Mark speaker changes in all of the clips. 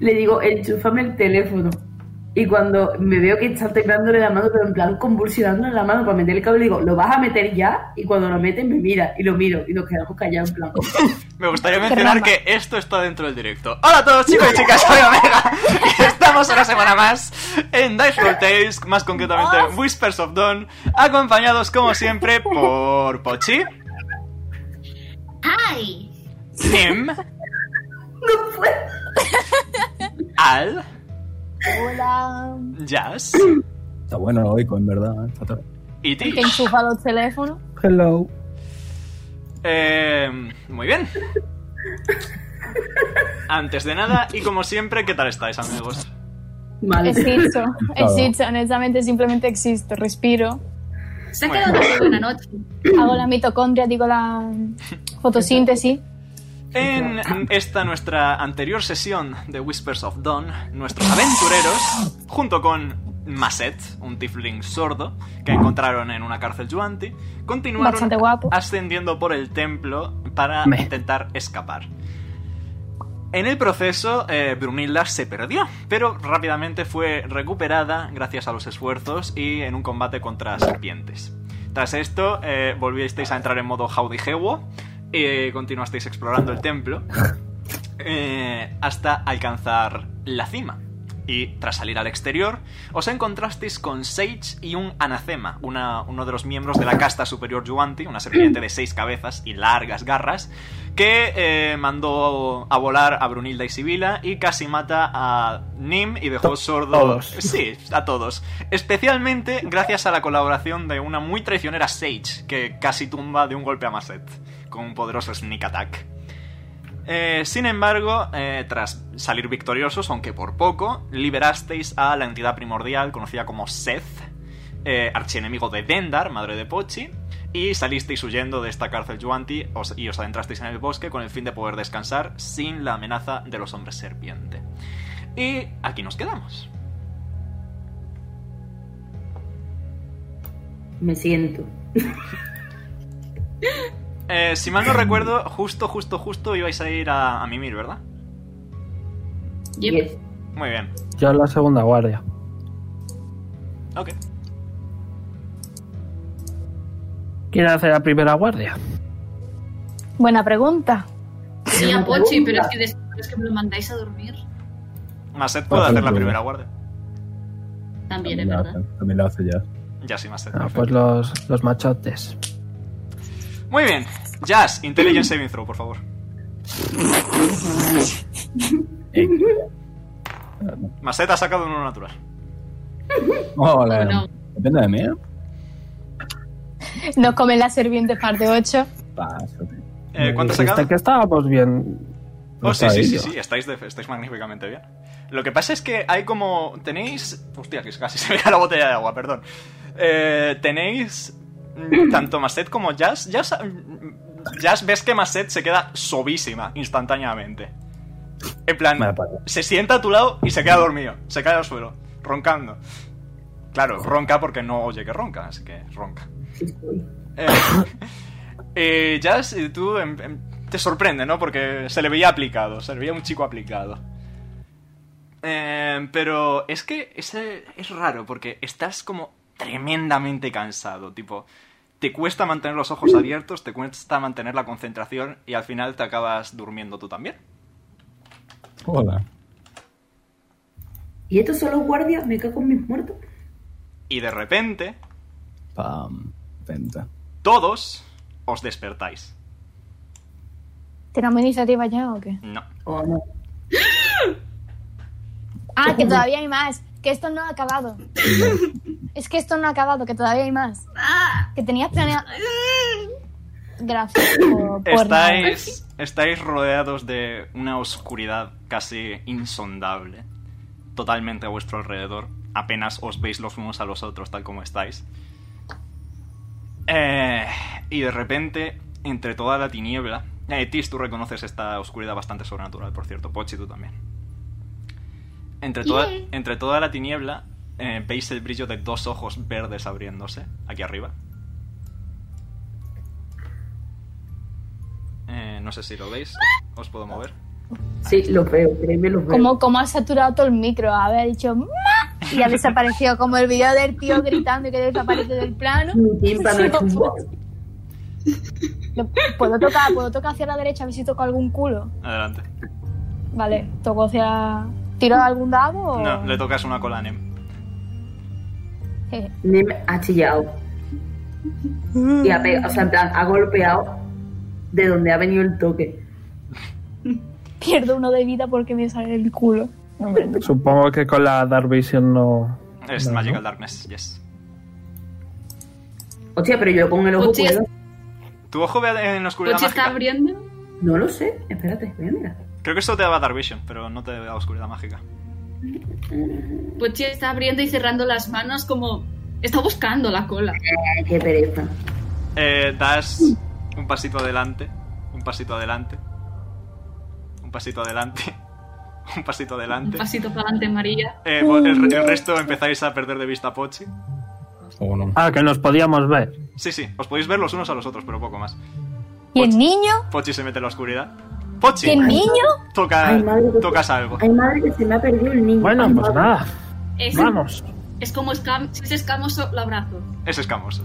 Speaker 1: le digo, enchúfame el teléfono. Y cuando me veo que está teclándole la mano, pero en plan convulsionándole la mano para meter el cable, le digo, ¿lo vas a meter ya? Y cuando lo metes, me mira y lo miro y nos quedamos callados en plan. "Oh,
Speaker 2: Me gustaría mencionar que esto está dentro del directo. Hola a todos chicos y chicas, soy Omega. Y Estamos una semana más en Dice Roll Tales, más concretamente en Whispers of Dawn, acompañados como siempre por Pochi,
Speaker 3: ¡Ay!
Speaker 2: Nim,
Speaker 1: ¡No puedo!
Speaker 2: Al,
Speaker 3: Hola.
Speaker 2: Jazz
Speaker 4: Está bueno lo oico, en verdad.
Speaker 5: ¿eh?
Speaker 4: Está todo.
Speaker 2: y ti.
Speaker 3: Que enchufa los teléfonos.
Speaker 6: Hello.
Speaker 2: Eh, muy bien. Antes de nada, y como siempre, ¿qué tal estáis, amigos?
Speaker 1: Vale.
Speaker 3: Existo.
Speaker 4: Claro.
Speaker 3: Existo. Honestamente, simplemente existo. Respiro.
Speaker 7: Se ha
Speaker 2: Bueno.
Speaker 7: quedado con una noche.
Speaker 3: Hago la mitocondria, digo la fotosíntesis.
Speaker 2: En esta nuestra anterior sesión de Whispers of Dawn, nuestros aventureros, junto con Maset, un tiefling sordo que encontraron en una cárcel yuanti, continuaron
Speaker 3: Bastante guapo.
Speaker 2: ascendiendo por el templo para
Speaker 4: Me.
Speaker 2: intentar escapar. En el proceso, eh, Brunilda se perdió, pero rápidamente fue recuperada gracias a los esfuerzos y en un combate contra serpientes. Tras esto, eh, volvisteis a entrar en modo Howdy Hewo y continuasteis explorando el templo eh, hasta alcanzar la cima. Y tras salir al exterior, os encontrasteis con Sage y un anacema, una- uno de los miembros de la casta superior Yuanti, una serpiente de seis cabezas y largas garras, que eh, mandó a volar a Brunilda y Sibila y casi mata a Nim y dejó
Speaker 6: To-
Speaker 2: sordo.
Speaker 6: todos.
Speaker 2: Sí, a todos. Especialmente gracias a la colaboración de una muy traicionera Sage, que casi tumba de un golpe a Maset, con un poderoso sneak attack. Eh, sin embargo, eh, tras salir victoriosos, aunque por poco, liberasteis a la entidad primordial conocida como Seth, eh, archienemigo de Dendar, madre de Pochi, y salisteis huyendo de esta cárcel Yuanti os- y os adentrasteis en el bosque con el fin de poder descansar sin la amenaza de los hombres serpiente. Y aquí nos quedamos.
Speaker 1: Me siento.
Speaker 2: Eh, si mal no recuerdo, justo, justo, justo ibais a ir a, a Mimir, ¿verdad?
Speaker 7: Yep.
Speaker 1: Yes.
Speaker 2: Muy bien.
Speaker 6: Yo en la segunda guardia.
Speaker 2: Ok.
Speaker 6: ¿Quién hace la primera guardia?
Speaker 3: Buena pregunta.
Speaker 7: Y a Pochi, pero es que después que me lo mandáis a dormir,
Speaker 2: Maset puede hacer la primera guardia.
Speaker 7: también
Speaker 4: También,
Speaker 7: es
Speaker 4: la
Speaker 7: verdad.
Speaker 4: hace, también la hace ya.
Speaker 2: Ya sí, Maset.
Speaker 6: Ah,
Speaker 2: perfecto.
Speaker 6: pues los, los machotes.
Speaker 2: Muy bien. Jazz, Intelligence Saving Throw, por favor.
Speaker 4: Eh.
Speaker 2: Maset ha sacado un uno natural.
Speaker 4: Hola.
Speaker 7: No.
Speaker 4: Depende de mí. ¿eh?
Speaker 3: Nos comen las serpientes parte 8.
Speaker 4: Pásate.
Speaker 2: Eh, ¿Cuánto ha
Speaker 6: Dijiste
Speaker 2: sacado?
Speaker 6: que estábamos bien.
Speaker 2: Oh,
Speaker 4: No
Speaker 2: sí, sí,
Speaker 4: sabéis,
Speaker 2: sí,
Speaker 4: yo.
Speaker 2: sí, estáis, de- estáis magníficamente bien. Lo que pasa es que hay como... Tenéis... Hostia, que casi se me cae la botella de agua, perdón. Eh, tenéis... mm, Tanto Maset como Jazz... Jazz... mm, Jazz ves que Maset se queda sobísima instantáneamente. En plan,
Speaker 4: Me la paro.
Speaker 2: se sienta a tu lado y se queda dormido. Se cae al suelo, roncando. Claro, ronca porque no oye que ronca, así que ronca.
Speaker 1: Sí, estoy.
Speaker 2: Eh, eh, Jazz, eh, tú em, em, te sorprende, ¿no? Porque se le veía aplicado, se le veía un chico aplicado. Eh, pero es que es, eh, es raro, porque estás como tremendamente cansado, tipo, te cuesta mantener los ojos abiertos, te cuesta mantener la concentración y al final te acabas durmiendo tú también.
Speaker 4: Hola.
Speaker 1: ¿Y estos son los guardias? ¿Me cago en mis muertos?
Speaker 2: Y de repente,
Speaker 4: Pam. Venta.
Speaker 2: todos os despertáis.
Speaker 3: ¿Tenemos iniciativa ya o qué?
Speaker 2: No.
Speaker 1: ¿O Oh, no?
Speaker 3: Ah, que todavía hay más. Que esto no ha acabado. es que esto no ha acabado, que todavía hay más. Que tenías planeado. Gracias por, por-
Speaker 2: Estáis, estáis rodeados de una oscuridad casi insondable, totalmente a vuestro alrededor. Apenas os veis los unos a los otros, tal como estáis. Eh, y de repente, entre toda la tiniebla. Eh, Tis, tú reconoces esta oscuridad bastante sobrenatural, por cierto. Pochi, tú también. Entre toda, entre toda la tiniebla, eh, veis el brillo de dos ojos verdes abriéndose aquí arriba. Eh, no sé si lo veis. Os puedo mover.
Speaker 1: Sí, lo veo, créeme, lo veo.
Speaker 3: Como, como ha saturado todo el micro, haber dicho "Ma", y ha desaparecido, como el video del tío gritando que desaparece del plano.
Speaker 1: Mi tímpano es un box.
Speaker 3: Lo- puedo tocar, puedo tocar hacia la derecha a ver si toco algún culo.
Speaker 2: Adelante.
Speaker 3: Vale, toco hacia. ¿Tiro algún dado o.?
Speaker 7: Oh.
Speaker 2: No, le tocas una cola a Nem.
Speaker 3: Jeje.
Speaker 1: Nem ha chillado. Y ha pegado, o sea, en plan, ha golpeado de donde ha venido el toque.
Speaker 3: Pierdo uno de vida porque me sale el culo.
Speaker 6: Supongo que con la Dark Vision no.
Speaker 2: Es
Speaker 6: No,
Speaker 2: Magical
Speaker 6: no.
Speaker 2: Darkness, yes.
Speaker 1: Hostia, pero yo con el ojo
Speaker 7: Hostia.
Speaker 1: puedo.
Speaker 2: Tu ojo ve en la oscuridad
Speaker 7: Pochi está
Speaker 2: mágica.
Speaker 7: abriendo.
Speaker 1: No lo sé. Espérate, voy a mirar.
Speaker 2: Creo que eso te daba Dark Vision, pero no te da oscuridad mágica.
Speaker 7: Pochi está abriendo y cerrando las manos como... Está buscando la cola.
Speaker 1: Ay, qué pereza.
Speaker 2: Eh, das un pasito adelante, un pasito adelante, un pasito adelante, un pasito
Speaker 7: Un
Speaker 2: adelante.
Speaker 7: pasito para adelante, María.
Speaker 2: Eh, vo- el, re- el resto empezáis a perder de vista a Pochi.
Speaker 4: O no.
Speaker 6: Ah, que nos podíamos ver.
Speaker 2: Sí, sí, os podéis ver los unos a los otros, pero poco más.
Speaker 3: ¿Y
Speaker 2: Pues,
Speaker 3: el niño?
Speaker 2: Pochi se mete en la oscuridad. ¡Pochi!
Speaker 3: ¿Y el niño?
Speaker 2: Toca,
Speaker 1: Ay, madre.
Speaker 2: tocas algo.
Speaker 1: Ay, madre, que se me ha perdido el niño.
Speaker 6: Bueno,
Speaker 1: Ay,
Speaker 6: pues
Speaker 1: madre.
Speaker 6: nada.
Speaker 7: Es,
Speaker 6: Vamos.
Speaker 7: es como escam si es escamoso, lo abrazo.
Speaker 2: Es escamoso.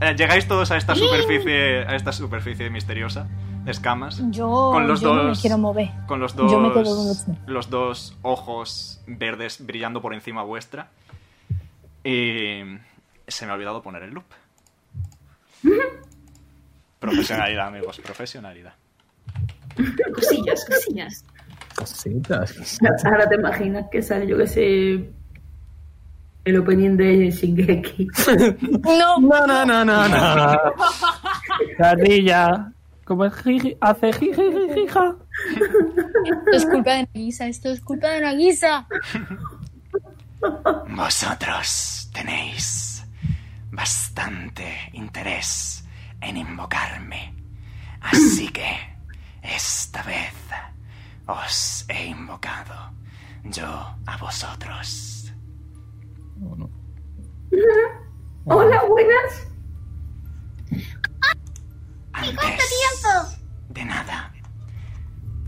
Speaker 2: Eh, llegáis todos a esta superficie, a esta superficie misteriosa de escamas.
Speaker 3: Yo,
Speaker 2: Con los
Speaker 3: yo no me
Speaker 2: dos.
Speaker 3: quiero mover.
Speaker 2: Con los dos,
Speaker 3: Yo me quedo con este. Otsune.
Speaker 2: los dos ojos verdes brillando por encima vuestra. Y se me ha olvidado poner el loop. Profesionalidad, amigos, profesionalidad.
Speaker 7: Cosillas, cosillas.
Speaker 4: Cositas.
Speaker 1: Ahora te imaginas que sale, yo que sé, el opening de Shingeki.
Speaker 3: No,
Speaker 4: No, no, no, no, no.
Speaker 6: Carrilla. Como es jiji- hace jijijija.
Speaker 3: esto es culpa de Nagisa, esto es culpa de Nagisa.
Speaker 2: Vosotros tenéis bastante interés en invocarme. Así que esta vez os he invocado yo a vosotros.
Speaker 4: O no.
Speaker 1: Hola, buenas.
Speaker 2: Antes de nada,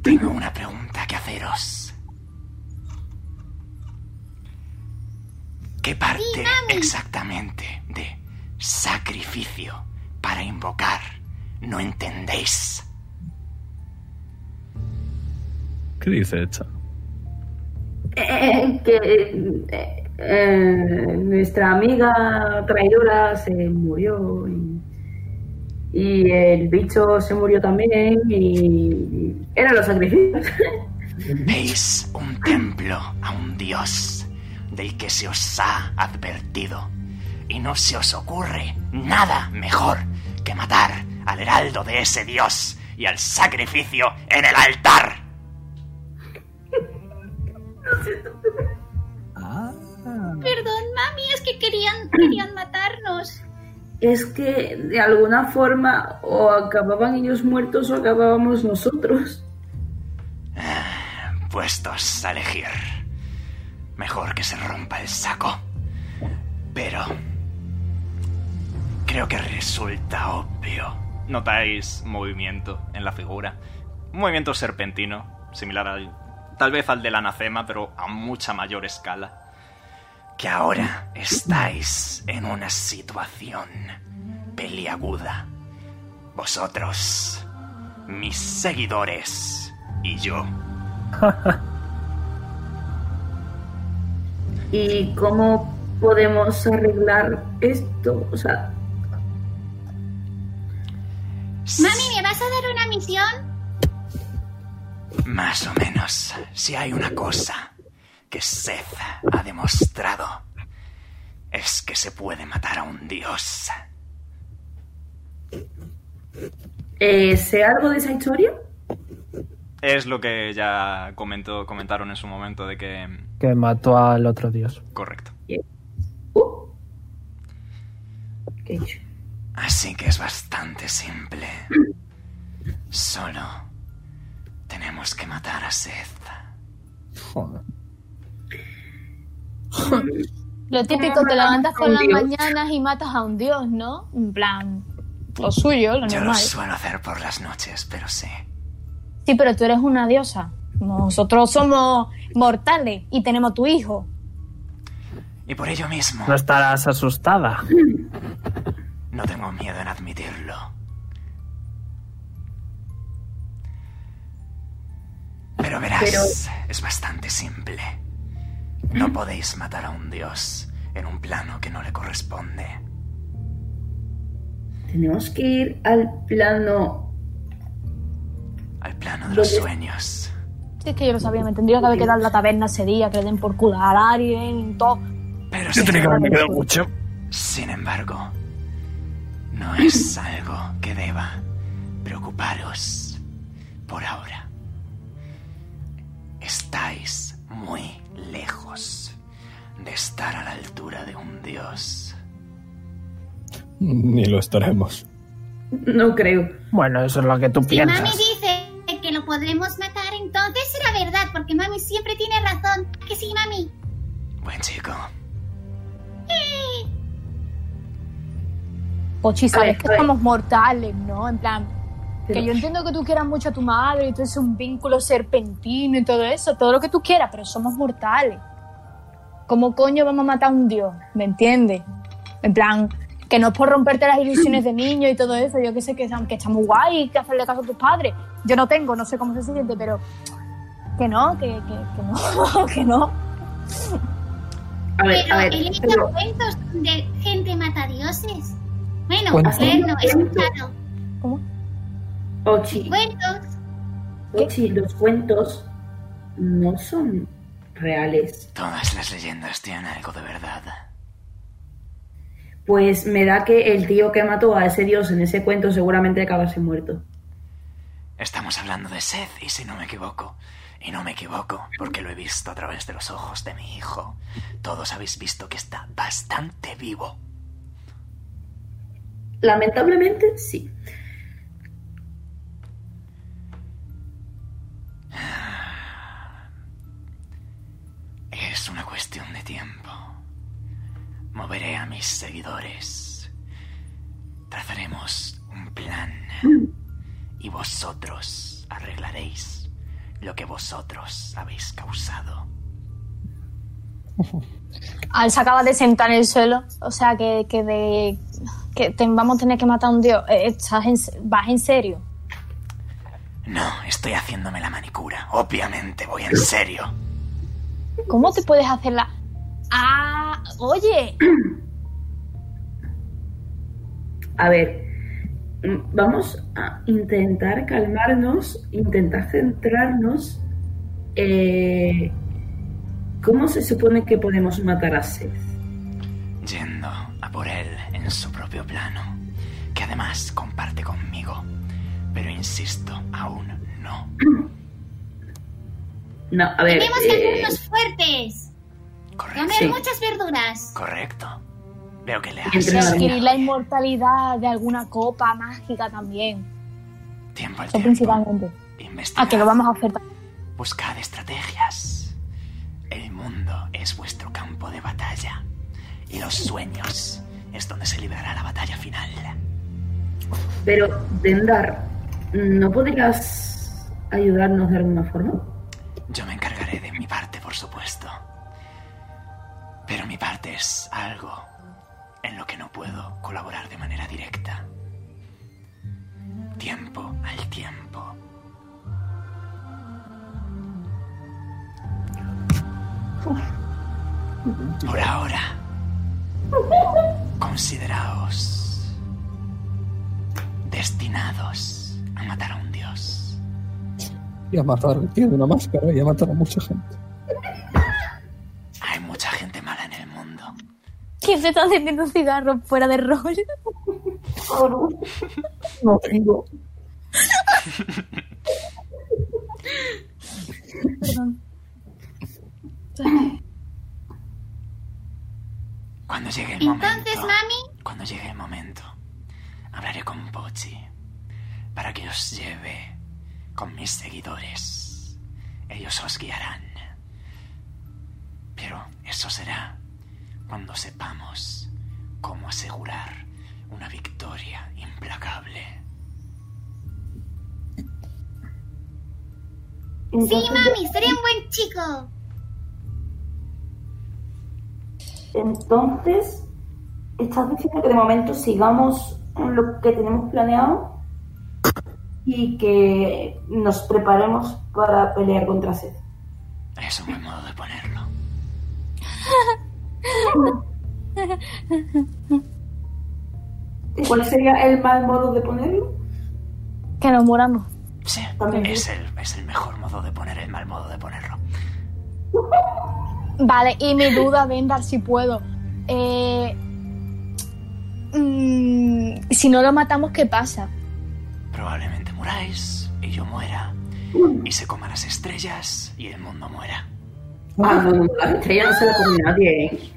Speaker 2: tengo una pregunta que haceros. ¿Qué parte exactamente de sacrificio para invocar no entendéis?
Speaker 4: ¿Qué dice esta?
Speaker 1: Eh, eh, que eh, eh, nuestra amiga traidora se murió y, y el bicho se murió también y eran los sacrificios.
Speaker 2: Veis un templo a un dios del que se os ha advertido y no se os ocurre nada mejor que matar al heraldo de ese dios y al sacrificio en el altar.
Speaker 4: Ah.
Speaker 7: Perdón, mami, es que querían, querían matarnos.
Speaker 1: es que de alguna forma o acababan ellos muertos o acabábamos nosotros.
Speaker 2: puestos a elegir. Mejor que se rompa el saco. Pero... Creo que resulta obvio. Notáis movimiento en la figura. Un movimiento serpentino, similar al... tal vez al de la anacema, pero a mucha mayor escala. Que ahora estáis en una situación peliaguda. Vosotros, mis seguidores y yo.
Speaker 1: ¿Y cómo podemos arreglar esto? O sea,
Speaker 8: Mami, ¿me vas a dar una misión?
Speaker 2: Más o menos, si hay una cosa que Seth ha demostrado, es que se puede matar a un dios.
Speaker 1: eh, ¿sé algo de esa historia?
Speaker 2: Es lo que ya comentó, comentaron en su momento de que...
Speaker 6: Que mató al otro dios.
Speaker 2: Correcto.
Speaker 1: Uh. Qué chulo.
Speaker 2: Así que es bastante simple. Solo tenemos que matar a Seth.
Speaker 4: Joder.
Speaker 3: Lo típico, te levantas por
Speaker 1: Un
Speaker 3: las
Speaker 1: dios.
Speaker 3: mañanas y matas a un dios, ¿no? En plan, lo suyo, lo
Speaker 2: Yo lo
Speaker 3: normal.
Speaker 2: suelo hacer por las noches, pero sí.
Speaker 3: Sí, pero tú eres una diosa. Nosotros somos mortales y tenemos tu hijo.
Speaker 9: Y por ello mismo,
Speaker 6: No estarás asustada.
Speaker 9: no tengo miedo en admitirlo. Pero verás, es bastante simple. No podéis matar a un dios en un plano que no le corresponde.
Speaker 1: Tenemos que ir al plano.
Speaker 9: Al plano de los
Speaker 1: ¿Dónde?
Speaker 9: sueños.
Speaker 3: Si es que yo lo sabía, me tendría que haber quedado en la taberna ese día, que le den por culo a Arien, todo.
Speaker 9: Pero
Speaker 10: Yo
Speaker 9: sin
Speaker 10: tenía que haberme quedado mucho.
Speaker 9: Sin embargo, no es algo que deba preocuparos por ahora. Estáis muy lejos de estar a la altura de un dios.
Speaker 5: Ni lo estaremos.
Speaker 1: No creo.
Speaker 6: Bueno, eso es lo que tú
Speaker 8: Si mami
Speaker 6: piensas.
Speaker 8: dice que lo podremos matar, entonces será verdad, porque mami siempre tiene razón. Que sí, mami.
Speaker 9: Buen chico.
Speaker 3: Pochi,
Speaker 1: Ay,
Speaker 3: sabes que
Speaker 1: ay.
Speaker 3: somos mortales, ¿no? En plan,
Speaker 1: Pero-
Speaker 3: que yo entiendo que tú quieras mucho a tu madre y todo es un vínculo serpentino y todo eso, todo lo que tú quieras, pero somos mortales. ¿Cómo coño vamos a matar a un dios? ¿Me entiendes? En plan, que no es por romperte las ilusiones de niño y todo eso, yo que sé que, es- que está muy guay que hacerle caso a tus padres. Yo no tengo, no sé cómo se siente, pero que no, que, que, que no, que no.
Speaker 1: A ver,
Speaker 8: Pero
Speaker 1: a ver.
Speaker 8: él hizo
Speaker 1: pero-
Speaker 8: cuentos donde gente mata dioses. Bueno,
Speaker 5: Cuentos.
Speaker 8: ver, no, es
Speaker 1: Cuentos.
Speaker 8: claro.
Speaker 1: Ochi,
Speaker 8: Cuentos.
Speaker 1: Eh, Ochi, oh, los cuentos no son reales.
Speaker 9: Todas las leyendas tienen algo de verdad.
Speaker 1: Pues me da que el tío que mató a ese dios en ese cuento seguramente acabase muerto.
Speaker 9: Estamos hablando de Seth, y si no me equivoco, y no me equivoco, porque lo he visto a través de los ojos de mi hijo, todos habéis visto que está bastante vivo.
Speaker 1: Lamentablemente, sí.
Speaker 9: Es una cuestión de tiempo. Moveré a mis seguidores. Trazaremos un plan. Y vosotros arreglaréis lo que vosotros habéis causado.
Speaker 3: Al se acaba de sentar en el suelo, o sea que, que de que te- vamos a tener que matar a un dios. Eh, estás en se- vas en serio.
Speaker 9: No, estoy haciéndome la manicura. Obviamente, voy en serio.
Speaker 3: ¿Cómo te puedes hacer la? Ah, oye,
Speaker 1: A ver, mm, vamos a intentar calmarnos, intentar centrarnos. Eh, ¿Cómo se supone que podemos matar a Seth?
Speaker 9: Yendo a por él en su propio plano, que además comparte conmigo. Pero insisto, aún no.
Speaker 1: No, a ver.
Speaker 8: Tenemos que
Speaker 1: eh,
Speaker 8: hacernos fuertes. Comer
Speaker 9: Correcto.
Speaker 1: Sí.
Speaker 8: muchas verduras.
Speaker 9: Correcto. Veo que le
Speaker 1: Y
Speaker 9: haces.
Speaker 1: entre la-
Speaker 3: adquirir la inmortalidad de alguna copa mágica también.
Speaker 9: Tiempo al
Speaker 3: Eso
Speaker 9: tiempo.
Speaker 3: principalmente.
Speaker 9: Investigad.
Speaker 3: A que lo vamos a hacer.
Speaker 9: Buscad estrategias. El mundo es vuestro campo de batalla. Y los sueños es donde se librará la batalla final.
Speaker 1: Pero, Dendar, ¿no podrías ayudarnos de alguna forma?
Speaker 9: Yo me encargaré de mi parte, por supuesto. Pero mi parte es algo en lo que no puedo colaborar de manera directa. Tiempo al tiempo. Por ahora, consideraos destinados a matar a un dios.
Speaker 5: Y a matar, tiene una máscara y a matar a mucha gente.
Speaker 9: Hay mucha gente mala en el mundo.
Speaker 3: ¿Quién se está encendiendo un cigarro fuera de rol?
Speaker 5: No tengo.
Speaker 3: Perdón.
Speaker 9: Cuando llegue el momento.
Speaker 8: Entonces, mami,
Speaker 9: Cuando llegue el momento, hablaré con Pochi para que os lleve con mis seguidores. Ellos os guiarán. Pero eso será cuando sepamos cómo asegurar una victoria implacable.
Speaker 8: Sí,
Speaker 1: Entonces,
Speaker 8: mami, seré un buen chico.
Speaker 1: entonces, ¿estás diciendo que de momento sigamos lo que tenemos planeado y que nos preparemos para pelear contra Seth?
Speaker 9: Eso es un buen modo de ponerlo.
Speaker 1: ¿Y cuál sería el mal modo de ponerlo?
Speaker 3: Que nos muramos.
Speaker 9: Sí,
Speaker 1: También.
Speaker 9: es el, es el mejor modo de poner el mal modo de ponerlo.
Speaker 3: Vale, y mi duda, Vendar, si puedo. Eh, mm, si no lo matamos, ¿qué pasa?
Speaker 9: Probablemente muráis y yo muera. Y se coman las estrellas y el mundo muera.
Speaker 1: Ah, no, no, la estrella no se la come nadie, ¿eh?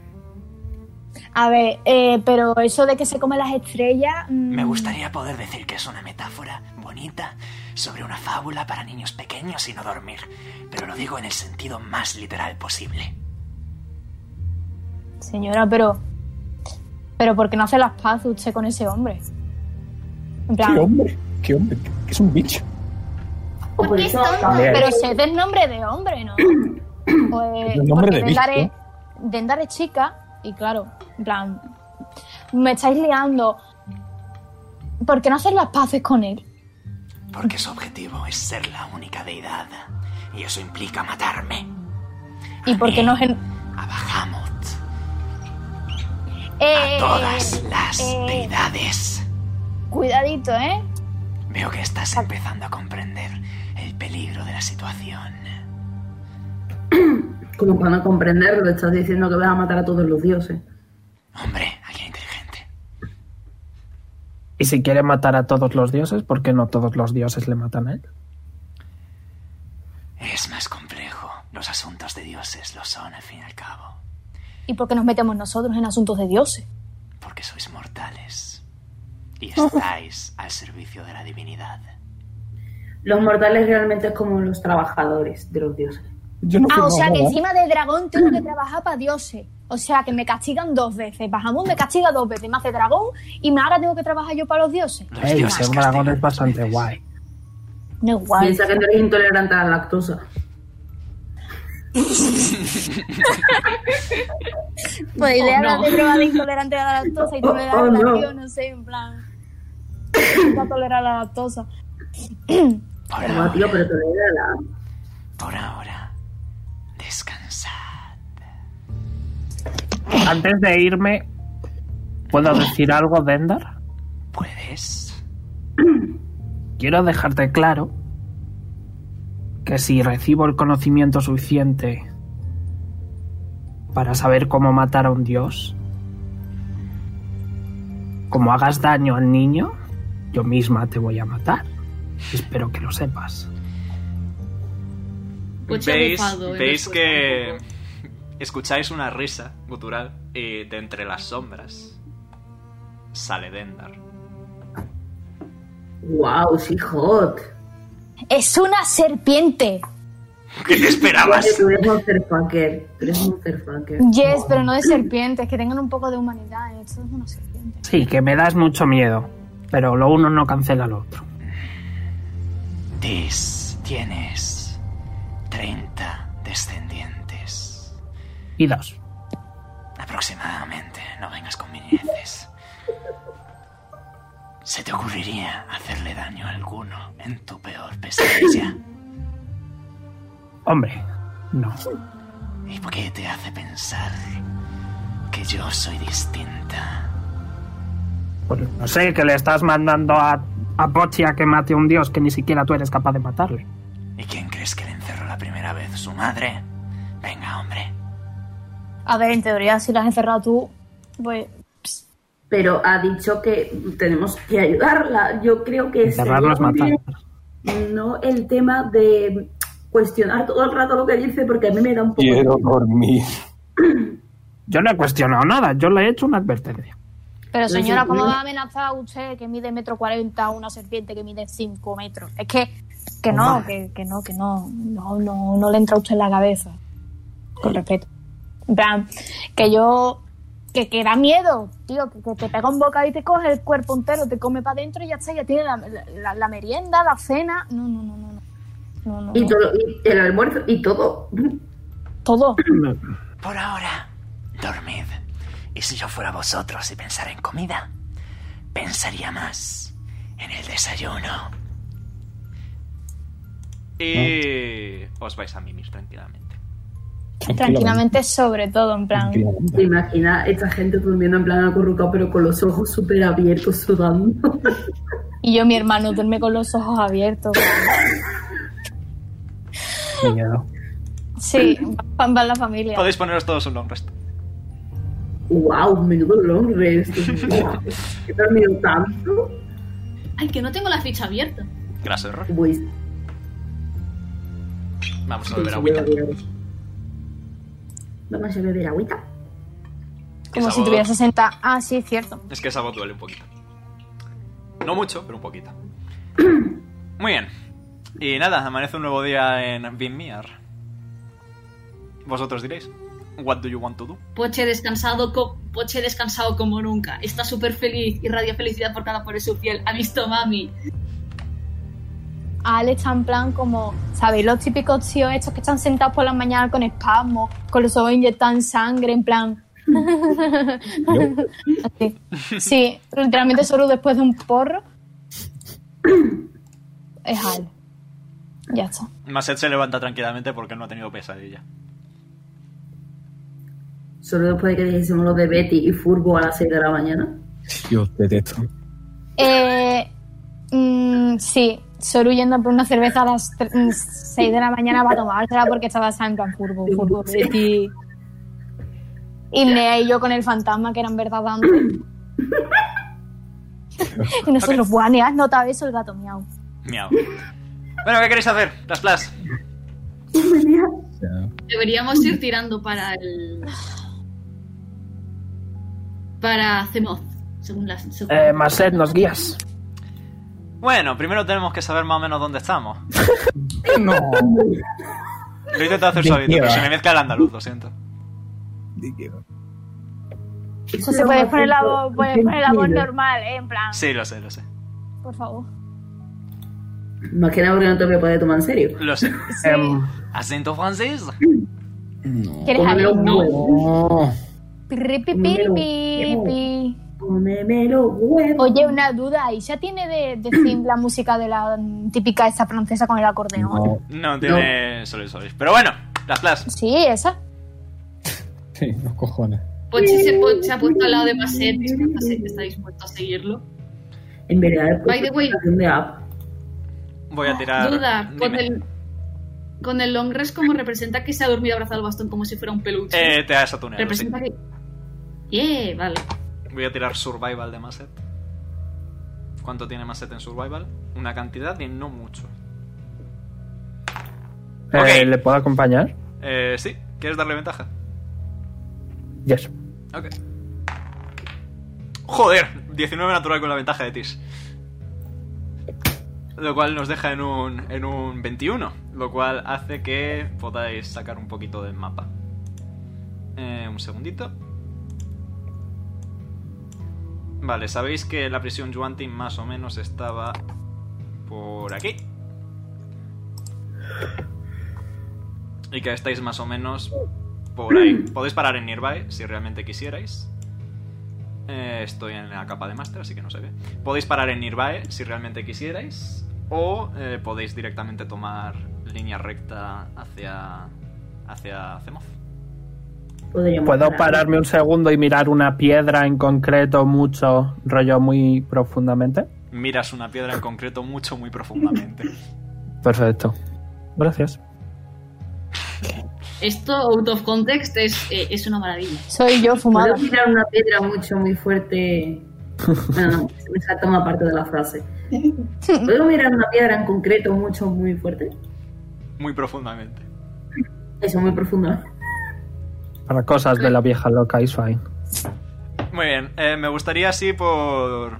Speaker 3: A ver, eh, pero eso de que se comen las estrellas. mm,
Speaker 9: Me gustaría poder decir que es una metáfora bonita sobre una fábula para niños pequeños y no dormir, pero lo digo en el sentido más literal posible.
Speaker 3: Señora, pero. Pero ¿por qué no hace las paces usted con ese hombre? En plan,
Speaker 5: ¿Qué hombre? ¿Qué hombre? Que es un bicho.
Speaker 1: O por
Speaker 8: Porque
Speaker 1: eso
Speaker 8: son-
Speaker 1: también.
Speaker 3: pero sé del nombre de hombre, ¿no? Pues,
Speaker 5: El nombre
Speaker 3: porque
Speaker 5: de
Speaker 3: Dendar es-
Speaker 5: bicho.
Speaker 3: Dendar es chica y claro, en plan, me estáis liando. ¿Por qué no hacer las paces con él?
Speaker 9: Porque su objetivo es ser la única deidad, y eso implica matarme.
Speaker 3: ¿Y por qué no es en-
Speaker 9: A Bahamut,
Speaker 3: Eh,
Speaker 9: a todas las
Speaker 3: eh.
Speaker 9: deidades.
Speaker 3: Cuidadito, ¿eh?
Speaker 9: Veo que estás empezando a comprender el peligro de la situación.
Speaker 1: Como para no comprenderlo, estás diciendo que vas a matar a todos los dioses.
Speaker 9: Hombre, alguien inteligente.
Speaker 6: Y si quiere matar a todos los dioses, ¿por qué no todos los dioses le matan a él?
Speaker 9: Es más complejo. Los asuntos de dioses lo son al fin y al cabo,
Speaker 3: ¿Y por qué nos metemos nosotros en asuntos de dioses?
Speaker 9: porque sois mortales y
Speaker 1: Oh.
Speaker 9: estáis al servicio de la divinidad.
Speaker 1: Los mortales realmente es como los trabajadores de los dioses.
Speaker 5: Yo no
Speaker 3: Ah,
Speaker 5: firmo
Speaker 3: o sea que
Speaker 5: nada.
Speaker 3: encima de dragón tengo que trabajar para dioses. O sea que me castigan dos veces. Bajamón me castiga dos veces, me hace dragón y me- ahora tengo que trabajar yo para los dioses.
Speaker 9: Los
Speaker 6: Ey,
Speaker 9: dioses
Speaker 6: ser dragón
Speaker 9: castigan
Speaker 6: es bastante
Speaker 9: muchas
Speaker 6: guay.
Speaker 3: No es guay.
Speaker 1: Piensa que no eres intolerante a la lactosa.
Speaker 3: Pues idea
Speaker 7: no.
Speaker 3: de probar de intolerante a la lactosa y tolerar
Speaker 1: Oh,
Speaker 3: la
Speaker 1: no.
Speaker 3: tío, no sé, en plan. Va a tolerar la lactosa.
Speaker 9: Por
Speaker 1: Como, tío,
Speaker 9: ahora,
Speaker 1: pero tolérala.
Speaker 9: por ahora, descansad.
Speaker 6: Antes de irme, ¿puedo decir algo, Dendar?
Speaker 9: ¿Puedes?
Speaker 6: Quiero dejarte claro que si recibo el conocimiento suficiente para saber cómo matar a un dios, como hagas daño al niño, yo misma te voy a matar. Espero que lo sepas.
Speaker 7: Coche
Speaker 9: veis,
Speaker 7: abofado, eh,
Speaker 9: veis
Speaker 7: después
Speaker 9: que
Speaker 7: tampoco.
Speaker 9: escucháis una risa gutural y de entre las sombras sale Dendar.
Speaker 1: Wow, sí, hot.
Speaker 3: Es una serpiente.
Speaker 9: ¿Qué te esperabas?
Speaker 1: Tú eres motherfucker. Tú eres motherfucker.
Speaker 3: Yes, pero no de serpientes, que tengan un poco de humanidad. ¿eh? Esto es una serpiente.
Speaker 6: Sí, que me das mucho miedo, pero lo uno no cancela lo otro.
Speaker 9: Tis, tienes 30 descendientes.
Speaker 6: Y dos.
Speaker 9: Aproximadamente, no vengas con minieces. ¿Se te ocurriría hacerle daño a alguno en tu peor pesadilla?
Speaker 6: Hombre, no.
Speaker 9: ¿Y por qué te hace pensar que yo soy distinta?
Speaker 6: Pues no sé, que le estás mandando a, a Pochi a que mate a un dios que ni siquiera tú eres capaz de matarle.
Speaker 9: ¿Y quién crees que le encerró la primera vez? ¿Su madre? Venga, hombre.
Speaker 3: A ver, en teoría, si la has encerrado tú, pues.
Speaker 1: Pero ha dicho que tenemos que ayudarla. Yo creo que
Speaker 6: Encerrarnos,
Speaker 1: sería
Speaker 6: matar.
Speaker 1: No el tema de cuestionar todo el rato lo que dice, porque a mí me da un poco.
Speaker 5: Quiero dormir.
Speaker 6: Yo no he cuestionado nada, yo le he hecho una advertencia.
Speaker 3: Pero
Speaker 1: Sí, sí,
Speaker 3: señora, ¿cómo
Speaker 1: sí.
Speaker 3: va a amenazar a usted que mide metro cuarenta a una serpiente que mide cinco metros? Es que, que no, que, que no, que no, no, no, no le entra a usted en la cabeza. Con respeto. En plan, que yo, que, que da miedo, tío, que, que te pega un bocado y te coge el cuerpo entero, te come para adentro y ya está, ya tiene la, la- la- la merienda, la cena. No, no, no, no. no. No, no,
Speaker 1: Y,
Speaker 3: no.
Speaker 1: todo, y el almuerzo y todo.
Speaker 3: Todo.
Speaker 2: Por ahora, dormid. Y si yo fuera vosotros y pensara en comida, pensaría más en el desayuno. Y os vais a mimir tranquilamente.
Speaker 3: Tranquilamente, sobre todo, en plan.
Speaker 1: ¿Te imaginas esta gente durmiendo en plan acurrucado pero con los ojos súper abiertos sudando?
Speaker 3: Y yo, mi hermano, duerme con los ojos abiertos.
Speaker 6: Miedo.
Speaker 3: Sí, van va la familia.
Speaker 2: Podéis poneros todos un long rest.
Speaker 1: ¡Wow! Menudo long rest. Guau, He dormido tanto.
Speaker 7: Ay, que no tengo la ficha abierta.
Speaker 2: Graso error.
Speaker 1: Pues,
Speaker 2: Vamos a
Speaker 1: pues,
Speaker 2: beber agüita.
Speaker 1: voy a beber. Vamos a beber agüita.
Speaker 3: Como
Speaker 2: Esa
Speaker 3: si
Speaker 2: voz-
Speaker 3: tuviera 60. Ah, sí, es cierto.
Speaker 2: Es que esa voz duele un poquito. No mucho, pero un poquito. Muy bien. Y nada, amanece un nuevo día en Vinmir. Vosotros diréis, what do you want to do?
Speaker 7: Poche descansado, co- Poche descansado como nunca. Está súper feliz y radia felicidad por cada por su piel. Ha visto mami.
Speaker 3: Ale está en plan como, ¿sabéis los típicos tíos estos que están sentados por la mañana con espasmos, con los ojos inyectados en sangre, en plan... Así. Sí, literalmente solo después de un porro. Es Ale. Ya está.
Speaker 2: Maset se levanta tranquilamente porque no ha tenido pesadilla.
Speaker 1: Solo después de que dijésemos lo de Betty y Furbo a las 6 de la mañana.
Speaker 5: Yo detesto.
Speaker 3: Eh, mm, sí, solo yendo por una cerveza a las 6 de la mañana va a tomársela porque estaba en plan furbo, furbo, Betty. Y Nea y yo con el fantasma que eran verdad dando. y nosotros, buah, Nea, no te eso el gato miau.
Speaker 2: Miau. Bueno, ¿qué queréis hacer? Las plas.
Speaker 5: O sea,
Speaker 7: Deberíamos ir tirando para el. Para Zemoth, según las. según-
Speaker 6: Eh, Marcet, nos guías.
Speaker 2: Bueno, primero tenemos que saber más o menos dónde estamos.
Speaker 5: No.
Speaker 2: Lo he intentado hacer suavito, pero se me mezcla el andaluz, lo siento.
Speaker 3: José, puedes poner la voz, puedes poner la voz normal, eh, en plan,
Speaker 2: Sí, lo sé, lo sé.
Speaker 3: por favor.
Speaker 1: Más que nada porque no te voy a poder tomar en serio.
Speaker 2: Lo sé.
Speaker 3: Sí.
Speaker 6: Em,
Speaker 2: ¿Acento francés?
Speaker 5: No.
Speaker 3: ¿Quieres
Speaker 1: Cómeme los
Speaker 3: algo?
Speaker 1: huevos.
Speaker 5: No.
Speaker 3: Pirri, pi, pirri, pi,
Speaker 1: Cómelo.
Speaker 3: pi.
Speaker 1: Cómeme los huevos.
Speaker 3: Oye, una duda, ¿y ya tiene de, de theme la música de la mm, típica esa francesa con el acordeón?
Speaker 5: No.
Speaker 2: No tiene solo eso. Pero bueno, las plas.
Speaker 3: Sí, esa.
Speaker 5: Sí, los cojones.
Speaker 7: Poche se, po- se ha puesto al lado de Maset. disculpa, sé que está dispuesto a seguirlo.
Speaker 1: En verdad,
Speaker 7: By the way.
Speaker 1: es de app.
Speaker 2: Voy a tirar...
Speaker 7: Duda, con
Speaker 2: Dime.
Speaker 7: el. Con el long rest, como representa que se ha dormido abrazado al bastón como si fuera un peluche.
Speaker 2: Eh, te has atuneado, sí.
Speaker 7: representa que. Yeah, vale.
Speaker 2: Voy a tirar survival de Maset. ¿Cuánto tiene Maset en survival? Una cantidad y no mucho.
Speaker 6: eh,
Speaker 2: Ok.
Speaker 6: ¿Le puedo acompañar?
Speaker 2: Eh, sí, ¿quieres darle ventaja?
Speaker 6: Yes.
Speaker 2: Ok. Joder, 19 natural con la ventaja de Tis. Lo cual nos deja en un, en un 21, lo cual hace que podáis sacar un poquito del mapa. Eh, un segundito. Vale, sabéis que la prisión Juantin más o menos estaba por aquí. Y que estáis más o menos por ahí. Podéis parar en Nearby si realmente quisierais. Eh, estoy en la capa de Master, así que no se ve. Podéis parar en Nearby si realmente quisierais. O eh, podéis directamente tomar línea recta hacia. hacia Zemoth.
Speaker 1: Podríamos
Speaker 6: ¿Puedo
Speaker 1: parar.
Speaker 6: pararme un segundo y mirar una piedra en concreto mucho, rollo muy profundamente?
Speaker 2: Miras una piedra en concreto mucho, muy profundamente.
Speaker 6: Perfecto. Gracias.
Speaker 7: Esto, out of context, es, eh, es una maravilla.
Speaker 3: Soy yo fumada.
Speaker 1: Puedo tirar una piedra mucho, muy fuerte. No, no, se me salta una parte de la frase. ¿Puedo mirar una piedra en concreto mucho, muy fuerte?
Speaker 2: Muy profundamente.
Speaker 1: Eso, muy profunda.
Speaker 6: Para cosas de la vieja loca, is fine.
Speaker 2: Muy bien, eh, me gustaría así por...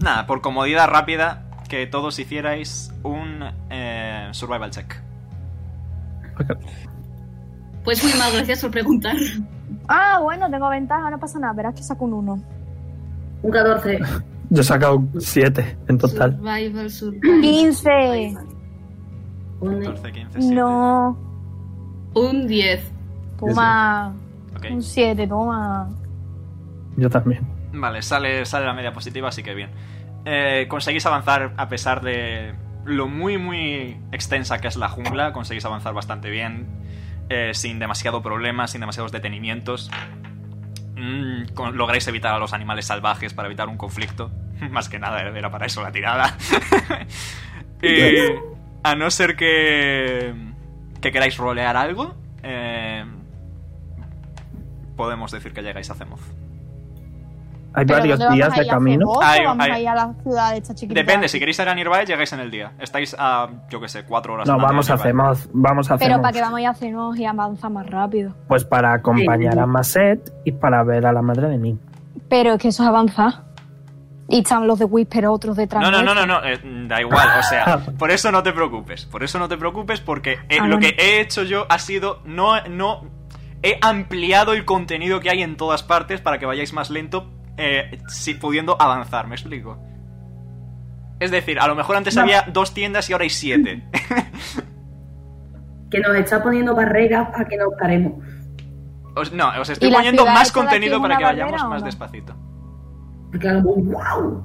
Speaker 2: Nada, por comodidad rápida que todos hicierais un eh, survival check.
Speaker 7: Pues muy mal, gracias por preguntar.
Speaker 3: Ah, bueno, tengo ventaja, no pasa nada. Verás que saco un 1.
Speaker 1: Un 14.
Speaker 6: Yo he sacado 7 en total.
Speaker 7: Survival, survival.
Speaker 3: 15.
Speaker 1: pone.
Speaker 2: 14, 15, 7.
Speaker 3: No.
Speaker 7: Un 10.
Speaker 3: Toma.
Speaker 2: Ok.
Speaker 3: Un 7, toma.
Speaker 4: Yo también.
Speaker 2: Vale, sale, sale la media positiva, así que bien. Eh, conseguís avanzar a pesar de lo muy, muy extensa que es la jungla. Conseguís avanzar bastante bien, eh, sin demasiado problema, sin demasiados detenimientos. Mm, con- lográis evitar a los animales salvajes para evitar un conflicto. Más que nada, era para eso la tirada. Y a no ser que, que queráis rolear algo, eh, podemos decir que llegáis a Zemoz.
Speaker 6: Hay
Speaker 3: Pero
Speaker 6: varios
Speaker 3: ¿dónde
Speaker 6: días
Speaker 3: vamos a
Speaker 6: de
Speaker 3: ir? ¿A
Speaker 6: camino.
Speaker 3: Cebos o
Speaker 2: Ay,
Speaker 3: vamos
Speaker 2: ay.
Speaker 3: a ir a la ciudad de esta chiquita.
Speaker 2: Depende, si queréis ir a Nirvae llegáis en el día. Estáis a, yo que sé, cuatro horas.
Speaker 6: No,
Speaker 2: andando
Speaker 6: vamos
Speaker 2: de
Speaker 6: a
Speaker 2: Nirvae.
Speaker 6: Zemoz, vamos a
Speaker 3: Pero
Speaker 6: Zemoz.
Speaker 3: para que vamos a ir a Cebos y avanza más rápido.
Speaker 6: Pues para acompañar a Maset y para ver a la madre de Nick.
Speaker 3: Pero es que eso es avanzar. Y están los de Whisper, otros detrás.
Speaker 2: No, no, no,
Speaker 3: nuestro.
Speaker 2: no, no, eh, da igual, o sea, por eso no te preocupes, por eso no te preocupes porque eh,
Speaker 3: Ah,
Speaker 2: lo
Speaker 3: bueno.
Speaker 2: que he hecho yo ha sido, no, no, he ampliado el contenido que hay en todas partes para que vayáis más lento, eh, si pudiendo avanzar, ¿me explico? Es decir, a lo mejor antes había dos tiendas y ahora hay siete.
Speaker 1: Que nos está poniendo barreras para que nos paremos.
Speaker 2: Os- no, os estoy
Speaker 3: ¿Y la
Speaker 2: poniendo
Speaker 3: ciudad
Speaker 2: más
Speaker 3: esta de aquí
Speaker 2: contenido
Speaker 3: es
Speaker 2: para
Speaker 3: una
Speaker 2: que vayamos
Speaker 3: barrera o
Speaker 2: más
Speaker 3: no?
Speaker 2: despacito.
Speaker 1: Porque hago un wow.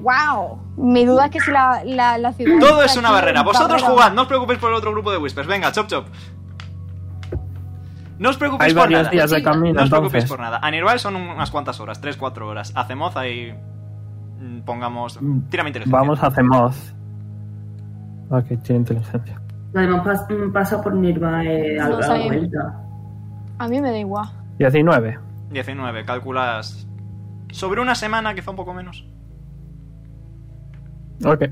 Speaker 3: ¡Wow! Mi duda es que si la, la, la ciudad.
Speaker 2: Todo
Speaker 3: está
Speaker 2: es una
Speaker 3: aquí,
Speaker 2: barrera. Vosotros
Speaker 3: barrera.
Speaker 2: jugad, no os preocupéis por el otro grupo de Whispers. Venga, chop chop. No os preocupéis
Speaker 6: Hay
Speaker 2: por
Speaker 6: varios
Speaker 2: nada.
Speaker 6: días de camino,
Speaker 2: no os preocupéis
Speaker 6: entonces.
Speaker 2: por nada. A Nirval son unas cuantas horas, 3-4 horas. A Zemoz ahí. mm, Pongamos.
Speaker 6: Mm,
Speaker 2: Tírame inteligencia.
Speaker 6: Vamos a Zemoz. Ok, tiene inteligencia.
Speaker 1: Además pas- mm, pasa por Nirvae a
Speaker 3: No
Speaker 1: la
Speaker 3: sabemos.
Speaker 1: vuelta.
Speaker 3: A mí me da igual.
Speaker 6: 19.
Speaker 2: 19, calculas. Sobre una semana, quizá un poco menos.
Speaker 6: Ok.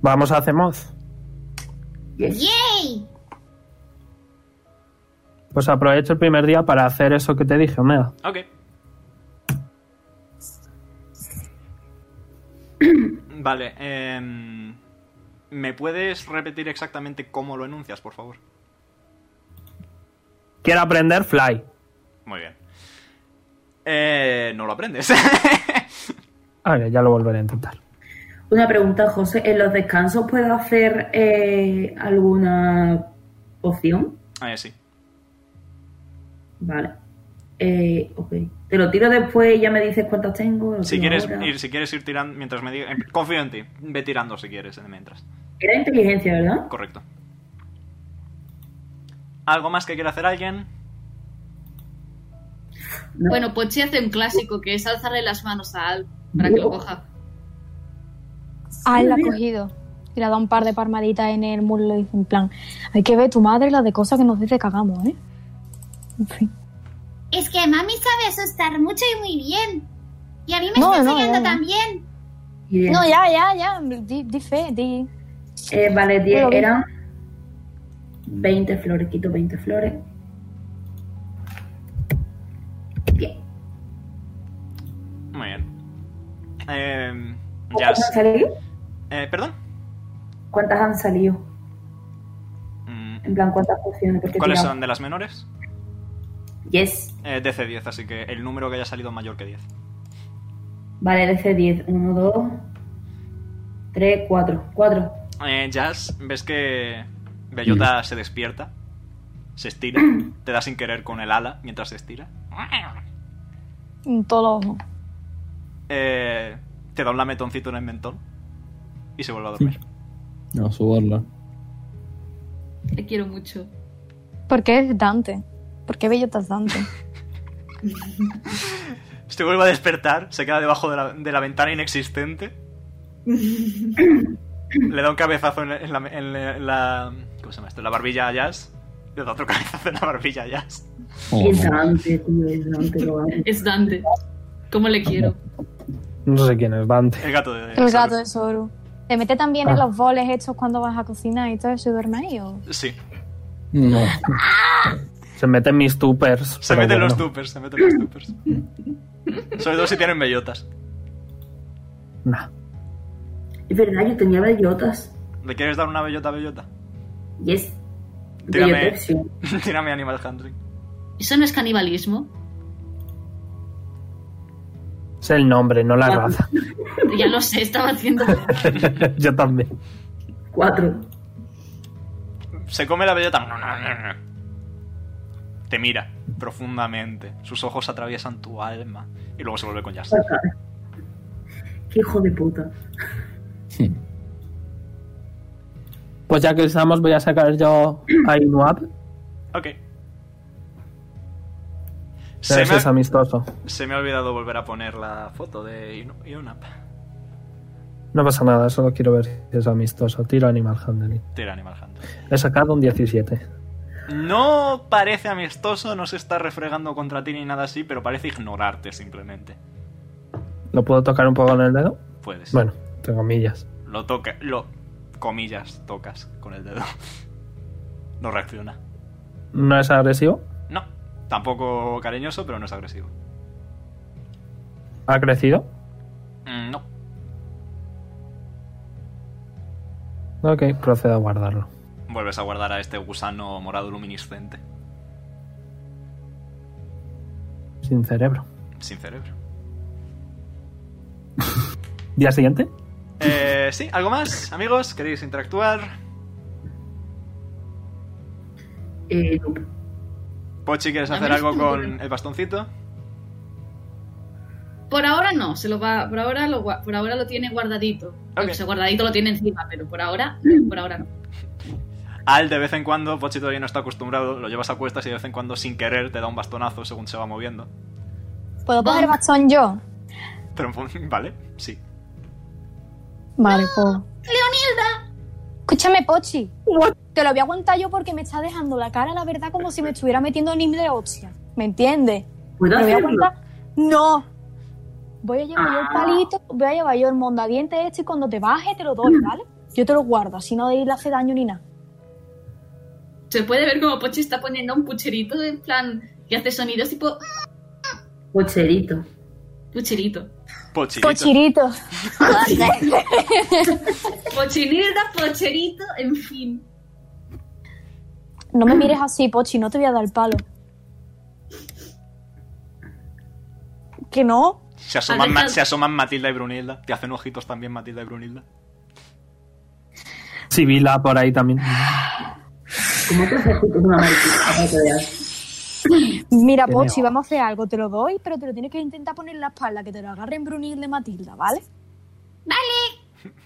Speaker 6: Vamos a Zemoz.
Speaker 1: Yes.
Speaker 8: ¡Yay!
Speaker 6: Pues aprovecho el primer día para hacer eso que te dije, Omega.
Speaker 2: Ok. vale. em, ¿Me puedes repetir exactamente cómo lo enuncias, por favor?
Speaker 6: Quiero aprender Fly.
Speaker 2: Muy bien. Eh, no lo aprendes. Eh,
Speaker 6: Ok, Ah, ya lo volveré a intentar.
Speaker 1: Una pregunta, José. ¿En los descansos puedo hacer eh, alguna poción?
Speaker 2: ah, sí.
Speaker 1: Vale. Eh, ok. Te lo tiro después y ya me dices cuántas tengo. lo
Speaker 2: Si
Speaker 1: tiro
Speaker 2: quieres,
Speaker 1: ahora.
Speaker 2: ir, si quieres ir tirando mientras me diga. em, Confío en ti. Ve tirando si quieres eh, mientras.
Speaker 1: Era inteligencia, ¿verdad?
Speaker 2: Correcto. ¿Algo más que quiera hacer alguien?
Speaker 1: No.
Speaker 7: Bueno, Pochi hace un clásico que es alzarle las manos a Al para que lo coja.
Speaker 3: Ah, él la ha cogido. Y le ha dado un par de palmaditas en el muro y le dice en plan: Hay que ver tu madre la de cosas que nos dice que hagamos, ¿eh? En fin.
Speaker 8: Es que mami sabe asustar mucho y muy bien. Y a mí me
Speaker 3: No,
Speaker 8: está
Speaker 3: no, no,
Speaker 8: enseñando
Speaker 3: no.
Speaker 8: también.
Speaker 1: Bien.
Speaker 3: No, ya, ya, ya. Di, di fe, di.
Speaker 1: Eh, vale, 10
Speaker 3: Pero bien.
Speaker 1: eran 20 flores, quito 20 flores. Bien.
Speaker 2: Muy bien. Eh, ya.
Speaker 1: ¿Cuántas han
Speaker 2: s-
Speaker 1: salido?
Speaker 2: eh, ¿Perdón?
Speaker 1: ¿Cuántas han salido?
Speaker 2: Mm,
Speaker 1: En plan, ¿cuántas pociones? Porque he
Speaker 2: ¿Cuáles
Speaker 1: tirado.
Speaker 2: son de las menores?
Speaker 1: Yes.
Speaker 2: Eh, DC10, así que el número que haya salido mayor que 10.
Speaker 1: Vale, DC 10. 1, 2, 3, 4. 4.
Speaker 2: Eh, Jazz, ves que Bellota se despierta, se estira, te da sin querer con el ala mientras se estira.
Speaker 3: En todos los ojos.
Speaker 2: Eh, te da un lametoncito en el mentón y se vuelve a dormir.
Speaker 5: No, subarla.
Speaker 7: Te quiero mucho.
Speaker 3: ¿Por qué es Dante? ¿Por qué Bellota es Dante?
Speaker 2: Se vuelve a despertar, se queda debajo de la, de la ventana inexistente. le da un cabezazo en la, en la- en la- en la- ¿Cómo se llama esto? En la barbilla a Jazz. Le da otro cabezazo en la barbilla a Jazz.
Speaker 5: Oh,
Speaker 1: Es
Speaker 5: no.
Speaker 1: Dante, tío, es Dante. Lo amo.
Speaker 7: Es Dante. ¿Cómo le quiero?
Speaker 6: No sé quién es Dante.
Speaker 2: El gato de.
Speaker 3: El gato de Soru. ¿Te mete también en
Speaker 6: Ah.
Speaker 3: los boles estos cuando vas a cocinar y todo eso y duerme ahí? ¿o?
Speaker 2: Sí,
Speaker 5: No.
Speaker 6: Se mete en mis tupers.
Speaker 2: se
Speaker 6: pero
Speaker 2: meten
Speaker 6: bueno.
Speaker 2: los tupers, se meten los tupers. Sobre todo si tienen bellotas.
Speaker 6: Nah.
Speaker 1: Es verdad, yo tenía bellotas.
Speaker 2: ¿Le quieres dar una bellota a bellota?
Speaker 1: Yes.
Speaker 2: Tírame.
Speaker 1: Bellotas,
Speaker 2: Tírame Animal Handling.
Speaker 7: ¿Eso no es canibalismo?
Speaker 6: Es el nombre, no la
Speaker 1: Cuatro.
Speaker 6: raza.
Speaker 7: Ya lo sé, estaba haciendo.
Speaker 6: Yo también.
Speaker 1: Cuatro.
Speaker 2: Se come la bellota. Te mira profundamente. Sus ojos atraviesan tu alma. Y luego se vuelve con Justin.
Speaker 1: Qué hijo de puta.
Speaker 6: Pues ya que estamos, voy a sacar yo a Inuap.
Speaker 2: Ok.
Speaker 6: Pero
Speaker 2: Se
Speaker 6: ese es
Speaker 2: me,
Speaker 6: amistoso.
Speaker 2: se me ha olvidado volver a poner la foto de Inu- Inunap.
Speaker 6: No pasa nada, solo quiero ver si es amistoso. Tiro Animal Handling.
Speaker 2: Tira Animal Hunter.
Speaker 6: He sacado un 17.
Speaker 2: No parece amistoso, no se está refregando contra ti ni nada así, pero parece ignorarte simplemente.
Speaker 6: ¿Lo puedo tocar un poco con el dedo?
Speaker 2: Puedes.
Speaker 6: Bueno, tengo comillas.
Speaker 2: Lo toca, lo comillas, tocas con el dedo. No reacciona.
Speaker 6: ¿No es agresivo?
Speaker 2: No, tampoco cariñoso, pero no es agresivo.
Speaker 6: ¿Ha crecido?
Speaker 2: Mm, No.
Speaker 6: Ok, procedo a guardarlo.
Speaker 2: Vuelves a guardar a este gusano morado luminiscente.
Speaker 6: Sin cerebro.
Speaker 2: Sin cerebro.
Speaker 6: ¿Día siguiente?
Speaker 2: Eh, sí, ¿algo más? Amigos, ¿queréis interactuar?
Speaker 1: Eh, no.
Speaker 2: Pochi, ¿quieres
Speaker 7: A
Speaker 2: hacer
Speaker 7: ver,
Speaker 2: algo
Speaker 7: sí.
Speaker 2: con el bastoncito?
Speaker 7: Por ahora no, se lo va, por ahora lo, gua- por ahora lo tiene guardadito.
Speaker 2: Ok.
Speaker 7: O sea, guardadito lo tiene encima, pero por ahora, por ahora no.
Speaker 2: Al de vez en cuando, Pochi todavía no está acostumbrado, lo llevas a cuestas y de vez en cuando sin querer te da un bastonazo según se va moviendo.
Speaker 3: ¿Puedo
Speaker 7: Vamos.
Speaker 3: coger bastón yo?
Speaker 2: Pero, en fin, vale, sí.
Speaker 3: Vale, pues. Escúchame, Pochi. Te lo voy a aguantar yo porque me está dejando la cara, la verdad, como si me estuviera metiendo en de hostia. ¿Me entiendes?
Speaker 1: ¿Puedo
Speaker 3: Me voy a
Speaker 1: hacerlo?
Speaker 3: aguantar. No. Voy a llevar yo el
Speaker 1: Ah.
Speaker 3: palito, voy a llevar yo el mondadiente este y cuando te baje te lo doy, ¿vale? Yo te lo guardo, así no le hace daño ni nada.
Speaker 7: Se puede ver como Pochi está poniendo un pucherito en plan que hace sonidos tipo "Mm",
Speaker 1: Cocherito.
Speaker 7: pucherito.
Speaker 2: Pochi.
Speaker 3: Pochirito.
Speaker 7: Pochinilda, pocherito, en fin.
Speaker 3: No me mires así, Pochi, no te voy a dar el palo. Que no.
Speaker 2: Se asoman,
Speaker 7: Alejandro.
Speaker 2: se asoman Matilda y Brunilda. Te hacen ojitos también Matilda y Brunilda.
Speaker 6: Sibila por ahí también.
Speaker 1: ¿Cómo te haces tú con una mariquita?
Speaker 3: Mira,
Speaker 6: Tenemos.
Speaker 3: Pochi, vamos a hacer algo, te lo doy, pero te lo tienes que intentar poner en la espalda, que te lo agarren Brunil de Matilda, ¿vale? Vale.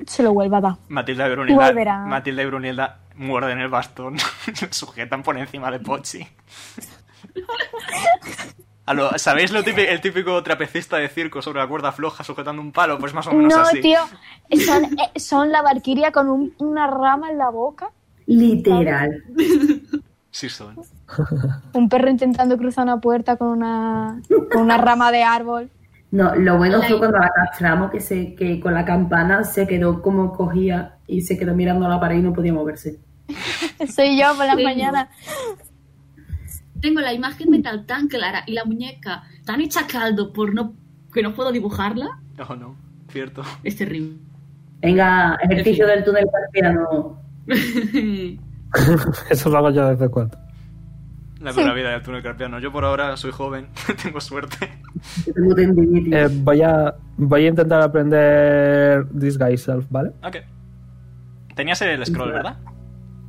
Speaker 3: Se lo vuelva a dar.
Speaker 2: Matilda y Brunilda.
Speaker 3: Volverá.
Speaker 2: Matilda y Brunilda muerden el bastón. lo sujetan por encima de Pochi. A lo- ¿Sabéis lo típico, el típico trapecista de circo sobre la cuerda floja sujetando un palo? Pues más o menos
Speaker 3: No,
Speaker 2: así.
Speaker 3: tío, son, eh, son la barquiria con un- una rama en la boca,
Speaker 1: Literal.
Speaker 2: Sí son.
Speaker 3: un perro intentando cruzar una puerta con una, con una rama de árbol.
Speaker 1: No, lo bueno
Speaker 7: La-
Speaker 1: fue cuando la castramos que, se, que con la campana se quedó como cogía y se quedó mirando a la pared y no podía moverse.
Speaker 3: Soy yo por las
Speaker 7: Sí.
Speaker 3: mañanas.
Speaker 7: Tengo la imagen mental tan clara y la muñeca tan hecha caldo por no que no puedo dibujarla.
Speaker 2: No, Oh, no. Cierto.
Speaker 7: Es terrible.
Speaker 1: Venga, ejercicio del túnel carpiano.
Speaker 6: Eso lo hago yo desde cuánto.
Speaker 2: La dura vida del túnel carpiano. Yo por ahora soy joven. Tengo suerte.
Speaker 1: Yo tengo tendinitis.
Speaker 6: Eh, voy, a, voy a intentar aprender Disguise Self, ¿vale?
Speaker 2: Ok. Tenías el scroll, ¿verdad?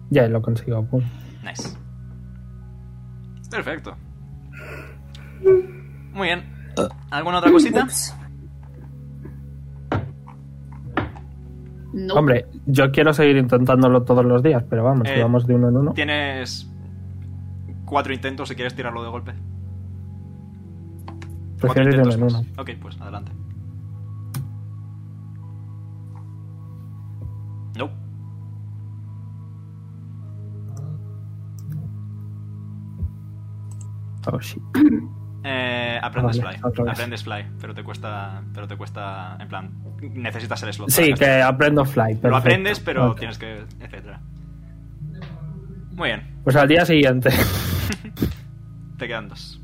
Speaker 6: Ya lo consigo. pum.
Speaker 2: Nice. Perfecto. Muy bien.
Speaker 3: Ah.
Speaker 2: ¿Alguna otra cosita?
Speaker 7: No.
Speaker 6: Hombre, yo quiero seguir intentándolo todos los días, pero vamos,
Speaker 2: Eh,
Speaker 6: si vamos de uno en uno.
Speaker 2: Tienes cuatro intentos si quieres tirarlo de golpe. Cuatro
Speaker 6: Prefiero ir de uno
Speaker 2: intentos más.
Speaker 6: en uno.
Speaker 2: Ok, pues adelante. No.
Speaker 6: Oh, shit.
Speaker 2: Eh, aprendes
Speaker 6: Vale, otra
Speaker 2: fly.
Speaker 6: vez.
Speaker 2: Aprendes fly, pero te cuesta. Pero te cuesta. En plan. Necesitas el slot.
Speaker 6: Sí,
Speaker 2: para
Speaker 6: que aprendo fly.
Speaker 2: Lo
Speaker 6: perfecto.
Speaker 2: aprendes, pero
Speaker 6: Ok.
Speaker 2: tienes que. etcétera. Muy bien,
Speaker 6: Pues al día siguiente.
Speaker 2: te quedan dos.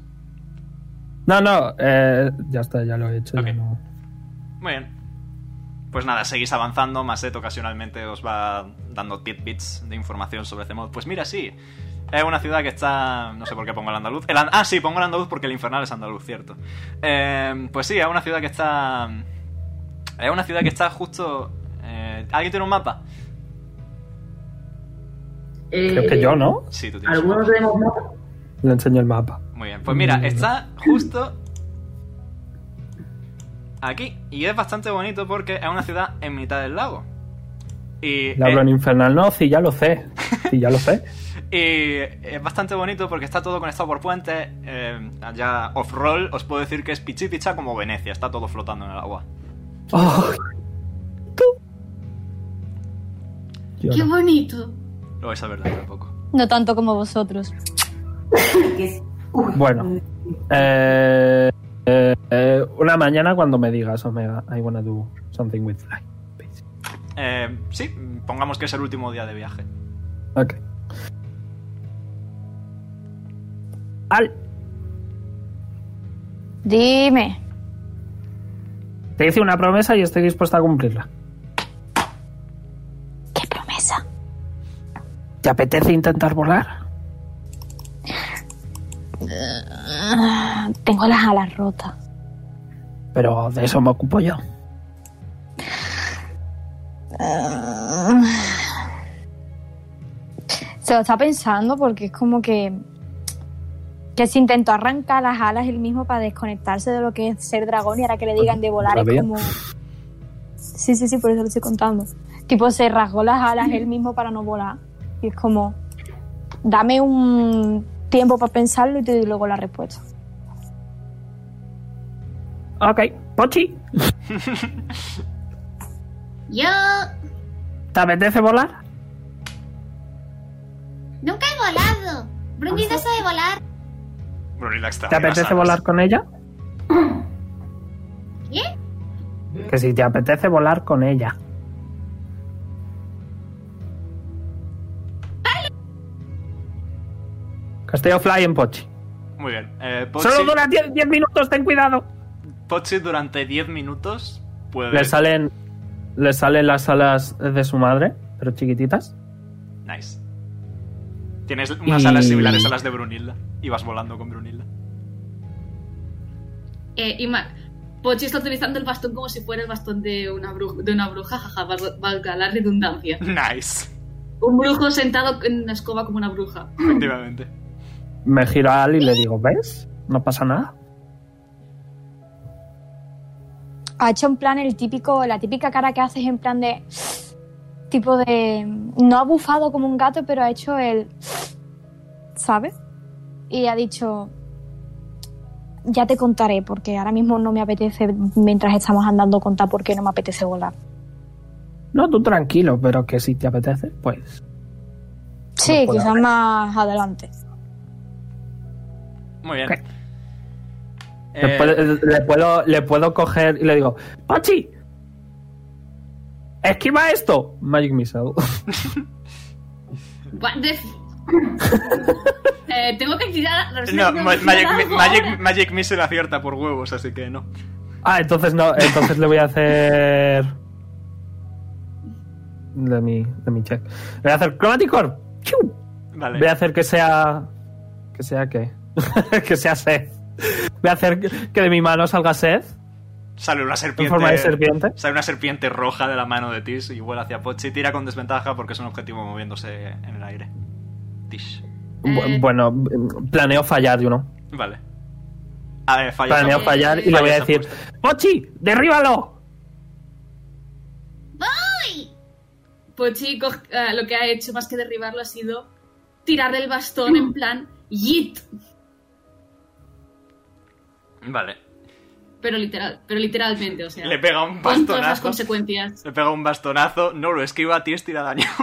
Speaker 6: No, no, eh, ya está, ya lo he hecho. ya
Speaker 2: Ok.
Speaker 6: no.
Speaker 2: Muy bien. Pues nada, seguís avanzando. Maset ocasionalmente os va dando tidbits de información sobre Zemod. este Pues mira, sí. Es una ciudad que está. No sé por qué pongo el andaluz. El an- ah, sí, pongo el andaluz porque el infernal es andaluz, cierto. Eh, pues sí, es una ciudad que está. Es una ciudad que está justo. eh, ¿Alguien tiene un mapa?
Speaker 6: Creo que yo, ¿no?
Speaker 2: Sí, tú tienes.
Speaker 1: Eh,
Speaker 2: un
Speaker 1: Algunos
Speaker 2: mapa.
Speaker 1: tenemos mapa.
Speaker 6: Le enseño el mapa.
Speaker 2: Muy bien, pues mira, está justo aquí y es bastante bonito porque es una ciudad en mitad del lago. Y,
Speaker 6: Le hablo
Speaker 2: eh,
Speaker 6: en infernal. No, sí, ya lo sé. Sí, ya lo sé.
Speaker 2: y es bastante bonito porque está todo conectado por puentes. eh, allá off-roll os puedo decir que es pichipicha como Venecia, está todo flotando en el agua. Oh.
Speaker 6: Ay, tú. Yo
Speaker 7: ¡Qué
Speaker 6: no.
Speaker 7: bonito!
Speaker 2: Lo vais a ver dentro de poco.
Speaker 3: No tanto como vosotros.
Speaker 1: Que es- Uy.
Speaker 6: Bueno. Eh, eh, eh, una mañana cuando me digas, Omega, I wanna do something with fly.
Speaker 2: Eh, sí, pongamos que es el último día de viaje.
Speaker 6: Ok. Al,
Speaker 3: Dime.
Speaker 6: te hice una promesa y estoy dispuesta a cumplirla.
Speaker 3: ¿Qué promesa?
Speaker 11: ¿Te apetece intentar volar?
Speaker 3: Ah, Tengo las alas rotas.
Speaker 11: Pero de eso me ocupo yo.
Speaker 3: Se lo está pensando porque es como que. Que se intentó arrancar las alas él mismo para desconectarse de lo que es ser dragón y ahora que le digan de volar es
Speaker 6: Rabia.
Speaker 3: como. Sí, sí, sí, por eso lo estoy contando. Tipo, se rasgó las alas él mismo para no volar. Y es como. Dame un tiempo para pensarlo y te doy luego la respuesta.
Speaker 11: Ok, Pochi,
Speaker 8: Yo
Speaker 11: ¿te apetece volar?
Speaker 8: nunca he volado. Brumby no sabe volar.
Speaker 2: Brunilda está
Speaker 11: ¿Te
Speaker 2: en las
Speaker 11: apetece
Speaker 2: alas.
Speaker 11: volar con ella?
Speaker 8: ¿Qué?
Speaker 11: Que si te apetece volar con ella.
Speaker 6: Castillo fly en Pochi.
Speaker 2: Muy bien. Eh, Pochi,
Speaker 11: Solo dura 10 10 minutos, ten cuidado.
Speaker 2: Pochi durante 10 minutos puede...
Speaker 6: Le salen, le salen las alas de su madre, pero chiquititas.
Speaker 2: Nice. Tienes unas alas similares a las de Brunilda y vas volando con Brunilda.
Speaker 7: Eh, y ma- Pochi está utilizando el bastón como si fuera el bastón de una bruja, de una bruja jaja, val- valga la redundancia.
Speaker 2: Nice.
Speaker 7: Un brujo sentado en una escoba como una bruja.
Speaker 2: Efectivamente.
Speaker 6: Me giro a Al y le digo, ¿ves? No pasa nada.
Speaker 3: ha hecho en plan el típico, la típica cara que haces en plan de tipo de no ha bufado como un gato, pero ha hecho el ¿sabes? Y ha dicho ya te contaré porque ahora mismo no me apetece mientras estamos andando contar por qué no me apetece volar.
Speaker 11: No, tú tranquilo, pero que si te apetece, pues.
Speaker 3: Sí,
Speaker 11: No puedo
Speaker 3: quizás
Speaker 11: hablar.
Speaker 3: más adelante.
Speaker 2: Muy bien.
Speaker 11: Ok.
Speaker 6: Le,
Speaker 2: Eh,
Speaker 6: puedo, le, puedo, le puedo coger y le digo, ¡Pochi! ¡Esquiva esto! Magic Missile.
Speaker 7: What the f- Eh, tengo que tirar.
Speaker 2: no,
Speaker 7: tengo que
Speaker 2: Ma-
Speaker 7: tirar
Speaker 2: Magic,
Speaker 7: algo
Speaker 2: Magic,
Speaker 7: ahora.
Speaker 2: Magic Missile acierta por huevos, así que no.
Speaker 6: Ah, entonces no, entonces le voy a hacer. De mi, de mi check. Le voy a hacer Chromatic Orb. ¡Chiu!
Speaker 2: Vale.
Speaker 6: Voy a hacer que sea. ¿Que sea qué? que sea sed. Voy a hacer que de mi mano salga sed
Speaker 2: Sale una serpiente.
Speaker 6: en forma de serpiente.
Speaker 2: Sale una serpiente roja de la mano de Tish y vuela hacia Pochi. Tira con desventaja porque es un objetivo moviéndose en el aire. Tish. Eh.
Speaker 6: Bu- Bueno, planeo fallar, yo no.
Speaker 2: Vale. A ver, falla.
Speaker 6: Planeo
Speaker 2: esa-
Speaker 6: fallar y le
Speaker 2: falla
Speaker 6: voy a
Speaker 2: esa
Speaker 6: decir:
Speaker 2: apuesta.
Speaker 6: ¡Pochi! ¡Derríbalo!
Speaker 7: Pochi co- eh, lo que ha hecho más que derribarlo ha sido tirarle el bastón en plan yit.
Speaker 2: Vale.
Speaker 7: Pero literal, pero literalmente, o sea.
Speaker 2: Le pega un
Speaker 7: con todas las
Speaker 2: bastonazo.
Speaker 7: consecuencias.
Speaker 2: Le pega un bastonazo. No lo esquiva, Tish tira daño.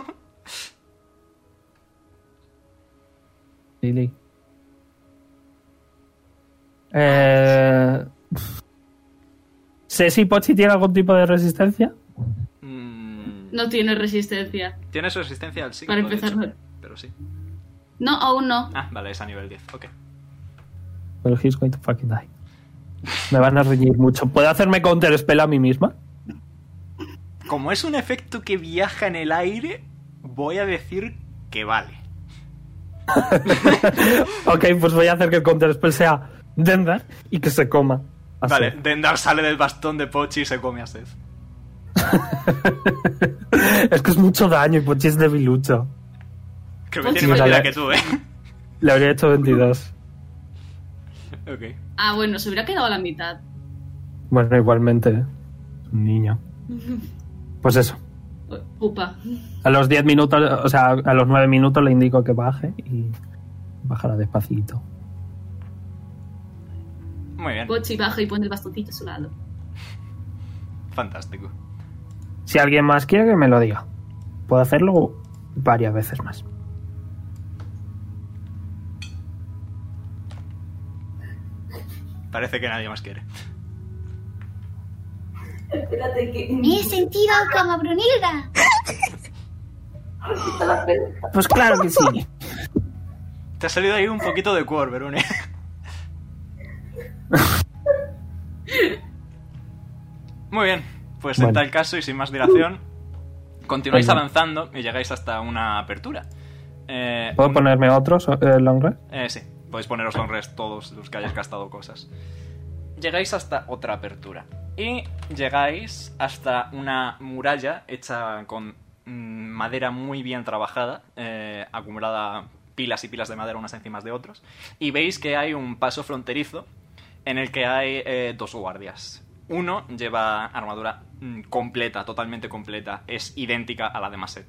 Speaker 6: Lili. Eh. ¿Sé si Pochi tiene algún tipo de resistencia?
Speaker 2: Mm,
Speaker 7: No tiene resistencia.
Speaker 2: Tiene su resistencia al psíquico.
Speaker 7: Para
Speaker 2: de
Speaker 7: empezar,
Speaker 2: hecho,
Speaker 7: no.
Speaker 2: Pero sí.
Speaker 7: No, aún no.
Speaker 2: Ah, vale, es a nivel 10. Ok.
Speaker 6: Pero he's going to fucking die. Me van a reñir mucho. ¿Puedo hacerme counter spell a mí misma?
Speaker 2: Como es un efecto que viaja en el aire, voy a decir que vale.
Speaker 4: ok, pues voy a hacer que el counter spell sea Dendar y que se coma. a
Speaker 2: Vale,
Speaker 4: Seth.
Speaker 2: Dendar sale del bastón de Pochi y se come a Seth.
Speaker 4: es que es mucho daño y Pochi es debilucho.
Speaker 2: Creo que
Speaker 4: Pochi.
Speaker 2: tiene más vida
Speaker 4: Vale.
Speaker 2: que tú, ¿eh?
Speaker 4: Le habría hecho 22.
Speaker 2: Ok.
Speaker 7: Ah, bueno, se hubiera quedado a la mitad.
Speaker 4: Bueno, igualmente. ¿eh? Es Un niño. Pues eso.
Speaker 7: Upa.
Speaker 4: A los 10 minutos, o sea, a los 9 minutos le indico que baje y bajará despacito.
Speaker 2: Muy bien,
Speaker 7: Pochi baja y pone el bastoncito a su lado.
Speaker 2: fantástico.
Speaker 4: Si alguien más quiere que me lo diga. Puedo hacerlo varias veces más.
Speaker 2: Parece que nadie más quiere.
Speaker 1: Espérate que.
Speaker 8: Me he sentido como Brunilda.
Speaker 6: Pues claro que sí.
Speaker 2: Te ha salido ahí un poquito de cuor, Verone. Muy bien, pues en
Speaker 4: Vale.
Speaker 2: tal caso y sin más dilación, continuáis
Speaker 4: Venga.
Speaker 2: avanzando y llegáis hasta una apertura. Eh,
Speaker 4: ¿Puedo
Speaker 2: un-
Speaker 4: ponerme otros eh, long rest?
Speaker 2: eh, sí, podéis poneros long rest todos los que hayáis gastado cosas. Llegáis hasta otra apertura. Y llegáis hasta una muralla hecha con mm, madera muy bien trabajada, eh, acumulada pilas y pilas de madera unas encima de otros. Y veis que hay un paso fronterizo en el que hay eh, dos guardias. Uno lleva armadura mm, completa, totalmente completa, es idéntica a la de Maset.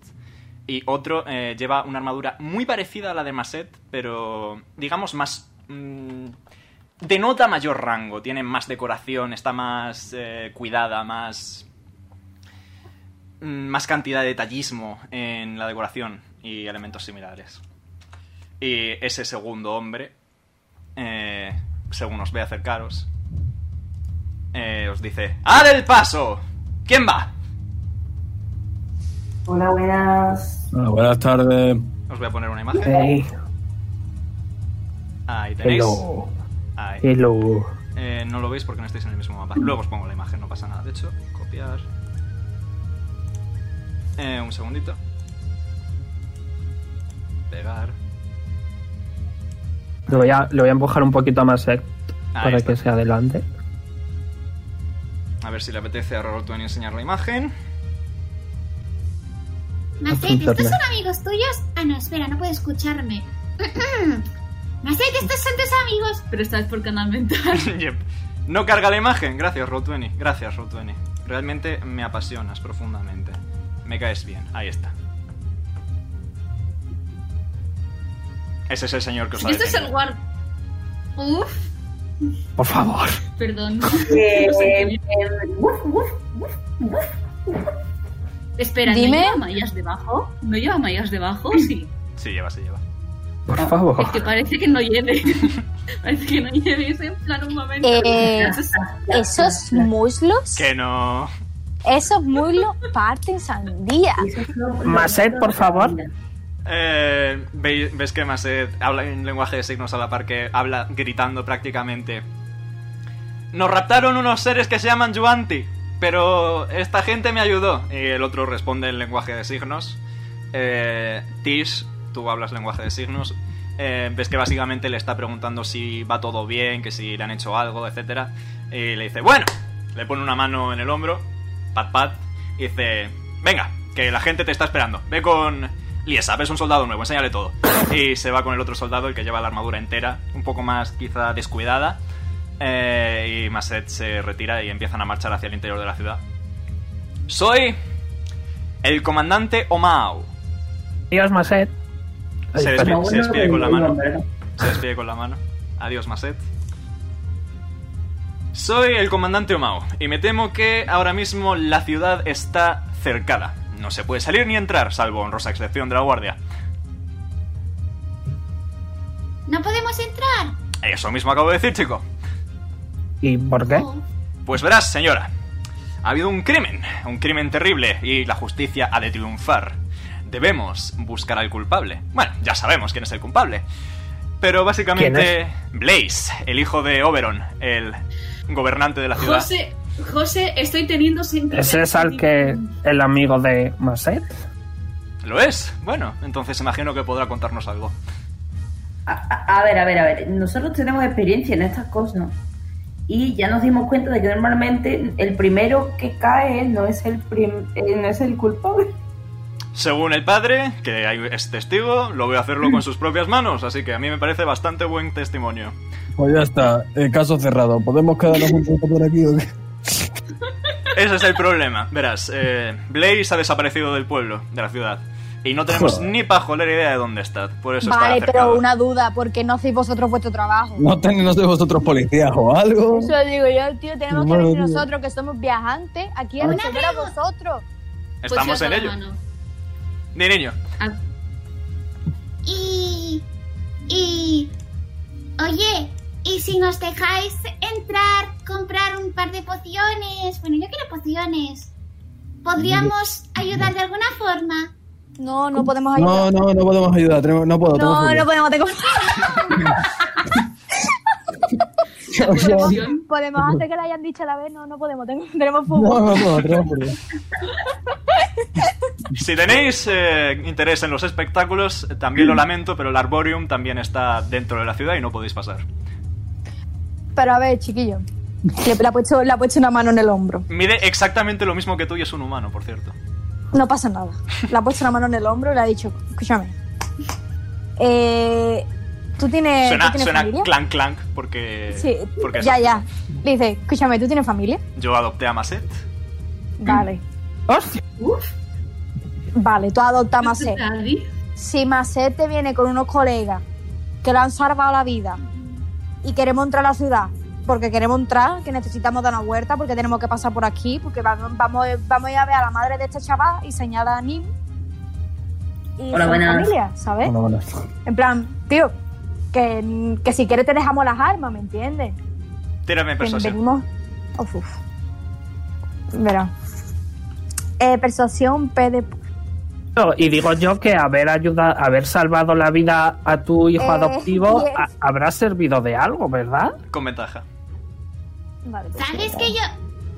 Speaker 2: Y otro eh, lleva una armadura muy parecida a la de Maset, pero digamos más... mm, denota mayor rango, tiene más decoración, está más eh, cuidada, más... mm, más cantidad de detallismo en la decoración y elementos similares. Y ese segundo hombre, eh, según os ve acercaros, eh, os dice, ¡Haz el paso! ¿Quién va?
Speaker 1: Hola, buenas.
Speaker 5: Ah, buenas tardes.
Speaker 2: Os voy a poner una imagen.
Speaker 6: Eh,
Speaker 4: Hey,
Speaker 2: Ahí tenéis.
Speaker 4: hello.
Speaker 2: Ahí.
Speaker 4: Hello.
Speaker 2: Eh, no lo veis porque no estáis en el mismo mapa. Luego os pongo la imagen, no pasa nada. De hecho, copiar. Eh, un segundito. Pegar.
Speaker 4: Le voy a, le voy a empujar un poquito a Masek
Speaker 2: Ahí
Speaker 4: para
Speaker 2: está.
Speaker 4: que se adelante.
Speaker 2: A ver si le apetece a Roberto venir a enseñar la imagen.
Speaker 8: Macete, ¿estos
Speaker 4: internet.
Speaker 8: son amigos tuyos? Ah, no, espera, no puedo escucharme. Macete, estos son tus amigos.
Speaker 7: Pero esta vez por canal mental.
Speaker 2: Yep. No carga la imagen. Gracias, Roll20. Gracias, Roll20. Realmente me apasionas profundamente. Me caes bien. Ahí está. Ese es el señor que os ha
Speaker 7: Este es el
Speaker 2: detenido.
Speaker 7: guard. Uf,
Speaker 4: Por favor.
Speaker 7: perdón.
Speaker 1: Eh,
Speaker 7: No sé
Speaker 1: eh, uf, uf.
Speaker 7: Espera, ¿no
Speaker 3: Dime.
Speaker 7: lleva mallas debajo? ¿No lleva mallas debajo? Sí.
Speaker 2: Sí, lleva, sí, lleva.
Speaker 4: Por
Speaker 6: Ah.
Speaker 4: favor.
Speaker 7: Es que parece que no lleve. parece que no lleve. Es en plan un momento.
Speaker 3: Eh. Esos muslos,
Speaker 2: Que no.
Speaker 3: esos muslos parten sandía.
Speaker 6: Maset, por favor.
Speaker 2: Eh, ve- ves que Maset habla en lenguaje de signos a la par que habla gritando prácticamente. Nos raptaron unos seres que se llaman Yuanti, pero esta gente me ayudó. Y el otro responde en lenguaje de signos. Eh, Tish, tú hablas lenguaje de signos. Eh, ves que básicamente le está preguntando si va todo bien, que si le han hecho algo, etc. Y le dice, bueno, le pone una mano en el hombro, pat pat, y dice, venga, que la gente te está esperando. Ve con Liesa, ves un soldado nuevo, enséñale todo. Y se va con el otro soldado, el que lleva la armadura entera, un poco más quizá descuidada. Eh, y Maset se retira y empiezan a marchar hacia el interior de la ciudad. Soy el comandante Omao.
Speaker 4: Dios, Maset. Ay,
Speaker 2: Se
Speaker 4: espera.
Speaker 2: despide, se despide con la mano. Se despide con la mano. Adiós, Maset. Soy el comandante Omao y me temo que ahora mismo la ciudad está cercada. No se puede salir ni entrar, salvo honrosa excepción de la guardia.
Speaker 8: No podemos entrar.
Speaker 2: Eso mismo acabo de decir, chico.
Speaker 4: ¿Y por qué?
Speaker 8: Oh,
Speaker 2: Pues verás, señora. Ha habido un crimen, un crimen terrible, y la justicia ha de triunfar. Debemos buscar al culpable. Bueno, ya sabemos quién es el culpable. Pero básicamente, Blaze, el hijo de Oberon, el gobernante de la ciudad.
Speaker 7: José, José, estoy teniendo sentimientos.
Speaker 4: ¿Ese es al que el amigo de Maset?
Speaker 6: ¿Eh?
Speaker 2: ¿Lo es? Bueno, entonces imagino que podrá contarnos algo.
Speaker 1: A, a- a ver, a ver, a ver. Nosotros tenemos experiencia en estas cosas. Y ya nos dimos cuenta de que normalmente el primero que cae no es el, prim- eh, no es el culpable.
Speaker 2: Según el padre, que hay- es testigo, lo voy a hacerlo con sus propias manos, así que a mí me parece bastante buen testimonio.
Speaker 5: Pues ya está, eh, caso cerrado. ¿Podemos quedarnos un poco por aquí o qué?
Speaker 2: Ese es el problema. Verás, eh, Blaze ha desaparecido del pueblo, de la ciudad. Y no tenemos
Speaker 5: Joder.
Speaker 2: ni pajolera idea de dónde está. Por eso
Speaker 3: Vale,
Speaker 2: está
Speaker 3: pero
Speaker 2: cercado.
Speaker 3: una duda, ¿por qué no hacéis vosotros vuestro trabajo?
Speaker 5: ¿No tenéis de vosotros policías o algo?
Speaker 3: Eso digo yo, tío, tenemos que
Speaker 5: Madre
Speaker 3: decir
Speaker 5: mía.
Speaker 3: nosotros que somos viajantes aquí a
Speaker 5: Una
Speaker 3: resolver a vosotros.
Speaker 7: Pues
Speaker 2: Estamos
Speaker 7: levanta
Speaker 2: en
Speaker 7: la
Speaker 2: ello.
Speaker 7: mano.
Speaker 2: Ni niño.
Speaker 8: Y. Y. Oye, ¿y si nos dejáis entrar, comprar un par de pociones? Bueno, yo quiero pociones. ¿Podríamos ayudar de alguna forma?
Speaker 3: No, no podemos ayudar.
Speaker 5: No, no, no podemos ayudar. tenemos- No puedo. tenemos
Speaker 3: No,
Speaker 5: que-
Speaker 3: no podemos, te conf-
Speaker 5: O sea,
Speaker 7: Presión.
Speaker 3: podemos hacer que le hayan dicho a la vez, no, no podemos, tengo- tenemos
Speaker 5: No,
Speaker 3: fútbol.
Speaker 5: no puedo, tenemos que-
Speaker 2: Si tenéis eh, interés en los espectáculos, también lo lamento, pero el Arborium también está dentro de la ciudad y no podéis pasar.
Speaker 3: Pero a ver, chiquillo, le, le ha puesto, le ha puesto una mano en el hombro.
Speaker 2: Mide exactamente lo mismo que tú y es un humano, por cierto.
Speaker 3: No pasa nada. Le ha puesto una mano en el hombro y le ha dicho, escúchame, eh, ¿tú tienes, ¿tú
Speaker 2: suena
Speaker 3: tienes
Speaker 2: suena
Speaker 3: familia?
Speaker 2: clank clank porque.
Speaker 3: Sí,
Speaker 2: porque
Speaker 3: ya,
Speaker 2: eso.
Speaker 3: ya. Le dice, escúchame, ¿tú tienes familia?
Speaker 2: Yo adopté a Maset.
Speaker 3: Vale.
Speaker 6: Hostia.
Speaker 3: Vale, tú adopta a Macé.
Speaker 7: Daddy.
Speaker 3: Si Macé te viene con unos colegas que le han salvado la vida y queremos entrar a la ciudad, porque queremos entrar, que necesitamos dar una vuelta, porque tenemos que pasar por aquí, porque vamos, vamos, vamos a ir a ver a la madre de este chaval y señala a Nim. Y
Speaker 1: Hola,
Speaker 3: son
Speaker 1: buenas.
Speaker 3: familia, ¿sabes?
Speaker 5: Bueno, bueno.
Speaker 3: En plan, tío, que, que si quieres te dejamos las armas, ¿me entiendes?
Speaker 2: Tírame
Speaker 3: Que
Speaker 2: persuasión.
Speaker 3: venimos. Uf, uf. Verá. Eh, persuasión P de.
Speaker 4: No, y digo yo que haber ayudado, haber salvado la vida a tu hijo
Speaker 3: Eh,
Speaker 4: adoptivo
Speaker 3: diez.
Speaker 4: a- habrá servido de algo, ¿verdad?
Speaker 2: Con ventaja.
Speaker 3: Vale, pues
Speaker 8: ¿Sabes
Speaker 3: sí,
Speaker 8: que yo.?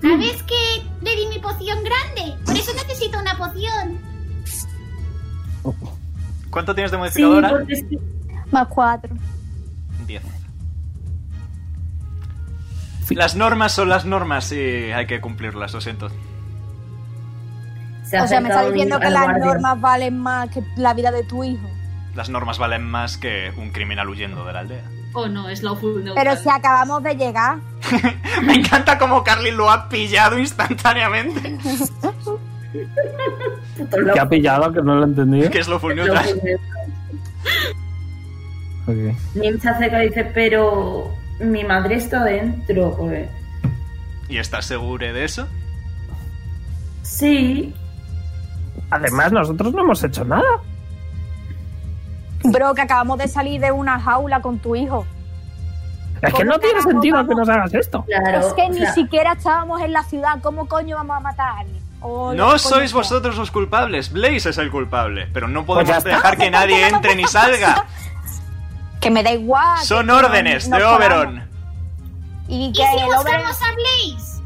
Speaker 8: ¿Sabes que le di mi poción grande? Por eso necesito una poción.
Speaker 2: ¿Cuánto tienes de
Speaker 1: Sí,
Speaker 2: modificadora?
Speaker 1: porque sí.
Speaker 3: Más cuatro.
Speaker 2: 10. Las normas son las normas y hay que cumplirlas, lo siento.
Speaker 1: Se ha
Speaker 3: o sea, me está
Speaker 1: acercado
Speaker 3: diciendo
Speaker 1: un-
Speaker 3: que
Speaker 1: al
Speaker 3: las
Speaker 1: guardia.
Speaker 3: normas valen más que la vida de tu hijo.
Speaker 2: Las normas valen más que un criminal huyendo de la aldea.
Speaker 7: Oh, no, es la full neutral.
Speaker 3: Pero si acabamos de llegar.
Speaker 2: Me encanta como Carly lo ha pillado instantáneamente.
Speaker 1: Puto
Speaker 4: Que
Speaker 1: loco.
Speaker 4: ha pillado, que no lo he entendido.
Speaker 2: Que es lo full
Speaker 1: Lo
Speaker 2: neutral.
Speaker 1: que-
Speaker 5: Ok.
Speaker 1: Nim se acerca y dice, pero mi madre está dentro. Pues,
Speaker 2: ¿Y estás seguro de eso?
Speaker 1: Sí,
Speaker 4: Además, nosotros no hemos hecho nada.
Speaker 3: Bro, que acabamos de salir de una jaula con tu hijo.
Speaker 4: Es que
Speaker 3: ¿Cómo
Speaker 4: no tiene
Speaker 3: carajo
Speaker 4: sentido
Speaker 3: vamos?
Speaker 4: que nos hagas esto.
Speaker 1: claro.
Speaker 3: es que
Speaker 1: o
Speaker 3: ni
Speaker 1: sea,
Speaker 3: siquiera estábamos en la ciudad. ¿Cómo coño vamos a matar a alguien? O lo
Speaker 2: No
Speaker 3: que
Speaker 2: sois
Speaker 3: coño sea.
Speaker 2: vosotros los culpables, Blaze es el culpable, pero no
Speaker 4: Pues ya
Speaker 2: podemos
Speaker 4: está.
Speaker 2: dejar que nadie entre ni salga.
Speaker 3: Que me da igual. que
Speaker 2: Son
Speaker 3: no-
Speaker 2: órdenes
Speaker 3: nos
Speaker 2: de
Speaker 3: colamos.
Speaker 2: Oberon.
Speaker 3: Y
Speaker 8: ¿Y
Speaker 3: que
Speaker 8: si
Speaker 3: el Oberon
Speaker 8: buscamos a Blaze?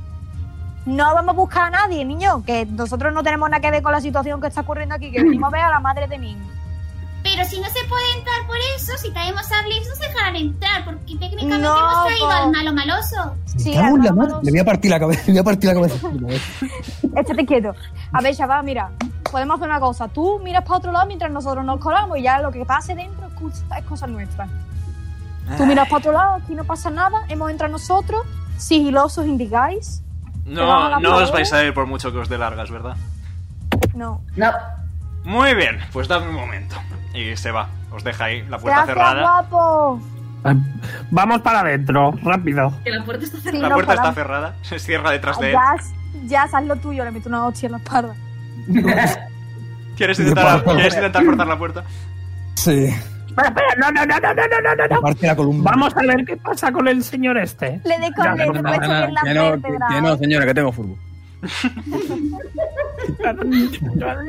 Speaker 3: No vamos a buscar a nadie, niño, que nosotros no tenemos nada que ver con la situación que está ocurriendo aquí, que venimos a ver a la madre de Nim.
Speaker 8: Pero si no se puede entrar por eso, si traemos a Blaze, nos dejarán entrar, porque técnicamente
Speaker 3: No,
Speaker 8: hemos traído
Speaker 3: po.
Speaker 8: al malo maloso.
Speaker 3: Sí,
Speaker 5: Me cago en la
Speaker 3: armámonos.
Speaker 5: madre, Le voy a partir la cabeza. Le voy a partir la cabeza.
Speaker 3: Estate quieto. A ver, chaval, mira, podemos hacer una cosa. Tú miras para otro lado mientras nosotros nos colamos y ya lo que pase dentro es cosa- es cosa nuestra. Tú miras para otro lado, aquí no pasa nada, hemos entrado nosotros, sigilosos indicáis. vamos a
Speaker 2: No,
Speaker 3: la
Speaker 2: no os
Speaker 3: madera.
Speaker 2: vais a ir por mucho que os dé largas, ¿verdad?
Speaker 3: No.
Speaker 1: No,
Speaker 2: Muy bien, pues dame un momento. Y se va, os deja ahí, la puerta
Speaker 3: Gracias,
Speaker 2: cerrada.
Speaker 3: guapo.
Speaker 4: Vamos para adentro, rápido.
Speaker 7: Que la puerta está
Speaker 3: Sí,
Speaker 7: cerrada.
Speaker 2: La
Speaker 3: no,
Speaker 2: puerta
Speaker 3: para-
Speaker 2: está cerrada, se cierra detrás de él.
Speaker 3: Ya, ya, haz lo tuyo, le meto una hostia en la espalda.
Speaker 2: ¿Quieres intentar, ¿quieres intentar forzar la puerta?
Speaker 5: Sí.
Speaker 4: Espera, espera, no, no, no, no, no, no, no, no.
Speaker 5: Parte la columna.
Speaker 4: Vamos a ver qué pasa con el señor este.
Speaker 3: Le doy con
Speaker 4: Ya,
Speaker 3: le
Speaker 4: no,
Speaker 3: le
Speaker 4: no,
Speaker 3: meto bien la
Speaker 5: que no, que-
Speaker 3: vértebra.
Speaker 5: que no, señora, que tengo furbo.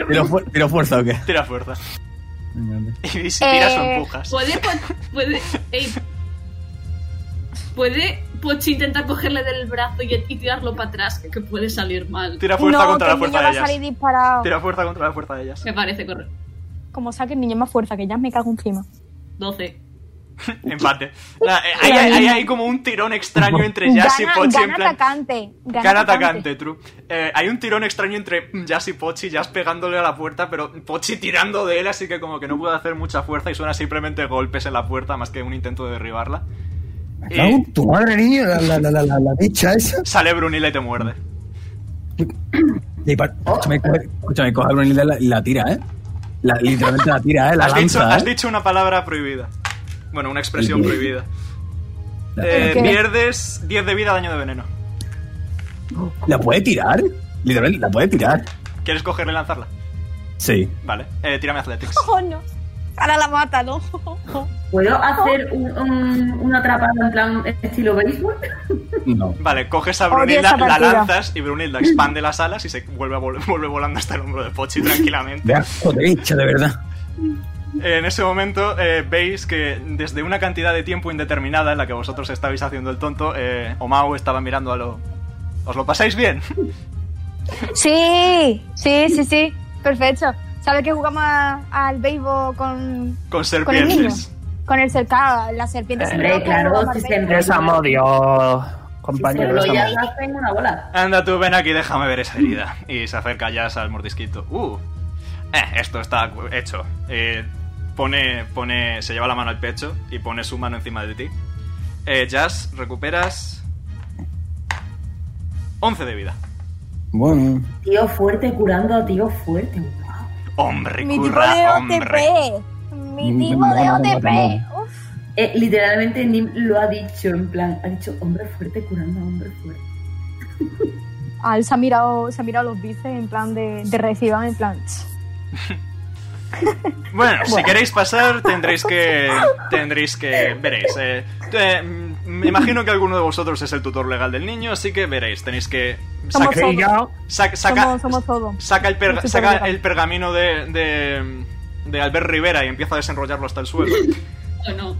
Speaker 5: ¿Tiro, fu- tiro fuerza o qué?
Speaker 2: Tira fuerza. Y si
Speaker 3: Eh,
Speaker 2: tiras o empujas.
Speaker 7: Puede. po- Puede. ey. Puede Pochi intentar cogerle del brazo y, y tirarlo para atrás, que puede salir mal.
Speaker 2: Tira fuerza
Speaker 3: No,
Speaker 2: contra la
Speaker 3: que el niño
Speaker 2: fuerza
Speaker 3: va
Speaker 2: de
Speaker 3: a salir
Speaker 2: ellas.
Speaker 3: disparado.
Speaker 2: Tira fuerza contra la fuerza de ellas.
Speaker 7: Me parece correcto.
Speaker 3: Como saque el niño más fuerza, que ya me cago encima.
Speaker 7: 12.
Speaker 2: Empate. Nah, eh, hay, hay- hay como un tirón extraño entre Jazz y
Speaker 3: Gana,
Speaker 2: Pochi. en
Speaker 3: gana
Speaker 2: plan-
Speaker 3: atacante. Gana,
Speaker 2: Cara atacante, true. Eh, hay un tirón extraño entre Jazz y Pochi, Jazz pegándole a la puerta, pero Pochi tirando de él, así que como que no puede hacer mucha fuerza y suena simplemente golpes en la puerta más que un intento de derribarla.
Speaker 5: Me
Speaker 2: Y
Speaker 5: cago en tu madre, niño, la, la, la, la, la, la bicha esa.
Speaker 2: sale Brunila y te muerde.
Speaker 5: Y pa- escúchame, coge- escúchame, coge a Brunilda y la, y la tira, ¿eh? La, literalmente la tira, ¿eh? La
Speaker 2: has, dicho,
Speaker 5: lanza,
Speaker 2: has
Speaker 5: ¿eh?
Speaker 2: dicho una palabra prohibida. Bueno, una expresión
Speaker 5: Sí.
Speaker 2: prohibida. Eh,
Speaker 3: Ok.
Speaker 2: pierdes 10 de vida, daño de veneno.
Speaker 5: ¿La puede tirar? Literalmente, ¿la puede tirar?
Speaker 2: ¿Quieres cogerla y lanzarla?
Speaker 5: Sí.
Speaker 2: Vale, eh, tírame Athletics.
Speaker 3: Oh, no. Ahora la mata, ¿no?
Speaker 1: ¿Puedo hacer un, un- una atrapada en plan estilo béisbol?
Speaker 5: No.
Speaker 2: Vale, coges a
Speaker 3: Odio
Speaker 2: Brunilda,
Speaker 3: esa
Speaker 2: la
Speaker 3: partida.
Speaker 2: lanzas y Brunilda expande las alas y se vuelve, a vol- vuelve volando hasta el hombro de Pochi tranquilamente.
Speaker 5: Vea, joder, bicha, de verdad.
Speaker 2: En ese momento eh, veis que desde una cantidad de tiempo indeterminada en la que vosotros estabais haciendo el tonto, eh, Omao estaba mirando a lo... ¿Os lo pasáis bien?
Speaker 3: Sí, sí, sí, sí. Perfecto. ¿Sabes que jugamos a- al béisbol con,
Speaker 2: Con
Speaker 3: con el niño?
Speaker 2: serpientes.
Speaker 3: Con el cercado, la serpiente
Speaker 1: Hombre, claro, si se
Speaker 4: Es
Speaker 1: enrolla,
Speaker 4: amodio,
Speaker 1: si se
Speaker 4: compañero. es
Speaker 1: enrolla,
Speaker 4: amodio.
Speaker 1: hacen una bola.
Speaker 2: Anda tú, ven aquí, déjame ver esa herida. Y se acerca ya al mordisquito. Uh, eh, esto está cu- hecho. Eh, pone, pone, se lleva la mano al pecho y pone su mano encima de ti. Eh, Jazz, recuperas 11 de vida.
Speaker 5: Bueno.
Speaker 1: Tío fuerte curando a tío fuerte. guau.
Speaker 2: Hombre,
Speaker 3: Mi tipo
Speaker 2: curra,
Speaker 3: de
Speaker 2: hombre.
Speaker 3: OTP. Mi
Speaker 5: Mm,
Speaker 3: tipo de
Speaker 5: me mola, me mola,
Speaker 3: OTP. Uf.
Speaker 1: Eh, literalmente Nim lo ha dicho, en plan, ha dicho hombre fuerte curando a hombre fuerte.
Speaker 3: Ah, él se ha mirado, se ha mirado los bíceps en plan de, de reciban, en plan. tss.
Speaker 2: Bueno, si queréis pasar tendréis que tendréis que veréis. eh, eh, mm, me imagino que alguno de vosotros es el tutor legal del niño, así que veréis. Tenéis que
Speaker 3: Somos
Speaker 2: saca-
Speaker 3: todos.
Speaker 6: Y yo,
Speaker 2: saca- saca-
Speaker 3: Somos, somos todos.
Speaker 2: saca el, perga-
Speaker 3: Estoy
Speaker 2: saca
Speaker 3: perdida.
Speaker 2: el pergamino de, de, de Albert Rivera y empieza a desenrollarlo hasta el suelo.
Speaker 7: ¿O Oh, no?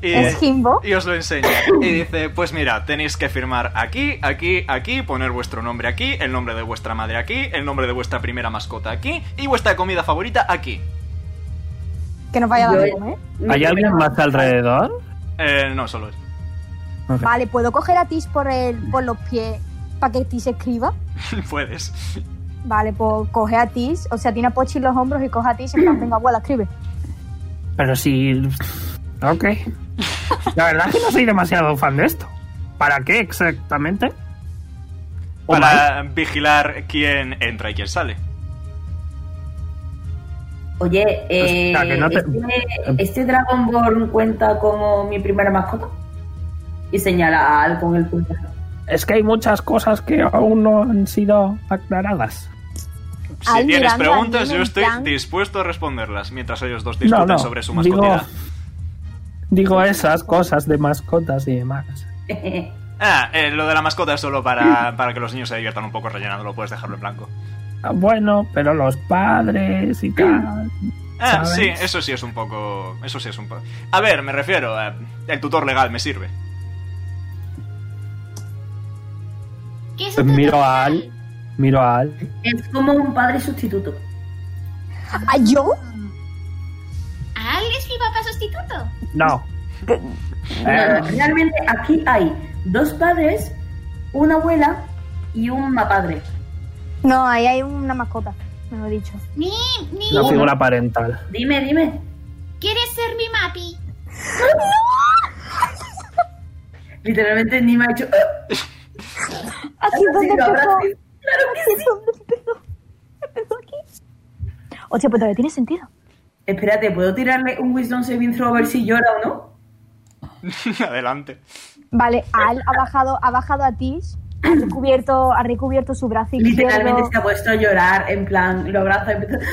Speaker 2: Y,
Speaker 3: Es Jimbo.
Speaker 2: y os lo enseña. Y dice, pues mira, tenéis que firmar aquí, aquí, aquí, poner vuestro nombre aquí, el nombre de vuestra madre aquí, el nombre de vuestra primera mascota aquí y vuestra comida favorita aquí.
Speaker 3: Que nos vaya a
Speaker 1: Yo-
Speaker 3: dar de comer.
Speaker 4: ¿Hay alguien más alrededor?
Speaker 2: Eh, no, solo es.
Speaker 4: Ok.
Speaker 3: Vale, ¿puedo coger a Tish por, el, por los pies para que Tish escriba?
Speaker 2: Puedes.
Speaker 3: Vale, pues coge a Tish. O sea, tiene a Pochi en los hombros y coge a Tish en plan, venga, abuela, escribe.
Speaker 6: pero si. Ok. La verdad es que no soy demasiado fan de esto. ¿Para qué exactamente? ¿O mal?
Speaker 2: Para vigilar quién entra y quién sale.
Speaker 1: Oye, eh,
Speaker 6: O sea, que no te-
Speaker 1: este, este Dragonborn cuenta como mi primera mascota? Y señala a Al con el puñal.
Speaker 4: Es que hay muchas cosas que aún no han sido aclaradas.
Speaker 2: Si
Speaker 3: Al
Speaker 2: tienes
Speaker 3: mirando
Speaker 2: preguntas,
Speaker 3: al niño
Speaker 2: yo
Speaker 3: en
Speaker 2: estoy
Speaker 3: plan-
Speaker 2: dispuesto a responderlas mientras ellos dos
Speaker 4: No,
Speaker 2: discuten
Speaker 4: no,
Speaker 2: sobre su
Speaker 4: digo-
Speaker 2: mascotidad.
Speaker 4: Digo esas cosas de mascotas y demás.
Speaker 2: Ah, eh, lo de la mascota es solo para, para que los niños se diviertan un poco rellenándolo, puedes dejarlo en blanco.
Speaker 4: Ah, Bueno, pero los padres y tal.
Speaker 2: Ah,
Speaker 4: ¿Sabes?
Speaker 2: sí, eso sí es un poco. Eso sí es un poco. A ver, me refiero. eh, el tutor legal me sirve.
Speaker 8: ¿Qué es
Speaker 4: Pues
Speaker 8: un
Speaker 4: miro
Speaker 8: tutor
Speaker 4: a Al.
Speaker 8: legal?
Speaker 4: Miro a Al.
Speaker 1: es como un padre sustituto.
Speaker 3: ¿A Ah, yo?
Speaker 8: ¿Al es mi papá sustituto?
Speaker 4: No.
Speaker 1: No, no, realmente aquí hay dos padres, una abuela y un mapadre.
Speaker 3: No, ahí hay una mascota, me lo he dicho.
Speaker 8: Ni, ni.
Speaker 4: La figura parental.
Speaker 1: Dime, dime.
Speaker 8: ¿Quieres ser mi mapi?
Speaker 1: Literalmente Nim ha hecho. "Ah".
Speaker 3: Así es
Speaker 1: Sí,
Speaker 3: donde
Speaker 1: lo
Speaker 3: empezó.
Speaker 1: habrás visto.
Speaker 3: Así es donde empezó. Empezó aquí. Hostia, pues todavía tiene sentido.
Speaker 1: Espérate, ¿puedo tirarle un Wisdom Saving Throw a ver si llora o no?
Speaker 2: Adelante.
Speaker 3: Vale, Al ha bajado, ha bajado a Tish, ha recubierto, ha recubierto su brazo
Speaker 1: Literalmente
Speaker 3: izquierdo.
Speaker 1: se ha puesto a llorar, en plan, lo abraza y empieza-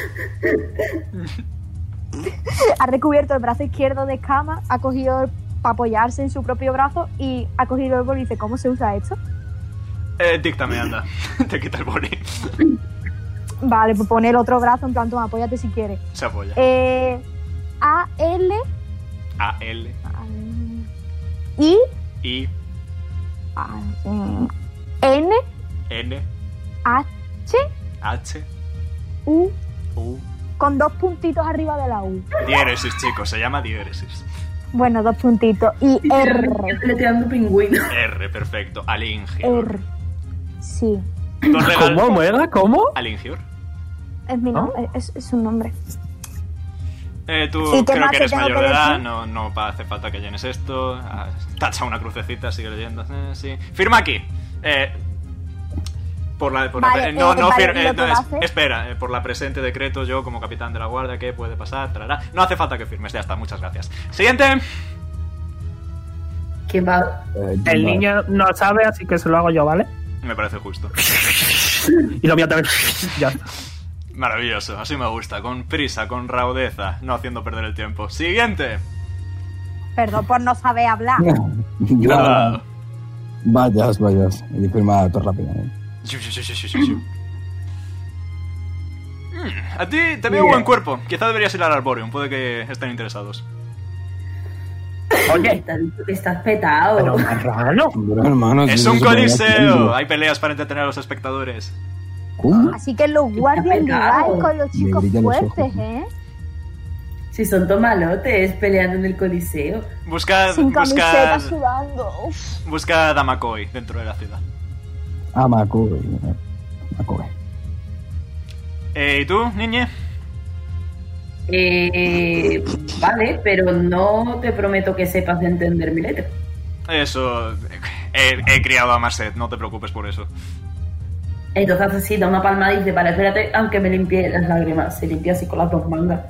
Speaker 3: ha recubierto el brazo izquierdo de cama, ha cogido para apoyarse en su propio brazo y ha cogido el bol y dice, ¿cómo se usa esto?
Speaker 2: Eh, díctame, anda. Te quita el boli.
Speaker 3: Vale, pues pone el otro brazo en plan, toma, apóyate si quieres.
Speaker 2: Se apoya.
Speaker 3: Eh, A, L
Speaker 2: A, L,
Speaker 3: I
Speaker 2: I,
Speaker 3: A, mm, N
Speaker 2: N,
Speaker 3: H
Speaker 2: H,
Speaker 3: U
Speaker 2: U.
Speaker 3: con dos puntitos arriba de la U.
Speaker 2: Diéresis, chicos, se llama diéresis.
Speaker 3: Bueno, dos puntitos. Y R.
Speaker 1: Le tirando pingüino.
Speaker 2: R, perfecto. Alingior.
Speaker 3: R. Sí.
Speaker 2: Dos regalos.
Speaker 4: ¿Cómo, Mega? ¿Cómo?
Speaker 2: Alingior.
Speaker 3: Es mi nombre. Es, es un nombre.
Speaker 2: Eh, tú
Speaker 3: Sí, ¿qué
Speaker 2: creo
Speaker 3: más
Speaker 2: que
Speaker 3: te
Speaker 2: eres
Speaker 3: tengo
Speaker 2: mayor
Speaker 3: que
Speaker 2: de edad,
Speaker 3: decir?
Speaker 2: no, no pa- hace falta que llenes esto. Ah, Tacha una crucecita, sigue leyendo. Eh, sí. Firma aquí. Eh, por la, por la-
Speaker 3: Vale,
Speaker 2: eh, no,
Speaker 3: eh,
Speaker 2: no,
Speaker 3: vale,
Speaker 2: fir- eh,
Speaker 3: ¿lo
Speaker 2: no,
Speaker 3: puedo
Speaker 2: es-
Speaker 3: hacer?
Speaker 2: espera, eh, por la presente decreto, yo como capitán de la guardia, ¿qué puede pasar? Trará. No hace falta que firmes, ya está, muchas gracias. Siguiente.
Speaker 1: ¿Quién va?
Speaker 5: Eh,
Speaker 6: El niño no sabe, así que se lo hago yo, ¿vale?
Speaker 2: Me parece justo.
Speaker 4: Y lo mío también. ya está.
Speaker 2: Maravilloso, así me gusta, con prisa, con raudeza, no haciendo perder el tiempo. Siguiente.
Speaker 3: Perdón por no saber hablar.
Speaker 2: Nada.
Speaker 5: Nada. Vayas, vayas. Y firma todo rápido. ¿eh?
Speaker 2: Yu, yu, yu, yu, yu, yu, yu. Mm, A ti te veo buen cuerpo. Quizá deberías ir al Arborium, puede que estén interesados.
Speaker 6: Oye,
Speaker 1: Está- Estás petado.
Speaker 6: pero marrano.
Speaker 5: Pero, hermano,
Speaker 2: Es
Speaker 5: si
Speaker 2: un
Speaker 5: no se puede hacer
Speaker 2: coliseo.
Speaker 5: algo.
Speaker 2: Hay peleas para entretener a los espectadores.
Speaker 5: ¿Cómo?
Speaker 3: Así que los guardias
Speaker 1: pegado.
Speaker 3: ligáis con los chicos
Speaker 5: brillan los
Speaker 3: fuertes,
Speaker 5: ojos.
Speaker 3: ¿eh?
Speaker 1: Si son tomalotes peleando en el coliseo.
Speaker 2: Buscad,
Speaker 3: Sin camiseta
Speaker 2: buscad,
Speaker 3: sudando. Uf.
Speaker 2: buscad a Makoi dentro de la ciudad.
Speaker 5: Ah, Macobe. Macobe.
Speaker 2: Eh, ¿Y tú, niñe?
Speaker 1: Eh, vale, pero no te prometo que sepas entender mi letra.
Speaker 2: Eso. He, he criado a Marset, no te preocupes por eso.
Speaker 1: Entonces así da una palmada y dice, vale, espérate, aunque me limpie las lágrimas. Se limpia así con las dos mangas.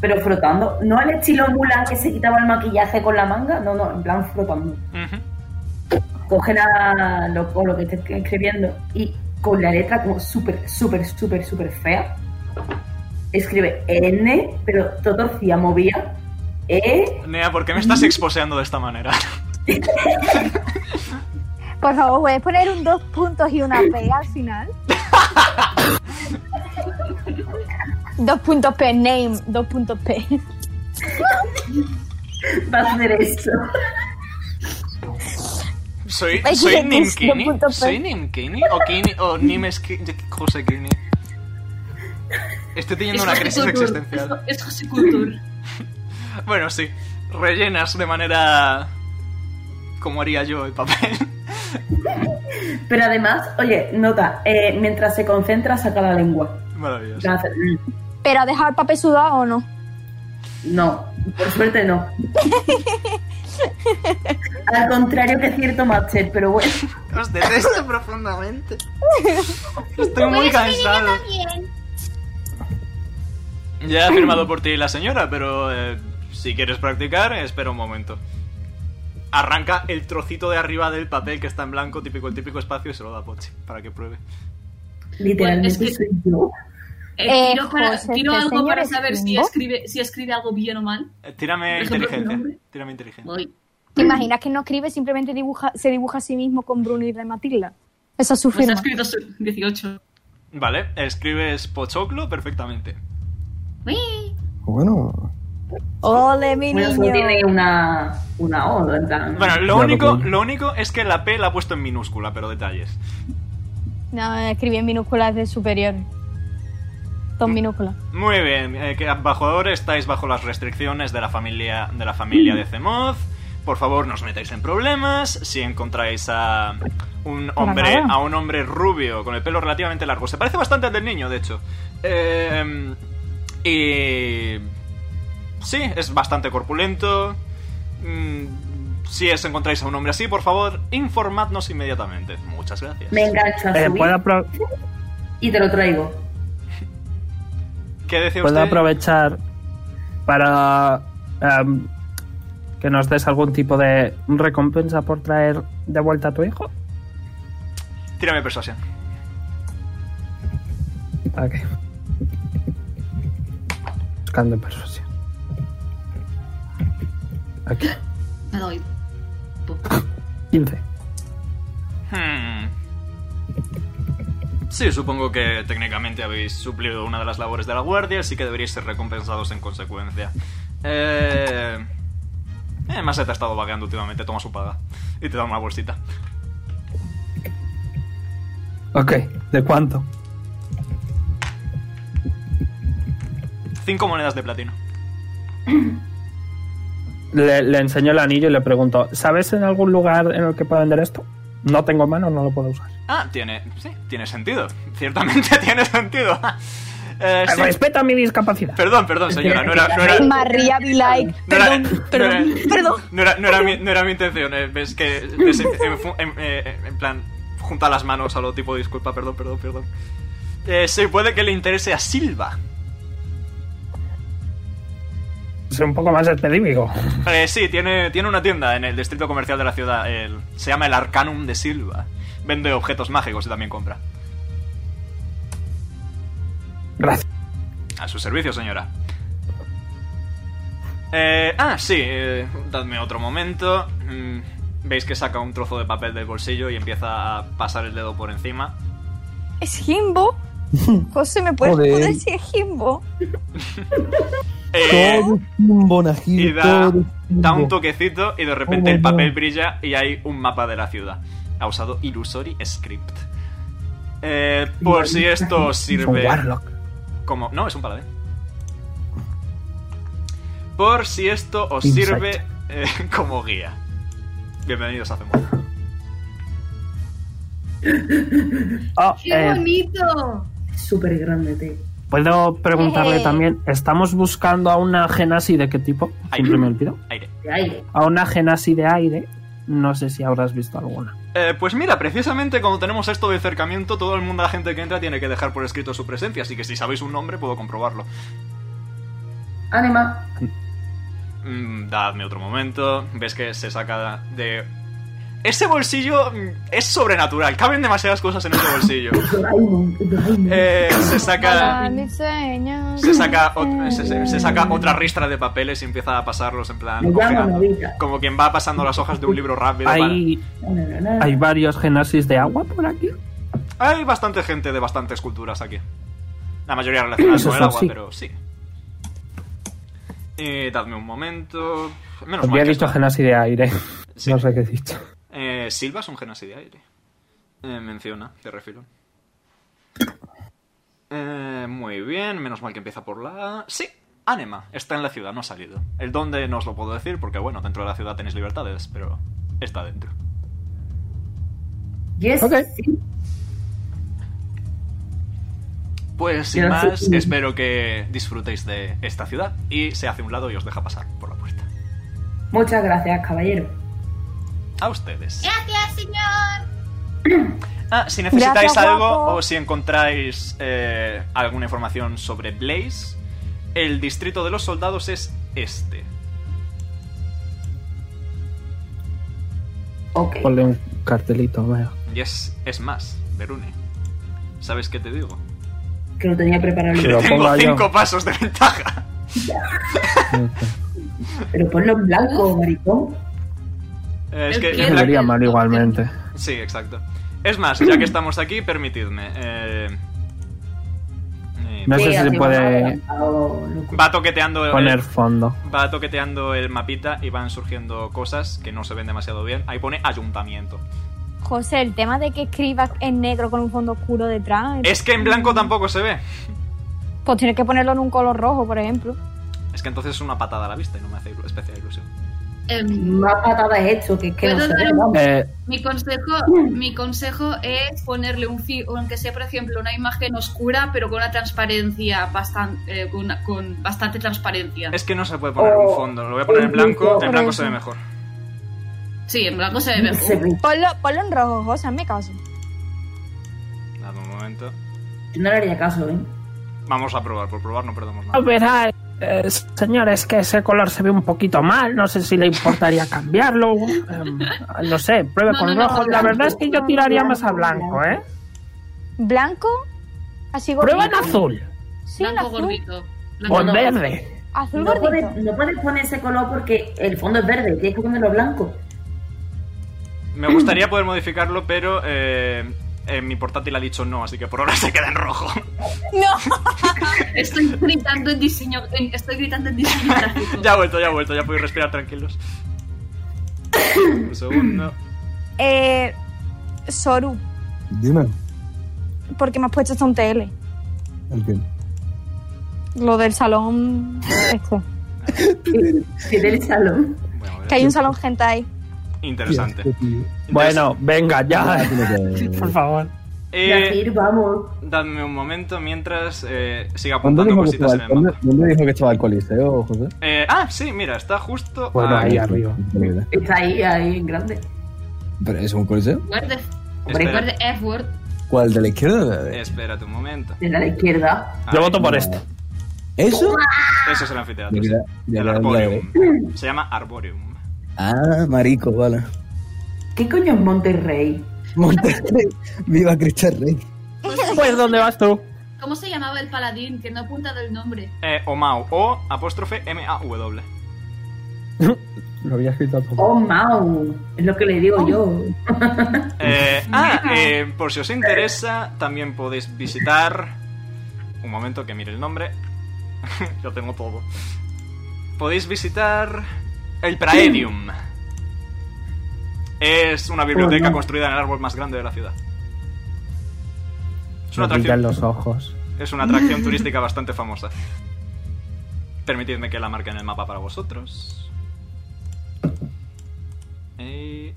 Speaker 1: Pero frotando. No el estilo Mulan que se quitaba el maquillaje con la manga. No, no, en plan frotando.
Speaker 2: Ujú.
Speaker 1: Coge la, lo, o lo que esté escribiendo y con la letra como súper, súper, súper, súper fea. Escribe N, pero todo torcía, movía. E,
Speaker 2: Nea, ¿por qué me estás exposeando de esta manera?
Speaker 3: Por favor, puedes poner un dos puntos y una P al final. dos puntos P, name, dos puntos P.
Speaker 1: va a hacer eso.
Speaker 2: Soy,
Speaker 3: Ay,
Speaker 2: soy
Speaker 3: qué
Speaker 2: Nimkini.
Speaker 3: gusto, puto
Speaker 2: Soy
Speaker 3: pe-
Speaker 2: Nimkini o Kini o Nimes Ki- José Kini. Estoy teniendo una
Speaker 7: José
Speaker 2: crisis
Speaker 7: Couture,
Speaker 2: existencial.
Speaker 7: Es, es José Couture.
Speaker 2: Bueno, sí. Rellenas de manera. como haría yo el papel.
Speaker 1: Pero además, oye, nota, eh, mientras se concentra saca la lengua.
Speaker 2: Maravilloso.
Speaker 1: Va a hacer, mm,
Speaker 3: ¿Pero ha dejado el papel sudado o no?
Speaker 1: No, por suerte no. Al contrario que cierto Matcher, pero bueno.
Speaker 2: Os detesto profundamente. Estoy muy cansado.
Speaker 8: Bien.
Speaker 2: Ya ha firmado por ti la señora, pero eh, si quieres practicar, espera un momento. Arranca el trocito de arriba del papel que está en blanco, típico el típico espacio, y se lo da a Pochi para que pruebe.
Speaker 1: Literalmente
Speaker 7: Bueno, es que-
Speaker 1: soy yo.
Speaker 7: Eh,
Speaker 3: Eh,
Speaker 7: tiro para-
Speaker 3: José,
Speaker 7: tiro
Speaker 3: este
Speaker 7: algo
Speaker 3: señor
Speaker 7: para
Speaker 3: es
Speaker 7: saber si
Speaker 3: bimbo.
Speaker 7: escribe, si escribe algo bien o mal.
Speaker 2: Eh, Tírame
Speaker 7: Por ejemplo, mi
Speaker 2: inteligente.
Speaker 7: nombre.
Speaker 2: Tírame inteligente.
Speaker 7: Voy.
Speaker 3: ¿Te imaginas que no escribe, simplemente dibuja, se dibuja a sí mismo con Bruno y de Matilda? Esa es su
Speaker 7: Pues ha
Speaker 3: firma.
Speaker 7: escrito su- 18.
Speaker 2: Vale, escribes Pochoclo perfectamente.
Speaker 7: Uy.
Speaker 5: Bueno.
Speaker 3: ¡Ole, mi
Speaker 1: Bueno, solo
Speaker 3: niño!
Speaker 1: tiene una, una O, en plan.
Speaker 2: Bueno, lo
Speaker 5: Claro,
Speaker 2: único,
Speaker 5: claro.
Speaker 2: lo único es que la P la ha puesto en minúscula, pero detalles.
Speaker 3: No, escribí en minúsculas de superior. Dos minúsculas.
Speaker 2: Muy bien, eh, que bajo ahora estáis bajo las restricciones de la familia de la familia de Zemoz. Por favor, no os metáis en problemas. Si encontráis a un hombre,
Speaker 3: nada.
Speaker 2: a un hombre rubio con el pelo relativamente largo, se parece bastante al del niño, de hecho. Eh, y sí, es bastante corpulento. Mm, Si es encontráis a un hombre así, por favor, informadnos inmediatamente. Muchas gracias.
Speaker 1: Me engancho a
Speaker 6: Eh,
Speaker 1: subir
Speaker 6: ¿puedo, apro-
Speaker 1: y te lo traigo.
Speaker 2: ¿Qué
Speaker 6: Pues
Speaker 2: decía
Speaker 4: ¿Puedo
Speaker 2: usted?
Speaker 4: aprovechar para em, que nos des algún tipo de recompensa por traer de vuelta a tu hijo?
Speaker 2: Tírame persuasión.
Speaker 4: Ok. Buscando persuasión. Aquí.
Speaker 7: Me doy. Pum.
Speaker 4: 15.
Speaker 2: Hmm. Sí, supongo que técnicamente habéis suplido una de las labores de la guardia, así que deberíais ser recompensados en consecuencia. Eh... eh, Masa te ha estado vagueando últimamente, toma su paga. Y te da una bolsita.
Speaker 4: Ok. ¿De cuánto?
Speaker 2: Cinco monedas de platino.
Speaker 6: Le, le enseño el anillo y le pregunto, ¿sabes en algún lugar en el que pueda vender esto? No tengo mano, no lo puedo usar.
Speaker 2: Ah, tiene. Sí, tiene sentido. Ciertamente tiene sentido. Eh, sí.
Speaker 6: Respeta mi discapacidad.
Speaker 2: Perdón, perdón, señora. No era, no era, no
Speaker 3: María be like.
Speaker 2: era-
Speaker 3: Perdón, perdón,
Speaker 2: no era-
Speaker 3: perdón.
Speaker 2: no era- no era mi, no era mi intención. eh, ves que. ves, en, en fu- en- eh, en plan, junta las manos a lo tipo disculpa, perdón, perdón, perdón. Eh, sí, puede que le interese a Silva.
Speaker 6: Soy un poco más específico.
Speaker 2: Eh, sí, tiene, tiene una tienda en el distrito comercial de la ciudad. el- se llama el Arcanum de Silva. Vende objetos mágicos y también compra.
Speaker 6: Gracias.
Speaker 2: A su servicio, señora. Eh, ah, sí, eh, dadme otro momento. Mm, Veis que saca un trozo de papel del bolsillo y empieza a pasar el dedo por encima.
Speaker 3: Es Jimbo. José, ¿me puedes
Speaker 5: Joder.
Speaker 3: poner si es Jimbo?
Speaker 2: Eh,
Speaker 5: Todo chimbo, Najir,
Speaker 2: y da,
Speaker 5: todo
Speaker 2: da un
Speaker 5: chimbo.
Speaker 2: toquecito y de repente el
Speaker 5: Todo
Speaker 2: papel
Speaker 5: no.
Speaker 2: brilla y hay un mapa de la ciudad. Ha usado Illusory Script. Eh, por si esto sirve... Como. No, es un paladín. Por si esto os
Speaker 5: Insight.
Speaker 2: sirve eh, como guía. Bienvenidos a Zemora.
Speaker 6: Oh, eh,
Speaker 12: bonito!
Speaker 1: Súper grande, tío.
Speaker 6: Puedo preguntarle
Speaker 3: Eh.
Speaker 6: también, ¿estamos buscando a una genasi de qué tipo?
Speaker 2: Ay.
Speaker 6: Siempre me olvido.
Speaker 2: Aire.
Speaker 1: De aire.
Speaker 6: A una genasi de aire. No sé si habrás visto alguna.
Speaker 2: Eh, pues mira, precisamente cuando tenemos esto de acercamiento, todo el mundo, la gente que entra, tiene que dejar por escrito su presencia. Así que si sabéis un nombre, puedo comprobarlo.
Speaker 1: Anima.
Speaker 2: Mm, dadme otro momento. Ves que se saca de. Ese bolsillo mm, es sobrenatural. Caben demasiadas cosas en ese bolsillo.
Speaker 1: Doraemon. Doraemon.
Speaker 2: Eh, se saca.
Speaker 3: Hola, mis sueños.
Speaker 2: Se saca, ot- se, se- se saca otra ristra de papeles y empieza a pasarlos en plan
Speaker 1: Me llamo
Speaker 2: congelando.
Speaker 1: Novita.
Speaker 2: Como quien va pasando las hojas de un libro rápido.
Speaker 6: ¿Hay,
Speaker 1: Na, na, na.
Speaker 6: ¿Hay varios genasis de agua por aquí?
Speaker 2: para- Hay bastante gente de bastantes culturas aquí. La mayoría relacionadas
Speaker 6: Eso
Speaker 2: con el
Speaker 6: es
Speaker 2: agua,
Speaker 6: así.
Speaker 2: pero sí. Eh, dadme un momento. Menos mal
Speaker 6: Pues Había
Speaker 2: que
Speaker 6: dicho
Speaker 2: está-
Speaker 6: genasi de aire.
Speaker 2: Sí.
Speaker 6: No sé qué he dicho.
Speaker 2: Eh, Silva es un genasi de aire. Eh, menciona, te refiero. Eh, muy bien, menos mal que empieza por la... A. Sí, Anema, está en la ciudad, no ha salido. El dónde no os lo puedo decir porque, bueno, dentro de la ciudad tenéis libertades, pero está dentro.
Speaker 1: Yes.
Speaker 6: Ok.
Speaker 2: Pues sin
Speaker 1: Gracias.
Speaker 2: más, espero que disfrutéis de esta ciudad y se hace un lado y os deja pasar por la puerta.
Speaker 1: Muchas gracias, caballero.
Speaker 2: A ustedes.
Speaker 8: Gracias, señor.
Speaker 2: Ah, si necesitáis
Speaker 3: Gracias,
Speaker 2: algo
Speaker 3: guapo.
Speaker 2: o si encontráis eh, alguna información sobre Blaze, el distrito de los soldados es este.
Speaker 1: Ok.
Speaker 6: Ponle un cartelito, vaya.
Speaker 2: Y es, es más, Verune. ¿Sabes qué te digo?
Speaker 1: Que lo tenía preparado.
Speaker 6: Pero- Lo
Speaker 2: Tengo
Speaker 6: pongo yo.
Speaker 2: cinco pasos de ventaja.
Speaker 1: Pero ponlo en blanco, maricón.
Speaker 2: Eh, es que,
Speaker 7: Bien.
Speaker 6: Debería mal igualmente.
Speaker 2: sí, exacto. Es más, ya que estamos aquí, permitidme. eh, eh,
Speaker 6: No sé
Speaker 1: Sí,
Speaker 6: si se
Speaker 1: así
Speaker 6: puede-
Speaker 1: más adelantado, loco.
Speaker 2: va toqueteando el-
Speaker 6: Poner fondo.
Speaker 2: va toqueteando el mapita y van surgiendo cosas que no se ven demasiado bien. Ahí pone ayuntamiento.
Speaker 3: José, el tema de que escribas en negro con un fondo oscuro detrás.
Speaker 2: Es que en blanco tampoco se ve.
Speaker 3: Pues tienes que ponerlo en un color rojo, por ejemplo.
Speaker 2: Es que entonces es una patada a la vista y no me hace ilu- especial ilusión.
Speaker 7: Em,
Speaker 1: Más patada es esto, que es que no
Speaker 7: ¿Puedo
Speaker 1: se
Speaker 7: dar
Speaker 1: ve,
Speaker 7: un-
Speaker 1: vamos.
Speaker 6: Eh,
Speaker 7: mi, consejo, mi consejo es ponerle un fi- aunque sea por ejemplo una imagen oscura, pero con una transparencia bastante, con, una- con bastante transparencia.
Speaker 2: Es que no se puede poner un
Speaker 1: Oh,
Speaker 2: fondo. Lo voy a poner en
Speaker 1: un
Speaker 2: blanco.
Speaker 1: punto.
Speaker 2: En blanco se ve mejor.
Speaker 7: Sí, en blanco se ve mejor.
Speaker 1: Se ve.
Speaker 3: Ponlo, ponlo en rojo, José, hazme caso.
Speaker 2: Dame un momento.
Speaker 1: Yo no le haría caso, ¿eh?
Speaker 2: Vamos a probar, por probar no perdemos
Speaker 6: A
Speaker 2: nada.
Speaker 6: ver, ay, eh, señor, es que ese color se ve un poquito mal. No sé si le importaría cambiarlo. Em, no sé, pruebe
Speaker 7: No,
Speaker 6: con
Speaker 7: no, no,
Speaker 6: rojo. La
Speaker 7: blanco.
Speaker 6: verdad es que yo tiraría más a blanco, ¿eh?
Speaker 3: Blanco, así gordito.
Speaker 6: Prueba en azul
Speaker 3: Sí, en
Speaker 7: Blanco
Speaker 3: azul.
Speaker 7: gordito.
Speaker 6: o
Speaker 7: Blanco
Speaker 6: en
Speaker 7: no.
Speaker 6: verde.
Speaker 3: Azul
Speaker 1: No
Speaker 3: gordito.
Speaker 1: puedes, no puedes poner ese color porque el fondo es verde, tienes que ponerlo blanco.
Speaker 2: Me gustaría poder modificarlo, pero eh, eh, mi portátil ha dicho no, así que por ahora se queda en rojo.
Speaker 3: No,
Speaker 7: Estoy gritando en diseño, en- estoy gritando en diseño gráfico.
Speaker 2: ya ha vuelto, ya ha vuelto, ya podéis respirar tranquilos. Un segundo.
Speaker 3: eh. Soru,
Speaker 5: Dime,
Speaker 3: ¿por qué me has puesto esto en tele?
Speaker 5: el que.
Speaker 3: Lo del salón. Esto.
Speaker 1: en el salón.
Speaker 2: Bueno, a ver.
Speaker 3: este, Que hay un salón hentai.
Speaker 2: Interesante.
Speaker 6: Bueno, venga, ya. Por favor.
Speaker 2: Eh,
Speaker 1: Nacir, vamos.
Speaker 2: dadme un momento mientras eh, siga
Speaker 5: ¿Dónde
Speaker 2: apuntando
Speaker 5: dijo, que
Speaker 2: cositas
Speaker 5: estaba,
Speaker 2: en el
Speaker 5: ¿dónde,
Speaker 2: mapa.
Speaker 5: dónde dijo que estaba el coliseo, José?
Speaker 2: Eh, ah, sí, mira, está justo
Speaker 6: Bueno,
Speaker 2: aquí.
Speaker 6: ahí arriba.
Speaker 1: Está ahí, ahí, en grande.
Speaker 5: ¿Pero es un coliseo?
Speaker 7: Guarde,
Speaker 2: Espera,
Speaker 7: guarde F-word.
Speaker 5: ¿Cuál de la izquierda?
Speaker 2: espérate un momento.
Speaker 1: De la izquierda.
Speaker 2: Ahí.
Speaker 6: Yo voto por este.
Speaker 5: ¿Eso?
Speaker 2: Eso es el anfiteatro.
Speaker 5: Mira,
Speaker 2: sí.
Speaker 5: mira,
Speaker 2: El
Speaker 5: mira,
Speaker 2: Arboreum. Se llama Arboreum.
Speaker 5: Ah, marico, vale.
Speaker 1: ¿Qué coño es Monterrey?
Speaker 5: Monterrey. Viva Cristian Rey.
Speaker 6: Pues, ¿dónde vas tú?
Speaker 7: ¿Cómo se llamaba el paladín? Que no he apuntado el nombre.
Speaker 2: Eh, Omau. O apóstrofe M-A-W.
Speaker 6: Lo había escrito todo.
Speaker 1: Oh, Mau. Es lo que le
Speaker 3: Oh.
Speaker 1: digo yo.
Speaker 2: Eh, ah, eh, por si os interesa, también podéis visitar. Un momento que mire el nombre. Yo tengo todo. Podéis visitar el Praedium. Es una biblioteca construida en el árbol más grande de la ciudad. Es una
Speaker 6: Me brillan
Speaker 2: atracción,
Speaker 6: los ojos.
Speaker 2: es una atracción turística bastante famosa. Permitidme que la marque en el mapa para vosotros. Eh,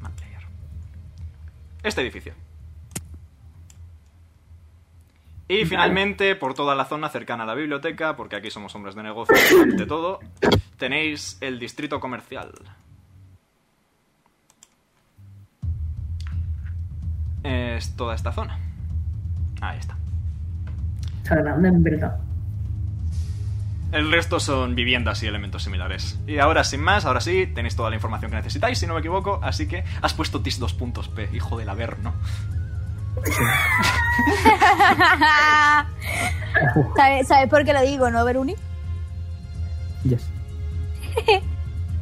Speaker 2: map layer. Este edificio. Y finalmente, por toda la zona cercana a la biblioteca, porque aquí somos hombres de negocio ante todo, tenéis el distrito comercial. Es toda esta zona. Ahí está.
Speaker 1: Está grande, en verdad.
Speaker 2: El resto son viviendas y elementos similares. Y ahora, sin más, ahora sí, tenéis toda la información que necesitáis, si no me equivoco, así que has puesto tis 2.p, hijo del averno.
Speaker 3: ¿Sabes sabes por qué lo digo, no, Veruni?
Speaker 6: Yes.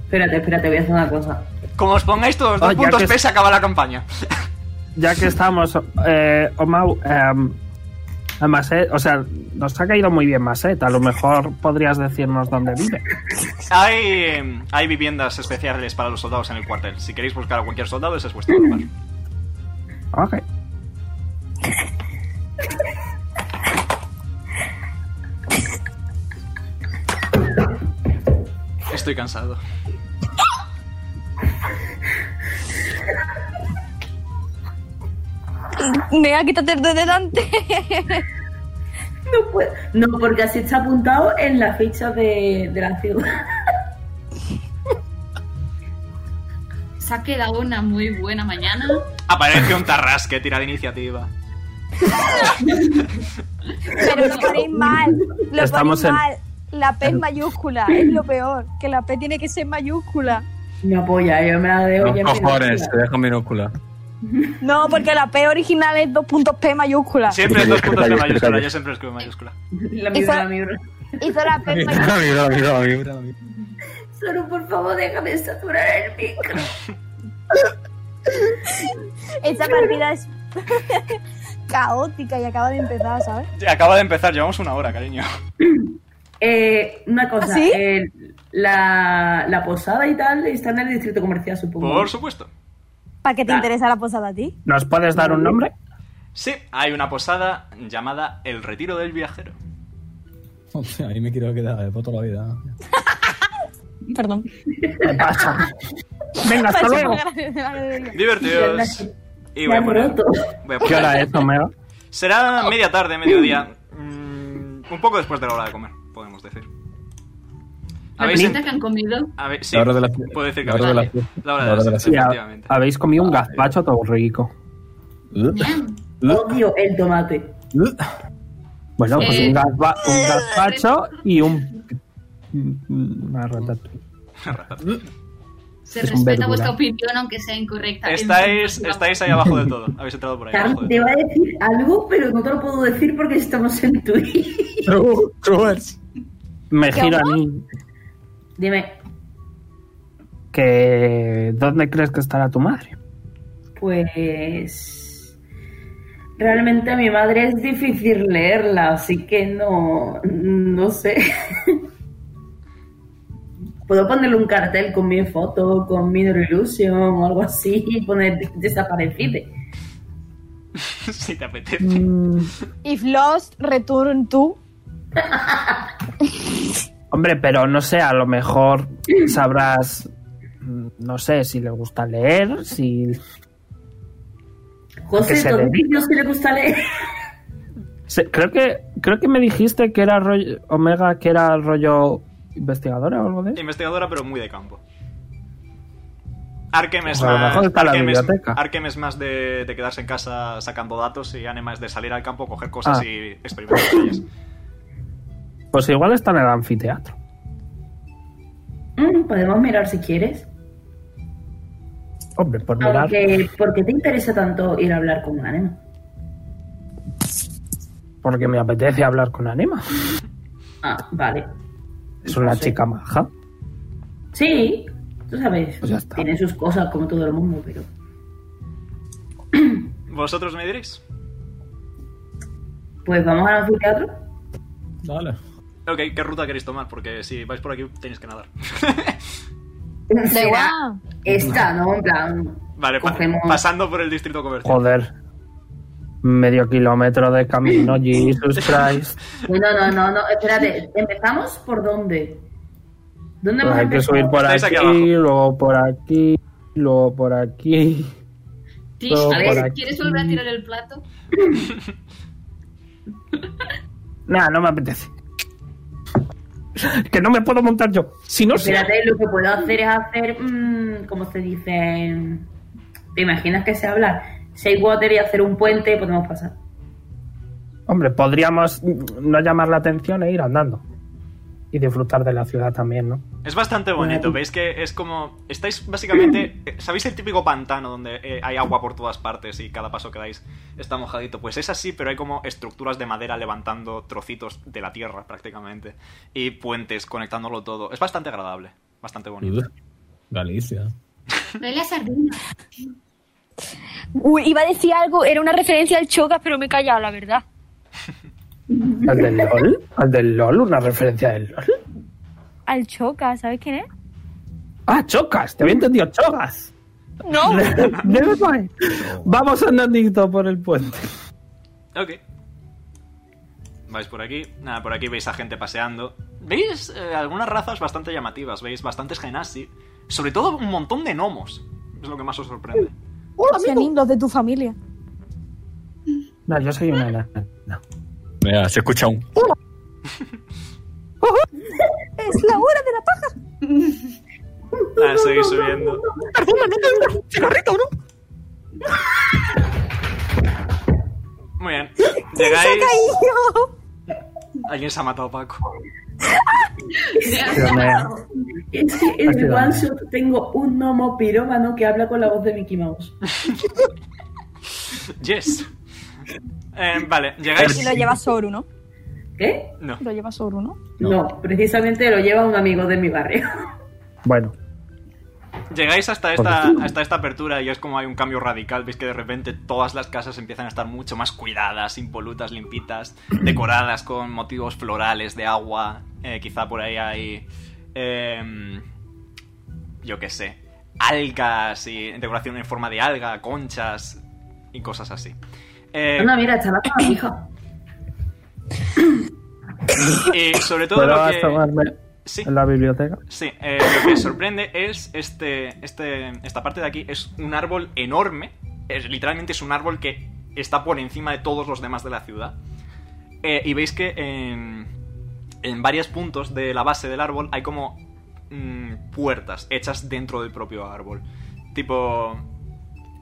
Speaker 1: Espérate, espérate, voy a hacer una cosa.
Speaker 2: Como os pongáis todos
Speaker 6: Ah,
Speaker 2: dos
Speaker 6: ya
Speaker 2: puntos
Speaker 6: que
Speaker 2: P,
Speaker 6: es-
Speaker 2: se acaba la campaña.
Speaker 6: Ya que estamos, eh, Omau, em, a Maset, o sea, nos ha caído muy bien Maset. A lo mejor podrías decirnos dónde vive.
Speaker 2: Hay, em, hay viviendas especiales para los soldados en el cuartel. Si queréis buscar a cualquier soldado, ese es vuestro lugar.
Speaker 6: Ok.
Speaker 2: Estoy cansado.
Speaker 3: Nea, quítate de delante.
Speaker 1: No, puedo. no, porque así está apuntado en la ficha de, de la ciudad.
Speaker 7: Se ha quedado una muy buena mañana.
Speaker 2: Aparece un tarrasque, tira de iniciativa.
Speaker 3: Pero lo ponéis mal. Lo
Speaker 6: Estamos
Speaker 3: ponéis
Speaker 6: en-
Speaker 3: mal. La P es mayúscula, es lo peor. Que la P tiene que ser mayúscula.
Speaker 1: Me apoya, yo me la dejo.
Speaker 13: Los
Speaker 1: ya en
Speaker 13: cojones, te
Speaker 1: minúscula.
Speaker 13: dejo en minúscula.
Speaker 3: No, porque la P original es dos puntos P mayúscula.
Speaker 2: Siempre es dos puntos de
Speaker 5: calles,
Speaker 2: mayúscula,
Speaker 5: calles.
Speaker 2: yo siempre escribo en mayúscula.
Speaker 1: La miro,
Speaker 3: Esa-
Speaker 1: la miro.
Speaker 3: Hizo la P mayúscula.
Speaker 13: Mira, mira, mira, mira.
Speaker 1: Solo por favor, déjame saturar el micro.
Speaker 3: Esta partida es caótica y acaba de empezar, ¿sabes?
Speaker 2: Acaba de empezar, llevamos una hora, cariño.
Speaker 1: Eh, una cosa,
Speaker 3: ¿Ah, sí?
Speaker 1: eh, la, la posada y tal está en el distrito comercial, supongo.
Speaker 2: Por supuesto.
Speaker 3: ¿Para
Speaker 6: Ah.
Speaker 3: qué te interesa la posada a ti?
Speaker 6: ¿Nos puedes dar un nombre?
Speaker 2: Sí, hay una posada llamada El Retiro del Viajero.
Speaker 5: Hostia, ahí me quiero quedar eh, por toda la vida.
Speaker 3: Perdón.
Speaker 6: ¿Qué pasa? Venga, hasta
Speaker 3: Parece
Speaker 6: luego.
Speaker 3: más grande de la que
Speaker 2: Divertidos. Y voy a
Speaker 1: Me
Speaker 2: poner.
Speaker 1: han roto.
Speaker 2: voy a
Speaker 6: ¿Qué
Speaker 2: poner-
Speaker 6: hora es, Omega?
Speaker 2: Será media tarde, mediodía. Mm, un poco después de la hora de comer, podemos decir.
Speaker 7: La
Speaker 2: ¿Habéis
Speaker 7: visita
Speaker 2: en-
Speaker 7: que han comido.
Speaker 2: habe- sí,
Speaker 5: La hora de la-
Speaker 2: puedo decir que
Speaker 5: la hora de la
Speaker 2: habéis-
Speaker 5: fiesta.
Speaker 2: la hora de la siesta,
Speaker 6: Sí, a-
Speaker 2: efectivamente.
Speaker 6: habéis comido un gazpacho todo rico.
Speaker 1: Odio el tomate.
Speaker 6: Bueno, pues
Speaker 7: Eh.
Speaker 6: un, gazpa- un gazpacho y un. Una ratatouille.
Speaker 7: Se
Speaker 6: Es un
Speaker 7: respeta
Speaker 6: verdura.
Speaker 7: vuestra opinión, aunque sea incorrecta.
Speaker 2: Estáis,
Speaker 7: Entonces,
Speaker 2: estáis ahí abajo del todo. Habéis entrado por ahí
Speaker 1: Claro,
Speaker 2: abajo del
Speaker 1: te va a decir algo, pero no te lo puedo decir porque estamos en Twitch.
Speaker 5: True, Truers.
Speaker 6: Me
Speaker 3: ¿Qué
Speaker 6: giro a
Speaker 3: onda?
Speaker 6: mí.
Speaker 1: Dime,
Speaker 6: Que, ¿Dónde crees que estará tu madre?
Speaker 1: pues. Realmente a mi madre es difícil leerla, así que no. No sé. Puedo ponerle un cartel con mi foto, con Minor Illusion o algo así y poner desaparecido.
Speaker 2: todo. si te apetece.
Speaker 6: Mm,
Speaker 3: If lost, return to.
Speaker 6: Hombre, pero no sé, a lo mejor sabrás, mm, no sé, si le gusta leer, si... Que
Speaker 1: José,
Speaker 6: se
Speaker 1: ¿con
Speaker 6: dedica.
Speaker 1: niños que le gusta leer?
Speaker 6: se- creo, que, creo que me dijiste que era rollo, Omega, que era rollo investigadora o algo de eso.
Speaker 2: Investigadora, pero muy de campo. Arkem es
Speaker 6: Pues a lo
Speaker 2: más,
Speaker 6: mejor está en la
Speaker 2: Arkem es-
Speaker 6: biblioteca.
Speaker 2: Arkem es más de, de quedarse en casa sacando datos y Anema es de salir al campo, coger cosas
Speaker 6: Ah.
Speaker 2: y experimentar con ellas.
Speaker 6: Pues igual está en el anfiteatro.
Speaker 1: Mm, podemos mirar si quieres.
Speaker 6: Hombre,
Speaker 1: Ah,
Speaker 6: por mirar.
Speaker 1: Aunque, ¿Por qué te interesa tanto ir a hablar con Anema?
Speaker 6: Porque me apetece hablar con Anima.
Speaker 1: Ah, vale.
Speaker 6: Es una
Speaker 1: Sí.
Speaker 6: chica maja.
Speaker 1: Sí, tú sabes.
Speaker 6: Pues ya está.
Speaker 1: Tiene sus cosas como todo el mundo, pero.
Speaker 2: ¿Vosotros me diréis?
Speaker 1: Pues vamos al anfiteatro.
Speaker 5: Dale.
Speaker 2: Ok, ¿qué ruta queréis tomar? Porque si vais por aquí tenéis que nadar.
Speaker 3: Da
Speaker 1: Será
Speaker 3: igual.
Speaker 1: Esta, ¿no? En plan.
Speaker 2: Vale, pa-
Speaker 1: Cogemos-
Speaker 2: pasando por el distrito comercial.
Speaker 6: Joder. Medio kilómetro de camino, Jesus Christ.
Speaker 1: No, no, no, no. Espérate. ¿Empezamos por dónde? ¿Dónde
Speaker 6: Pues
Speaker 1: hemos
Speaker 6: hay que
Speaker 1: empezado?
Speaker 6: subir por
Speaker 2: Estáis
Speaker 6: aquí,
Speaker 2: aquí abajo.
Speaker 6: luego por aquí, luego por aquí.
Speaker 7: Tish,
Speaker 6: Todo
Speaker 7: a
Speaker 6: por
Speaker 7: ver,
Speaker 6: aquí.
Speaker 7: ¿quieres volver a tirar el plato?
Speaker 6: Nah, no me apetece. Que no me puedo montar yo. Si no, si...
Speaker 1: Espérate, lo que puedo hacer es hacer. mm, ¿Cómo se dice? ¿Te imaginas que sé hablar? Say water y hacer un puente y podemos pasar.
Speaker 6: Hombre, podríamos mm, no llamar la atención e ir andando. Y disfrutar de la ciudad también, ¿no?
Speaker 2: Es bastante bonito, veis que es como... Estáis básicamente... eh, ¿Sabéis el típico pantano donde eh, hay agua por todas partes y cada paso que dais está mojadito? Pues es así, pero hay como estructuras de madera levantando trocitos de la tierra prácticamente. Y puentes conectándolo todo. Es bastante agradable, bastante bonito.
Speaker 5: Galicia.
Speaker 14: Huele a sardina.
Speaker 3: Uy, iba a decir algo, era una referencia al Chocas, pero me he callado, la verdad.
Speaker 6: ¿Al del LOL? ¿Al del LOL? ¿Una referencia del LOL?
Speaker 3: Al Chocas, ¿sabes quién es?
Speaker 6: ¡Ah, chocas! Te había entendido, chogas.
Speaker 3: No.
Speaker 6: Never mind. Vamos andandito por el puente.
Speaker 2: Ok. Vais por aquí. Nada, por aquí veis a gente paseando. Veis eh, algunas razas bastante llamativas. Veis bastantes genasi. Sobre todo un montón de gnomos. Es lo que más os sorprende.
Speaker 3: Hola, los de tu familia.
Speaker 6: No, yo soy una nana.
Speaker 5: Mira, se escucha un.
Speaker 3: Es la hora de la paja.
Speaker 2: Ah, seguís subiendo. Muy bien. Llegáis. Alguien se ha matado, Paco.
Speaker 6: Pero me-
Speaker 1: Es que
Speaker 6: Has
Speaker 1: en el
Speaker 6: quedado
Speaker 1: one
Speaker 6: bien.
Speaker 1: shot tengo un gnomo pirómano que habla con la voz de Mickey Mouse.
Speaker 2: Yes. Eh, vale,
Speaker 3: Y
Speaker 2: llegáis.
Speaker 3: lo lleva Soru, ¿no?
Speaker 1: ¿Qué?
Speaker 2: No.
Speaker 3: Lo lleva Soru, ¿no?
Speaker 1: No. precisamente lo lleva un amigo de mi barrio.
Speaker 6: Bueno,
Speaker 2: Llegáis hasta esta, hasta esta apertura y es como hay un cambio radical. Veis que de repente todas las casas empiezan a estar mucho más cuidadas, impolutas, limpitas, decoradas con motivos florales de agua. Eh, quizá por ahí hay. em, yo qué sé. Algas y decoración en forma de alga, conchas y cosas así. Eh,
Speaker 1: Anda, mira, chaval, hija.
Speaker 2: y sobre todo lo
Speaker 6: ¿puedo
Speaker 2: que.
Speaker 6: asomarme
Speaker 2: Sí.
Speaker 6: en la biblioteca?
Speaker 2: Sí, eh, lo que sorprende es este, este, esta parte de aquí es un árbol enorme. Es, literalmente es un árbol que está por encima de todos los demás de la ciudad. Eh, y veis que en, en varios puntos de la base del árbol hay como mm, puertas hechas dentro del propio árbol. Tipo,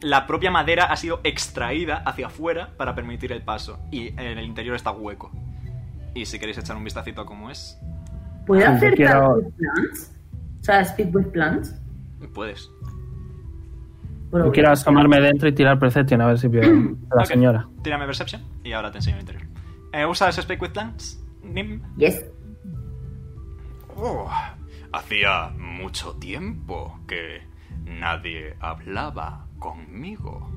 Speaker 2: la propia madera ha sido extraída hacia afuera para permitir el paso. Y en el interior está hueco. Y si queréis echar un vistacito a cómo es,
Speaker 1: ¿Puedo
Speaker 6: Yo
Speaker 1: hacer
Speaker 6: quiero-
Speaker 1: tal with plants? O sea, speak with plants.
Speaker 2: puedes.
Speaker 1: Pero
Speaker 6: Yo quiero asomarme dentro y tirar percepción a ver si veo a la
Speaker 2: Ok,
Speaker 6: señora.
Speaker 2: Tírame Perception y ahora te enseño el interior. Eh, ¿Usas Speak with Plants? Nim?
Speaker 1: Yes.
Speaker 2: Oh, hacía mucho tiempo que nadie hablaba conmigo.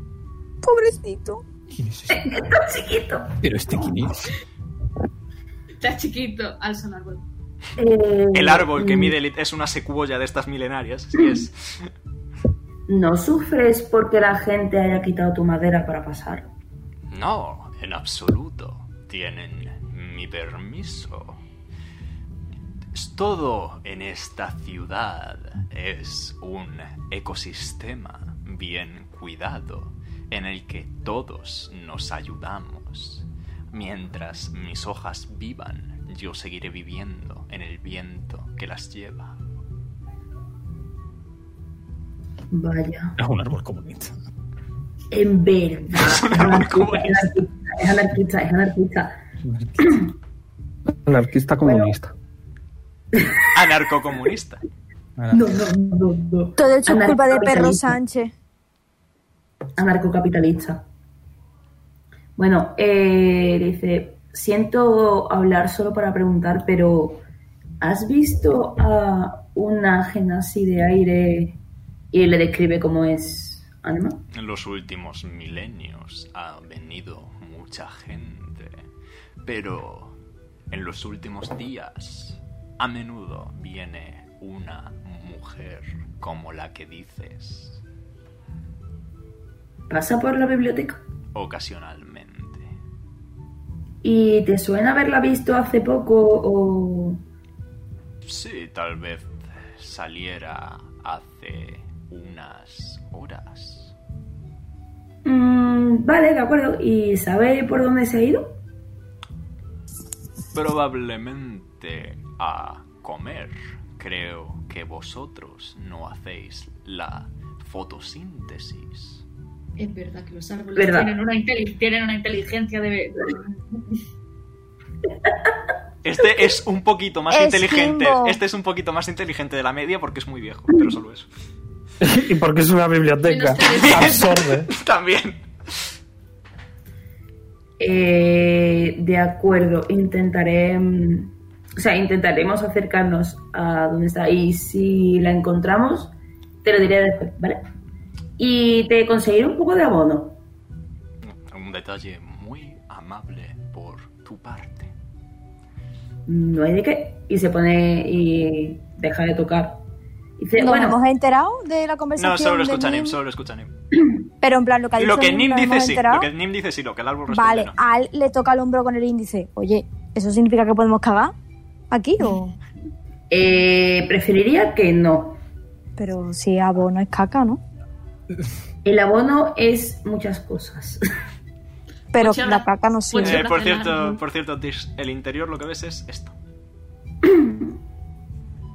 Speaker 3: Pobrecito.
Speaker 5: ¿Quién es ese?
Speaker 1: Está chiquito.
Speaker 5: ¿Pero este quién es?
Speaker 7: Está chiquito al son árbol.
Speaker 1: Eh,
Speaker 2: El árbol que
Speaker 1: mm,
Speaker 2: mide lit- es una secuoya de estas milenarias. así es.
Speaker 1: ¿No sufres porque la gente haya quitado tu madera para pasar?
Speaker 2: No, en absoluto. Tienen mi permiso. Todo en esta ciudad es un ecosistema bien cuidado en el que todos nos ayudamos. Mientras mis hojas vivan, yo seguiré viviendo en el viento que las lleva.
Speaker 1: Vaya.
Speaker 15: Es un árbol comunista.
Speaker 1: En verdad. Es anarquista, es anarquista, es anarquista.
Speaker 6: Anarquista comunista.
Speaker 2: Anarcocomunista.
Speaker 1: No, no, no, no.
Speaker 3: Todo hecho es culpa de Perro
Speaker 1: Anarcocapitalista.
Speaker 3: Sánchez.
Speaker 1: anarcocapitalista. Bueno, eh, dice, siento hablar solo para preguntar, pero ¿has visto a una genasi de aire y le describe cómo es Anima?
Speaker 2: En los últimos milenios ha venido mucha gente, pero en los últimos días a menudo viene una mujer como la que dices
Speaker 1: Pasa por la biblioteca
Speaker 2: ocasionalmente.
Speaker 1: y te suena haberla visto hace poco o...
Speaker 2: Sí, tal vez saliera hace unas horas.
Speaker 1: Mm, vale, de acuerdo. ¿Y sabe por dónde se ha ido?
Speaker 2: Probablemente a comer. Creo que vosotros no hacéis la fotosíntesis.
Speaker 7: Es verdad que los árboles
Speaker 1: Verdad.
Speaker 7: Tienen, una inteli- tienen una inteligencia de...
Speaker 2: Este es un poquito más
Speaker 3: Es
Speaker 2: inteligente.
Speaker 3: Jimbo.
Speaker 2: Este es un poquito más inteligente de la media porque es muy viejo, pero solo eso.
Speaker 6: y porque es una biblioteca. Absorbe.
Speaker 2: También.
Speaker 1: Eh, de acuerdo, intentaré. mm, O sea, intentaremos acercarnos a donde está. Y si la encontramos, te lo diré después, ¿vale? Y te conseguiré un poco de abono.
Speaker 2: Un detalle muy amable por tu parte.
Speaker 1: No hay de qué. Y se pone y deja de tocar. Y dice,
Speaker 3: Nos
Speaker 1: bueno,
Speaker 3: hemos enterado de la
Speaker 2: Eh, No,
Speaker 3: conversación.
Speaker 2: solo lo
Speaker 3: de
Speaker 2: escucha Nim,
Speaker 3: Nim?
Speaker 2: solo lo escucha Nim.
Speaker 3: Pero en plan, lo que ha dicho
Speaker 2: Lo que Nim
Speaker 3: ¿nos
Speaker 2: dice
Speaker 3: hemos
Speaker 2: sí,
Speaker 3: enterado?
Speaker 2: lo que Nim dice sí, lo que el árbol responde
Speaker 3: Vale, Ah,
Speaker 2: no.
Speaker 3: Al le toca el hombro con el índice. Oye, ¿eso significa que podemos cagar? ¿Aquí o...?
Speaker 1: eh, preferiría que no.
Speaker 3: Pero si abono es caca, ¿no?
Speaker 1: El abono es muchas cosas.
Speaker 3: Pero
Speaker 7: Pues ya
Speaker 3: la
Speaker 7: la-
Speaker 3: caca no
Speaker 7: pues
Speaker 2: Eh,
Speaker 3: sirve.
Speaker 7: ya-
Speaker 2: por
Speaker 7: Relacionar,
Speaker 2: cierto,
Speaker 7: ¿no?
Speaker 2: por cierto, Tish, el interior lo que ves es esto.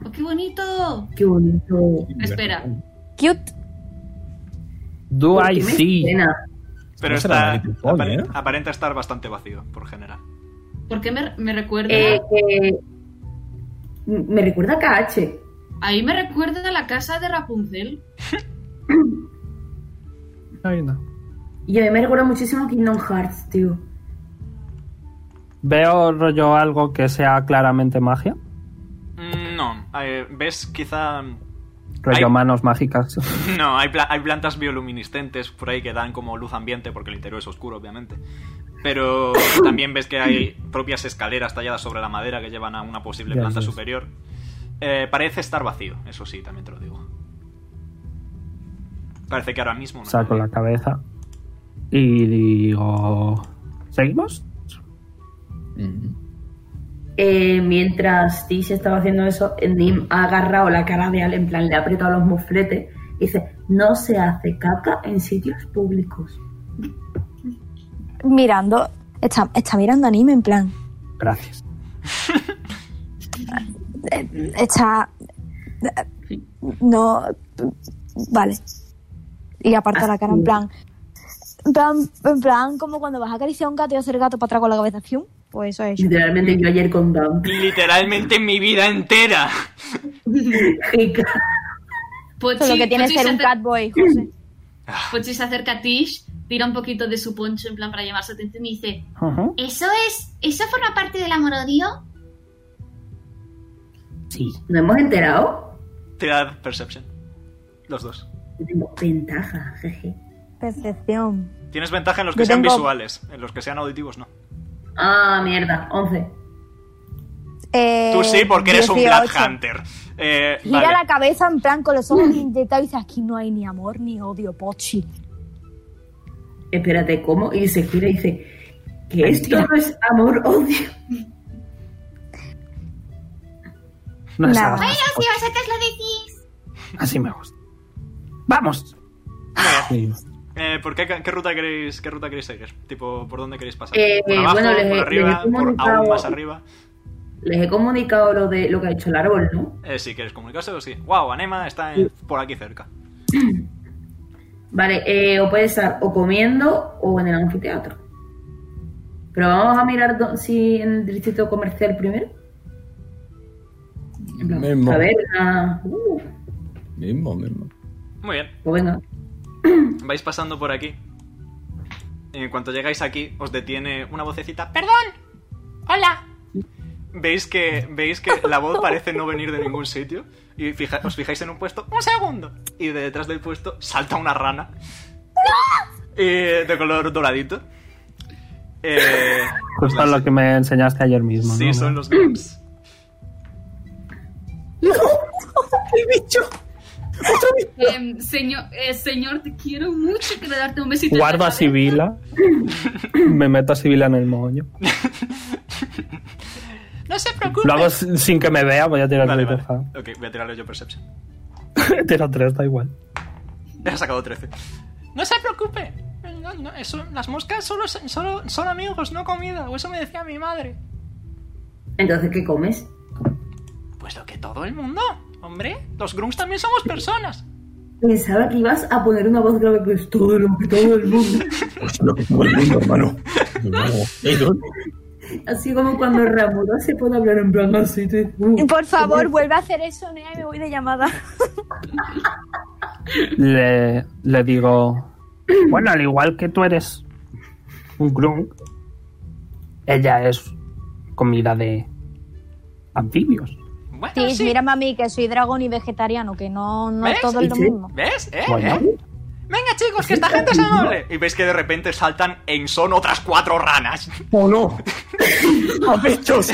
Speaker 7: ¡Oh, qué bonito!
Speaker 1: Qué bonito.
Speaker 7: Espera.
Speaker 3: Cute.
Speaker 6: Do
Speaker 1: ¿Por qué
Speaker 6: I
Speaker 1: me
Speaker 6: see?
Speaker 1: suena?
Speaker 2: Pero
Speaker 15: será
Speaker 2: está,
Speaker 15: de Gripol,
Speaker 2: aparen-
Speaker 15: ¿eh?
Speaker 2: aparenta estar bastante vacío, por general.
Speaker 7: ¿Por qué me, me recuerda?
Speaker 1: Eh, que- me recuerda a KH.
Speaker 7: Ahí me recuerda a la casa de Rapunzel.
Speaker 6: Ay, no.
Speaker 1: Y a mí me recuerda muchísimo a Kingdom Hearts, tío.
Speaker 6: Veo rollo algo que sea claramente magia.
Speaker 2: Mm, No, eh, ves quizá...
Speaker 6: Rollo
Speaker 2: Ay.
Speaker 6: manos mágicas.
Speaker 2: No, hay, pla- hay plantas bioluminiscentes por ahí que dan como luz ambiente porque el interior es oscuro, obviamente. Pero también ves que hay propias escaleras talladas sobre la madera que llevan a una posible
Speaker 15: Ya,
Speaker 2: planta
Speaker 15: sí, sí.
Speaker 2: superior. Eh, parece estar vacío, eso sí, también te lo digo. Parece que ahora mismo... no.
Speaker 6: Saco la cabeza. Y digo... ¿Seguimos?
Speaker 1: Eh, mientras Tish estaba haciendo eso, Nim ha agarrado la cara de Al, en plan, le ha apretado los mofletes y dice, no se hace caca en sitios públicos.
Speaker 3: Mirando... Está, está mirando anime, en plan...
Speaker 6: Gracias.
Speaker 3: eh, Está... eh, No... Vale. Y aparta la cara, en plan... En plan, en plan como cuando vas a acariciar a un gato y hacer gato para atrás con la cabeza. ¡fium! Pues eso es.
Speaker 1: Literalmente yo ayer con Down.
Speaker 2: Literalmente mi vida entera.
Speaker 7: Pochi,
Speaker 3: Eso es lo que tiene
Speaker 7: Pochi
Speaker 3: ser
Speaker 7: se
Speaker 3: un
Speaker 7: acer-
Speaker 3: catboy, José.
Speaker 7: Pochi se acerca a Tish, tira un poquito de su poncho en plan para llamar su atención y dice:
Speaker 6: Ujú.
Speaker 8: ¿Eso es. ¿Eso forma parte del amor-odio?
Speaker 6: Sí.
Speaker 1: ¿No hemos enterado?
Speaker 2: Te da perception. Los dos.
Speaker 1: Yo Tengo ventaja, jeje.
Speaker 3: Percepción.
Speaker 2: Tienes ventaja en los
Speaker 3: Yo
Speaker 2: que sean
Speaker 3: tengo-
Speaker 2: visuales, en los que sean auditivos no.
Speaker 1: Ah, mierda, 11.
Speaker 3: Eh,
Speaker 2: Tú sí, porque eres un Black
Speaker 3: 18.
Speaker 2: Hunter. Eh,
Speaker 3: Gira
Speaker 2: vale.
Speaker 3: la cabeza en plan con los ojos inyectados y dice, aquí no hay ni amor ni odio, Pochi.
Speaker 1: Espérate, ¿cómo? Y se gira y dice, que esto no es amor, odio.
Speaker 4: No les
Speaker 3: Nada.
Speaker 4: hagas
Speaker 8: Bueno,
Speaker 4: más.
Speaker 8: si vosotros lo decís.
Speaker 4: Así me gusta. ¡Vamos!
Speaker 15: Sí.
Speaker 2: Eh, ¿por qué, qué, ruta queréis, ¿Qué ruta queréis seguir? Tipo, ¿por dónde queréis pasar?
Speaker 1: Eh,
Speaker 2: ¿Por abajo?
Speaker 1: bueno, les he-
Speaker 2: ¿Por
Speaker 1: les
Speaker 2: arriba?
Speaker 1: he
Speaker 2: ¿Por
Speaker 1: comunicado-
Speaker 2: aún más arriba?
Speaker 1: Les he comunicado lo de lo que ha hecho el árbol, ¿no?
Speaker 2: Eh, si queréis comunicarse o sí. Wow, Anema está en- por aquí cerca.
Speaker 1: Vale, eh, o puede estar o comiendo o en el anfiteatro. Pero vamos a mirar dó- si en el distrito comercial primero. En plan,
Speaker 15: Mismo.
Speaker 1: taberna. Uh,
Speaker 15: Mismo, mismo.
Speaker 2: Muy bien,
Speaker 1: pues venga.
Speaker 2: vais pasando por aquí. En cuanto llegáis aquí, os detiene una vocecita. "Per-".
Speaker 9: Perdón. Hola.
Speaker 2: Veis que, veis que la voz parece no venir de ningún sitio. Y fija- os fijáis en un puesto.
Speaker 9: Un segundo.
Speaker 2: Y de detrás del puesto salta una rana. Eh, de color doradito. Eh,
Speaker 4: Justo
Speaker 2: las-
Speaker 4: lo que me enseñaste ayer mismo.
Speaker 2: Sí,
Speaker 4: ¿no?
Speaker 2: son los grims.
Speaker 7: Em, señor, eh, señor, te quiero mucho. Quiero darte un besito. en la
Speaker 6: Guardo a
Speaker 7: cabeza.
Speaker 6: Sibila. Me meto a Sibila en el moño.
Speaker 9: No se preocupe.
Speaker 6: Lo hago sin sin que me vea, voy a tirar
Speaker 2: Vale,
Speaker 6: de
Speaker 2: vale.
Speaker 6: tejado.
Speaker 2: Ok, voy a tirarle yo Perception.
Speaker 6: Tiro tres, da igual.
Speaker 2: He sacado 13.
Speaker 9: No se preocupe. No, no, eso- las moscas solo, solo, son amigos, no comida. O eso me decía mi madre.
Speaker 1: Entonces, ¿qué comes?
Speaker 9: Pues lo que todo el mundo. Hombre, los grunts también somos personas.
Speaker 1: Pensaba que ibas a poner una voz grave que es todo lo que todo el mundo.
Speaker 5: Pues lo que todo el mundo, hermano. Desde luego. Ey, tú,
Speaker 1: Así como cuando Ramuro se pone a hablar en plan así. de, uh.
Speaker 3: Por favor, vuelve a hacer eso, Nea, y me voy de llamada.
Speaker 4: Le, le digo. Bueno, al igual que tú eres un grunk, ella es comida de anfibios.
Speaker 9: Bueno,
Speaker 3: Sí,
Speaker 9: sí.
Speaker 3: mira, mami, que soy dragón y vegetariano, que no, no
Speaker 9: ¿Ves?
Speaker 3: todo es lo
Speaker 1: Sí.
Speaker 3: mismo.
Speaker 9: ¿Ves? ¿Eh?
Speaker 4: Bueno,
Speaker 9: ¿Eh? Venga, chicos, que esta gente es amable.
Speaker 2: Y veis que de repente saltan en son otras cuatro ranas.
Speaker 5: ¡Oh, no! ¡A pechos!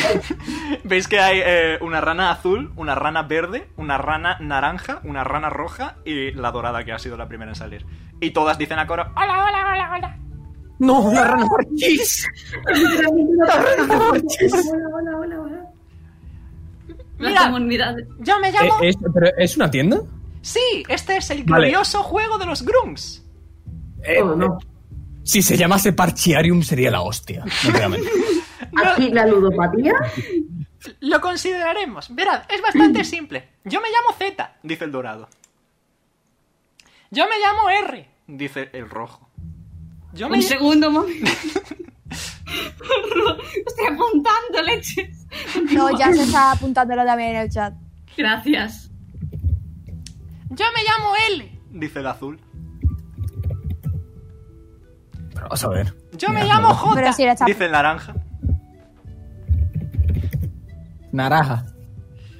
Speaker 2: veis que hay eh, una rana azul, una rana verde, una rana naranja, una rana roja y la dorada que ha sido la primera en salir. Y todas dicen a coro. "Ah".
Speaker 9: Hola, hola, hola, hola.
Speaker 5: ¡No, una rana marchís! ¡Una rana marchís!
Speaker 1: Hola, hola, hola, hola.
Speaker 7: La
Speaker 9: Mira.
Speaker 7: comunidad.
Speaker 9: Yo me
Speaker 15: Eh,
Speaker 9: llamo.
Speaker 15: ¿Es, pero ¿Es una tienda?
Speaker 9: Sí, este es el
Speaker 15: Vale.
Speaker 9: glorioso juego de los grunts.
Speaker 15: Eh,
Speaker 1: Oh, no.
Speaker 15: Si se llamase Parchiarium sería la hostia. No te voy a mentir.
Speaker 1: Aquí la ludopatía.
Speaker 9: Lo consideraremos. Verad, es bastante simple. Yo me llamo Z,
Speaker 2: Dice el dorado.
Speaker 9: yo me llamo R,
Speaker 2: Dice el rojo.
Speaker 9: yo me
Speaker 7: Un segundo, mami. Estoy apuntando, leches.
Speaker 3: No, ya se está apuntando lo de ver en el chat.
Speaker 7: Gracias.
Speaker 9: yo me llamo L,
Speaker 2: Dice el azul.
Speaker 15: Pero vamos a ver.
Speaker 9: yo me
Speaker 15: Mira,
Speaker 9: llamo
Speaker 15: no.
Speaker 9: J.
Speaker 3: Pero sí, era chat.
Speaker 2: Dice el naranja.
Speaker 15: Naranja.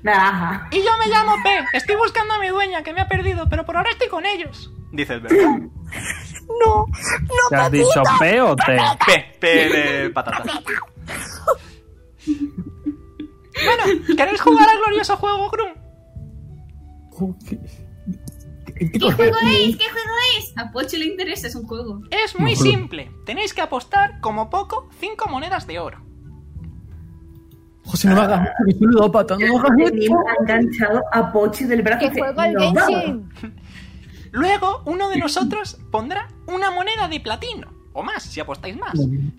Speaker 1: Naranja.
Speaker 9: Y yo me llamo P. Estoy buscando a mi dueña que me ha perdido, pero por ahora estoy con ellos.
Speaker 2: Dice el verde.
Speaker 3: No,
Speaker 4: ¿Te has dicho P o T?
Speaker 2: P. P de patata.
Speaker 9: Bueno, ¿queréis jugar al glorioso juego Grum?
Speaker 15: Jo, ¿Qué, qué- qué
Speaker 8: ¿Qué
Speaker 15: cojones?
Speaker 8: juego es? ¿Qué juego es?
Speaker 7: A Pochi le interesa, es un juego.
Speaker 9: Es muy simple. Tenéis que apostar, como poco, cinco monedas de oro.
Speaker 15: José, no me hagas esto, que soy ludópata. No me hagas
Speaker 1: Tenía
Speaker 15: esto.
Speaker 1: enganchado a Pochi del brazo.
Speaker 3: Que
Speaker 1: dice,
Speaker 3: juego al
Speaker 1: "Nos vamos".
Speaker 3: Genshin.
Speaker 9: Luego, uno de nosotros pondrá una moneda de platino, o más, si apostáis más.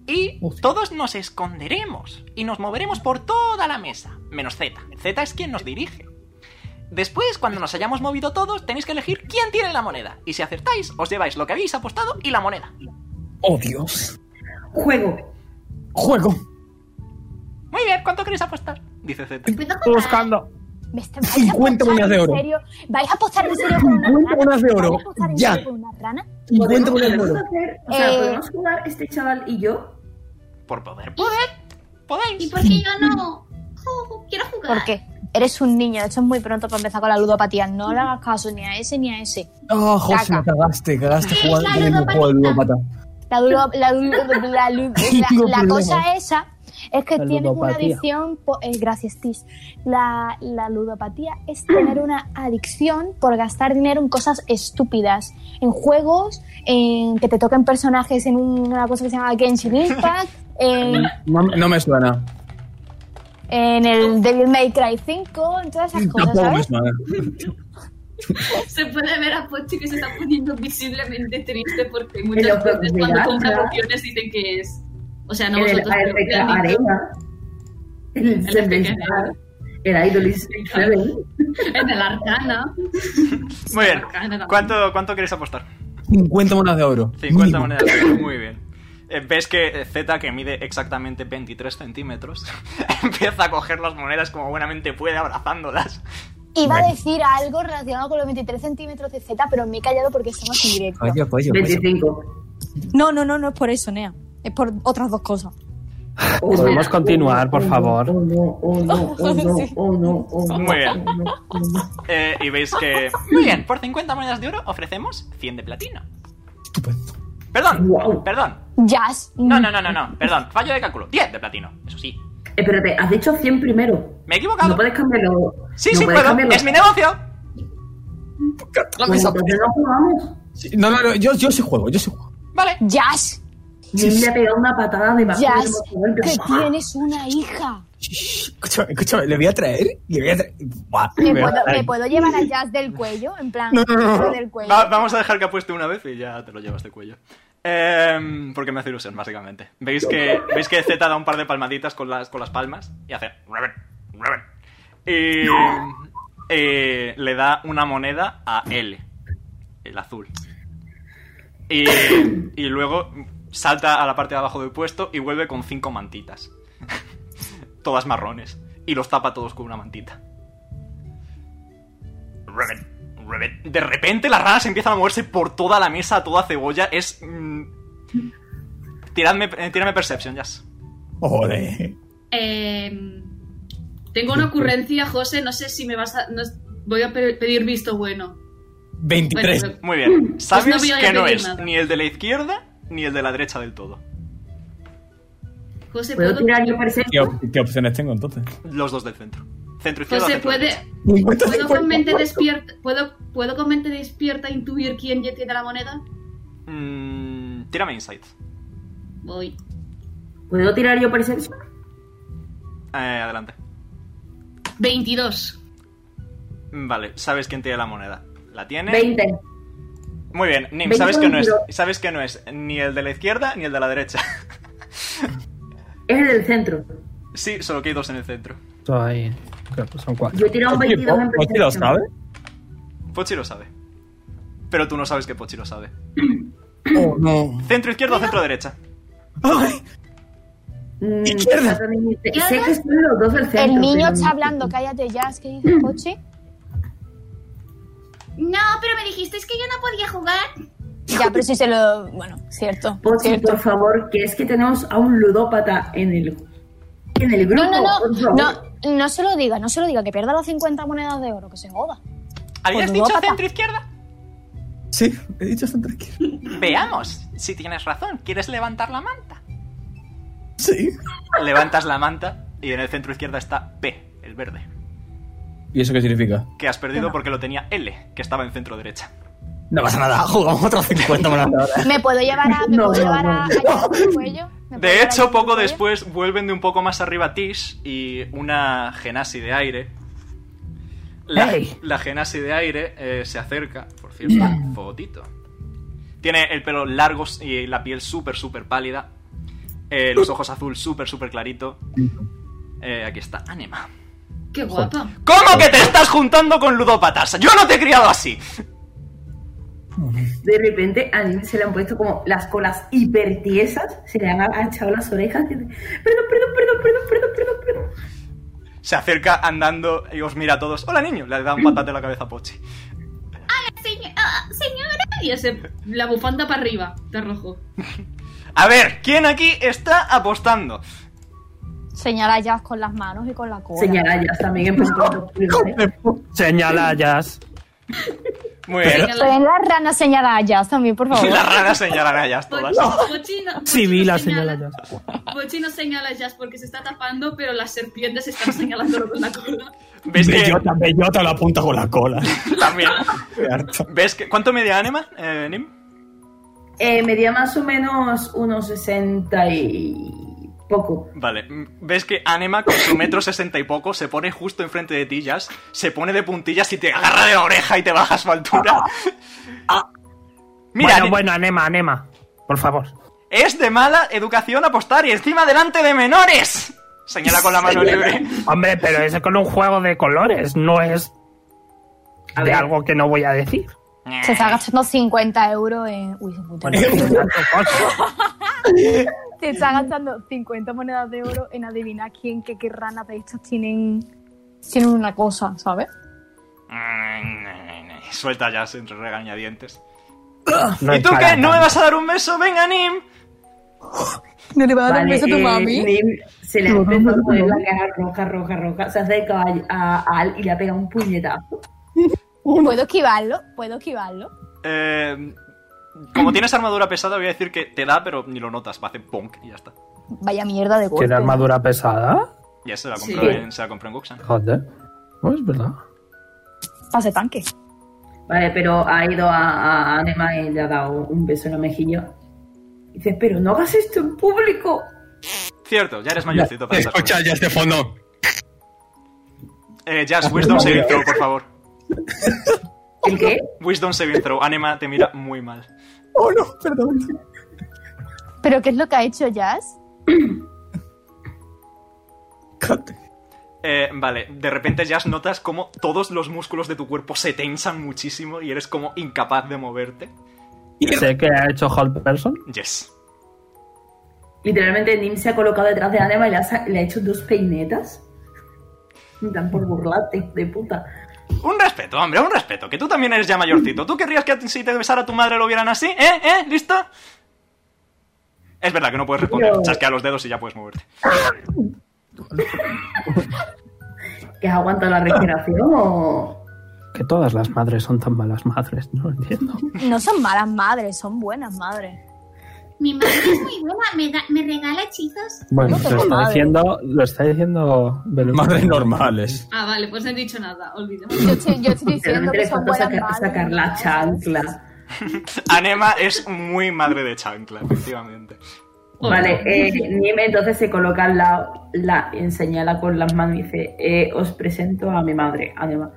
Speaker 9: Y todos nos esconderemos y nos moveremos por toda la mesa, menos Z. Z es quien nos dirige. Después, cuando nos hayamos movido todos, tenéis que elegir quién tiene la moneda. Y si acertáis, os lleváis lo que habéis apostado y la moneda.
Speaker 15: Oh, Dios.
Speaker 1: Juego.
Speaker 15: Juego.
Speaker 9: Muy bien, ¿cuánto queréis apostar?
Speaker 2: Dice Z.
Speaker 8: ¿Puedo jugar?
Speaker 6: Estoy buscando.
Speaker 3: Me está- vais a
Speaker 15: 50
Speaker 3: apostar
Speaker 15: monedas de
Speaker 3: en
Speaker 15: oro.
Speaker 3: serio- ¿Vais a apostar en serio con una
Speaker 15: 50
Speaker 3: rana?
Speaker 15: monedas de oro.
Speaker 3: ¿Vais a apostar en
Speaker 15: Ya.
Speaker 3: serio con una rana?
Speaker 15: 50
Speaker 1: ¿Podemos,
Speaker 15: monedas de
Speaker 1: podemos
Speaker 15: oro.
Speaker 1: hacer- o sea,
Speaker 3: Eh,
Speaker 1: podemos jugar este chaval y yo.
Speaker 2: Por poder.
Speaker 8: ¿Y
Speaker 9: Podéis.
Speaker 8: por qué yo no? Ju, Quiero jugar.
Speaker 3: ¿Por qué? Eres un niño, esto es muy pronto para empezar con la ludopatía. No le hagas caso ni a ese ni a ese.
Speaker 15: Ah, José,
Speaker 3: Caca.
Speaker 15: me cagaste. Cagaste
Speaker 8: Sí,
Speaker 15: jugando
Speaker 8: la
Speaker 15: con el mismo juego de ludópata.
Speaker 3: La, duro- la, du- la, lu-
Speaker 15: Tengo
Speaker 3: la- la cosa
Speaker 15: problemas.
Speaker 3: esa es que
Speaker 6: La
Speaker 3: tienes una
Speaker 6: ludopatía.
Speaker 3: adicción. po- eh, gracias, Tis. La, la ludopatía es tener una adicción por gastar dinero en cosas estúpidas, en juegos, en que te toquen personajes en una cosa que se llama Genshin Impact. en-
Speaker 15: No, no me suena.
Speaker 3: en el Devil May Cry 5, en todas esas cosas, ¿sabes?
Speaker 7: Se puede ver a Pochi que se está poniendo visiblemente triste porque
Speaker 1: Y lo
Speaker 7: muchas veces cuando
Speaker 1: pedirás,
Speaker 7: compra
Speaker 1: ¿no?
Speaker 7: pociones dicen que es. O sea, no
Speaker 1: en el
Speaker 7: vosotros, pero
Speaker 1: AFK
Speaker 7: realmente-
Speaker 1: Arena. El
Speaker 7: AFK
Speaker 1: Celestial, el Idol is Seven.
Speaker 7: en el Arcana.
Speaker 2: Muy bien.
Speaker 7: Arcana también.
Speaker 2: ¿Cuánto, cuánto quieres apostar?
Speaker 5: 50 monedas de oro.
Speaker 2: 50
Speaker 5: Mínimo.
Speaker 2: monedas de oro, muy bien. Eh, Ves que eh, Z, que mide exactamente 23 centímetros, empieza a coger las monedas como buenamente puede, abrazándolas.
Speaker 3: Iba
Speaker 5: Bueno.
Speaker 3: a decir algo relacionado con los 23 centímetros de Z, pero me he callado porque estamos en directo.
Speaker 5: Oye, oye, oye.
Speaker 1: 25.
Speaker 16: No, no, no, no es por eso, Nea. Es por otras dos cosas.
Speaker 4: Podemos continuar, por favor.
Speaker 1: Oh no, oh no, oh no, oh no, oh no.
Speaker 2: Muy bien.
Speaker 1: oh no, oh no.
Speaker 2: Eh, y veis que. Muy bien, por 50 monedas de oro ofrecemos 100 de platino.
Speaker 5: Estupendo.
Speaker 2: Perdón,
Speaker 1: Wow.
Speaker 2: perdón.
Speaker 3: Jazz.
Speaker 2: No, no, no, no, no, perdón, fallo de cálculo. 10 de platino, eso sí.
Speaker 1: Espérate, has dicho 100 primero.
Speaker 2: Me
Speaker 1: No
Speaker 2: he equivocado.
Speaker 1: puedes cambiarlo.
Speaker 2: Sí,
Speaker 1: no
Speaker 2: sí,
Speaker 1: puedes
Speaker 2: puedo.
Speaker 1: cambiarlo.
Speaker 2: Es mi negocio.
Speaker 1: Bueno, entonces no jugamos.
Speaker 5: Sí, No, no, no, yo, yo sí juego, yo sí juego.
Speaker 2: Vale.
Speaker 3: Jazz.
Speaker 1: Ni me ha pegado una patada de bajo.
Speaker 3: Jazz. Que tienes una hija.
Speaker 5: Shh, Escúchame, escúchame, le voy a traer, le voy a traer. Buah,
Speaker 3: ¿Me
Speaker 5: me va a
Speaker 3: puedo,
Speaker 5: traer.
Speaker 3: me puedo llevar a Jazz del cuello? En plan,
Speaker 5: No, no, no.
Speaker 3: del cuello.
Speaker 2: Va- vamos a dejar que apueste una vez y ya te lo llevas de cuello. Em, porque me hace ilusión, básicamente. ¿Veis que, ¿Veis que Z da un par de palmaditas con las, con las palmas? Y hace... "Rabbit, rabbit". Y eh, le da una moneda a L. El azul. Y, y luego salta a la parte de abajo del puesto y vuelve con cinco mantitas. Todas marrones. Y los tapa todos con una mantita. Rabbit, rabbit. De repente las ranas empiezan a moverse por toda la mesa, a toda cebolla. Es. mm, Tiradme, eh, tiradme Perception, Jazz.
Speaker 5: Joder.
Speaker 7: Eh, tengo una ocurrencia, José. No sé si me vas a. no- voy a pe- pedir visto bueno.
Speaker 5: 23.
Speaker 7: Bueno,
Speaker 2: Muy bien. Sabes
Speaker 7: Hmm, pues voy a
Speaker 2: que no
Speaker 7: pedir
Speaker 2: es
Speaker 7: nada.
Speaker 2: ni el de la izquierda ni el de la derecha del todo.
Speaker 7: José,
Speaker 1: ¿Puedo
Speaker 7: ¿puedo,
Speaker 1: tirar yo percepción?
Speaker 5: ¿Qué, op- qué opciones tengo entonces?
Speaker 2: Los dos del centro. Centro izquierda,
Speaker 7: José,
Speaker 2: centro
Speaker 7: Pues puede.
Speaker 2: derecha.
Speaker 7: ¿Puedo con mente despierta, ¿puedo, ¿puedo con mente despierta intuir quién ya tiene la moneda?
Speaker 2: Mm, tírame Insight.
Speaker 7: Voy.
Speaker 1: ¿Puedo tirar yo percepción?
Speaker 2: Eh, adelante.
Speaker 7: 22.
Speaker 2: Vale, sabes quién tiene la moneda. ¿La tiene?
Speaker 1: 20.
Speaker 2: Muy bien, Nim,
Speaker 1: 20,
Speaker 2: sabes que, no es,
Speaker 1: 22.
Speaker 2: sabes que no es ni el de la izquierda ni el de la derecha.
Speaker 1: Es el del centro.
Speaker 2: sí, solo que hay dos en el centro.
Speaker 4: Soy- creo que son cuatro.
Speaker 1: Yo he tirado un 22 en
Speaker 5: ¿Pochi lo
Speaker 1: percepción.
Speaker 5: sabe?
Speaker 2: Pochi lo sabe. Pero tú no sabes que Pochi lo sabe.
Speaker 5: Oh, no.
Speaker 2: Centro izquierdo, centro derecha.
Speaker 5: Ay,
Speaker 1: Mm,
Speaker 5: Izquierda.
Speaker 1: yo también hice- Sé que son los dos del centro.
Speaker 3: El niño
Speaker 1: pero-
Speaker 3: está hablando, cállate, Jazz. ¿Qué dice Pochi?
Speaker 8: No, pero me dijisteis que yo no podía jugar.
Speaker 3: Ya, pero si se lo. Bueno, cierto.
Speaker 1: Pochi,
Speaker 3: cierto.
Speaker 1: por favor, que es que tenemos a un ludópata en el, en el grupo.
Speaker 3: No, no,
Speaker 1: por
Speaker 3: no,
Speaker 1: favor.
Speaker 3: no. No se lo diga, no se lo diga, que pierda las 50 monedas de oro, que se joda.
Speaker 2: ¿Habías
Speaker 3: Pues
Speaker 2: dicho
Speaker 3: ludópata.
Speaker 2: centro izquierda?
Speaker 5: Sí, he dicho hasta tranquilo.
Speaker 2: Veamos si tienes razón. ¿Quieres levantar la manta?
Speaker 5: Sí.
Speaker 2: Levantas la manta y en el centro izquierda está P, el verde.
Speaker 5: ¿Y eso qué significa?
Speaker 2: Que has perdido porque lo tenía L, que estaba en centro derecha.
Speaker 5: No pasa nada, jugamos otros 50 monedas de oro.
Speaker 3: ¿Me puedo llevar a. ah, ¿Me
Speaker 1: No,
Speaker 3: puedo
Speaker 1: no,
Speaker 3: llevar a,
Speaker 1: no.
Speaker 3: a Jazz del cuello? ¿Me puedo
Speaker 2: De
Speaker 3: llevar a
Speaker 2: hecho,
Speaker 3: Jazz del
Speaker 2: poco
Speaker 3: cuello?
Speaker 2: después vuelven de un poco más arriba Tish y una genasi de aire. La,
Speaker 4: ¡Ey!
Speaker 2: la genasi de aire eh, se acerca, por cierto, fotito. Tiene el pelo largo y la piel súper, súper pálida. Eh, los ojos azul súper, súper clarito. Eh, aquí está, Anima.
Speaker 7: Qué guapa.
Speaker 2: ¿Cómo que te estás juntando con ludópatas? Yo no te he criado así.
Speaker 1: De repente a mí se le han puesto como las colas hipertiesas, se le han agachado las orejas. Perdón, perdón, perdón, perdón, perdón, perdón, perdón.
Speaker 2: Se acerca andando y os mira a todos. Hola, niño. Le da un patate en la cabeza a Pochi.
Speaker 8: Señor, ah, señora.
Speaker 7: Y ese, la bufanda para arriba, de rojo.
Speaker 2: A ver, ¿quién aquí está apostando?
Speaker 3: Señala a Jazz con las manos y con la cola.
Speaker 1: Señala ya también en punto.
Speaker 4: Señala a Jazz.
Speaker 2: Muy bien.
Speaker 7: Venga, la-
Speaker 3: Pueden las ranas señalar a Jazz también, por favor.
Speaker 2: Las ranas señalan a ellas todas.
Speaker 7: Pochi- Pochi no-
Speaker 4: Sí,
Speaker 7: Pochi
Speaker 4: vi
Speaker 7: no
Speaker 4: la
Speaker 7: señala-
Speaker 4: señala Jazz.
Speaker 7: Pochi no señala a Jazz porque se está tapando, pero las serpientes están señalándolo con la cola.
Speaker 2: ¿Ves que
Speaker 5: Bellota, bellota la punta con la cola.
Speaker 2: también?
Speaker 5: Qué harto.
Speaker 2: ¿Ves que cuánto medía Anima, eh, Nim?
Speaker 1: Eh, medía más o menos unos 60 y Poco.
Speaker 2: Vale, ves que Anima con su metro sesenta y poco se pone justo enfrente de ti, Jazz, se pone de puntillas y te agarra de la oreja y te baja a su altura. Ah.
Speaker 6: Mira, bueno, bueno, Anema, Anema, por favor.
Speaker 2: Es de mala educación apostar y encima delante de menores. Señala con la mano libre. Mm,
Speaker 6: Hombre, pero es con un juego de colores, no es de algo que no voy a decir.
Speaker 3: Se está gastando 50 euros en. Uy, se puta. Se está gastando 50 monedas de oro en adivinar quién, qué, qué rana de estas tienen, tienen una cosa, ¿sabes?
Speaker 2: mm, Suelta ya entre regañadientes.
Speaker 6: No
Speaker 2: ¿Y tú
Speaker 6: es para
Speaker 2: qué? ¿No
Speaker 6: tanto.
Speaker 2: me vas a dar un beso? Venga, Nim.
Speaker 3: No le va a dar un beso a tu
Speaker 1: eh,
Speaker 3: mami.
Speaker 1: Nim se le
Speaker 3: No,
Speaker 1: ha
Speaker 3: no,
Speaker 1: empezado
Speaker 3: no,
Speaker 1: a poner
Speaker 3: no.
Speaker 1: la cara roja, roja, roja. Se acerca a, a Al y le pega un puñetazo.
Speaker 3: Puedo esquivarlo, puedo esquivarlo.
Speaker 2: Eh, como tienes armadura pesada, voy a decir que te da, pero ni lo notas. Va a hacer punk y ya está.
Speaker 3: Vaya mierda de golpe.
Speaker 6: ¿Tiene armadura pesada?
Speaker 2: Ya se la
Speaker 3: Sí.
Speaker 2: compró en, se la compró en Guxan.
Speaker 6: Joder. Pues es verdad.
Speaker 3: Pase tanque.
Speaker 1: Vale, pero ha ido a, a Anema y le ha dado un beso en la mejilla. Dice, pero no hagas esto en público.
Speaker 2: Cierto, ya eres mayorcito para esas
Speaker 17: Escucha,
Speaker 2: cosas.
Speaker 17: ya este fondo.
Speaker 2: Eh, Jazz, Wisdom Saving Throw, por favor.
Speaker 1: ¿El qué?
Speaker 2: Wisdom Saving Throw. Anima te mira muy mal.
Speaker 3: Oh no, perdón. ¿Pero qué es lo que ha hecho Jazz?
Speaker 2: Eh, vale, de repente Jazz notas como todos los músculos de tu cuerpo se tensan muchísimo y eres como incapaz de moverte.
Speaker 6: Sé que ha hecho Hold Person.
Speaker 2: Yes.
Speaker 1: Literalmente Nim se ha colocado detrás de Anema y le ha, sa- le ha hecho dos peinetas. Dan por burlate, de puta.
Speaker 2: Un respeto, hombre, un respeto, que tú también eres ya mayorcito. ¿Tú querrías que a ti- si te besara tu madre lo vieran así? ¿Eh? ¿Eh? ¿Listo? Es verdad que no puedes responder.
Speaker 1: Pero-
Speaker 2: Chasquea los dedos y ya puedes moverte.
Speaker 1: ¿Que has aguantado la respiración o...?
Speaker 6: Que todas las madres son tan malas madres, no lo entiendo.
Speaker 3: No son malas madres, son buenas madres.
Speaker 8: Mi madre es muy buena, me, da- me regala hechizos.
Speaker 6: Bueno,
Speaker 8: No
Speaker 6: lo
Speaker 8: tengo
Speaker 6: está
Speaker 8: madre.
Speaker 6: diciendo, lo está diciendo
Speaker 5: Madres normales.
Speaker 7: Ah, vale, pues no he dicho nada, olvidemos.
Speaker 3: Yo estoy, yo estoy
Speaker 1: Literalmente
Speaker 3: diciendo que
Speaker 1: le
Speaker 3: son
Speaker 1: falta
Speaker 3: buenas
Speaker 1: saca-
Speaker 3: madres.
Speaker 1: sacar la chancla.
Speaker 2: Anema es muy madre de chancla, efectivamente.
Speaker 1: Vale, eh, Nim entonces se coloca al lado, la enseñala con las manos y dice, eh, os presento a mi madre, Anema.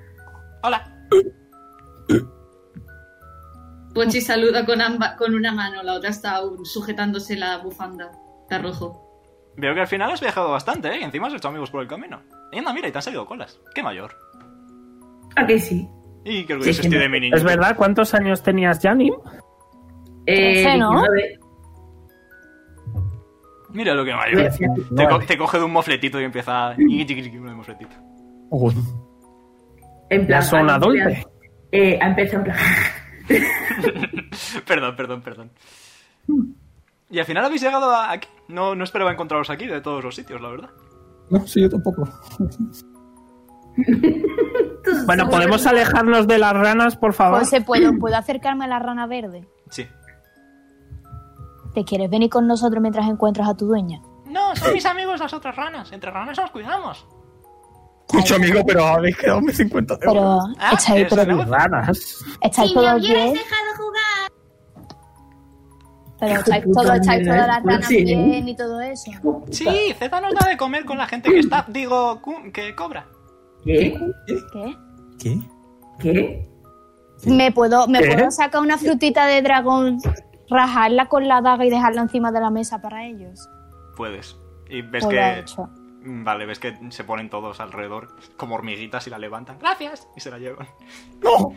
Speaker 7: Pochi saluda con, amba- con una mano, la otra está aún sujetándose la bufanda. Está rojo.
Speaker 2: Veo que al final has viajado bastante, ¿eh? Y encima has hecho amigos por el camino. Y anda, mira, y te han salido colas. Qué mayor.
Speaker 1: ¿A que sí?
Speaker 2: Y qué orgulloso estoy de mi niño.
Speaker 6: Es verdad, ¿cuántos años tenías, Janim?
Speaker 1: Eh,
Speaker 6: Trece, ¿no?
Speaker 1: 19.
Speaker 2: Mira lo que mayor.
Speaker 6: Sí, sí,
Speaker 2: Te, co-
Speaker 6: vale.
Speaker 2: te coge de un mofletito y empieza a... un mofletito.
Speaker 1: En
Speaker 6: Ya son
Speaker 1: ha-
Speaker 6: adultos.
Speaker 1: Eh, ha empezado en plan...
Speaker 2: perdón, perdón, perdón. Y al final habéis llegado a aquí. No, no esperaba encontraros aquí de todos los sitios, la verdad.
Speaker 15: No, sí, yo tampoco.
Speaker 6: Bueno, ¿podemos alejarnos de las ranas, por favor?
Speaker 3: José, Pues ¿puedo, ¿puedo acercarme a la rana verde?
Speaker 2: Sí.
Speaker 3: ¿Te quieres venir con nosotros mientras encuentras a tu dueña?
Speaker 9: No, son mis amigos las otras ranas. Entre ranas nos cuidamos.
Speaker 17: Escucha, amigo, pero habéis quedado mis 50 euros.
Speaker 3: Pero,
Speaker 9: Ah,
Speaker 3: ¿estáis,
Speaker 9: eso
Speaker 3: pero,
Speaker 9: no.
Speaker 6: Ranas.
Speaker 3: ¿estáis
Speaker 8: Si me
Speaker 3: todos
Speaker 8: hubieras
Speaker 3: bien?
Speaker 8: dejado jugar.
Speaker 3: Pero estáis,
Speaker 9: puta,
Speaker 3: todos- estáis
Speaker 9: mira,
Speaker 3: todas las
Speaker 9: eh.
Speaker 3: ranas
Speaker 9: Sí.
Speaker 3: bien y todo eso.
Speaker 9: Sí, Z nos da de comer con la gente que está. Digo, cu- que cobra.
Speaker 1: ¿Qué?
Speaker 3: ¿Qué?
Speaker 15: ¿Qué?
Speaker 1: ¿Qué?
Speaker 3: ¿Me puedo, me
Speaker 15: ¿Qué?
Speaker 3: puedo sacar una frutita de dragón, rajarla con la daga y dejarla encima de la mesa para ellos?
Speaker 2: Puedes. Y ves
Speaker 3: Pues lo he
Speaker 2: que... mm,
Speaker 3: hecho.
Speaker 2: Vale, ves que se ponen todos alrededor como hormiguitas y la levantan
Speaker 9: Gracias.
Speaker 2: y se la llevan.
Speaker 17: ¡No!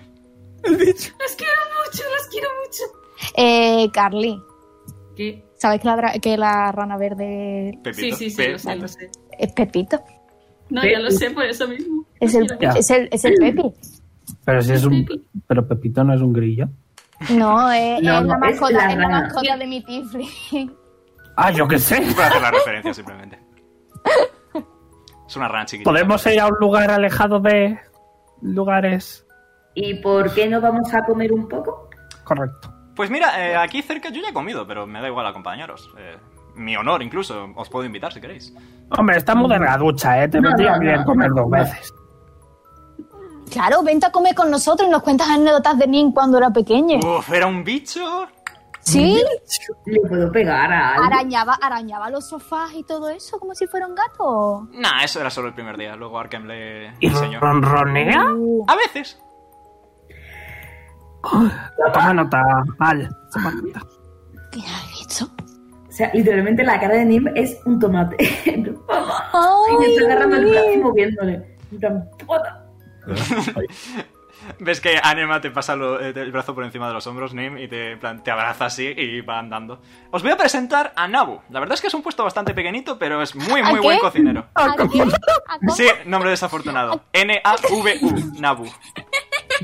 Speaker 7: Las quiero mucho, las quiero mucho.
Speaker 3: Eh, Carly.
Speaker 7: ¿Qué?
Speaker 3: ¿Sabes que la, dra- que la rana verde
Speaker 7: Sí, sí, sí, lo sé, lo sé.
Speaker 3: es Pepito?
Speaker 7: No, ya lo sé por eso mismo.
Speaker 3: Es el,
Speaker 6: Ya.
Speaker 3: es el, es el Pepi.
Speaker 6: Pero si es un. Pero Pepito no es un grillo.
Speaker 3: No, es,
Speaker 6: No,
Speaker 3: es la
Speaker 6: no, es
Speaker 3: mascota,
Speaker 6: la
Speaker 3: es la
Speaker 6: rana.
Speaker 3: mascota de mi tifling.
Speaker 6: Ah, yo qué sé.
Speaker 2: Para hacer la referencia simplemente. Es una rana chiquita.
Speaker 6: ¿Podemos ir a un lugar alejado de lugares?
Speaker 1: ¿Y por qué no vamos a comer un poco?
Speaker 6: Correcto.
Speaker 2: Pues mira, eh, aquí cerca yo ya he comido, pero me da igual acompañaros. Eh, mi honor incluso, os puedo invitar si queréis.
Speaker 6: Hombre, está muy delgaducha, ¿eh? Te
Speaker 2: No,
Speaker 6: vendría
Speaker 2: no,
Speaker 6: bien
Speaker 2: no,
Speaker 6: comer dos veces.
Speaker 2: Oh,
Speaker 3: Claro, vente a comer con nosotros y nos cuentas anécdotas de Nin cuando era pequeño.
Speaker 2: Uf, era un bicho.
Speaker 3: Sí,
Speaker 1: Le puedo pegar a algo.
Speaker 3: arañaba, arañaba los sofás y todo eso como si fuera un gato.
Speaker 2: Nah, eso era solo el primer día. Luego Arkham le
Speaker 4: ¿Y
Speaker 2: enseñó.
Speaker 4: ronronea?
Speaker 2: A veces.
Speaker 4: Toma nota, Al. Toma nota.
Speaker 3: ¿Qué has visto?
Speaker 1: O sea, literalmente la cara de Nim es un tomate.
Speaker 3: Ay,
Speaker 1: y me está agarrando el
Speaker 3: Nim.
Speaker 1: brazo y moviéndole. En plan, puta.
Speaker 2: Ves que Anema te pasa lo- eh, el brazo por encima de los hombros, Nim, y te, en plan, te abraza así y va andando. Os voy a presentar a Nabu. La verdad es que es un puesto bastante pequeñito, pero es muy,
Speaker 3: ¿A
Speaker 2: muy
Speaker 3: qué?
Speaker 2: buen cocinero.
Speaker 3: ¿A qué? ¿A cómo?
Speaker 2: Sí, nombre desafortunado. N-A-V-U, Nabu.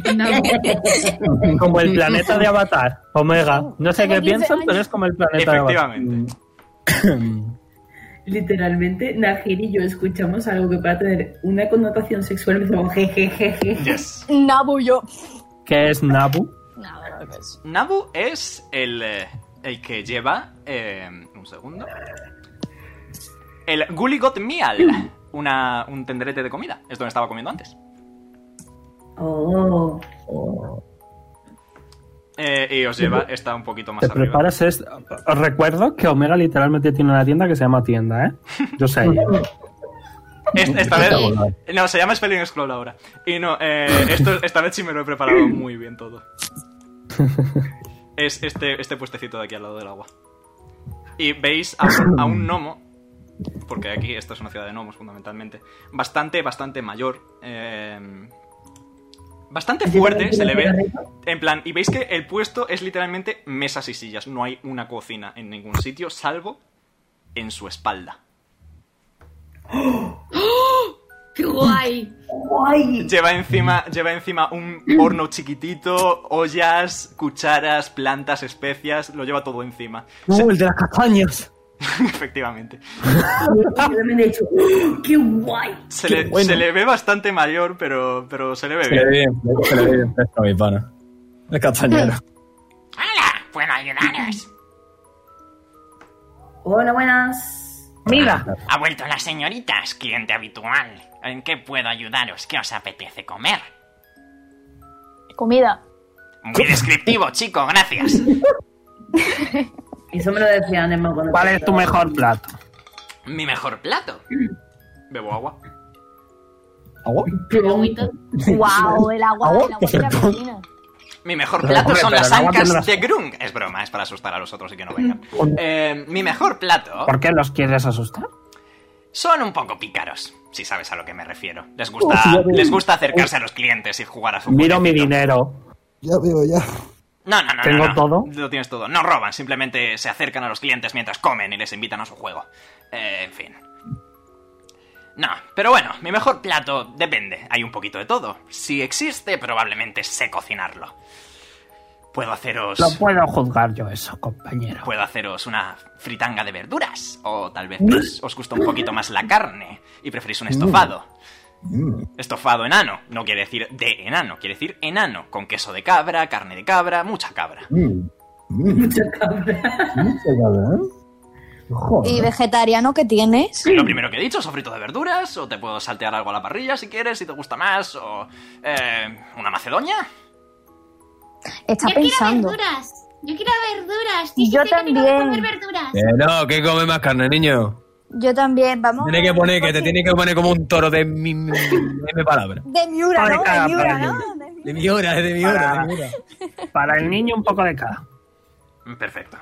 Speaker 6: Como el planeta de Avatar, Omega. No sé
Speaker 3: Tengo
Speaker 6: qué
Speaker 3: 15
Speaker 6: piensan, pero
Speaker 3: años.
Speaker 6: es como el planeta de Avatar.
Speaker 2: Efectivamente.
Speaker 1: Literalmente, Najir y yo escuchamos algo que para tener una connotación sexual y decimos jejejeje.
Speaker 2: Yes.
Speaker 3: Nabu yo.
Speaker 6: ¿Qué es Nabu?
Speaker 2: Nabu es el, eh, el que lleva. eh, un segundo. El Gully Got Meal. Una, un tenderete de comida. Es donde estaba comiendo antes.
Speaker 1: Oh.
Speaker 2: Eh, y os lleva, está un poquito más
Speaker 6: Te
Speaker 2: arriba.
Speaker 6: preparas es... Os recuerdo que Omega literalmente tiene una tienda que se llama tienda, ¿eh? Yo sé.
Speaker 2: Es- esta vez. No, se llama Spelling Scroll ahora. Y no, eh, esto, esta vez sí me lo he preparado muy bien todo. Es este, este puestecito de aquí al lado del agua. Y veis a, a un gnomo. Porque aquí esta es una ciudad de gnomos, fundamentalmente. Bastante, bastante mayor. eh, bastante fuerte se le ve. En plan, y veis que el puesto es literalmente mesas y sillas. No hay una cocina en ningún sitio, salvo en su espalda.
Speaker 7: ¡Qué guay!
Speaker 1: Guay.
Speaker 2: Lleva encima, lleva encima un horno chiquitito, ollas, cucharas, plantas, especias, lo lleva todo encima.
Speaker 6: ¡Uh, el de las castañas!
Speaker 2: Efectivamente.
Speaker 1: Yo me he dicho, ¡oh, ¡qué guay!
Speaker 2: Se
Speaker 1: Qué
Speaker 2: le,
Speaker 1: bueno.
Speaker 2: se le ve bastante mayor, pero, pero se le ve
Speaker 15: Se le ve
Speaker 2: bien.
Speaker 15: bien, se le ve bien fresco a mi pana. Es castañero.
Speaker 9: ¡Hola! ¿Puedo ayudaros?
Speaker 1: Hola, buenas.
Speaker 6: Mira,
Speaker 9: Ha vuelto las señoritas, cliente habitual. ¿En qué puedo ayudaros? ¿Qué os apetece comer?
Speaker 3: Comida.
Speaker 9: Muy descriptivo, chico, gracias.
Speaker 1: Eso me lo decía Nema cuando.
Speaker 6: ¿cuál es tu mejor plato?
Speaker 9: Mi mejor plato.
Speaker 2: Bebo agua.
Speaker 15: ¿Agua?
Speaker 3: Wow, el agua, el agua de la piscina.
Speaker 2: Mi mejor
Speaker 6: Pero,
Speaker 2: plato
Speaker 6: hombre,
Speaker 2: son
Speaker 6: pero
Speaker 2: las
Speaker 6: el agua
Speaker 2: ancas
Speaker 6: tendrás-
Speaker 2: de Grung. Es broma, es para asustar a los otros y que no vengan. Eh, mi mejor plato
Speaker 6: ¿Por qué los quieres asustar?
Speaker 2: son un poco pícaros, si sabes a lo que me refiero. Les gusta,
Speaker 6: Hostia, bien.
Speaker 2: les gusta acercarse a los clientes y jugar a su
Speaker 6: Miro mi dinero.
Speaker 17: Ya veo, ya.
Speaker 2: No, no, no.
Speaker 6: ¿Tengo
Speaker 2: no, no.
Speaker 6: todo?
Speaker 2: Lo tienes todo. No roban, simplemente se acercan a los clientes mientras comen y les invitan a su juego. Eh, en fin. No, pero bueno, mi mejor plato depende. Hay un poquito de todo. Si existe, probablemente sé cocinarlo. Puedo haceros.
Speaker 6: No puedo juzgar yo eso, compañero.
Speaker 2: Puedo haceros una fritanga de verduras. O tal vez pues, os, os gusta un poquito más la carne y preferís un estofado. Estofado enano. No quiere decir de enano, quiere decir enano. Con queso de cabra, carne de cabra, mucha cabra.
Speaker 5: Mm.
Speaker 1: Mucha cabra.
Speaker 5: ¿eh?
Speaker 16: ¿Y vegetariano qué tienes?
Speaker 2: Lo primero que he dicho, sofrito de verduras, o te puedo saltear algo a la parrilla si quieres, si te gusta más, o... eh, ¿Una macedonia?
Speaker 3: Está
Speaker 8: Yo
Speaker 3: pensando.
Speaker 8: quiero verduras. Yo quiero verduras.
Speaker 3: Y yo
Speaker 8: Dijiste que tengo que
Speaker 3: también.
Speaker 8: comer verduras.
Speaker 5: Eh, no, que come más carne, niño.
Speaker 16: Yo también, vamos.
Speaker 5: Tiene que poner, que te tiene que poner como un toro de mi, mi, mi palabra.
Speaker 16: De Miura,
Speaker 6: Ay,
Speaker 16: ¿no?
Speaker 6: cara,
Speaker 16: De Miura,
Speaker 6: para
Speaker 16: ¿no? De Miura.
Speaker 5: De mi hora, de mi hora, de mi hora.
Speaker 6: Para el niño un poco de cada.
Speaker 2: Mm, Perfecto.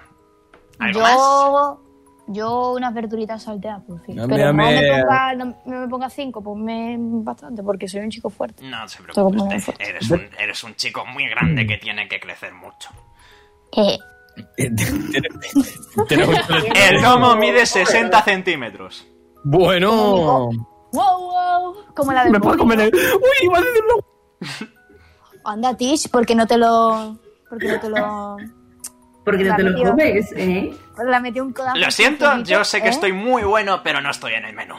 Speaker 2: ¿Algo más?
Speaker 3: Yo, yo unas verduritas salteadas, por fin.
Speaker 5: No me
Speaker 3: Pero no me,
Speaker 5: ame-
Speaker 3: ponga, no, no me ponga cinco, ponme bastante, porque soy un chico fuerte.
Speaker 2: No se
Speaker 3: Tengo que poner
Speaker 2: preocupes, te- eres un, eres un chico muy grande que tiene que crecer mucho.
Speaker 3: Eh,
Speaker 5: Tienes un toro de-
Speaker 2: El gnomo mide 60 centímetros.
Speaker 5: Bueno.
Speaker 3: wow, wow, como la de
Speaker 6: Me puedo comer el... ¡Uy, iba a decir no!
Speaker 16: Anda, Tish, porque no te lo. Porque no te lo.
Speaker 1: Porque no te lo comes, ¿eh?
Speaker 16: La metí un codazo.
Speaker 2: Lo siento,
Speaker 16: Poquito,
Speaker 2: yo sé que
Speaker 16: ¿eh?
Speaker 2: estoy muy bueno, pero no estoy en el menú.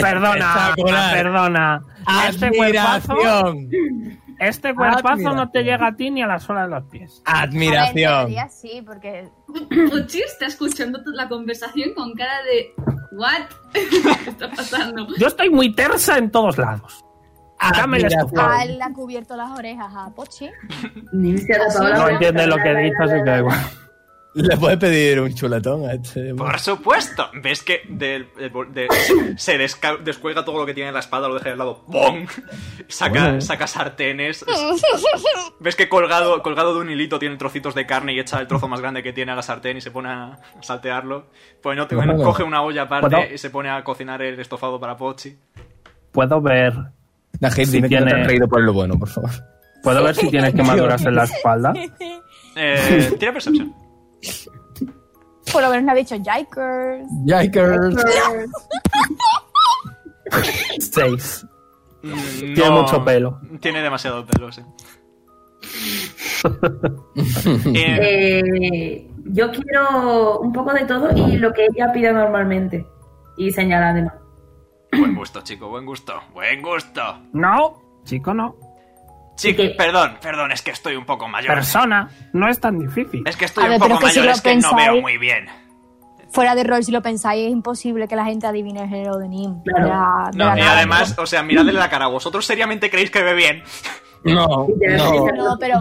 Speaker 6: Perdona,
Speaker 5: Espectacular.
Speaker 6: perdona. Este cuerpazo,
Speaker 5: Admiración.
Speaker 6: este cuerpazo no te
Speaker 5: Admiración.
Speaker 6: llega a ti ni a la sola de los pies.
Speaker 3: A ver, en
Speaker 5: Admiración.
Speaker 3: teoría sí, porque
Speaker 7: Pochi está escuchando toda la conversación con cara de. ¿What? ¿Qué está pasando?
Speaker 6: Yo estoy muy tersa en todos lados. Dame la
Speaker 3: A él le ha cubierto las orejas a Pochi.
Speaker 1: Nimsia de todas
Speaker 6: No entiende lo que he dicho, así que da igual.
Speaker 18: Le puedes pedir un chuletón a este.
Speaker 2: Por supuesto. ¿Ves que del- del bol- de- se desca- descuelga todo lo que tiene en la espada, lo deja de lado? ¡Bong! Saca,
Speaker 19: Bueno.
Speaker 2: saca sartenes. ¿Ves que colgado, colgado de un hilito tiene trocitos de carne y echa el trozo más grande que tiene a la sartén y se pone a saltearlo? Pues no te-
Speaker 6: Bueno,
Speaker 2: bueno, coge una olla aparte
Speaker 6: ¿puedo?
Speaker 2: y se pone a cocinar el estofado para Pochi.
Speaker 6: Puedo ver.
Speaker 5: La gente dime que no te han reído por lo bueno, por favor.
Speaker 6: Puedo ver si tienes quemaduras en la espalda.
Speaker 2: Eh, tira percepción.
Speaker 3: Por lo menos le ha dicho Jikers.
Speaker 5: Yikers.
Speaker 6: Seis.
Speaker 2: Mm,
Speaker 6: Tiene
Speaker 2: no,
Speaker 6: mucho pelo.
Speaker 2: Tiene demasiado pelo, sí. Eh,
Speaker 1: Eh, yo quiero un poco de todo y lo que ella pida normalmente. Y señala además.
Speaker 2: buen gusto, chico, buen gusto. Buen gusto.
Speaker 6: No, chico, no.
Speaker 2: Chico, perdón, perdón, es que estoy un poco mayor.
Speaker 6: Persona, no es tan difícil.
Speaker 2: Es que estoy
Speaker 3: A ver,
Speaker 2: un poco
Speaker 3: pero que si
Speaker 2: mayor,
Speaker 3: lo
Speaker 2: es que no
Speaker 3: pensáis-
Speaker 2: veo muy bien.
Speaker 3: Fuera de rol, si lo pensáis, es imposible que la gente adivine el género de Nim.
Speaker 1: Claro.
Speaker 3: Era-
Speaker 2: No,
Speaker 3: era
Speaker 2: y
Speaker 3: nada.
Speaker 2: además, o sea, miradle la cara. ¿Vosotros seriamente creéis que ve bien?
Speaker 5: No,
Speaker 3: No, pero, pero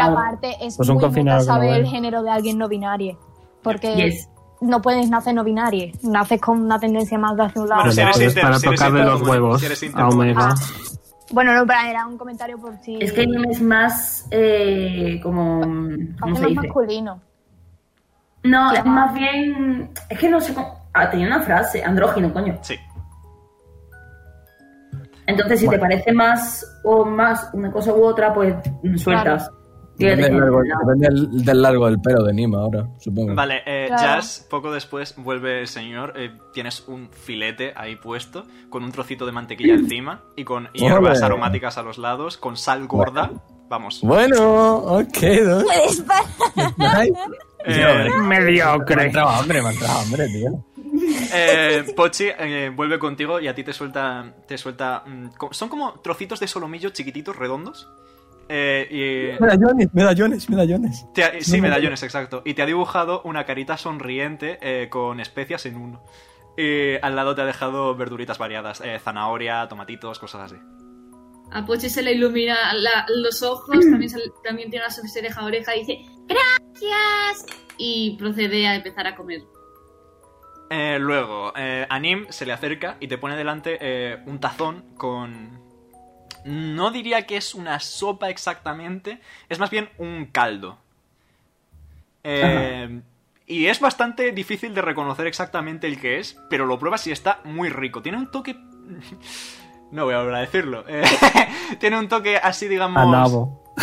Speaker 3: aparte es
Speaker 6: Oh. Pues un
Speaker 3: muy
Speaker 6: cocinero
Speaker 3: meta
Speaker 6: que no
Speaker 3: saber el
Speaker 6: vale.
Speaker 3: género de alguien no binario. Porque
Speaker 1: Yes.
Speaker 3: no puedes nacer no binario. Naces con una tendencia más hacia un lado.
Speaker 2: Bueno, si eres
Speaker 6: Entonces,
Speaker 2: inter-
Speaker 6: para
Speaker 2: si eres
Speaker 6: tocarle los
Speaker 2: interhumano-
Speaker 6: huevos
Speaker 2: si eres
Speaker 6: a Omega.
Speaker 2: interhumano.
Speaker 3: Bueno, no, pero era un comentario por si...
Speaker 1: Es que Nim es más eh, como... ¿Cómo
Speaker 3: Hace
Speaker 1: se
Speaker 3: más
Speaker 1: dice?
Speaker 3: masculino. Ah.
Speaker 1: No, es más bien... Es que no sé cómo... Ah, tenía una frase, andrógino, coño.
Speaker 2: Sí.
Speaker 1: Entonces, si te parece más o más una cosa u otra, pues mm, sueltas. Fíjate
Speaker 5: Depende,
Speaker 1: que-
Speaker 5: del largo, depende del, del largo del pelo de Nima ahora, supongo.
Speaker 2: Vale, eh,
Speaker 3: Claro.
Speaker 2: Jazz, poco después vuelve el señor. eh, tienes un filete ahí puesto, con un trocito de mantequilla encima y con hierbas
Speaker 5: Ole.
Speaker 2: aromáticas a los lados, con sal gorda. Vamos.
Speaker 5: Bueno, ok, dos. Nice.
Speaker 2: Eh,
Speaker 5: Me ha
Speaker 6: Mediocre.
Speaker 5: entrado hambre, me ha entrado hambre, tío.
Speaker 2: Eh, Pochi eh, vuelve contigo y a ti te suelta. Te suelta. mm, co- son como trocitos de solomillo chiquititos, redondos. Eh, y-
Speaker 5: Medallones, medallones, medallones.
Speaker 2: te ha- sí,
Speaker 5: No me-
Speaker 2: medallones, exacto. Y te ha dibujado una carita sonriente eh, con especias en uno. Y al lado te ha dejado verduritas variadas: eh, zanahoria, tomatitos, cosas así.
Speaker 7: A Pochi se le ilumina la- los ojos, también, se le- también tiene una sonrisa oreja y dice ¡Gracias! Y procede a empezar a comer.
Speaker 2: Eh, luego, eh, a Nim se le acerca y te pone delante eh, un tazón con... No diría que es una sopa exactamente, es más bien un caldo. Eh, y es bastante difícil de reconocer exactamente el que es, pero lo pruebas y está muy rico. Tiene un toque... No voy a volver a decirlo. Eh, tiene un toque así, digamos...
Speaker 6: Anabo.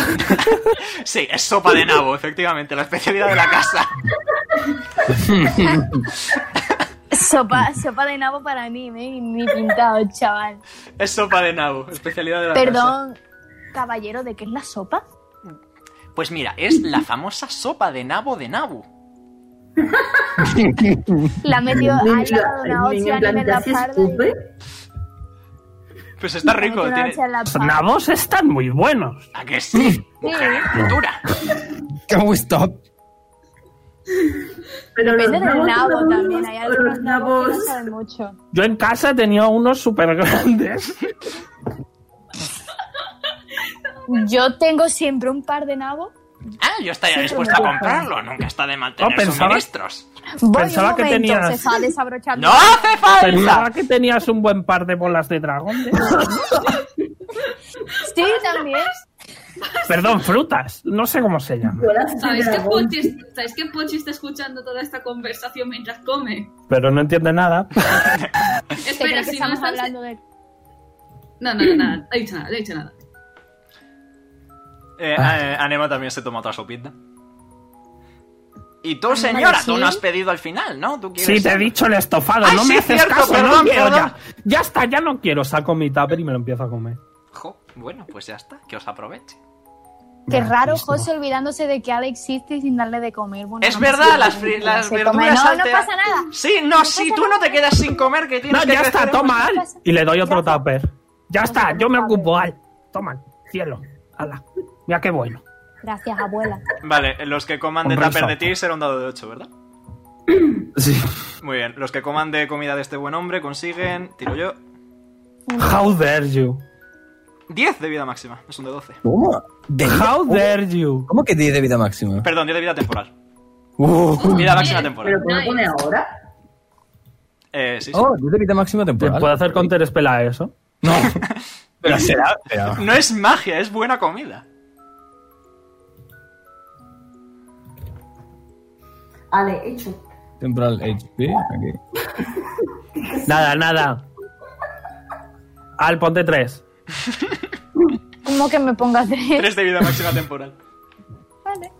Speaker 2: Sí, es sopa de nabo, efectivamente, la especialidad de la casa.
Speaker 3: Sopa, sopa de nabo para mí, ¿eh? ni pintado, chaval.
Speaker 2: Es sopa de nabo, especialidad de la casa.
Speaker 3: Perdón, caballero, ¿de qué es la sopa?
Speaker 2: Pues mira, es la famosa sopa de nabo de nabo.
Speaker 3: La ha metido ha llevado Ah,
Speaker 1: Niño,
Speaker 3: una hostia
Speaker 1: en plan,
Speaker 3: en la
Speaker 1: ¿te
Speaker 3: parda.
Speaker 1: escupe?
Speaker 2: Pues está
Speaker 3: y-
Speaker 2: rico.
Speaker 3: ha metido una
Speaker 2: Tiene...
Speaker 3: hostia en la
Speaker 6: Los
Speaker 3: parda.
Speaker 6: nabos están muy buenos.
Speaker 2: ¿A que sí? Mujer, cultura.
Speaker 5: Can we stop?
Speaker 1: Pero los
Speaker 3: Depende del
Speaker 1: nabos
Speaker 3: nabo
Speaker 1: son
Speaker 3: también.
Speaker 1: unos-
Speaker 3: Hay
Speaker 1: pero
Speaker 3: algunos
Speaker 1: los
Speaker 3: nabos que no
Speaker 1: nabos...
Speaker 3: saben mucho.
Speaker 6: Yo en casa tenía unos súper grandes.
Speaker 3: Yo tengo siempre un par de nabos.
Speaker 2: Ah, yo estaría
Speaker 3: Sí,
Speaker 2: dispuesto a
Speaker 3: pero-
Speaker 2: comprarlo. Nunca está de mantener
Speaker 6: No, pensaba-
Speaker 2: suministros.
Speaker 3: Voy
Speaker 6: Pensaba
Speaker 3: un
Speaker 6: que
Speaker 3: momento,
Speaker 6: tenías-
Speaker 3: se está desabrochando.
Speaker 2: ¡No hace
Speaker 6: Pensaba
Speaker 2: falta!
Speaker 6: que tenías un buen par de bolas de dragón. ¿eh?
Speaker 3: Sí, también.
Speaker 6: Perdón, frutas. No sé cómo se llama.
Speaker 1: bolas de
Speaker 7: ¿Sabéis que,
Speaker 1: dragón.
Speaker 7: Pochi, ¿Sabéis que Pochi está escuchando toda esta conversación mientras come?
Speaker 6: Pero no entiende nada.
Speaker 3: ¿Te
Speaker 7: Espera,
Speaker 3: crees que
Speaker 7: si no
Speaker 3: estamos
Speaker 7: están-
Speaker 3: hablando de
Speaker 7: No, no, no, nada, no he dicho nada, no he dicho nada.
Speaker 2: Eh, eh, Anema también se toma otra sopita. Y tú, señora,
Speaker 3: señora,
Speaker 2: tú
Speaker 3: sí.
Speaker 2: no has pedido al final, ¿no? ¿Tú quieres
Speaker 6: Sí, te he
Speaker 2: algo?
Speaker 6: dicho el estofado.
Speaker 2: Ay,
Speaker 6: no
Speaker 2: sí,
Speaker 6: me haces
Speaker 2: cierto,
Speaker 6: caso.
Speaker 2: perdón,
Speaker 6: no quiero
Speaker 2: perdón.
Speaker 6: ya. Ya está, ya no quiero. Saco mi tupper y me lo empiezo a comer.
Speaker 2: Jo, bueno, pues ya está, que os aproveche.
Speaker 3: Qué raro,
Speaker 6: Cristo.
Speaker 3: José, olvidándose de que Alex existe y sin darle de comer. Bueno,
Speaker 2: es
Speaker 3: no
Speaker 2: verdad,
Speaker 3: pasa
Speaker 2: las,
Speaker 3: nada,
Speaker 2: fri- las
Speaker 3: se come.
Speaker 2: verduras
Speaker 3: No, no
Speaker 2: salteadas-
Speaker 3: pasa nada.
Speaker 2: Sí, no, sí, tú no te quedas sin comer, que tienes
Speaker 6: No,
Speaker 2: que
Speaker 6: ya está,
Speaker 2: crecer.
Speaker 6: toma, Al.
Speaker 3: pasa.
Speaker 6: Y le doy otro tupper. Ya
Speaker 3: Vamos a
Speaker 6: está,
Speaker 3: comer
Speaker 6: yo me
Speaker 3: tupper.
Speaker 6: ocupo, Al. Toma, cielo. Ala. Mira qué bueno.
Speaker 3: Gracias, abuela.
Speaker 2: Vale, los que coman de
Speaker 6: Hombre,
Speaker 2: tupper de
Speaker 6: exacto.
Speaker 2: ti será un dado de 8, ¿verdad?
Speaker 6: Sí.
Speaker 2: Muy bien, los que coman de comida de este buen hombre consiguen, tiro yo,
Speaker 6: How dare you.
Speaker 2: 10 de vida máxima. Es un de 12.
Speaker 5: ¿Cómo? ¿De
Speaker 6: How dare you?
Speaker 5: ¿Cómo que 10 de vida máxima?
Speaker 2: Perdón, 10 de vida temporal.
Speaker 5: Uh.
Speaker 2: Vida máxima temporal.
Speaker 1: ¿Pero cómo pone ahora?
Speaker 2: Eh, sí, sí.
Speaker 5: Oh, 10 de vida máxima temporal.
Speaker 6: ¿Puedo hacer counter spell a eso?
Speaker 5: No. Pero será.
Speaker 6: Oh.
Speaker 5: será.
Speaker 2: No es magia, es buena comida.
Speaker 1: Ale, hecho.
Speaker 15: Temporal HP. Aquí.
Speaker 6: Nada, nada. Al, ponte 3.
Speaker 3: ¿Cómo que me pongas tres?
Speaker 2: 3 de vida máxima temporal.
Speaker 3: Vale.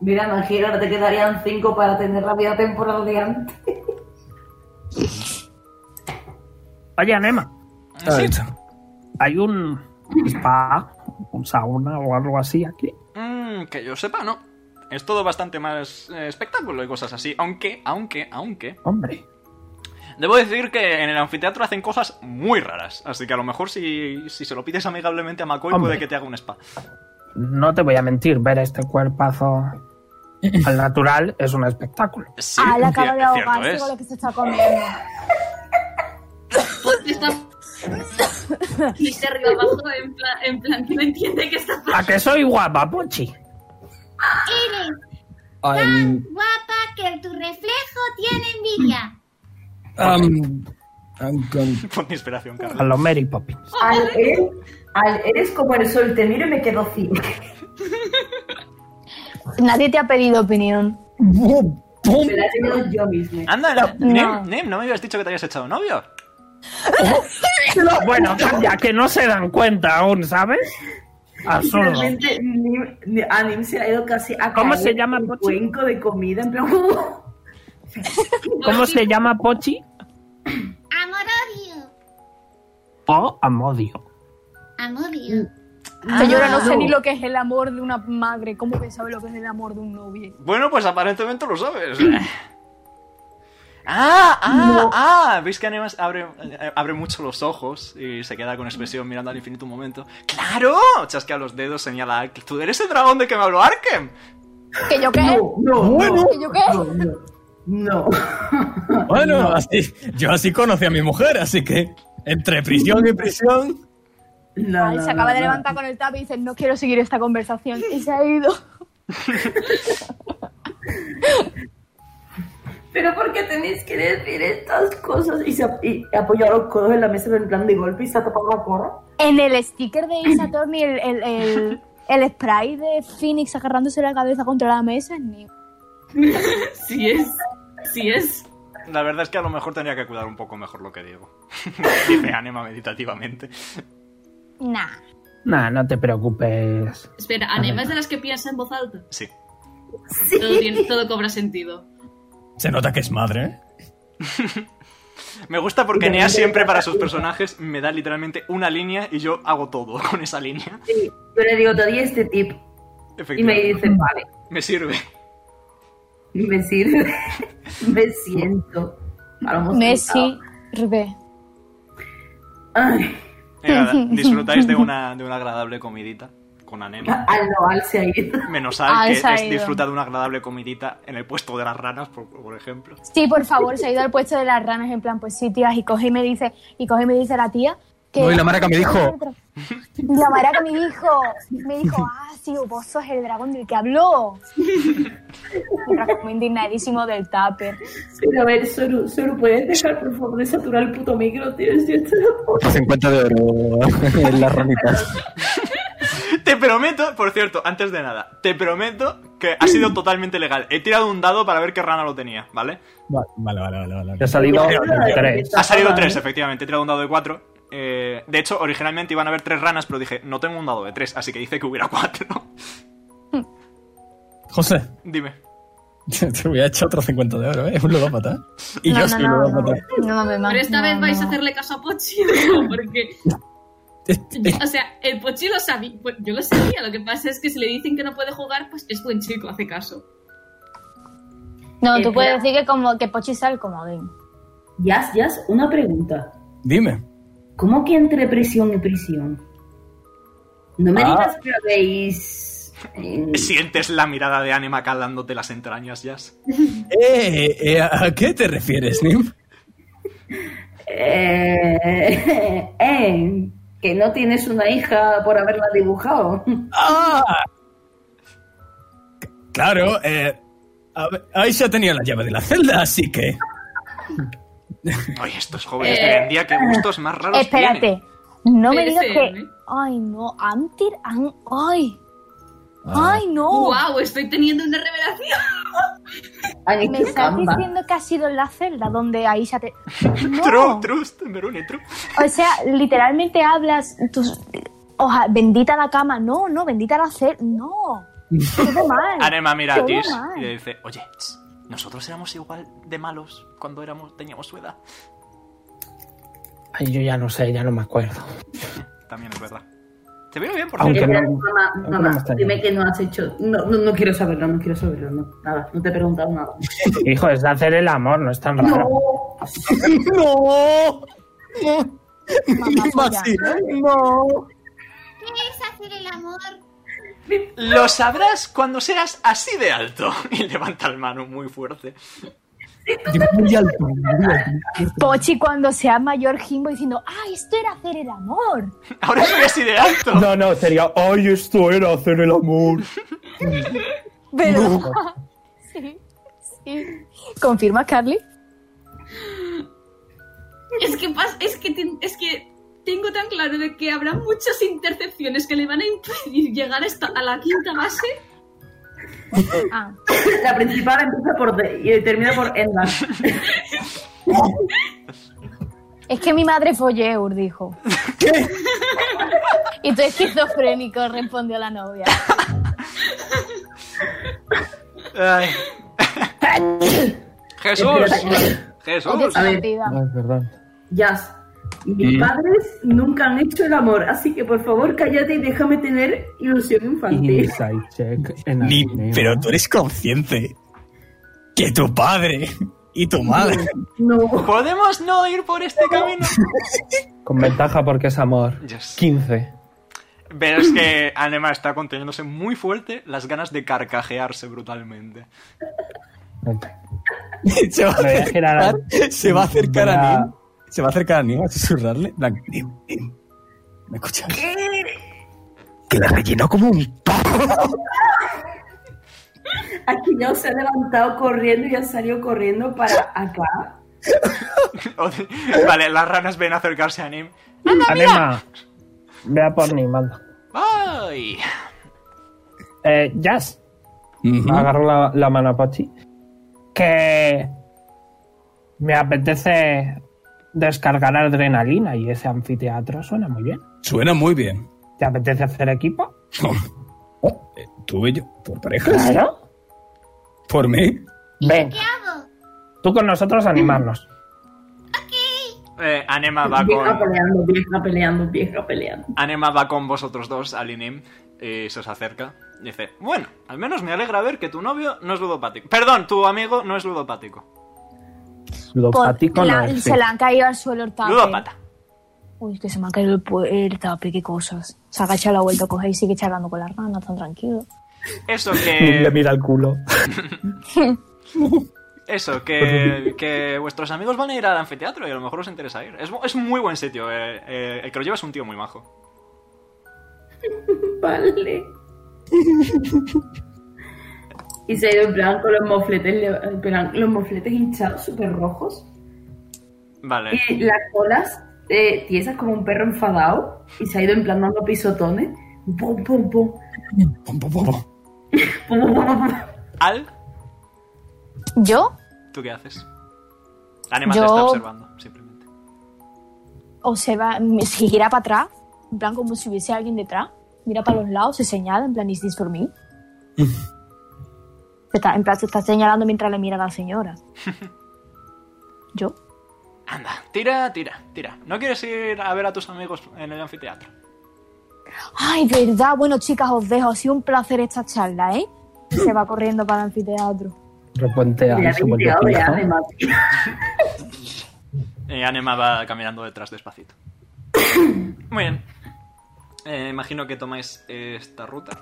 Speaker 1: Mira, imagino, ahora te quedarían 5 para tener la vida temporal de antes.
Speaker 6: Vaya, Nema.
Speaker 3: Ah,
Speaker 5: A ver,
Speaker 6: Hay un spa, un sauna o algo así aquí.
Speaker 2: Mm, que yo sepa, no. Es todo bastante más eh, espectáculo y cosas así. Aunque, aunque, aunque.
Speaker 6: Hombre.
Speaker 2: Debo decir que en el anfiteatro hacen cosas muy raras. Así que a lo mejor si, si se lo pides amigablemente a McCoy
Speaker 6: Hombre.
Speaker 2: puede que te haga un spa.
Speaker 6: No te voy a mentir, ver este cuerpazo al natural es un espectáculo.
Speaker 2: Sí,
Speaker 3: Ah, le
Speaker 2: cier-
Speaker 3: acaba de
Speaker 2: cierto
Speaker 3: ahogarse
Speaker 2: es.
Speaker 3: con lo que se está comiendo.
Speaker 7: Está... Pues, Y se ríe abajo en plan, en plan que no entiende qué está pasando.
Speaker 6: ¿A que soy guapa, Pochi?
Speaker 8: Eres
Speaker 3: Ah,
Speaker 5: um,
Speaker 8: guapa que tu reflejo tiene envidia.
Speaker 5: um, I'm gonna-
Speaker 2: Pon inspiración, Carlos.
Speaker 6: A lo Mary Poppins.
Speaker 1: Al, eres, al- eres como el sol, te miro y me quedo ciego.
Speaker 3: Nadie te ha pedido opinión.
Speaker 5: Boom, boom.
Speaker 1: Me la he tenido yo misma.
Speaker 6: Ah,
Speaker 2: Anda, Nem,
Speaker 3: No.
Speaker 2: Nem, no me habías dicho que te habías echado novio.
Speaker 6: Bueno, cambia, que no se dan cuenta aún, ¿sabes? Absurdo.
Speaker 1: Realmente, ni- ni- a mí se ha ido casi a
Speaker 6: ¿Cómo
Speaker 1: caer
Speaker 6: se llama,
Speaker 1: un
Speaker 6: Pochi?
Speaker 1: cuenco de comida en plan.
Speaker 6: ¿Cómo se llama Pochi?
Speaker 8: Amor-odio.
Speaker 6: O Amodio.
Speaker 8: Amor-odio.
Speaker 3: Señora, Ah, no sé
Speaker 1: no.
Speaker 3: ni lo que es el amor de una madre. ¿Cómo que sabe lo que es el amor de un novio?
Speaker 2: Bueno, pues aparentemente lo sabes. Ah, ah, ah. Veis que además abre, eh, abre mucho los ojos y se queda con expresión mirando al infinito un momento. ¡Claro! Chasquea los dedos, señala a Ark. ¡Tú eres el dragón de que me habló Arkem!
Speaker 3: ¿Que yo qué?
Speaker 1: No, no, no,
Speaker 3: ¿Que yo qué?
Speaker 1: no, no, no.
Speaker 5: Bueno, así, yo así conocí a mi mujer, así que entre prisión y prisión.
Speaker 1: No,
Speaker 3: Ay,
Speaker 1: no,
Speaker 3: se acaba
Speaker 1: no,
Speaker 3: de
Speaker 1: no.
Speaker 3: levantar con el tap y dice, no quiero seguir esta conversación. Y se ha ido.
Speaker 1: Pero ¿por qué tenéis que decir estas cosas? Y se ap- y apoyó los codos en la mesa en plan de golpe y se ha tapado la porra.
Speaker 3: En el sticker de Isa Torni, el, el, el, el spray de Phoenix agarrándose la cabeza contra la mesa es ni-
Speaker 7: Sí es. Sí es.
Speaker 2: La verdad es que a lo mejor tendría que cuidar un poco mejor lo que digo. Dice Anima meditativamente.
Speaker 3: Nah.
Speaker 6: Nah, no te preocupes.
Speaker 7: Espera, Anema es de las que piensa en voz alta.
Speaker 2: Sí.
Speaker 7: Todo, tiene- todo cobra sentido.
Speaker 5: Se nota que es madre, ¿eh?
Speaker 2: Me gusta porque Nea siempre para sus personajes me da literalmente una línea y yo hago todo con esa línea.
Speaker 1: Sí, yo le digo, te di este tip. Y me
Speaker 2: Efectivamente.
Speaker 1: dice, vale.
Speaker 2: Me sirve.
Speaker 1: Y me sirve. me siento. A lo mejor
Speaker 3: Messi, Rubé.
Speaker 1: Ay,
Speaker 2: Eh, nada, disfrutáis de una, de una agradable comidita con Anema.
Speaker 1: al no, al se ha ido.
Speaker 2: Menos
Speaker 3: Ah,
Speaker 2: Al, que
Speaker 3: esa ha
Speaker 2: es,
Speaker 3: ido.
Speaker 2: disfruta de una agradable comidita en el puesto de las ranas, por, por ejemplo.
Speaker 3: Sí, por favor, se ha ido al puesto de las ranas en plan, pues sí, tías, y coge y me dice, y coge y me dice la tía que...
Speaker 5: No, y la maraca me dijo.
Speaker 3: La maraca me dijo, me dijo, ah, sí, vos sos el dragón del que habló. Dragón indignadísimo del tupper.
Speaker 1: Pero a ver, solo, solo puedes dejar, por favor, de saturar el puto micro, tío. Si esto no puedo.
Speaker 5: 50 de oro en las ranitas.
Speaker 2: Te prometo, por cierto, antes de nada, te prometo que ha sido totalmente legal. He tirado un dado para ver qué rana lo tenía, ¿vale?
Speaker 5: Vale, vale, vale. vale, vale.
Speaker 6: Te ha salido
Speaker 1: Ya, ya, ya,
Speaker 6: tres.
Speaker 1: ya.
Speaker 2: Ha salido tres, efectivamente. He tirado un dado de cuatro. Eh, de hecho, originalmente iban a haber tres ranas, pero dije, no tengo un dado de tres, así que dice que hubiera cuatro.
Speaker 5: José,
Speaker 2: Dime.
Speaker 5: te voy a echar otros 50 de oro, ¿eh? Es un ludópata. Y yo soy un ludópata.
Speaker 3: no, no, no, no,
Speaker 7: Pero esta
Speaker 3: no,
Speaker 7: vez vais
Speaker 3: no.
Speaker 7: a hacerle caso a Pochi, ¿no? porque.
Speaker 5: Es- es-
Speaker 7: O sea, el Pochi lo sabía. Yo lo sabía. Lo que pasa es que si le dicen que no puede jugar, pues es buen chico, hace caso.
Speaker 3: No,
Speaker 1: Espera.
Speaker 3: tú puedes decir que como que Pochi sale el comodín.
Speaker 1: Yas, Yas, una pregunta.
Speaker 5: Dime.
Speaker 1: ¿Cómo que entre prisión y prisión? No me
Speaker 5: Ah.
Speaker 1: digas que habéis. eh,
Speaker 2: ¿Sientes la mirada de Anima calándote las entrañas, Jazz?
Speaker 5: Eh, eh, ¿A qué te refieres, Nim?
Speaker 1: eh, eh, Que no tienes una hija por haberla dibujado.
Speaker 5: ¡Ah! Claro, eh, a ver, ahí se ha tenido la llave de la celda, así que.
Speaker 2: Ay, estos jóvenes de hoy en día, qué gustos más raros.
Speaker 3: Espérate,
Speaker 2: tienen.
Speaker 3: no me digas
Speaker 7: Ese,
Speaker 3: que.
Speaker 7: ¿eh?
Speaker 3: Ay, no, Antir. An... Ay.
Speaker 5: Ah.
Speaker 3: Ay, no.
Speaker 7: ¡Wow! Estoy teniendo una revelación.
Speaker 3: Me estás diciendo que ha sido en la celda donde Aisha te. No.
Speaker 2: True, trust, Verone, true.
Speaker 3: O sea, literalmente hablas. Tus... Oja, bendita la cama. No, no, bendita la celda. No. Todo mal.
Speaker 2: Anema mira a
Speaker 3: Todo
Speaker 2: Tis
Speaker 3: mal.
Speaker 2: y le dice, oye, tss, nosotros éramos igual de malos cuando éramos, teníamos su edad.
Speaker 6: Ay, yo ya no sé, ya no me acuerdo.
Speaker 2: También es verdad. Te veo bien, por
Speaker 6: Aunque
Speaker 2: cierto.
Speaker 6: no-
Speaker 1: Mamá,
Speaker 6: aunque
Speaker 1: mamá,
Speaker 6: no me está
Speaker 1: dime
Speaker 6: bien.
Speaker 1: que no has hecho. No, no, no quiero saberlo, no quiero saberlo. No, nada, no te he preguntado nada.
Speaker 6: Hijo, es de hacer el amor, no es tan raro.
Speaker 20: ¡No!
Speaker 3: Mamá,
Speaker 20: ¡No!
Speaker 8: ¿Quieres hacer el amor?
Speaker 2: Lo sabrás cuando seas así de alto. Y levanta el mano muy fuerte.
Speaker 5: Muy alto, muy alto.
Speaker 3: Pochi cuando sea mayor Jimbo diciendo, ah, esto era hacer el amor.
Speaker 2: Ahora soy así de alto.
Speaker 20: No, no, sería. ¡Ay, esto era hacer el amor!
Speaker 3: ¿Verdad? Sí, sí. ¿Confirma, Carly?
Speaker 7: Es que, pas- es, que ten- es que tengo tan claro de que habrá muchas intercepciones que le van a impedir llegar hasta a la quinta base.
Speaker 3: Ah,
Speaker 1: La principal empieza por D y termina por Enda.
Speaker 3: es que mi madre fue Yeur, dijo. ¿Qué? Y tú esquizofrénico, respondió la novia.
Speaker 2: Ay. Jesús. Jesús.
Speaker 1: A ver.
Speaker 3: Divertida.
Speaker 21: Ah, es verdad.
Speaker 1: Jazz. Mis
Speaker 6: Mm.
Speaker 1: padres nunca han hecho el amor, así que por favor cállate y déjame tener ilusión infantil.
Speaker 6: Inside check en
Speaker 5: Ni-
Speaker 6: Atenea.
Speaker 5: pero tú eres consciente que tu padre y tu madre.
Speaker 1: No.
Speaker 2: ¿Podemos no ir por este camino?
Speaker 6: Con ventaja porque es amor.
Speaker 2: Yes.
Speaker 6: 15.
Speaker 2: Ves que Anema está conteniéndose muy fuerte las ganas de carcajearse brutalmente.
Speaker 5: se va a
Speaker 6: Me voy a girar
Speaker 5: acercar, se va a, acercar
Speaker 6: Voy a-
Speaker 5: a Nim. Se va a acercar a Nim a susurrarle. en plan, Nim, Nim, ¿me escuchas? Que la rellenó como un pavo.
Speaker 1: Aquí ya se ha levantado corriendo y ha salido corriendo para acá.
Speaker 2: vale, las ranas ven acercarse a Nim.
Speaker 6: Anema, vea por mí, manda.
Speaker 2: ¡Ay!
Speaker 6: Eh, Jazz. Agarro la, la mano a Pochi. Que me apetece descargar adrenalina y ese anfiteatro suena muy bien.
Speaker 5: Suena muy bien.
Speaker 6: ¿Te apetece hacer equipo?
Speaker 5: Oh, eh, tú y yo, por parejas,
Speaker 6: Claro.
Speaker 5: por mí.
Speaker 6: Ven,
Speaker 8: ¿Qué hago?
Speaker 6: tú con nosotros a animarnos.
Speaker 2: Eh, Anema va
Speaker 1: Vieja
Speaker 2: con.
Speaker 1: peleando, vieja peleando, vieja peleando.
Speaker 2: Anema va con vosotros dos al Inim y se os acerca. Y Dice, bueno, al menos me alegra ver que tu novio no es ludopático. Perdón, tu amigo no es ludopático.
Speaker 6: Lo
Speaker 3: Por-
Speaker 6: patico no
Speaker 3: Pues la-
Speaker 6: es, sí.
Speaker 3: se le han caído al suelo el papel.
Speaker 2: Ludopata.
Speaker 3: Uy, que se me ha caído el, pu- el tape, qué cosas. Se agacha a la vuelta, coge y sigue charlando con la rana, tan tranquilo.
Speaker 2: Eso
Speaker 3: Eh,
Speaker 6: Le
Speaker 2: que.
Speaker 6: mira el culo.
Speaker 2: Eso, que, que vuestros amigos van a ir al anfiteatro y a lo mejor os interesa ir. Es, bu- es muy buen sitio. eh, eh, el que lo lleva es un tío muy majo.
Speaker 1: Vale. y se ha ido en plan con los mofletes, le- en plan, los mofletes hinchados, súper rojos.
Speaker 2: Vale.
Speaker 1: Y las colas eh, tiesas como un perro enfadado. Y se ha ido en plan dando pisotones. Pum, pum, pum.
Speaker 5: Pom, pom, pom, pom.
Speaker 1: Pum, pum, pum, pum.
Speaker 2: Al,
Speaker 3: ¿Yo?
Speaker 2: ¿tú qué haces? Anema te
Speaker 3: Yo-
Speaker 2: está observando, simplemente.
Speaker 3: O se va, se gira para atrás, en plan como si hubiese alguien detrás. Mira para los lados, se señala, en plan, ¿is this for me? Se está, en plan, se está señalando mientras le mira a la señora. ¿Yo?
Speaker 2: Anda, tira, tira, tira. ¿No quieres ir a ver a tus amigos en el anfiteatro?
Speaker 3: Ay, verdad. Bueno, chicas, os dejo. Ha sido un placer esta charla, ¿eh? Y Se va corriendo para el anfiteatro.
Speaker 1: Le
Speaker 6: Repuentea.
Speaker 1: ha
Speaker 6: se vuelve
Speaker 1: limpiado ya,
Speaker 6: pijo.
Speaker 1: además.
Speaker 2: Eh, Anema va caminando detrás despacito. Muy bien. Eh, imagino que tomáis esta ruta.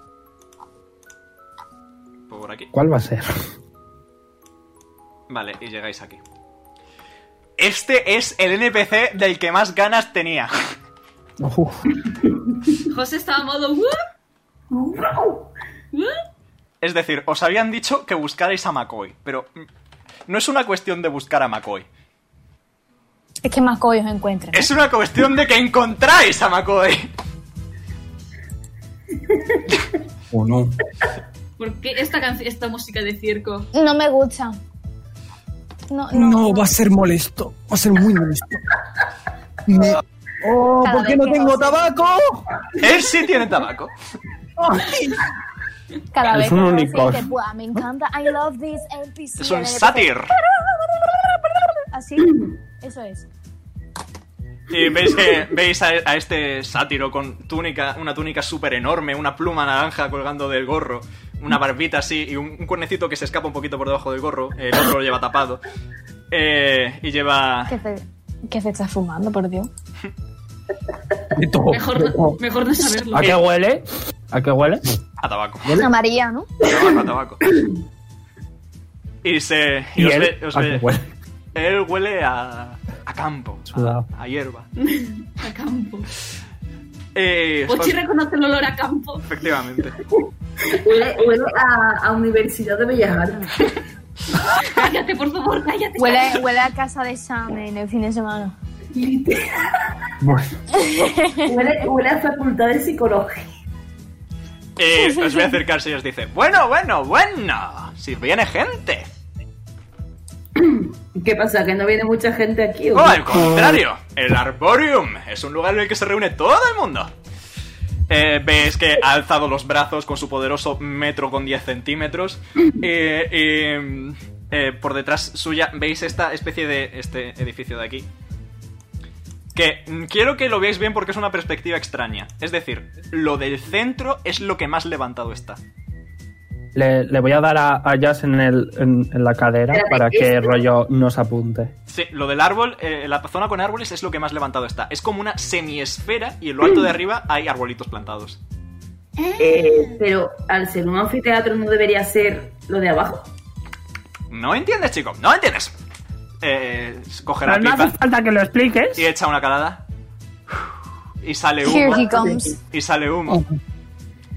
Speaker 2: Por aquí.
Speaker 6: ¿Cuál va a ser?
Speaker 2: Vale, y llegáis aquí. Este es el NPC del que más ganas tenía.
Speaker 7: José estaba en modo. ¿Eh? "Uh".
Speaker 9: Es decir, os habían dicho que buscarais a McCoy, pero mm, no es una cuestión de buscar a McCoy.
Speaker 3: Es que más collos encuentran.
Speaker 9: Es una cuestión de que encontráis a McCoy.
Speaker 5: ¿O Oh, no?
Speaker 7: ¿Por qué esta, canci- esta música de circo?
Speaker 3: No me gusta. No, no.
Speaker 5: No, va a ser molesto. Va a ser muy molesto. Me- Oh,
Speaker 3: Cada
Speaker 5: ¿por qué
Speaker 3: vez
Speaker 5: no
Speaker 3: que
Speaker 5: tengo
Speaker 3: os-
Speaker 5: tabaco?
Speaker 9: Él sí tiene tabaco.
Speaker 5: Ay.
Speaker 3: Cada
Speaker 6: Es
Speaker 3: vez
Speaker 6: un
Speaker 3: que José
Speaker 6: unicornio.
Speaker 3: dice, "Buah, me encanta, I love this NPC.
Speaker 9: Es un
Speaker 3: Así,
Speaker 9: sátir.
Speaker 3: Así, eso es.
Speaker 9: Y veis que veis a, a este sátiro con túnica, una túnica súper enorme, una pluma naranja colgando del gorro, una barbita así y un, un cuernecito que se escapa un poquito por debajo del gorro, el otro lo lleva tapado. Eh, y lleva...
Speaker 3: ¿Qué se, qué se está fumando, por Dios?
Speaker 5: Oh,
Speaker 7: Mejor no, mejor no saberlo.
Speaker 6: ¿A qué huele? ¿A qué huele?
Speaker 9: A tabaco.
Speaker 3: Amarilla, ¿no?
Speaker 9: Tabaco, a tabaco. Y se... y
Speaker 6: ¿Y
Speaker 9: os
Speaker 6: él?
Speaker 9: ve- os
Speaker 6: ¿A
Speaker 9: ve-
Speaker 6: qué huele?
Speaker 9: él huele a, a campo,
Speaker 6: Sudado.
Speaker 9: a hierba.
Speaker 7: A campo.
Speaker 9: Eh, os-
Speaker 7: Pochi reconoce el olor a campo.
Speaker 9: efectivamente.
Speaker 1: Huele, huele a, a Universidad de Bellas Artes.
Speaker 7: Cállate, por favor, cállate.
Speaker 3: Huele, huele a casa de Sam en el fin de semana.
Speaker 1: Huele, huele a Facultad de Psicología.
Speaker 9: Eh, os voy a acercarse y os dice, bueno, bueno, bueno, si viene gente.
Speaker 1: ¿Qué pasa? ¿Que no viene mucha gente aquí? o
Speaker 9: Oh,
Speaker 1: qué?
Speaker 9: al contrario, el Arborium es un lugar en el que se reúne todo el mundo. Eh, ves que ha alzado los brazos con su poderoso metro con 10 centímetros. Eh, eh, eh, por detrás suya veis esta especie de este edificio de aquí. Que mm, quiero que lo veáis bien porque es una perspectiva extraña. Es decir, lo del centro es lo que más levantado está.
Speaker 6: Le, le voy a dar a, a Jazz en, el, en, en la cadera
Speaker 1: Espérate,
Speaker 6: para que
Speaker 1: ¿esto?
Speaker 6: rollo nos apunte.
Speaker 9: Sí, lo del árbol, eh, la zona con árboles es lo que más levantado está. Es como una semiesfera y en lo alto de arriba hay arbolitos plantados.
Speaker 8: Ah.
Speaker 1: Eh, pero al ser un anfiteatro no debería ser lo de abajo.
Speaker 9: No entiendes, chico, no entiendes. Eh, coge la
Speaker 6: Pero no
Speaker 9: pipa
Speaker 6: hace falta que lo expliques.
Speaker 9: y echa una calada. Y sale
Speaker 3: Here
Speaker 9: humo.
Speaker 3: he comes.
Speaker 9: Y sale humo.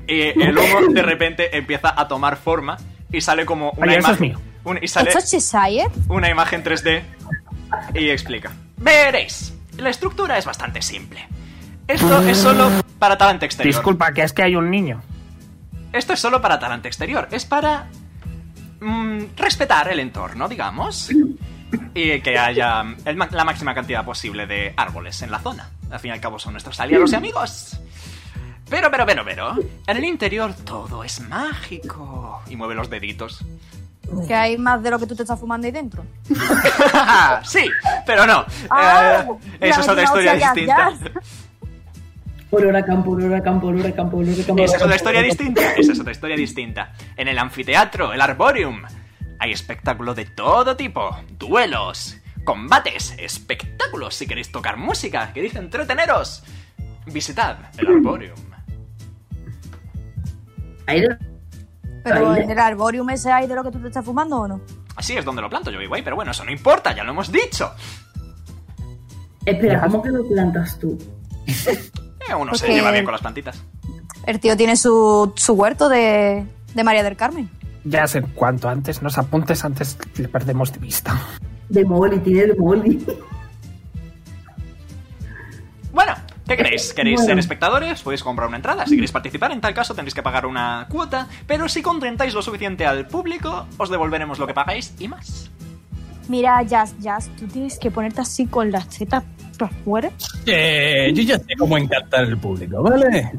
Speaker 9: Y eh, el humo de repente empieza a tomar forma y sale como una
Speaker 6: Ay, eso es
Speaker 9: imagen.
Speaker 6: mío.
Speaker 9: un- y sale
Speaker 3: ¿Esto es Cheshire?
Speaker 9: una imagen 3D y explica. Veréis, la estructura es bastante simple. Esto es solo para talante exterior.
Speaker 6: Disculpa, que es que hay un niño.
Speaker 9: Esto es solo para talante exterior, es para mm, respetar el entorno, digamos. Y que haya el ma- la máxima cantidad posible de árboles en la zona. Al fin y al cabo son nuestros aliados y amigos. Pero, pero, pero, pero. En el interior todo es mágico. Y mueve los deditos.
Speaker 3: Que hay más de lo que tú te estás fumando ahí dentro.
Speaker 9: sí, pero no.
Speaker 3: Ah,
Speaker 9: Eh,
Speaker 3: la
Speaker 9: eso es otra
Speaker 3: venganza
Speaker 9: historia
Speaker 3: ya,
Speaker 9: distinta.
Speaker 1: Por hora campo, por hora campo, por hora campo, por hora campo.
Speaker 9: Esa es otra historia distinta. Esa es otra historia distinta. En el anfiteatro, el Arborium, hay espectáculo de todo tipo: duelos, combates, espectáculos. Si queréis tocar música, queréis entreteneros, visitad el
Speaker 3: Mm.
Speaker 9: Arborium.
Speaker 1: Ahí lo-
Speaker 3: Pero
Speaker 1: Ahí.
Speaker 3: en el arborium ese hay de lo que tú te estás fumando o no?
Speaker 9: Así es donde lo planto yo, vivo ahí, pero bueno, eso no importa, ya lo hemos dicho.
Speaker 1: Espera, ¿cómo que lo plantas tú?
Speaker 9: Eh, uno se
Speaker 3: Porque-
Speaker 9: lleva bien con las plantitas.
Speaker 3: El tío tiene su, su huerto de, de María del Carmen.
Speaker 6: Ya sé, cuanto antes nos apuntes, antes le perdemos de vista.
Speaker 1: De Moli, tiene de Moli.
Speaker 9: Bueno, ¿qué queréis? ¿Queréis
Speaker 1: Bueno.
Speaker 9: ser espectadores? Podéis comprar una entrada. Si queréis participar, en tal caso tendréis que pagar una cuota. Pero si contentáis lo suficiente al público, os devolveremos lo que pagáis y más.
Speaker 3: Mira, Jazz, Jazz, tú tienes que ponerte así con las tetas para afuera.
Speaker 5: Eh, yo ya sé cómo encantar al público, ¿vale?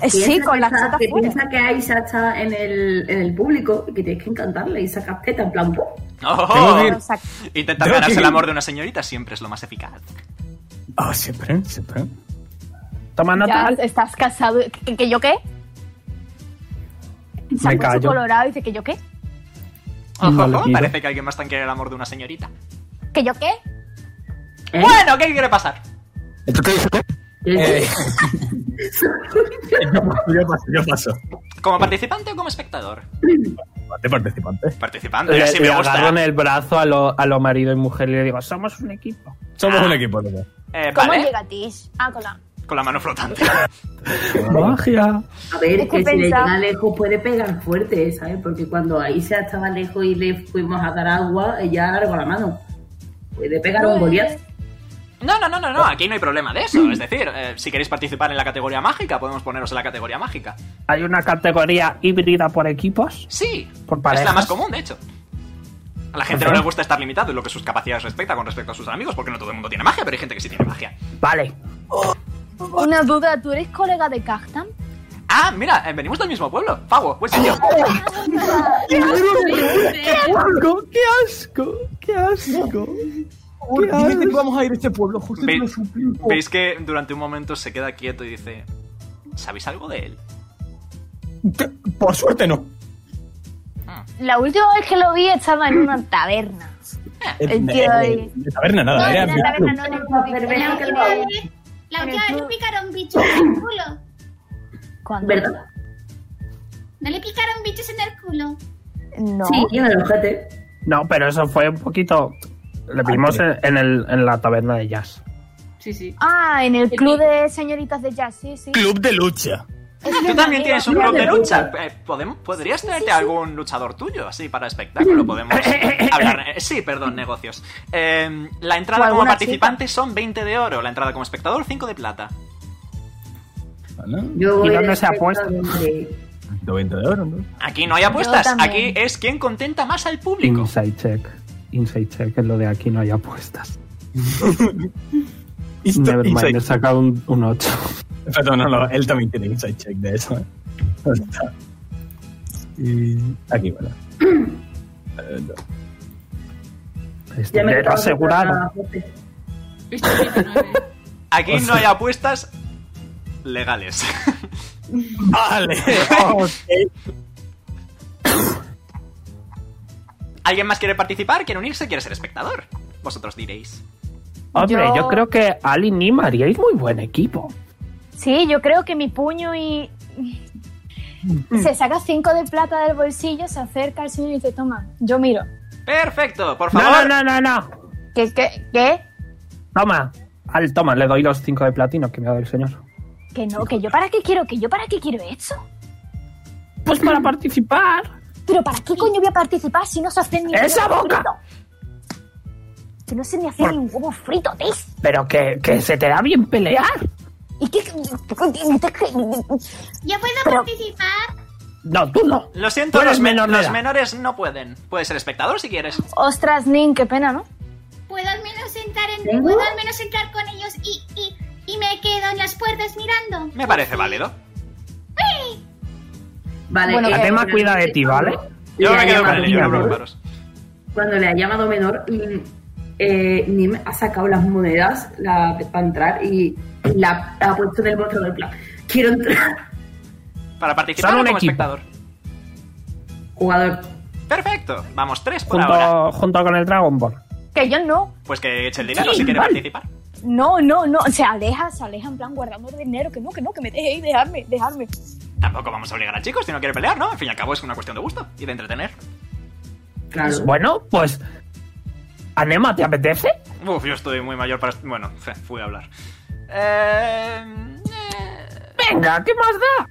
Speaker 3: Eh, sí,
Speaker 1: Piensa
Speaker 3: con
Speaker 1: que
Speaker 3: las
Speaker 1: está-
Speaker 3: tetas
Speaker 1: que
Speaker 3: fuera.
Speaker 1: piensa que hay Sacha en el, en el público y que tienes que encantarle y sacas teta en plan ¡pum!
Speaker 9: ¡Oh!
Speaker 5: que ir-
Speaker 3: O sea,
Speaker 9: Intentar
Speaker 5: Tengo
Speaker 9: ganarse
Speaker 5: que-
Speaker 9: el amor de una señorita siempre es lo más eficaz.
Speaker 5: Ah, siempre, siempre.
Speaker 6: Toma nota.
Speaker 22: Ya estás casado. ¿Que, que yo qué?
Speaker 3: se ha
Speaker 6: Me
Speaker 3: puesto
Speaker 6: callo.
Speaker 3: colorado y dice que yo qué.
Speaker 9: Ojo,
Speaker 6: Vale,
Speaker 9: ojo,
Speaker 6: tiro.
Speaker 9: parece que alguien más tan quiere el amor de una señorita.
Speaker 22: ¿Que yo qué?
Speaker 1: ¿Eh?
Speaker 9: Bueno, ¿qué quiere pasar?
Speaker 5: ¿Esto qué dice?
Speaker 1: Eh,
Speaker 5: Yo paso, yo paso, yo paso.
Speaker 9: ¿Como participante o como espectador?
Speaker 5: De participante.
Speaker 9: Participante,
Speaker 5: Eh,
Speaker 6: Le,
Speaker 9: así
Speaker 6: le
Speaker 9: me
Speaker 6: agarro
Speaker 9: gusta.
Speaker 6: en el brazo a lo, a lo marido y mujer y le digo, somos un equipo.
Speaker 5: Somos
Speaker 9: Ah.
Speaker 5: un equipo, ¿no?
Speaker 9: Eh,
Speaker 22: ¿Cómo
Speaker 9: vale.
Speaker 22: llega Tish? Ah, con la.
Speaker 9: ¿Cómo, con la mano flotante.
Speaker 6: ¡Magia!
Speaker 1: A ver,
Speaker 9: Es
Speaker 1: que
Speaker 9: que
Speaker 1: si le
Speaker 9: pensaba-
Speaker 1: llega lejos puede pegar fuerte, ¿sabes? Porque cuando Aisha estaba lejos y le fuimos a dar agua, ella alargó la mano. Puede pegar un goliat.
Speaker 9: No, no, no, no, no, aquí no hay problema de eso. Es decir, eh, si queréis participar en la categoría mágica, podemos poneros en la categoría mágica.
Speaker 6: ¿Hay una categoría híbrida por equipos?
Speaker 9: Sí.
Speaker 6: Por parejas.
Speaker 9: Es la más común, de hecho. A la gente no
Speaker 6: Ajá.
Speaker 9: le gusta estar limitado en lo que sus capacidades respecta con respecto a sus amigos, porque no todo el mundo tiene magia, pero hay gente que sí tiene magia.
Speaker 6: Vale.
Speaker 3: Una duda, ¿tú eres colega de Cactan?
Speaker 9: Ah, mira, eh, venimos del mismo pueblo. pues Pago, buen sitio.
Speaker 23: ¡Qué asco!
Speaker 24: ¡Qué asco! ¡Qué asco!
Speaker 23: ¿Por
Speaker 24: Qué
Speaker 23: dime
Speaker 24: asco.
Speaker 23: que no vamos a ir a este pueblo? Justo
Speaker 9: Ve-
Speaker 23: te lo suplico.
Speaker 9: Veis que durante un momento se queda quieto y dice: ¿Sabéis algo de él?
Speaker 23: Por suerte no.
Speaker 3: La última vez que lo vi estaba en una taberna. Ah,
Speaker 5: Eh,
Speaker 3: El tío ahí.
Speaker 23: De taberna nada,
Speaker 3: No,
Speaker 23: era
Speaker 3: en la
Speaker 23: mi
Speaker 3: taberna
Speaker 23: club.
Speaker 3: no, en el club.
Speaker 8: La última vez, la
Speaker 3: En el
Speaker 8: última vez
Speaker 3: club.
Speaker 8: le picaron bichos en el culo.
Speaker 3: ¿Cuándo?
Speaker 1: ¿Verdad?
Speaker 8: No le picaron bichos en el culo.
Speaker 3: No.
Speaker 6: No, pero eso fue un poquito. Lo vimos en, en el- en la taberna de jazz.
Speaker 7: Sí, sí.
Speaker 3: Ah, en el club de señoritas de jazz, sí, sí.
Speaker 5: Club de lucha.
Speaker 9: Tú también tienes un club de
Speaker 3: Mira,
Speaker 9: lucha. Eh, podemos- podrías tenerte algún luchador tuyo, así para espectáculo. Podemos hablar. eh, Sí, perdón, negocios. Eh, la
Speaker 25: O
Speaker 9: entrada como
Speaker 25: alguna
Speaker 9: participante son 20 de oro. La entrada como espectador, 5 de plata.
Speaker 1: Yo
Speaker 9: ¿Y
Speaker 1: voy
Speaker 9: dónde
Speaker 1: de
Speaker 9: se ha puesto?
Speaker 1: espectador.
Speaker 5: 90 de oro, ¿no?
Speaker 9: Aquí no hay apuestas.
Speaker 1: Yo
Speaker 9: Aquí
Speaker 1: también.
Speaker 9: es quien contenta más al público.
Speaker 6: Inside check. Inside check es lo de aquí no hay apuestas. Nevermind,
Speaker 5: inside.
Speaker 6: he sacado un, 8.
Speaker 5: Perdón, no, no, él también tiene inside check de eso. ¿eh? ¿Dónde está? Y aquí, bueno. Eh, no.
Speaker 6: Ya me Dinero acabo de Este, asegurado. dar
Speaker 9: Aquí
Speaker 23: O
Speaker 9: no
Speaker 23: sea-
Speaker 9: hay apuestas legales.
Speaker 5: Vale.
Speaker 9: ¿Alguien más quiere participar? ¿Quiere unirse? ¿Quiere ser espectador? Vosotros diréis.
Speaker 6: Hombre,
Speaker 3: Yo-
Speaker 6: yo... creo que Ali y María es muy buen equipo.
Speaker 3: Sí, yo creo que mi puño y. Se saca cinco de plata del bolsillo, se acerca al señor y dice: Toma, yo miro.
Speaker 9: Perfecto, por
Speaker 6: No,
Speaker 9: favor.
Speaker 6: no, no, no.
Speaker 3: ¿Qué? ¿Qué? ¿Qué?
Speaker 6: Toma. Al, toma, le doy los 5 de platino que me ha dado el señor.
Speaker 3: Que no, que yo para qué quiero, que yo para qué quiero eso.
Speaker 6: Pues para participar.
Speaker 3: Pero para qué coño voy a participar si no se hace ni
Speaker 6: ¡Esa
Speaker 3: huevo
Speaker 6: boca!
Speaker 3: frito? Que no se me hace ni un huevo frito, ¿ves?
Speaker 6: Pero que, que se te da bien pelear.
Speaker 3: ¿Y qué?
Speaker 8: ¿Yo puedo participar?
Speaker 6: No, tú no.
Speaker 9: Lo siento,
Speaker 6: Tú eres
Speaker 9: los, me-
Speaker 6: menor de
Speaker 9: los
Speaker 6: edad.
Speaker 9: menores no pueden. Puedes ser espectador si quieres.
Speaker 3: Ostras, Nin, qué pena, ¿no?
Speaker 8: ¿Puedo al menos entrar en,
Speaker 9: ¿Tengo?
Speaker 8: puedo al menos entrar con ellos y, y, y me quedo en las puertas mirando?
Speaker 6: Pues
Speaker 9: Me parece válido.
Speaker 8: ¡Uy!
Speaker 1: Vale,
Speaker 6: Bueno,
Speaker 1: eh,
Speaker 6: la tema cuida de ti, ¿vale?
Speaker 9: Yo
Speaker 1: Le
Speaker 9: me
Speaker 1: ha
Speaker 9: quedo con
Speaker 1: llamado
Speaker 9: él, yo no
Speaker 1: menor.
Speaker 9: preocuparos.
Speaker 1: Cuando le ha llamado menor, mm, eh, Nim ha sacado las monedas la, para entrar y la ha puesto en el botón del plan. Quiero entrar.
Speaker 9: Para participar
Speaker 1: Son un
Speaker 9: como
Speaker 1: equipo.
Speaker 9: espectador.
Speaker 1: Jugador.
Speaker 9: Perfecto. Vamos, tres por ahora.
Speaker 6: Junto, junto con el Dragon Ball.
Speaker 3: Que yo no.
Speaker 9: Pues que eche el dinero
Speaker 3: Sí,
Speaker 9: si quiere
Speaker 3: vale.
Speaker 9: participar.
Speaker 3: No, no, no. Se aleja, se aleja en plan guardando el dinero. Que no, que no, que me deje ir, dejarme, dejarme.
Speaker 9: Tampoco vamos a obligar a chicos si no quiere pelear, ¿no? Al fin y al cabo es una cuestión de gusto y de entretener.
Speaker 6: Bueno, pues. Anema, ¿te apetece?
Speaker 9: Uf, yo estoy muy mayor para... Bueno, fe, fui a hablar. Eh,
Speaker 6: Venga, ¿qué más da?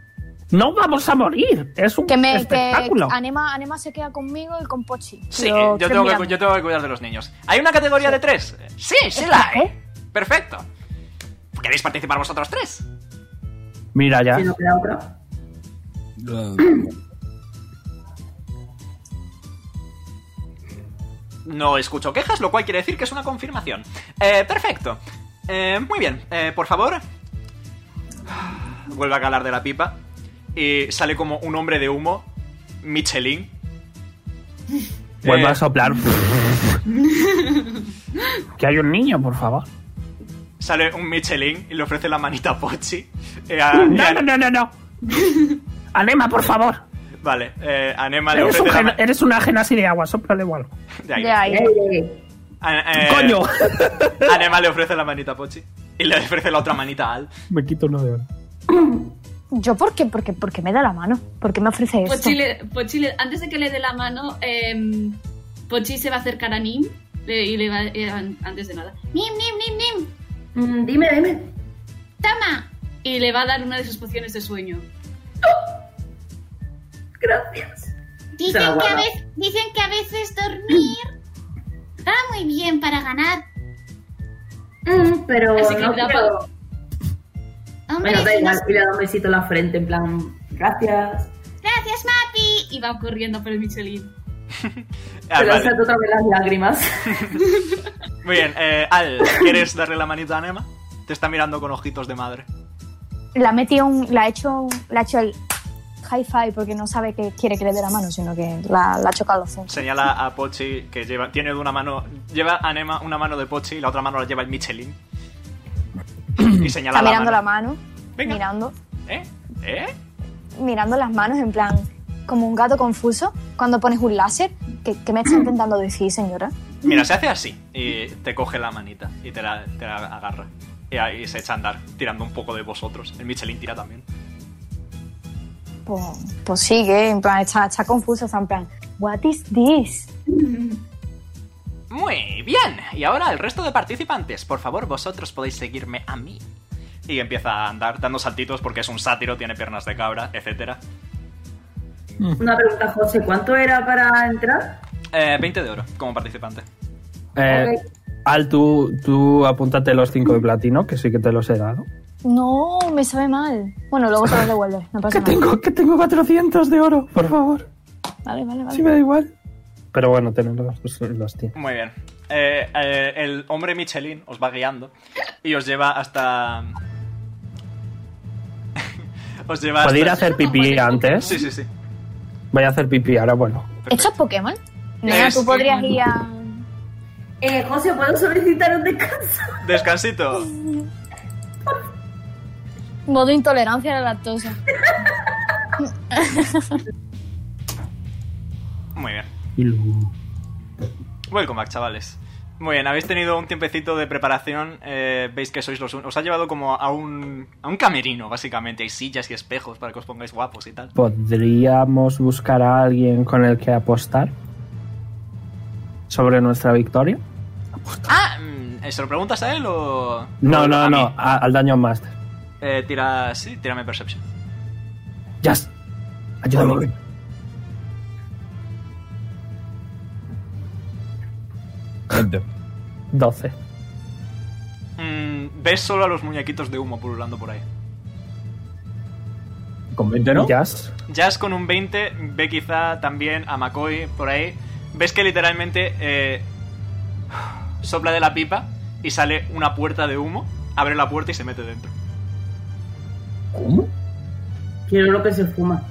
Speaker 6: No vamos a morir. Es un
Speaker 3: Que me. Que
Speaker 6: espectáculo.
Speaker 3: Anema, Anema se queda conmigo y con Pochi.
Speaker 9: Sí,
Speaker 3: Pero estoy
Speaker 9: yo tengo, que, cu-
Speaker 3: mirando.
Speaker 9: yo tengo que cuidar de los niños. ¿Hay una categoría de tres? Sí, sí la hay. Perfecto. ¿Queréis participar vosotros tres?
Speaker 6: Mira ya.
Speaker 9: No escucho quejas, lo cual quiere decir que es una confirmación. Eh, perfecto. Eh, muy bien, eh, por favor. Vuelve a calar de la pipa. Y sale como un hombre de humo, Michelin.
Speaker 6: Vuelvo
Speaker 9: Eh,
Speaker 6: a soplar. que hay un niño, por favor.
Speaker 9: Sale un Michelin y le ofrece la manita a Pochi. Eh, a-
Speaker 6: No,
Speaker 9: y a-
Speaker 6: no, no, no, no. Anema, por favor.
Speaker 9: Vale, eh, Anema le
Speaker 6: Eres, un
Speaker 9: ofrece la
Speaker 6: gen-
Speaker 9: ma-
Speaker 6: eres una genasi de agua, sóplale o algo.
Speaker 9: de ahí.
Speaker 1: Eh,
Speaker 9: A- eh,
Speaker 6: ¡Coño!
Speaker 9: Anema le ofrece la manita a Pochi. Y le ofrece la otra manita a Al.
Speaker 6: Me quito uno de oro.
Speaker 3: ¿Yo por qué? Porque, porque me da la mano. ¿Por qué me ofrece
Speaker 9: Pues
Speaker 3: esto?
Speaker 7: Pochi, le- Pochi le- antes de que le dé la mano, em, Pochi se va a acercar a Nim le- y le va eh, an- antes de nada.
Speaker 8: Nim, nim, nim, nim.
Speaker 1: Mm, dime, dime.
Speaker 8: Toma,
Speaker 7: y le va a dar una de sus pociones de sueño.
Speaker 1: Gracias. Se la
Speaker 8: Dicen que, a
Speaker 1: guarda.
Speaker 8: veces, dicen que a veces dormir va muy bien para ganar.
Speaker 1: Mm, pero
Speaker 8: Así que
Speaker 1: no
Speaker 8: da
Speaker 1: creo-
Speaker 8: Hombre,
Speaker 1: Bueno, da
Speaker 8: si
Speaker 1: igual,
Speaker 8: nos-
Speaker 1: y le da un besito en la frente, en plan, gracias.
Speaker 7: Gracias, Mapi. Y va corriendo por el Michelin.
Speaker 9: Ah,
Speaker 1: Te
Speaker 9: vale.
Speaker 1: lanzas otra vez las lágrimas.
Speaker 9: Muy bien, eh, Al, ¿quieres darle la manita a Nema? Te está mirando con ojitos de madre.
Speaker 3: La ha metido un. La ha hecho, un- la ha hecho el high five porque no sabe que quiere que le dé la mano, sino que la, la ha chocado los hombros.
Speaker 9: Señala a Pochi que lleva, tiene de una mano, lleva a Nema una mano de Pochi y la otra mano la lleva el Michelin. Y señala
Speaker 3: Está
Speaker 9: la
Speaker 3: mirando
Speaker 9: mano.
Speaker 3: la mano. Mirando.
Speaker 9: ¿Eh? ¿Eh?
Speaker 3: Mirando las manos en plan. Como un gato confuso cuando pones un láser. ¿Qué, qué me está intentando decir, señora?
Speaker 9: Mira, se hace así y te coge la manita y te la, te la agarra. Y ahí se echa a andar, tirando un poco de vosotros. El Michelin tira también.
Speaker 3: Pues, pues sigue, en plan, está, está confuso, está en plan. What is this?
Speaker 9: Muy bien, y ahora el resto de participantes, por favor, vosotros podéis seguirme a mí. Y empieza a andar dando saltitos porque es un sátiro, tiene piernas de cabra, etc.
Speaker 1: Una pregunta, José, ¿cuánto era para entrar?
Speaker 9: Eh, 20 de oro como participante.
Speaker 6: Eh, Al, tú, tú apúntate los 5 de platino, que sí que te los he dado.
Speaker 3: No, me sabe mal. Bueno, luego se los devuelve, Pues no pasa nada.
Speaker 6: Tengo, que tengo 400 de oro, por favor.
Speaker 3: Vale, vale, vale.
Speaker 6: Sí, me da igual. Pero bueno, tenemos los, los tiene.
Speaker 9: Muy bien. Eh, eh, el hombre Michelin os va guiando y os lleva hasta... os lleva
Speaker 6: ¿Podéis ir a
Speaker 9: hasta...
Speaker 6: hacer pipí antes?
Speaker 9: Sí, sí, sí.
Speaker 6: Voy a hacer pipí ahora, bueno.
Speaker 3: ¿Esto es Pokémon? Nena,
Speaker 9: Es-
Speaker 3: tú podrías ir a...
Speaker 1: Eh, José, ¿puedo solicitar un descanso?
Speaker 9: Descansito.
Speaker 3: Modo intolerancia a la lactosa.
Speaker 9: Muy bien. Welcome back, chavales. Muy bien, habéis tenido un tiempecito de preparación. eh, veis que sois los. un- Os ha llevado como a un, a un camerino, básicamente. Hay sillas y espejos para que os pongáis guapos y tal.
Speaker 6: ¿Podríamos buscar a alguien con el que apostar sobre nuestra victoria?
Speaker 9: Ah, mm, ¿se lo preguntas a él o.?
Speaker 6: No,
Speaker 9: o
Speaker 6: no,
Speaker 9: a mí?
Speaker 6: no, a- al Daño Master.
Speaker 9: Eh, tira. Sí, tírame Perception.
Speaker 6: Just, ayúdame.
Speaker 5: Veinte.
Speaker 6: 12.
Speaker 9: Mm, ves solo a los muñequitos de humo pululando por ahí.
Speaker 5: Con 20, ¿no?
Speaker 6: Jazz.
Speaker 9: Jazz con un 20, ve quizá también a McCoy por ahí. Ves que literalmente eh, sopla de la pipa y sale una puerta de humo, abre la puerta y se mete dentro.
Speaker 5: ¿Cómo?
Speaker 1: Quiero lo que se fuma.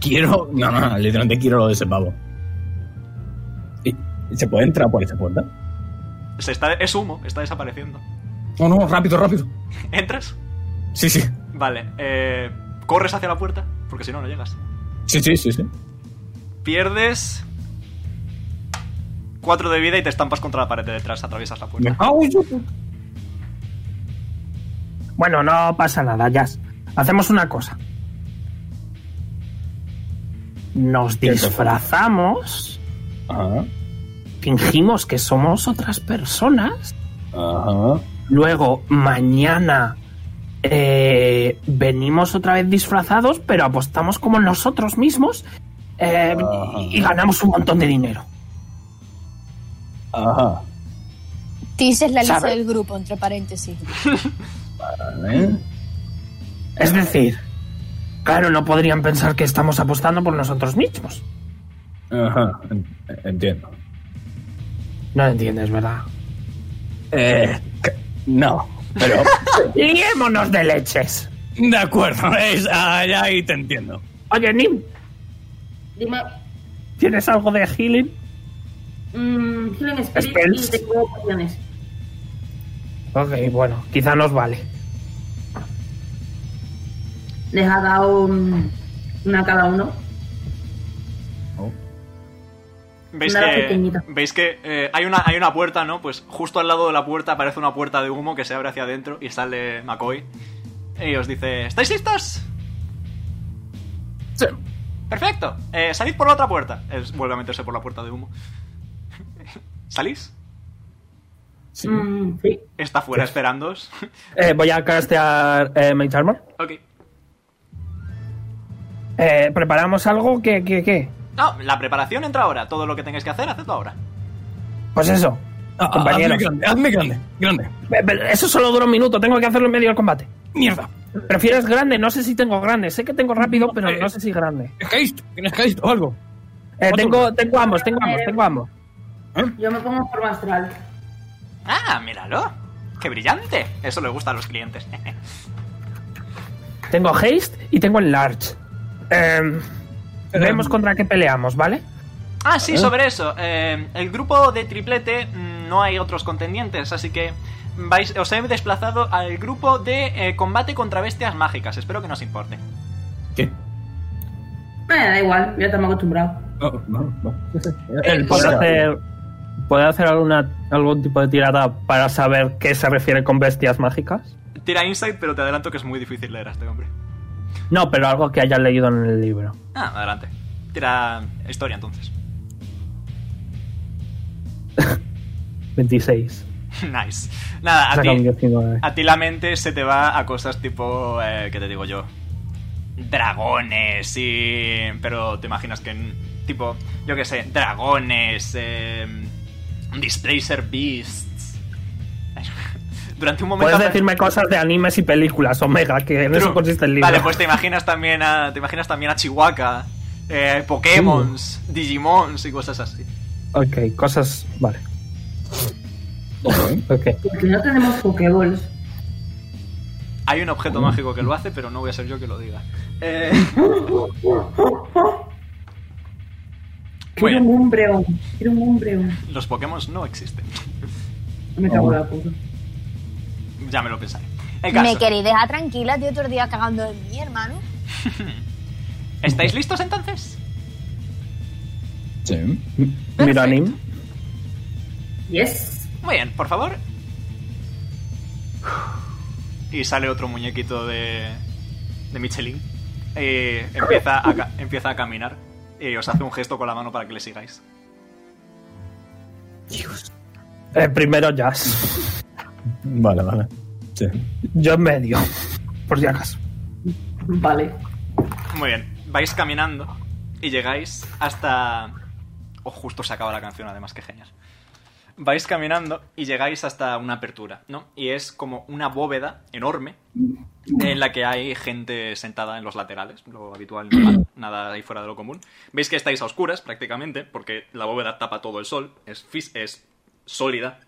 Speaker 5: Quiero. No, no, no, literalmente quiero lo de ese pavo. ¿Y- y ¿Se puede entrar por esa puerta?
Speaker 9: Se está, es humo, está desapareciendo.
Speaker 5: No, no, rápido, rápido.
Speaker 9: ¿Entras?
Speaker 5: Sí, sí.
Speaker 9: Vale, eh, corres hacia la puerta, porque si no, no llegas.
Speaker 5: Sí, sí, sí, sí.
Speaker 9: Pierdes 4 de vida y te estampas contra la pared de detrás, atraviesas la puerta.
Speaker 6: Me Bueno, no pasa nada, Jazz. Hacemos una cosa. Nos
Speaker 5: ¿Qué cosa?
Speaker 6: disfrazamos,
Speaker 5: Ajá.
Speaker 6: fingimos que somos otras personas.
Speaker 5: Ajá.
Speaker 6: Luego, mañana eh, venimos otra vez disfrazados, pero apostamos como nosotros mismos eh, y ganamos un montón de dinero.
Speaker 5: Ajá.
Speaker 26: Tis es la lista
Speaker 6: ¿Sabe?
Speaker 26: del grupo, entre paréntesis.
Speaker 5: Vale.
Speaker 6: Es decir, claro, no podrían pensar que estamos apostando por nosotros mismos.
Speaker 5: Ajá. en- Entiendo.
Speaker 6: No entiendes, ¿verdad?
Speaker 5: Eh. c- No, pero.
Speaker 6: Liémonos de leches.
Speaker 5: De acuerdo, es allá ahí te entiendo.
Speaker 6: Oye, Nim,
Speaker 1: Dime,
Speaker 6: ¿tienes algo de healing?
Speaker 1: mmm, Healing Spirit
Speaker 6: Spells.
Speaker 1: y tengo pociones.
Speaker 6: Ok, bueno, quizá nos vale.
Speaker 1: Les ha dado un- una a cada uno.
Speaker 9: ¿Veis
Speaker 1: Nada
Speaker 9: que,
Speaker 1: pequeñito.
Speaker 9: veis que eh, hay, una, hay una puerta, ¿no? Pues justo al lado de la puerta aparece una puerta de humo que se abre hacia adentro y sale McCoy. Y os dice, ¿estáis listos?
Speaker 5: Sí.
Speaker 9: Perfecto. Eh, salid por la otra puerta. Él vuelve a meterse por la puerta de humo. ¿Salís?
Speaker 1: Mm, sí.
Speaker 2: Está fuera esperándoos.
Speaker 6: Eh, voy a castear eh, Mage Armor.
Speaker 2: Ok.
Speaker 6: Eh, ¿Preparamos algo? ¿Qué, qué, qué?
Speaker 2: No, la preparación entra ahora. Todo lo que tengáis que hacer, hacedlo ahora.
Speaker 6: Pues eso.
Speaker 15: Ah, ah,
Speaker 6: compañeros.
Speaker 15: hazme grande, hazme grande, grande.
Speaker 6: Pe- pero Eso solo dura un minuto. Tengo que hacerlo en medio del combate.
Speaker 15: Mierda.
Speaker 6: ¿Prefieres grande? No sé si tengo grande. Sé que tengo rápido, pero no sé si grande.
Speaker 15: Haste, tienes haste o algo.
Speaker 6: Eh, tengo, tengo ambos, tengo ambos, tengo ambos.
Speaker 1: Yo me pongo en forma astral.
Speaker 2: Ah, míralo. Qué brillante. Eso le gusta a los clientes.
Speaker 6: Tengo haste y tengo enlarge. Eh, vemos
Speaker 2: em.
Speaker 6: contra qué peleamos, ¿vale?
Speaker 2: ah, sí, sobre eso. eh, el grupo de triplete mm, no hay otros contendientes, así que vais, os he desplazado al grupo de eh, combate contra bestias mágicas. Espero que no os importe.
Speaker 1: Me Eh, da igual, ya estamos acostumbrados.
Speaker 5: Pues
Speaker 6: El ¿Puedo hacer, ¿puedo hacer alguna, algún tipo de tirada para saber qué se refiere con bestias mágicas?
Speaker 2: Tira insight, pero te adelanto que es muy difícil leer a este hombre.
Speaker 6: No, pero algo que hayas leído en el libro.
Speaker 2: Ah, adelante. Tira historia entonces.
Speaker 6: 26.
Speaker 2: Nice. Nada, a
Speaker 6: Saca un
Speaker 2: ti,
Speaker 6: 19.
Speaker 2: a ti la mente se te va a cosas tipo, eh, ¿qué te digo yo? Dragones y... Pero te imaginas que, mm, tipo, yo qué sé, dragones, eh, Displacer Beasts. Durante un momento...
Speaker 6: Puedes decirme cosas de animes y películas, Omega, que en eso
Speaker 2: True.
Speaker 6: consiste el libro.
Speaker 2: Vale, pues te imaginas también a, te imaginas también a Chihuahua, eh, Pokémons, Digimons y cosas así.
Speaker 6: Ok, cosas... Vale. Ok.
Speaker 1: Porque no tenemos Pokéballs.
Speaker 2: Hay un objeto mágico que lo hace, pero no voy a ser yo que lo diga. Eh,
Speaker 1: Quiero un Umbreon. Quiero un Umbreon.
Speaker 2: los Pokémon no existen.
Speaker 1: Me cago en la puta.
Speaker 2: Ya me lo pensaré. El
Speaker 16: Me
Speaker 2: caso.
Speaker 16: queréis dejar tranquila, tío, otro día cagando de mí, hermano.
Speaker 2: ¿Estáis listos entonces?
Speaker 15: Sí.
Speaker 6: Mira, Nim.
Speaker 1: Yes.
Speaker 2: Muy bien, por favor. Y sale otro muñequito de, de Michelin. Eh, empieza, a, ca- empieza a caminar. Y os hace un gesto con la mano para que le sigáis.
Speaker 6: Eh, primero Jazz.
Speaker 15: Vale, vale. Sí.
Speaker 6: Yo en medio. Por si acaso.
Speaker 1: Vale.
Speaker 2: Muy bien, vais caminando y llegáis hasta... Oh, justo se acaba la canción, además, que genial. Vais caminando y llegáis hasta una apertura, ¿no? Y es como una bóveda enorme en la que hay gente sentada en los laterales, lo habitual, nada, nada ahí fuera de lo común. Veis que estáis a oscuras prácticamente, porque la bóveda tapa todo el sol, es, fis- es sólida.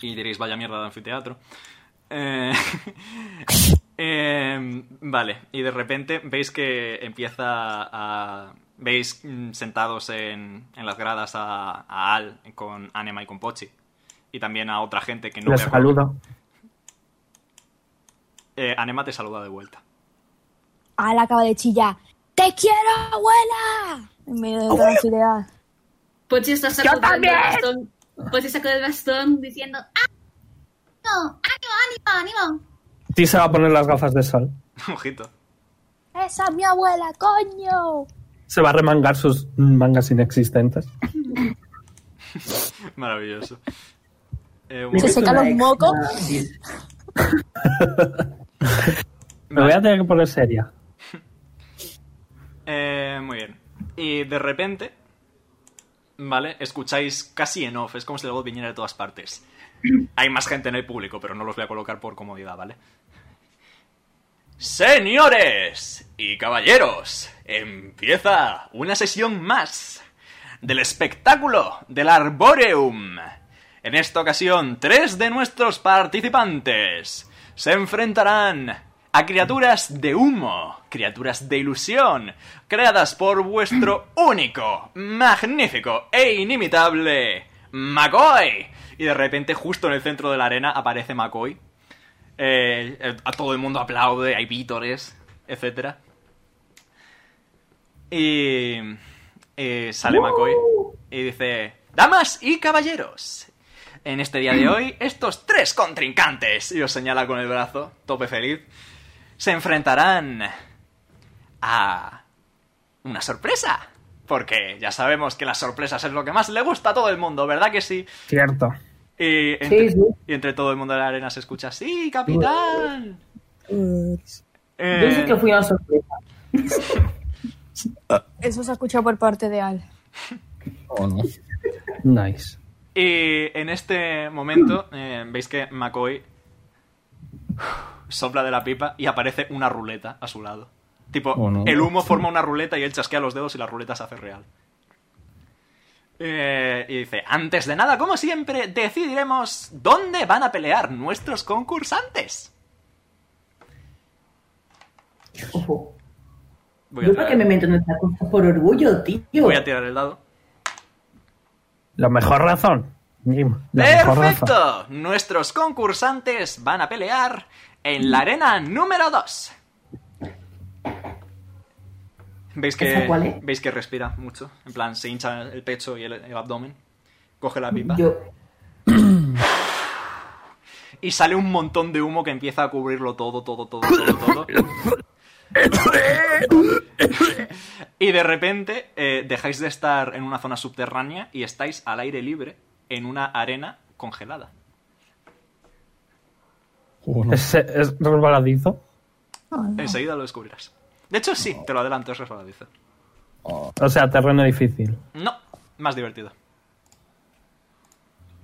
Speaker 2: Y diréis, vaya mierda de anfiteatro. Eh, eh, vale, y de repente veis que empieza a... Veis mm, sentados en, en las gradas a, a Al con Anema y con Pochi. Y también a otra gente que no...
Speaker 6: Les
Speaker 2: veo.
Speaker 6: saludo.
Speaker 2: Eh, Anema te saluda de vuelta.
Speaker 16: Al acaba de chillar. ¡Te quiero, abuela! En medio de toda la ciudad.
Speaker 7: Pochi está sacando el bastón. Pochi sacó el bastón diciendo ¡Ah!
Speaker 8: No, ánimo, ánimo, ánimo.
Speaker 6: Ti se va a poner las gafas de sol.
Speaker 2: Ojito.
Speaker 16: ¡Esa es mi abuela, coño!
Speaker 6: Se va a remangar sus mangas inexistentes.
Speaker 2: Maravilloso. Eh, un
Speaker 16: Se
Speaker 2: momento.
Speaker 16: seca los mocos.
Speaker 6: Me voy a tener que poner seria.
Speaker 2: Eh, muy bien. Y de repente, ¿vale? Escucháis casi en off, es como si la voz viniera de todas partes. Hay más gente en el público, pero no los voy a colocar por comodidad, ¿vale? Señores y caballeros, empieza una sesión más del espectáculo del Arboreum. En esta ocasión, tres de nuestros participantes se enfrentarán a criaturas de humo, criaturas de ilusión, creadas por vuestro único, magnífico e inimitable McCoy. Y de repente, justo en el centro de la arena, aparece McCoy. Eh, eh, a todo el mundo aplaude, hay vítores, etc. Y eh, sale McCoy y dice, Damas y caballeros, en este día de hoy, estos tres contrincantes, y os señala con el brazo, tope feliz, se enfrentarán a una sorpresa. Porque ya sabemos que las sorpresas es lo que más le gusta a todo el mundo, ¿verdad que sí?
Speaker 6: Cierto.
Speaker 9: Y entre, y entre todo el mundo de la arena se escucha, sí, capitán. Eh,
Speaker 1: Yo sí que fui una sorpresa.
Speaker 27: Eso se ha escuchado por parte de Al.
Speaker 2: Oh, no.
Speaker 6: Nice.
Speaker 9: Y en este momento eh, veis que McCoy sopla de la pipa y aparece una ruleta a su lado. Tipo,
Speaker 2: Oh, no.
Speaker 9: el humo forma una ruleta y él chasquea los dedos y la ruleta se hace real. Eh, y dice, antes de nada, como siempre, decidiremos dónde van a pelear nuestros concursantes. Voy a
Speaker 1: Yo para qué me
Speaker 9: tirar,
Speaker 1: meto en esta cosa por orgullo, tío.
Speaker 9: voy a tirar el dado.
Speaker 6: La mejor razón. Jim, la mejor razón.
Speaker 9: ¡Perfecto! Nuestros concursantes van a pelear en la arena número 2. ¿Veis que,
Speaker 1: ¿Esa cuál es?
Speaker 9: ¿Veis que respira mucho? En plan, se hincha el pecho y el, el abdomen. Coge la pipa.
Speaker 1: Yo-
Speaker 9: Y sale un montón de humo que empieza a cubrirlo todo, todo, todo, todo, todo. y de repente eh, dejáis de estar en una zona subterránea y estáis al aire libre en una arena congelada.
Speaker 5: Oh,
Speaker 6: ¿Es, es resbaladizo?
Speaker 9: Enseguida lo descubrirás. De hecho, sí, te lo adelanto, es resbaladizo.
Speaker 6: O sea, terreno difícil.
Speaker 9: No, más divertido.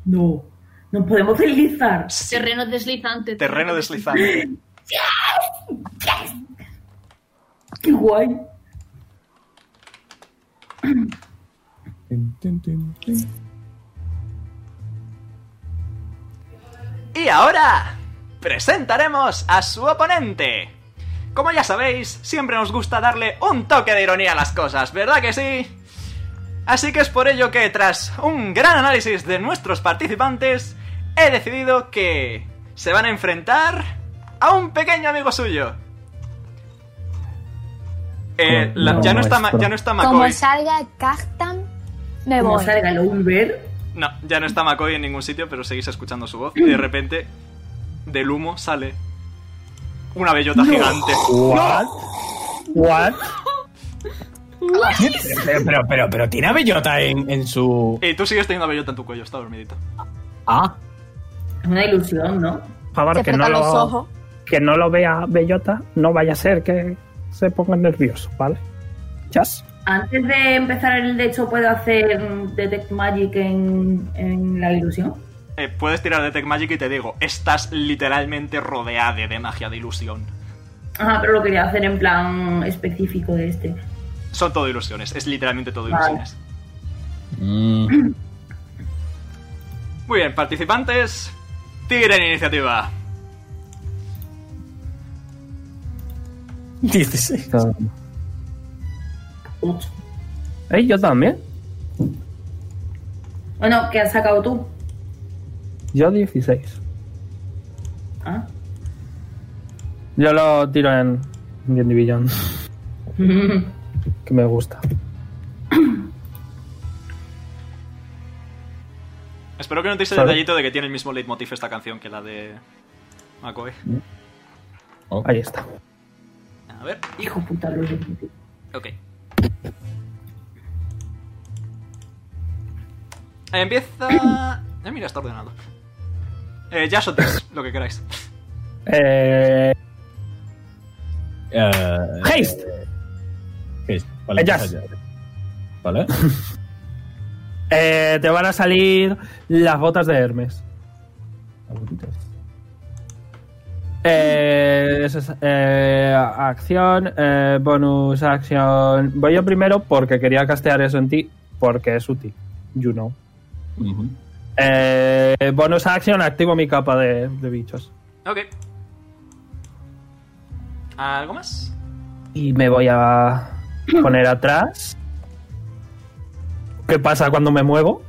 Speaker 1: No. Nos podemos deslizar.
Speaker 7: Terreno deslizante.
Speaker 9: Terreno deslizante.
Speaker 1: Qué guay.
Speaker 9: Y ahora presentaremos a su oponente. Como ya sabéis, siempre nos gusta darle un toque de ironía a las cosas, ¿verdad que sí? Así que es por ello que tras un gran análisis de nuestros participantes, he decidido que se van a enfrentar a un pequeño amigo suyo. Eh, la- ya, no está, Ma- ya no está
Speaker 3: Como
Speaker 9: McCoy.
Speaker 3: salga Cactan, me
Speaker 1: Como
Speaker 3: voy.
Speaker 1: salga el Ulver.
Speaker 9: No, ya no está McCoy en ningún sitio, pero seguís escuchando su voz. Y de repente, del humo sale una bellota gigante.
Speaker 5: What? What? Pero, pero, pero, pero tiene a bellota en, en su.
Speaker 9: Y tú sigues teniendo bellota en tu cuello, está dormidito.
Speaker 5: Ah.
Speaker 1: Es una ilusión, ¿no?
Speaker 6: Por favor, que no, lo, que no lo vea Bellota, no vaya a ser que se ponga nervioso, ¿vale? Chas.
Speaker 1: Antes de empezar el de hecho, ¿puedo hacer mm, Detect Magic en, en la ilusión?
Speaker 9: Eh, puedes tirar de Tech Magic y te digo, estás literalmente rodeada de magia de ilusión.
Speaker 1: Ajá, pero lo quería hacer en plan específico de este.
Speaker 9: Son todo ilusiones, es literalmente todo
Speaker 1: Vale.
Speaker 9: ilusiones.
Speaker 2: Mm.
Speaker 9: Muy bien, participantes, tiren iniciativa.
Speaker 5: 16.
Speaker 6: ¿Eh? Yo también.
Speaker 1: Bueno, ¿qué has sacado tú?
Speaker 6: Yo 16.
Speaker 1: Ah.
Speaker 6: Yo lo tiro en Bien Division, que me gusta.
Speaker 9: Espero que notéis el
Speaker 6: Sorry.
Speaker 9: detallito de que tiene el mismo leitmotiv esta canción que la de McCoy.
Speaker 6: Ahí está.
Speaker 9: A ver,
Speaker 1: Hijo puta, lo he dicho.
Speaker 9: Ok. Empieza. Eh, mira, está ordenado. Eh, ya sotéis, lo que queráis.
Speaker 6: Eh,
Speaker 5: Eh,
Speaker 6: Haste.
Speaker 5: Haste. Vale,
Speaker 6: Eh, Jazz.
Speaker 5: empieza ya. Vale.
Speaker 6: eh, te van a salir las botas de Hermes. Eh, eso es, eh, acción, eh, bonus, acción. Voy yo primero porque quería castear eso en ti, porque es útil. You know. Eh, bonus action, activo mi capa de, de bichos.
Speaker 9: Ok. ¿Algo más?
Speaker 6: Y me voy a poner atrás. ¿Qué pasa cuando me muevo?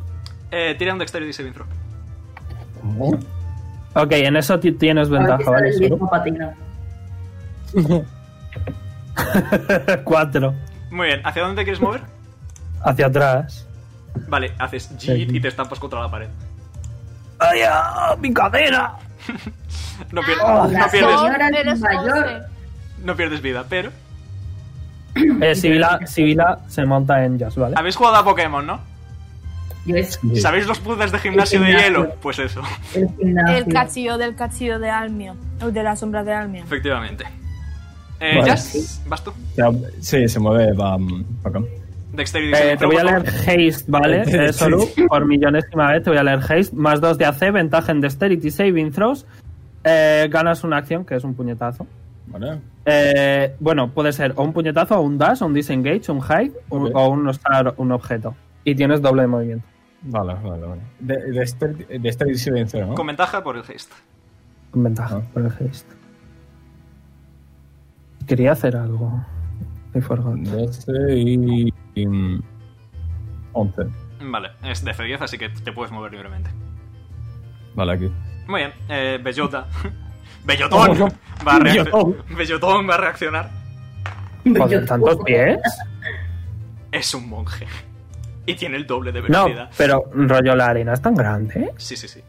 Speaker 9: Eh, tira un dexterity saving throw.
Speaker 6: Ok, en eso ti- tienes
Speaker 1: A ver qué
Speaker 6: ventaja,
Speaker 1: sale
Speaker 6: ¿vale?
Speaker 1: el viejo patina.
Speaker 6: Solo. Cuatro.
Speaker 9: Muy bien, ¿hacia dónde te quieres mover?
Speaker 6: Hacia atrás.
Speaker 9: Vale, haces G y te estampas contra la pared.
Speaker 6: ¡Ay, ah, mi cadera!
Speaker 9: No, pier-
Speaker 1: Ah,
Speaker 9: Oh, no
Speaker 1: la
Speaker 9: pierdes,
Speaker 1: señora es mayor.
Speaker 9: no pierdes vida, pero.
Speaker 6: Eh, Sibila, Sibila se monta en Jazz, ¿vale?
Speaker 9: Habéis jugado a Pokémon, ¿no?
Speaker 1: Sí.
Speaker 2: ¿Sabéis los puzzles de gimnasio de
Speaker 1: gimnasio.
Speaker 2: hielo? Pues eso,
Speaker 3: El castillo del castillo de Almio. o De la sombra de Almio.
Speaker 2: efectivamente. Eh,
Speaker 5: Vale.
Speaker 2: Jazz, vas tú.
Speaker 5: Se- Sí, se mueve para acá.
Speaker 2: Dexterity.
Speaker 6: Eh, te voy a leer haste, ¿vale?
Speaker 5: Sí.
Speaker 6: Eh, solo por millonésima vez te voy a leer haste. Más 2 de AC, ventaja en dexterity saving throws. Eh, ganas una acción, que es un puñetazo.
Speaker 5: Vale.
Speaker 6: Eh, bueno, puede ser o un puñetazo, o un dash, o un disengage, un hide, o-
Speaker 5: Ok.
Speaker 6: o un usar un objeto. Y tienes doble de movimiento.
Speaker 5: Vale, vale, vale. De, de, este, de este silencio, ¿no?
Speaker 2: Con ventaja por el haste.
Speaker 6: Con ventaja por el haste. Quería hacer algo. I forgot.
Speaker 5: De este y. y, mm, 11.
Speaker 2: Vale, es de F10, así que te puedes mover libremente.
Speaker 5: Vale, aquí.
Speaker 2: Muy bien, eh, Bellota. Bellotón.
Speaker 5: Oh, no.
Speaker 2: Va a reacc-
Speaker 5: Bellotón.
Speaker 2: Bellotón va a reaccionar.
Speaker 6: Joder, tantos pies.
Speaker 2: Es un monje. Y tiene el doble de
Speaker 6: No,
Speaker 2: velocidad.
Speaker 6: pero rollo la arena es tan grande. ¿eh?
Speaker 2: Sí, sí, sí.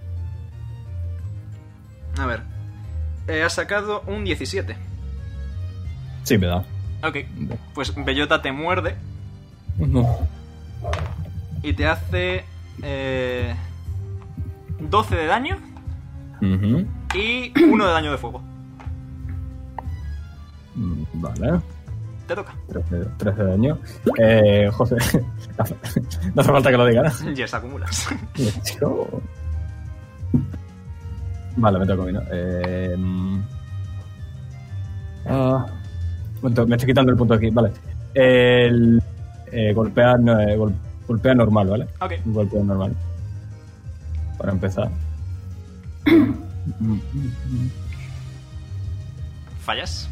Speaker 2: A ver. Eh, ha sacado un 17.
Speaker 5: Sí, me da.
Speaker 2: Ok. Pues Bellota te muerde
Speaker 5: No.
Speaker 2: y te hace. eh, 12 de daño
Speaker 5: Ujú.
Speaker 2: y 1 de daño de fuego.
Speaker 5: Mm, Vale.
Speaker 2: Te toca.
Speaker 5: 13, 13 de daño. Eh, José. no hace falta que lo diga, ¿no?
Speaker 2: Yes, acumulas.
Speaker 5: Yo- Vale, me toca a mí, ¿no? Eh, mm. Ah. Bueno, me estoy quitando el punto aquí, vale. El, eh, golpea, no, eh, gol- golpea normal, ¿vale?
Speaker 2: Ok.
Speaker 5: Golpea normal. Para empezar.
Speaker 2: Fallas.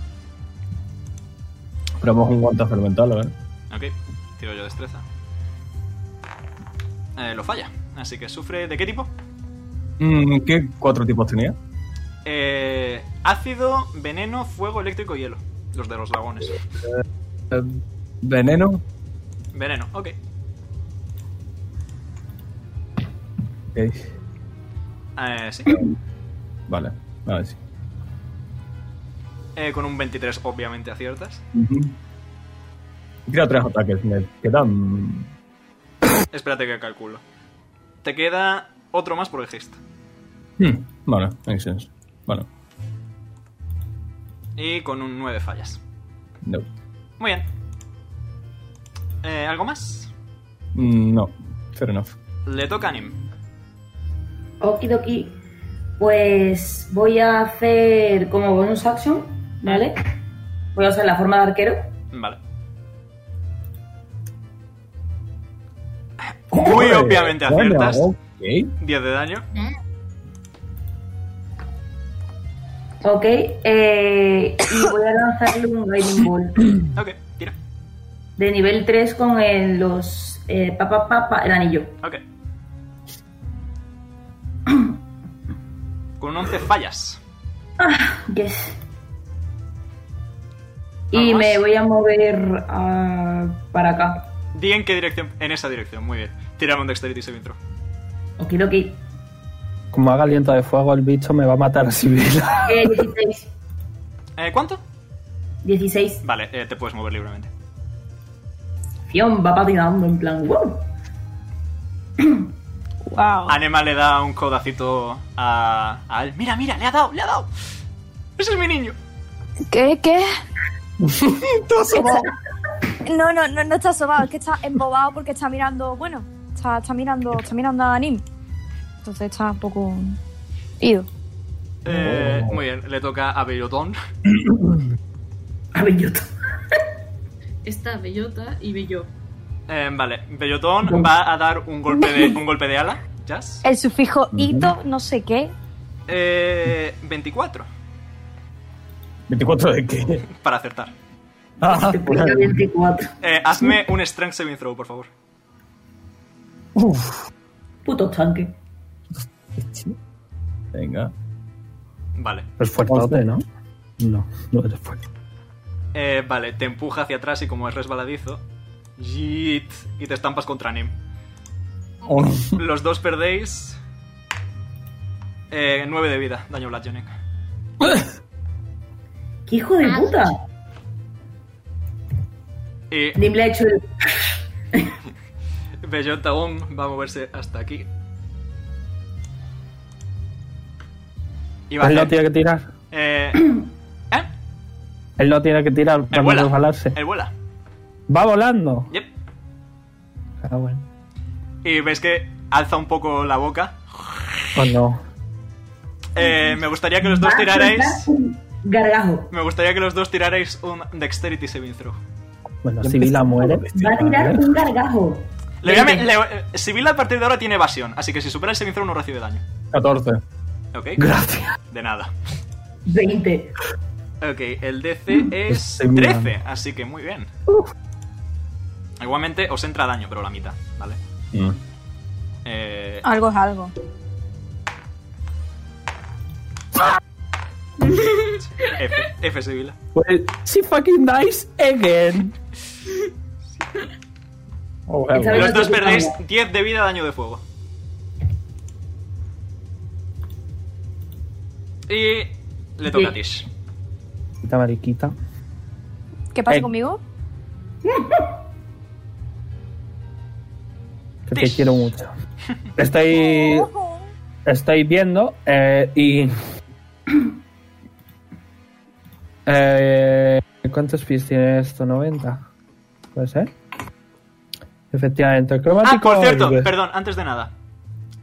Speaker 5: Probamos un guantazo mental, ¿vale?
Speaker 2: Ok. Tiro yo destreza. Eh, lo falla. Así que sufre. ¿De qué tipo?
Speaker 5: Mm, ¿Qué cuatro tipos tenía?
Speaker 2: Eh, ácido, veneno, fuego, eléctrico y hielo. Los de los lagones.
Speaker 5: Eh, veneno.
Speaker 2: Veneno, ok.
Speaker 5: Ok.
Speaker 2: Eh, sí.
Speaker 5: Vale, vale, sí.
Speaker 2: Eh, con un 23 obviamente aciertas.
Speaker 5: Creo tres ataques, me quedan.
Speaker 2: Espérate que calculo. Te queda otro más por el haste.
Speaker 5: Hmm, Vale, makes sense. Vale,
Speaker 2: Y con un 9 fallas.
Speaker 5: no.
Speaker 2: Muy bien. Eh, ¿Algo más?
Speaker 5: Mm, No, fair enough.
Speaker 2: Le toca a Nim.
Speaker 1: Okidoki. Pues voy a hacer como bonus action, ¿vale? Voy a usar la forma de arquero.
Speaker 2: Vale. Muy
Speaker 5: Joder,
Speaker 2: obviamente
Speaker 5: bueno,
Speaker 2: aciertas.
Speaker 5: ok.
Speaker 2: 10 de daño.
Speaker 1: Ok, eh, y voy a lanzarle un Guiding Ball.
Speaker 2: Ok, tira.
Speaker 1: De nivel 3 con el- los. Eh, pa, pa, pa, pa, el anillo.
Speaker 2: Ok. Con un 11 fallas.
Speaker 1: Yes. Y me voy a mover ah, para acá.
Speaker 2: Di en qué dirección. En esa dirección, muy bien. Tírame un dexterity saving throw.
Speaker 1: Okidoki.
Speaker 6: Como haga aliento de fuego, el bicho me va a matar si vela.
Speaker 1: Eh, 16.
Speaker 2: Eh, ¿Cuánto?
Speaker 1: 16.
Speaker 2: Vale, eh, te puedes mover libremente.
Speaker 1: Fion va patinando en plan, wow.
Speaker 2: Ah,
Speaker 3: Wow.
Speaker 2: Anema le da un codacito a, a él. Mira, mira, le ha dado, le ha dado. Ese es mi niño.
Speaker 3: ¿Qué? ¿Qué?
Speaker 5: Todo sobao.
Speaker 3: No, no, no, no está sobado, es que está embobado porque está mirando, bueno, está, está mirando, está mirando a Nim. Entonces está un poco ido.
Speaker 2: Eh, Muy bien, le toca a Bellotón.
Speaker 7: Está bellota y bello.
Speaker 2: Eh, vale, Bellotón va a dar un golpe de, un golpe de ala. ¿Jazz?
Speaker 3: El sufijo ito, no sé qué.
Speaker 2: Eh, 24
Speaker 5: ¿24 de qué?
Speaker 2: para acertar.
Speaker 5: Ah,
Speaker 1: Tengo 24.
Speaker 2: Eh, hazme un Strength Saving Throw, por favor.
Speaker 5: Uf.
Speaker 1: Puto tanque.
Speaker 5: Venga.
Speaker 2: Vale.
Speaker 6: Es fuertote, ¿no? No, no eres fuerte.
Speaker 2: Eh, vale, te empuja hacia atrás y como es resbaladizo. yeet, y te estampas contra Nim.
Speaker 5: Oh, no.
Speaker 2: Los dos perdéis. Eh, 9 de vida, daño bludgeoning.
Speaker 1: ¡Qué hijo de puta!
Speaker 2: Y
Speaker 1: Nim le ha hecho el.
Speaker 2: Bellota aún va a moverse hasta aquí. Y va a
Speaker 6: Él no
Speaker 2: hacer-
Speaker 6: tiene que tirar.
Speaker 2: eh,
Speaker 6: Él no tiene que tirar para
Speaker 2: vuela.
Speaker 6: no resbalarse.
Speaker 2: él vuela.
Speaker 6: Va volando.
Speaker 2: Yep.
Speaker 6: Ah, bueno.
Speaker 2: Y ves que alza un poco la boca.
Speaker 6: Oh, no.
Speaker 2: Eh, me gustaría que los
Speaker 1: Ah,
Speaker 2: dos tirarais.
Speaker 1: Gargajo.
Speaker 2: Me gustaría que los dos tirarais un Dexterity Saving Throw.
Speaker 6: Bueno, si la muere.
Speaker 1: Va a tirar un gargajo.
Speaker 2: Le voy a me- le- eh, Sibila a partir de ahora tiene evasión, así que si supera el Saving Throw no recibe daño.
Speaker 15: 14.
Speaker 2: ¿Ok?
Speaker 15: Gracias.
Speaker 2: De nada.
Speaker 1: 20.
Speaker 2: Ok, el DC es
Speaker 15: Ese mira.
Speaker 2: 13, así que muy bien. Igualmente os entra daño, pero la mitad, ¿vale?
Speaker 5: Mm.
Speaker 2: Eh,
Speaker 3: Algo es algo.
Speaker 2: F, F Sibila.
Speaker 6: Well, she fucking dies again.
Speaker 2: Los dos perdéis 10 de vida daño de fuego. Y le toca a Tish.
Speaker 6: Quita mariquita.
Speaker 3: ¿Qué pasa
Speaker 6: Eh.
Speaker 3: conmigo?
Speaker 6: que te quiero mucho. Estoy. Estoy viendo eh, y. Eh, ¿Cuántos pies tiene esto? 90. ¿Puede ser? Efectivamente,
Speaker 2: Ah,
Speaker 6: cromático.
Speaker 2: por cierto,
Speaker 6: libre.
Speaker 2: perdón, antes de nada.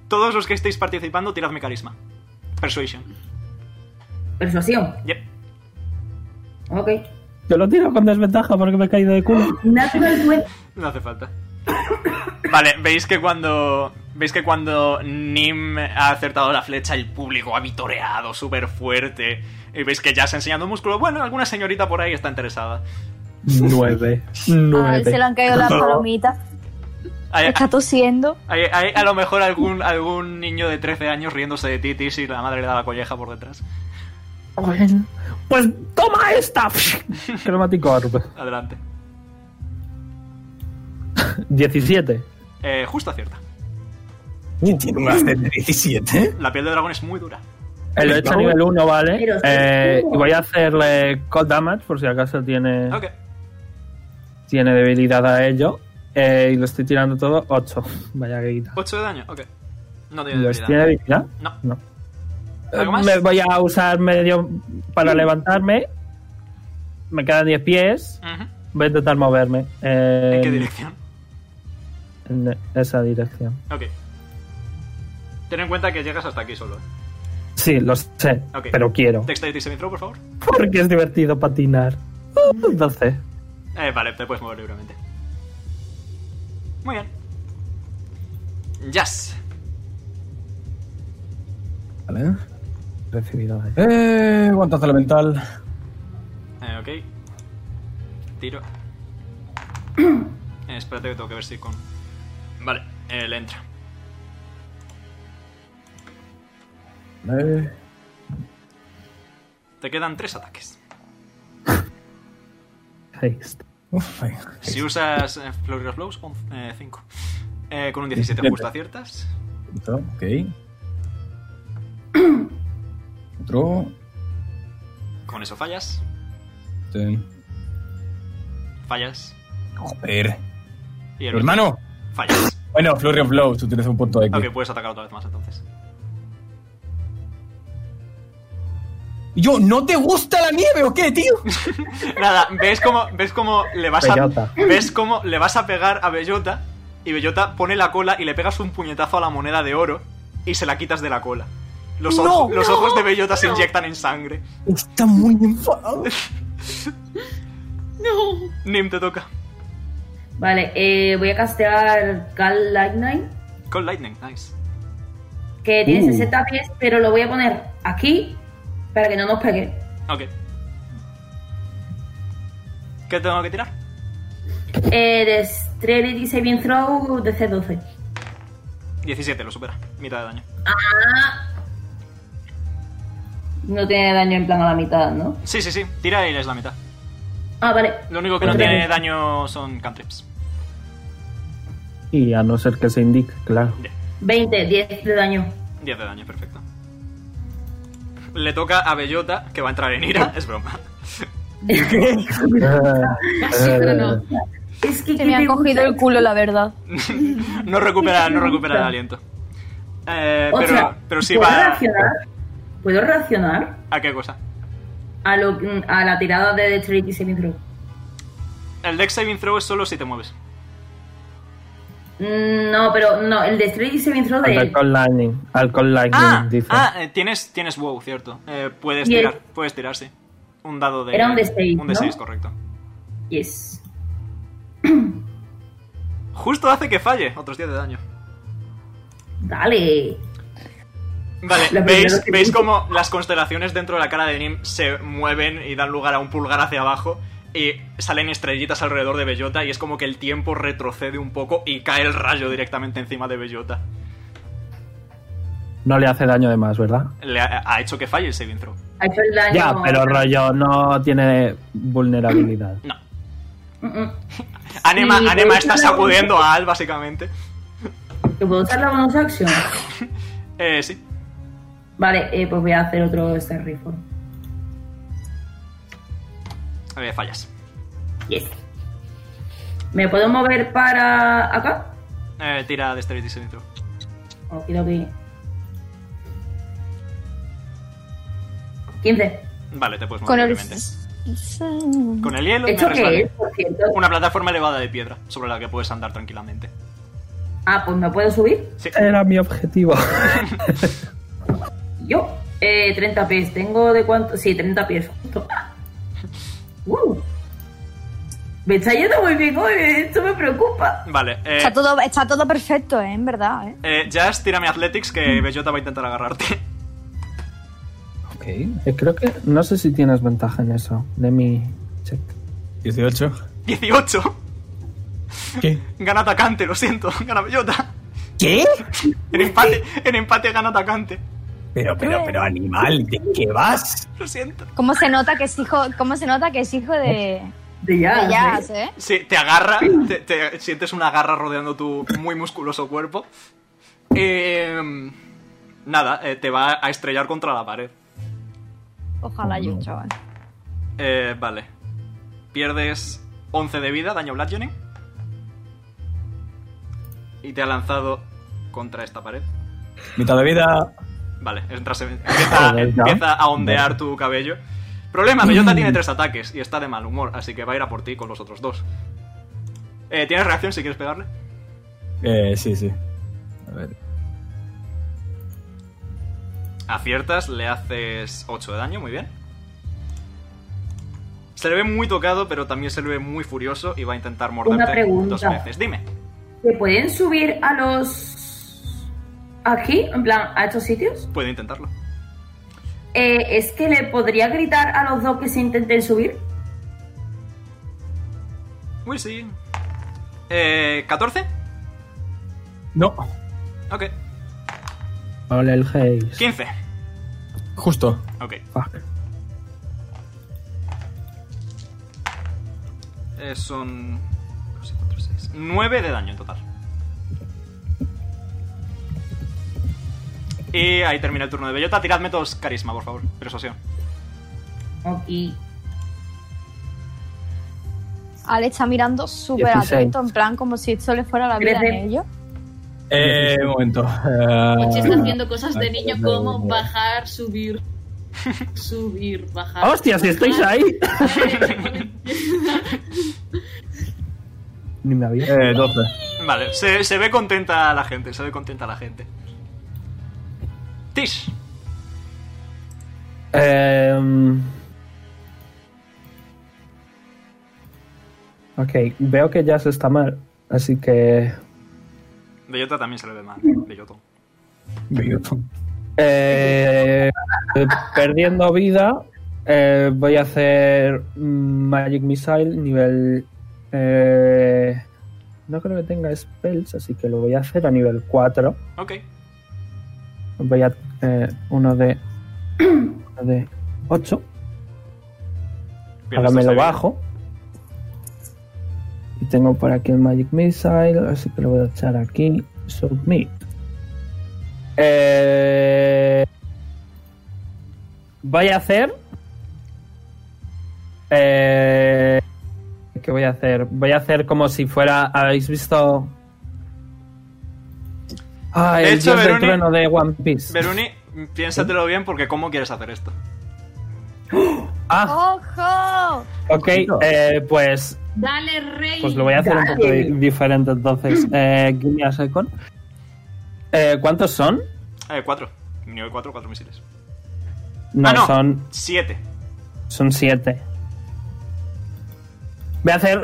Speaker 2: Todos los que estéis participando, tiradme carisma. Persuasion.
Speaker 1: Persuasión.
Speaker 2: Yep.
Speaker 1: Ok.
Speaker 6: Yo lo tiro con desventaja porque me he caído de culo.
Speaker 1: Natural
Speaker 2: No hace falta. Vale, veis que cuando. Veis que cuando Nim ha acertado la flecha, el público ha vitoreado súper fuerte. Y veis que ya se ha enseñado músculo. Bueno, alguna señorita por ahí está interesada.
Speaker 6: 9.
Speaker 16: Ay, se le han caído las palomitas.
Speaker 2: Hay,
Speaker 6: ah.
Speaker 16: Está tosiendo.
Speaker 2: hay- hay a lo mejor algún, algún niño de 13 años riéndose de Titis y la madre le da la colleja por detrás.
Speaker 6: Bueno, Pues toma esta. cromático orb.
Speaker 2: Adelante.
Speaker 6: 17.
Speaker 2: Eh, justo acierta.
Speaker 15: Tiene un ascendente de 17.
Speaker 2: La piel de dragón es muy dura.
Speaker 6: Eh, lo he hecho a nivel 1, ¿vale?
Speaker 2: Pero,
Speaker 6: Eh,
Speaker 2: ¿cómo?
Speaker 6: y voy a hacerle cold damage por si acaso tiene,
Speaker 2: Ok.
Speaker 6: tiene debilidad a ello. Eh, y lo estoy tirando todo 8. Vaya guita.
Speaker 2: 8 de daño, ok. No tiene debilidad.
Speaker 6: ¿Los Pues tiene debilidad?
Speaker 2: No.
Speaker 6: Eh, Me voy a usar medio
Speaker 2: Mm.
Speaker 6: para levantarme. Me quedan 10 pies.
Speaker 2: Ujú.
Speaker 6: Voy a intentar moverme. eh,
Speaker 2: ¿En qué dirección?
Speaker 6: En esa dirección.
Speaker 2: Ok. Ten en cuenta que llegas hasta aquí solo. ¿eh?
Speaker 6: Sí, lo sé,
Speaker 2: Ok.
Speaker 6: pero quiero.
Speaker 2: Dexterity saving throw, por favor.
Speaker 6: Porque es divertido patinar. Uh, 12.
Speaker 2: Eh, vale, te puedes mover libremente. Muy bien. Jazz.
Speaker 15: Vale.
Speaker 6: Recibido.
Speaker 15: Eh, guantazo elemental.
Speaker 2: Eh, ok. Tiro. Eh, espérate que tengo que ver si con... Vale, eh, le entra.
Speaker 15: Eh,
Speaker 2: Te quedan tres ataques.
Speaker 6: Haste.
Speaker 15: Uf, venga.
Speaker 2: Si usas eh, Flurry of Blows, 5. Eh, cinco. Eh, con un 17
Speaker 15: Diecisiete.
Speaker 2: justo aciertas.
Speaker 15: Otro, ok. Otro.
Speaker 2: Con eso fallas.
Speaker 15: Ten.
Speaker 2: Fallas.
Speaker 15: Joder.
Speaker 2: Y el
Speaker 15: Hermano.
Speaker 2: último. Fallas.
Speaker 15: Bueno, Flurry of Blows, tú tienes un punto X.
Speaker 2: Ok, puedes atacar otra vez más entonces.
Speaker 15: Yo, ¿no te gusta la nieve o qué, tío?
Speaker 2: Nada, ves cómo, ves cómo le vas
Speaker 15: Bellota.
Speaker 2: a. Ves cómo le vas a pegar a Bellota. Y Bellota pone la cola y le pegas un puñetazo a la moneda de oro y se la quitas de la cola. Los,
Speaker 15: No,
Speaker 2: ojos, los
Speaker 15: no,
Speaker 2: ojos de Bellota se inyectan en sangre.
Speaker 15: Está muy enfadado.
Speaker 1: No.
Speaker 2: Nim te toca.
Speaker 1: Vale, eh, voy a castear Cal Lightning,
Speaker 2: Con Lightning, nice.
Speaker 1: que tiene
Speaker 2: Uh.
Speaker 1: 60 pies, pero lo voy a poner aquí para que no nos pegue.
Speaker 2: Ok. ¿Qué tengo que tirar?
Speaker 1: Eh, Dexterity Saving Throw de C12.
Speaker 2: 17, lo supera. Mitad de daño.
Speaker 1: No tiene daño en plan a la mitad, ¿no?
Speaker 2: Sí, sí, sí. Tira y es la mitad.
Speaker 1: Ah, vale.
Speaker 2: Lo único que no
Speaker 1: Otra
Speaker 2: tiene
Speaker 1: vez.
Speaker 2: daño son cantrips.
Speaker 6: Y a no ser que se indique, claro.
Speaker 1: 20, 10 de daño.
Speaker 2: 10 de daño, perfecto. Le toca a Bellota, que va a entrar en ira. Es broma.
Speaker 6: Eh, eh,
Speaker 1: Es que,
Speaker 28: que me han cogido el
Speaker 3: Eh,
Speaker 28: culo, la verdad.
Speaker 9: No recupera, no recupera el aliento. Eh, pero, pero sí
Speaker 1: ¿puedo
Speaker 9: va.
Speaker 1: reaccionar? ¿Puedo reaccionar
Speaker 9: ¿A qué cosa?
Speaker 1: a, lo, a la tirada de Dexterity Saving Throw?
Speaker 9: El Dex Saving Throw es solo si te mueves.
Speaker 1: Mm, No, pero no, el Dexterity Saving Throw de él.
Speaker 6: Alcohol Lightning. Alcohol Lightning,
Speaker 9: Ah,
Speaker 6: dice.
Speaker 9: ah, eh, tienes, tienes wow, cierto. Eh, puedes
Speaker 1: Y el-
Speaker 9: tirar, puedes tirar, sí. Un dado de.
Speaker 1: Era un D6,
Speaker 9: Un D6,
Speaker 1: ¿no?
Speaker 9: correcto.
Speaker 1: Yes.
Speaker 9: Justo hace que falle, otros 10 de daño.
Speaker 1: Dale.
Speaker 9: Vale,
Speaker 1: Lo
Speaker 9: veis,
Speaker 1: primero que
Speaker 9: veis
Speaker 1: dice.
Speaker 9: como las constelaciones dentro de la cara de Nim se mueven y dan lugar a un pulgar hacia abajo y salen estrellitas alrededor de Bellota y es como que el tiempo retrocede un poco y cae el rayo directamente encima de Bellota.
Speaker 6: No le hace daño de más, ¿verdad?
Speaker 9: Le ha, ha hecho que falle el saving throw.
Speaker 1: Ha hecho el daño.
Speaker 6: Ya, pero rollo no tiene vulnerabilidad.
Speaker 9: Anema,
Speaker 1: Sí,
Speaker 9: Anema
Speaker 1: pero
Speaker 9: está
Speaker 1: es una-
Speaker 9: sacudiendo a Al, básicamente.
Speaker 1: ¿Que puedo usar la bonus action?
Speaker 9: Eh, sí.
Speaker 1: Vale, eh, pues voy a hacer otro Star Rifle.
Speaker 9: A ver, Eh, fallas.
Speaker 1: Yes. ¿Me puedo mover para acá?
Speaker 9: Eh, tira de Dexterity saving throw.
Speaker 1: Okidoki. 15.
Speaker 9: Vale, te puedes mover
Speaker 1: Con el-
Speaker 9: libremente.
Speaker 6: Eh.
Speaker 9: Con
Speaker 2: Pues
Speaker 9: el hielo.
Speaker 1: ¿Esto
Speaker 9: me
Speaker 1: qué
Speaker 9: resbalé.
Speaker 1: es, por cierto?
Speaker 9: Una plataforma elevada de piedra sobre la que puedes andar tranquilamente.
Speaker 1: Ah, pues me puedo subir.
Speaker 6: Era mi objetivo.
Speaker 1: Yo, eh, 30 pies. ¿Tengo de cuánto? Sí, 30 pies. Justo. Uh. Me está yendo muy bien hoy, esto me preocupa.
Speaker 9: Vale, eh,
Speaker 3: Está todo, está todo perfecto, ¿eh? En verdad, ¿eh?
Speaker 9: eh, Jazz, tírame Athletics
Speaker 1: Mm.
Speaker 9: que Bellota va a intentar agarrarte.
Speaker 6: Ok. Eh, Creo que. No sé si tienes ventaja en eso. Let me check.
Speaker 5: 18.
Speaker 9: 18.
Speaker 5: ¿Qué?
Speaker 9: Gana atacante, lo siento. Gana Bellota.
Speaker 5: ¿Qué?
Speaker 9: En empate, en empate gana atacante.
Speaker 5: Pero, pero, pero, animal, ¿de qué vas?
Speaker 9: Lo siento.
Speaker 3: ¿Cómo se nota que es hijo, cómo se nota que es hijo de,
Speaker 1: De
Speaker 16: Ah,
Speaker 3: de Jazz, eh?
Speaker 9: Sí, te agarra, te, te sientes una garra rodeando tu muy musculoso cuerpo. Eh, nada, eh, te va a estrellar contra la pared.
Speaker 3: Ojalá yo, chaval.
Speaker 9: Eh, vale. Pierdes 11 de vida, daño bludgeoning. Y te ha lanzado contra esta pared.
Speaker 5: Mitad de vida.
Speaker 9: Vale, entras en- empieza,
Speaker 5: Joder, ya.
Speaker 9: Ah, empieza a ondear tu cabello. Problema, Bellota tiene tres ataques y está de mal humor, así que va a ir a por ti con los otros dos. Eh, ¿Tienes reacción si quieres pegarle?
Speaker 5: Eh, sí, sí. A ver.
Speaker 9: Aciertas, le haces 8 de daño, muy bien. Se le ve muy tocado, pero también se le ve muy furioso y va a intentar morderte
Speaker 1: pregunta.
Speaker 9: dos veces. Dime.
Speaker 1: ¿Se pueden subir a los. aquí? En plan, a estos sitios?
Speaker 9: Puedo intentarlo.
Speaker 1: Eh, es que le podría gritar a los dos que se intenten subir.
Speaker 9: Uy, sí. Eh, ¿14?
Speaker 5: No.
Speaker 9: Ok.
Speaker 6: Hola, el Haze.
Speaker 9: 15.
Speaker 5: Justo.
Speaker 9: Ok.
Speaker 6: Fuck.
Speaker 9: Eh, son... 9 de daño en total. Y ahí termina el turno de Bellota. Tiradme todos carisma, por favor. Persuasión.
Speaker 1: Ok.
Speaker 3: Ale está mirando súper
Speaker 5: 16.
Speaker 3: atento, en plan como si esto le fuera la vida en
Speaker 7: Trece.
Speaker 3: ello.
Speaker 5: Eh, un momento.
Speaker 7: Mochi
Speaker 5: Eh,
Speaker 7: está Pues haciendo cosas de niño
Speaker 5: no,
Speaker 7: como
Speaker 5: no.
Speaker 7: bajar, subir, subir, bajar.
Speaker 9: Ah.
Speaker 6: ¡Hostia, si estáis ahí! Ni me había.
Speaker 5: Eh, 12.
Speaker 9: Vale, se, se ve contenta la gente, se ve contenta la gente. Tish,
Speaker 6: Em, ok, veo que Jazz está mal, así que.
Speaker 9: Bellota también se le ve mal. Belloto.
Speaker 6: eh, eh, perdiendo vida, eh, voy a hacer mm, Magic Missile nivel. eh, no creo que tenga spells, así que lo voy a hacer a nivel 4.
Speaker 9: Ok.
Speaker 6: Voy a. eh, uno de. uno de 8. Ahora me lo bajo. Y tengo por aquí el Magic Missile, así que lo voy a echar aquí. Submit. Eh, voy a hacer. eh, ¿Qué voy a hacer? Voy a hacer como si fuera. ¿Habéis visto? Ah, el
Speaker 9: De hecho,
Speaker 6: dios del
Speaker 9: Veroni-
Speaker 6: trueno de One Piece.
Speaker 9: Veruni, piénsatelo bien porque ¿cómo quieres hacer esto?
Speaker 6: Ah,
Speaker 3: ¡Ojo!
Speaker 6: ok, eh, pues
Speaker 7: Dale, rey.
Speaker 6: Pues lo voy a hacer un poco di- diferente entonces. Eh, give me a second. Eh, ¿Cuántos son?
Speaker 9: Eh, cuatro. Nivel cuatro, cuatro misiles.
Speaker 6: No,
Speaker 9: ah, no.
Speaker 6: son,
Speaker 9: Siete.
Speaker 6: son siete. Voy a hacer.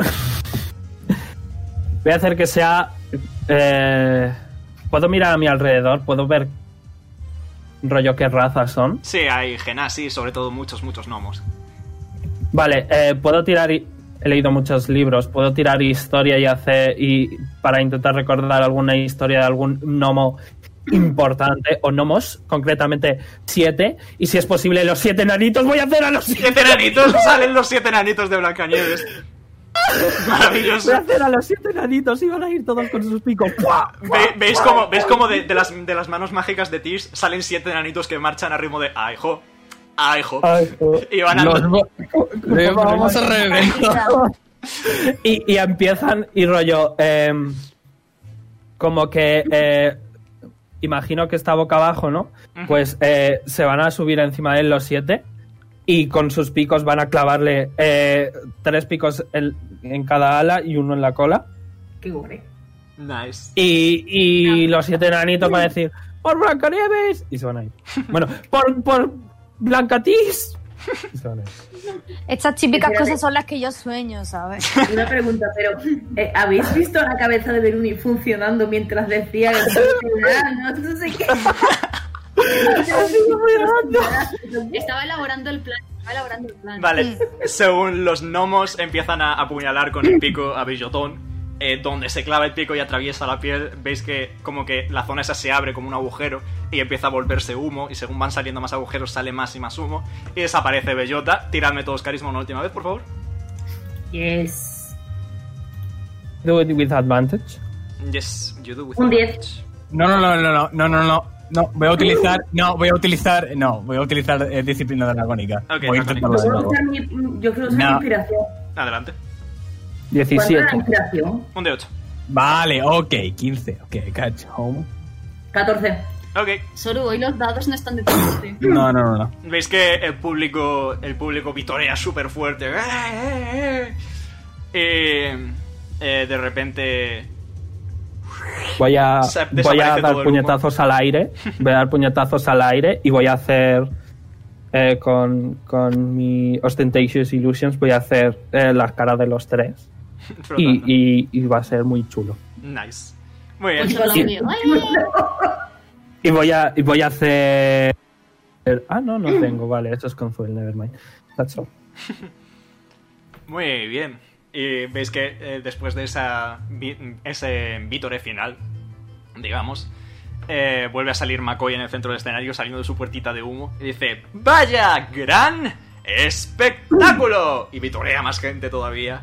Speaker 6: voy a hacer que sea. eh, Puedo mirar a mi alrededor, puedo ver. Rollo, qué razas son.
Speaker 9: Sí, hay genasi, sobre todo muchos, muchos gnomos.
Speaker 6: Vale, eh, puedo tirar. hi- He leído muchos libros. Puedo tirar historia y hacer. Y para intentar recordar alguna historia de algún gnomo importante. O gnomos, concretamente siete. Y si es posible, los siete nanitos. Voy a hacer a los
Speaker 9: ¡Siete enanitos! ¡Salen los siete enanitos de Blancanieves! Maravilloso.
Speaker 6: Voy a hacer a los siete nanitos y van a ir todos con sus picos. ¡Pua!
Speaker 9: Ve- ¿Veis cómo, veis cómo de, de las, de las manos mágicas de Tish salen siete enanitos que marchan a ritmo de ¡Ay, jo! ¡Ay, jo! Y van
Speaker 6: Los
Speaker 9: andando.
Speaker 29: vamos a reventar.
Speaker 6: y, y empiezan y rollo em, como que eh, imagino que está boca abajo no pues eh, se van a subir encima de él los siete y con sus picos van a clavarle eh, tres picos en, en cada ala y uno en la cola
Speaker 1: Qué gore.
Speaker 9: Nice.
Speaker 6: y, y los siete enanitos van a decir por Blancanieves y se van a ir bueno por por Blancatis y se van a ir.
Speaker 3: Estas típicas
Speaker 1: Espérate.
Speaker 3: cosas son las que yo sueño, ¿sabes?
Speaker 1: Una pregunta, pero eh, ¿habéis visto la cabeza de Beruni funcionando mientras decía el ciudadano? No sé qué.
Speaker 7: Estaba elaborando el plan. Estaba elaborando el plan.
Speaker 9: Vale, según los gnomos empiezan a apuñalar con el pico a Bellotón, eh, donde se clava el pico y atraviesa la piel, veis que como que la zona esa se abre como un agujero y empieza a volverse humo, y según van saliendo más agujeros sale más y más humo, y desaparece Bellota. Tiradme todos carisma una última vez, por favor.
Speaker 1: Yes.
Speaker 6: do it with advantage
Speaker 9: Yes, you do with
Speaker 1: Un
Speaker 9: advantage.
Speaker 1: 10.
Speaker 5: No, no, no, no, no, no, no, no. No, voy a utilizar. No, voy a utilizar. No, voy a utilizar eh, disciplina dragónica.
Speaker 9: Ok,
Speaker 5: voy a intentarlo
Speaker 9: dragónica.
Speaker 5: de
Speaker 1: Yo
Speaker 5: nuevo.
Speaker 1: usar mi, yo quiero usar mi
Speaker 5: No.
Speaker 1: inspiración.
Speaker 9: Adelante.
Speaker 1: ¿Cuánto era la
Speaker 6: 17
Speaker 1: inspiración?
Speaker 9: Un de 8.
Speaker 5: Vale, ok, 15. Ok, catch home.
Speaker 1: 14.
Speaker 9: Ok.
Speaker 7: Solo hoy los dados no están de tu parte.
Speaker 5: No, no, no, no.
Speaker 9: Veis que el público el público vitorea súper fuerte. ¡Eh, eh, eh! Y, eh, de repente
Speaker 6: Voy a,
Speaker 9: Se-
Speaker 6: voy a
Speaker 9: desaparece todo
Speaker 6: dar
Speaker 9: el humo.
Speaker 6: puñetazos al aire. Voy a dar puñetazos al aire y voy a hacer. eh, con, con mi Ostentatious Illusions voy a hacer eh, las caras de los tres. Y,
Speaker 9: flotando.
Speaker 6: y- y va a ser muy chulo.
Speaker 9: Nice. Muy bien.
Speaker 7: Pues yo lo veo. ¡Ole!
Speaker 6: Y voy a, y voy a hacer. Ah, no, no tengo. Vale, esto es con Fuel, nevermind. That's all.
Speaker 9: Muy bien. Y veis que eh, después de esa, vi- ese vítore final, digamos, eh, vuelve a salir McCoy en el centro del escenario saliendo de su puertita de humo y dice, ¡Vaya gran espectáculo! Y vitorea más gente todavía.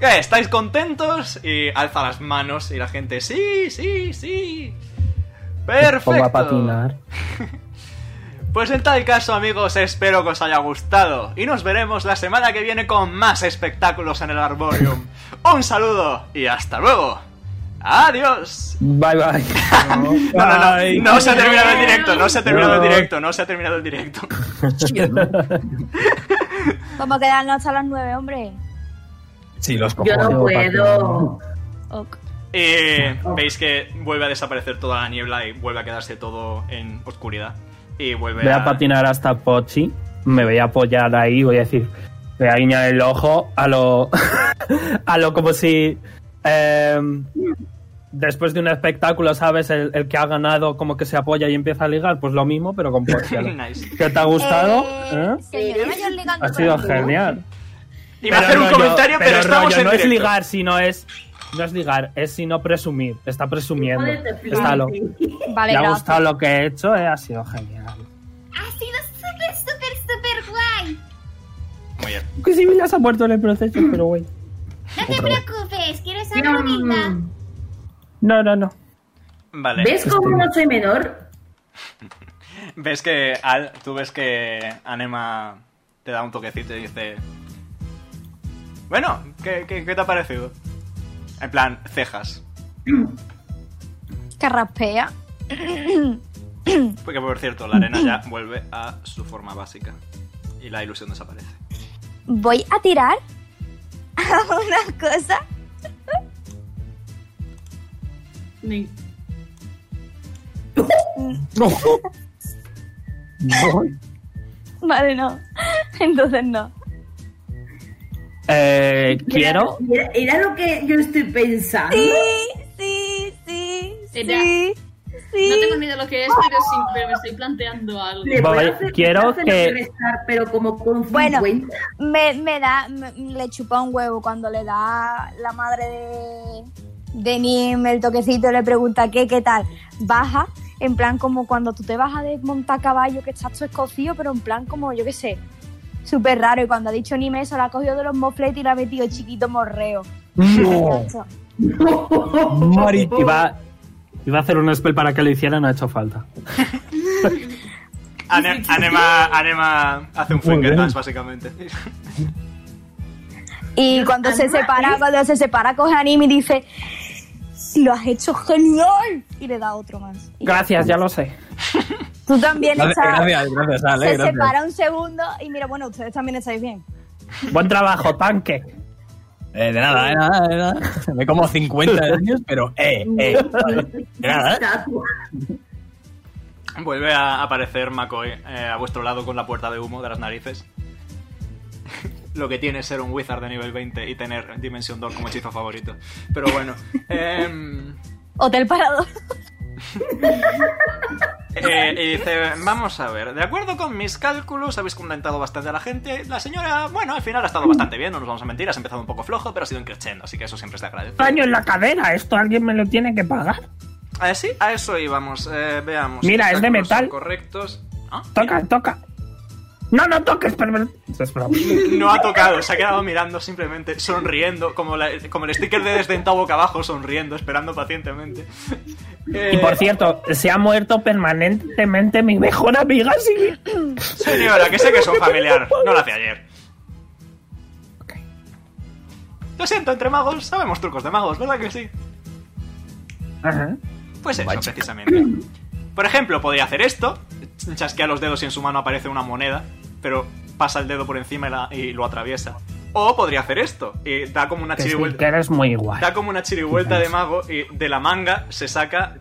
Speaker 9: ¿Qué, ¿Estáis contentos? Y alza las manos y la gente, sí, sí, sí.
Speaker 6: Pongo a
Speaker 9: Perfecto.
Speaker 6: patinar.
Speaker 9: Pues en tal caso, amigos, espero que os haya gustado. Y nos veremos la semana que viene con más espectáculos en el Arborium. Un saludo y hasta luego. Adiós.
Speaker 6: Bye, bye.
Speaker 9: No, no, no, no se ha terminado el directo, no se ha terminado el
Speaker 6: No.
Speaker 9: directo, no se ha terminado el directo.
Speaker 3: Vamos a quedarnos hasta las nueve, hombre.
Speaker 5: Sí, los
Speaker 1: Yo
Speaker 5: cojones.
Speaker 1: no puedo.
Speaker 3: Ok.
Speaker 9: Eh, veis que vuelve a desaparecer toda la niebla y vuelve a quedarse todo en oscuridad. Y vuelve
Speaker 6: Voy a
Speaker 9: a...
Speaker 6: patinar hasta Pochi. Me voy a apoyar ahí. Voy a decir. Voy a guiñar el ojo a lo. a lo como si. em, después de un espectáculo, ¿sabes? El, el que ha ganado, como que se apoya y empieza a ligar. Pues lo mismo, pero con Pochi.
Speaker 9: Nice.
Speaker 6: ¿Qué te ha gustado? ¿Eh?
Speaker 3: Señora mayor ligando
Speaker 6: Ha sido
Speaker 3: conmigo.
Speaker 6: genial.
Speaker 9: Iba a hacer un
Speaker 6: rollo-
Speaker 9: comentario, pero estamos
Speaker 6: rollo,
Speaker 9: en
Speaker 6: No es
Speaker 9: directo.
Speaker 6: ligar, sino es. No es ligar, es sino presumir. Está presumiendo.
Speaker 1: Jódete, flipa.
Speaker 6: Está lo,
Speaker 3: Vale,
Speaker 6: le ha
Speaker 3: gracias.
Speaker 6: gustado lo que he hecho, eh, ha sido genial.
Speaker 8: Ha sido súper, súper, súper guay.
Speaker 9: Muy bien.
Speaker 6: Que si Vilas ha muerto en el proceso, pero bueno.
Speaker 8: No te preocupes, quiero ser bonita.
Speaker 1: Mm.
Speaker 6: No, no, no.
Speaker 9: Vale.
Speaker 1: ¿Ves cómo no soy menor?
Speaker 9: Ves que Al, tú ves que Anema te da un toquecito y dice. Bueno,
Speaker 2: ¿Qué, qué, qué te ha parecido? En plan, cejas.
Speaker 3: Carraspea.
Speaker 2: Porque, por cierto, la arena ya vuelve a su forma básica. Y la ilusión desaparece.
Speaker 3: Voy a tirar a una cosa.
Speaker 7: Me-
Speaker 30: No. No.
Speaker 3: Vale, no. Entonces no.
Speaker 9: Eh, quiero.
Speaker 1: Era, era lo que yo estoy pensando.
Speaker 3: Sí, sí, sí.
Speaker 7: Era-
Speaker 3: Sí, sí.
Speaker 7: No tengo ni idea lo que es, pero, sí, pero me estoy planteando algo.
Speaker 1: Le voy a
Speaker 9: Vale,
Speaker 1: hacer-
Speaker 9: quiero
Speaker 1: voy a hacer
Speaker 9: que-
Speaker 1: regresar, pero como con
Speaker 3: Bueno,
Speaker 1: 50.
Speaker 3: me, me da. me- le chupa un huevo cuando le da la madre de. De Nim el toquecito y le pregunta qué, qué tal. Baja, en plan como cuando tú te vas a desmontar caballo que estás todo escocido, pero en plan como yo qué sé. Súper raro. Y cuando ha dicho Nim eso, la ha cogido de los mofletes y la ha metido chiquito morreo.
Speaker 30: No.
Speaker 5: Oh.
Speaker 3: Chacho.
Speaker 9: Mari- Iba, iba a hacer un spell para que lo hiciera, no ha hecho falta.
Speaker 2: Ane- Anema, Anema hace un ¿eh?
Speaker 9: Muy
Speaker 2: finger
Speaker 9: bien.
Speaker 2: dance, básicamente.
Speaker 3: Y cuando se separa, cuando se separa, coge a Nim y dice, lo has hecho genial. Y le da otro más. Y
Speaker 6: Gracias, ya lo sé.
Speaker 3: Tú también
Speaker 6: Gracias,
Speaker 3: estás-
Speaker 6: gracias, gracias, Ale,
Speaker 3: Se
Speaker 6: gracias.
Speaker 3: separa un segundo y mira, bueno, ustedes también estáis bien.
Speaker 6: Buen trabajo, tanque.
Speaker 5: Eh, de nada, de nada, de nada. Me como 50 de años, pero eh, eh. vale. De nada, eh.
Speaker 2: Vuelve a aparecer McCoy eh, a vuestro lado con la puerta de humo de las narices. Lo que tiene ser un wizard de nivel 20 y tener Dimension 2 como hechizo favorito. Pero bueno. em,
Speaker 3: Hotel Parado.
Speaker 2: Eh, y dice, vamos a ver, de acuerdo con mis cálculos, habéis contentado bastante a la gente. La señora, bueno, al final ha estado bastante bien, no nos vamos a mentir, has empezado un poco flojo, pero ha sido creciendo, así que eso siempre se agradece.
Speaker 6: Daño en la cadera, esto alguien me lo tiene que pagar.
Speaker 2: Eh, sí, a eso íbamos, eh, veamos.
Speaker 6: Mira,
Speaker 2: ¿Qué
Speaker 6: es de
Speaker 2: cálculos son
Speaker 6: metal.
Speaker 2: Correctos. Ah,
Speaker 6: Toca, toca. No, no toques, perver- Eso es broma.
Speaker 2: No ha tocado, se ha quedado mirando simplemente, sonriendo, como, la- como el sticker de desdentado boca abajo, sonriendo, esperando pacientemente. Eh,
Speaker 6: Y por cierto, se ha muerto permanentemente mi mejor amiga, sí.
Speaker 2: Señora, que sé que son familiar, no lo hace ayer. Lo siento, entre magos sabemos trucos de magos, ¿verdad que sí?
Speaker 6: Ajá.
Speaker 2: Pues eso, precisamente. Por ejemplo, podría hacer esto: chasquea los dedos y en su mano aparece una moneda, pero pasa el dedo por encima y, la- y lo atraviesa. O podría hacer esto: y da como una
Speaker 6: Que sí,
Speaker 2: chirivuelta.
Speaker 6: que eres muy guay.
Speaker 2: Da como una chirivuelta de mago y de la manga se saca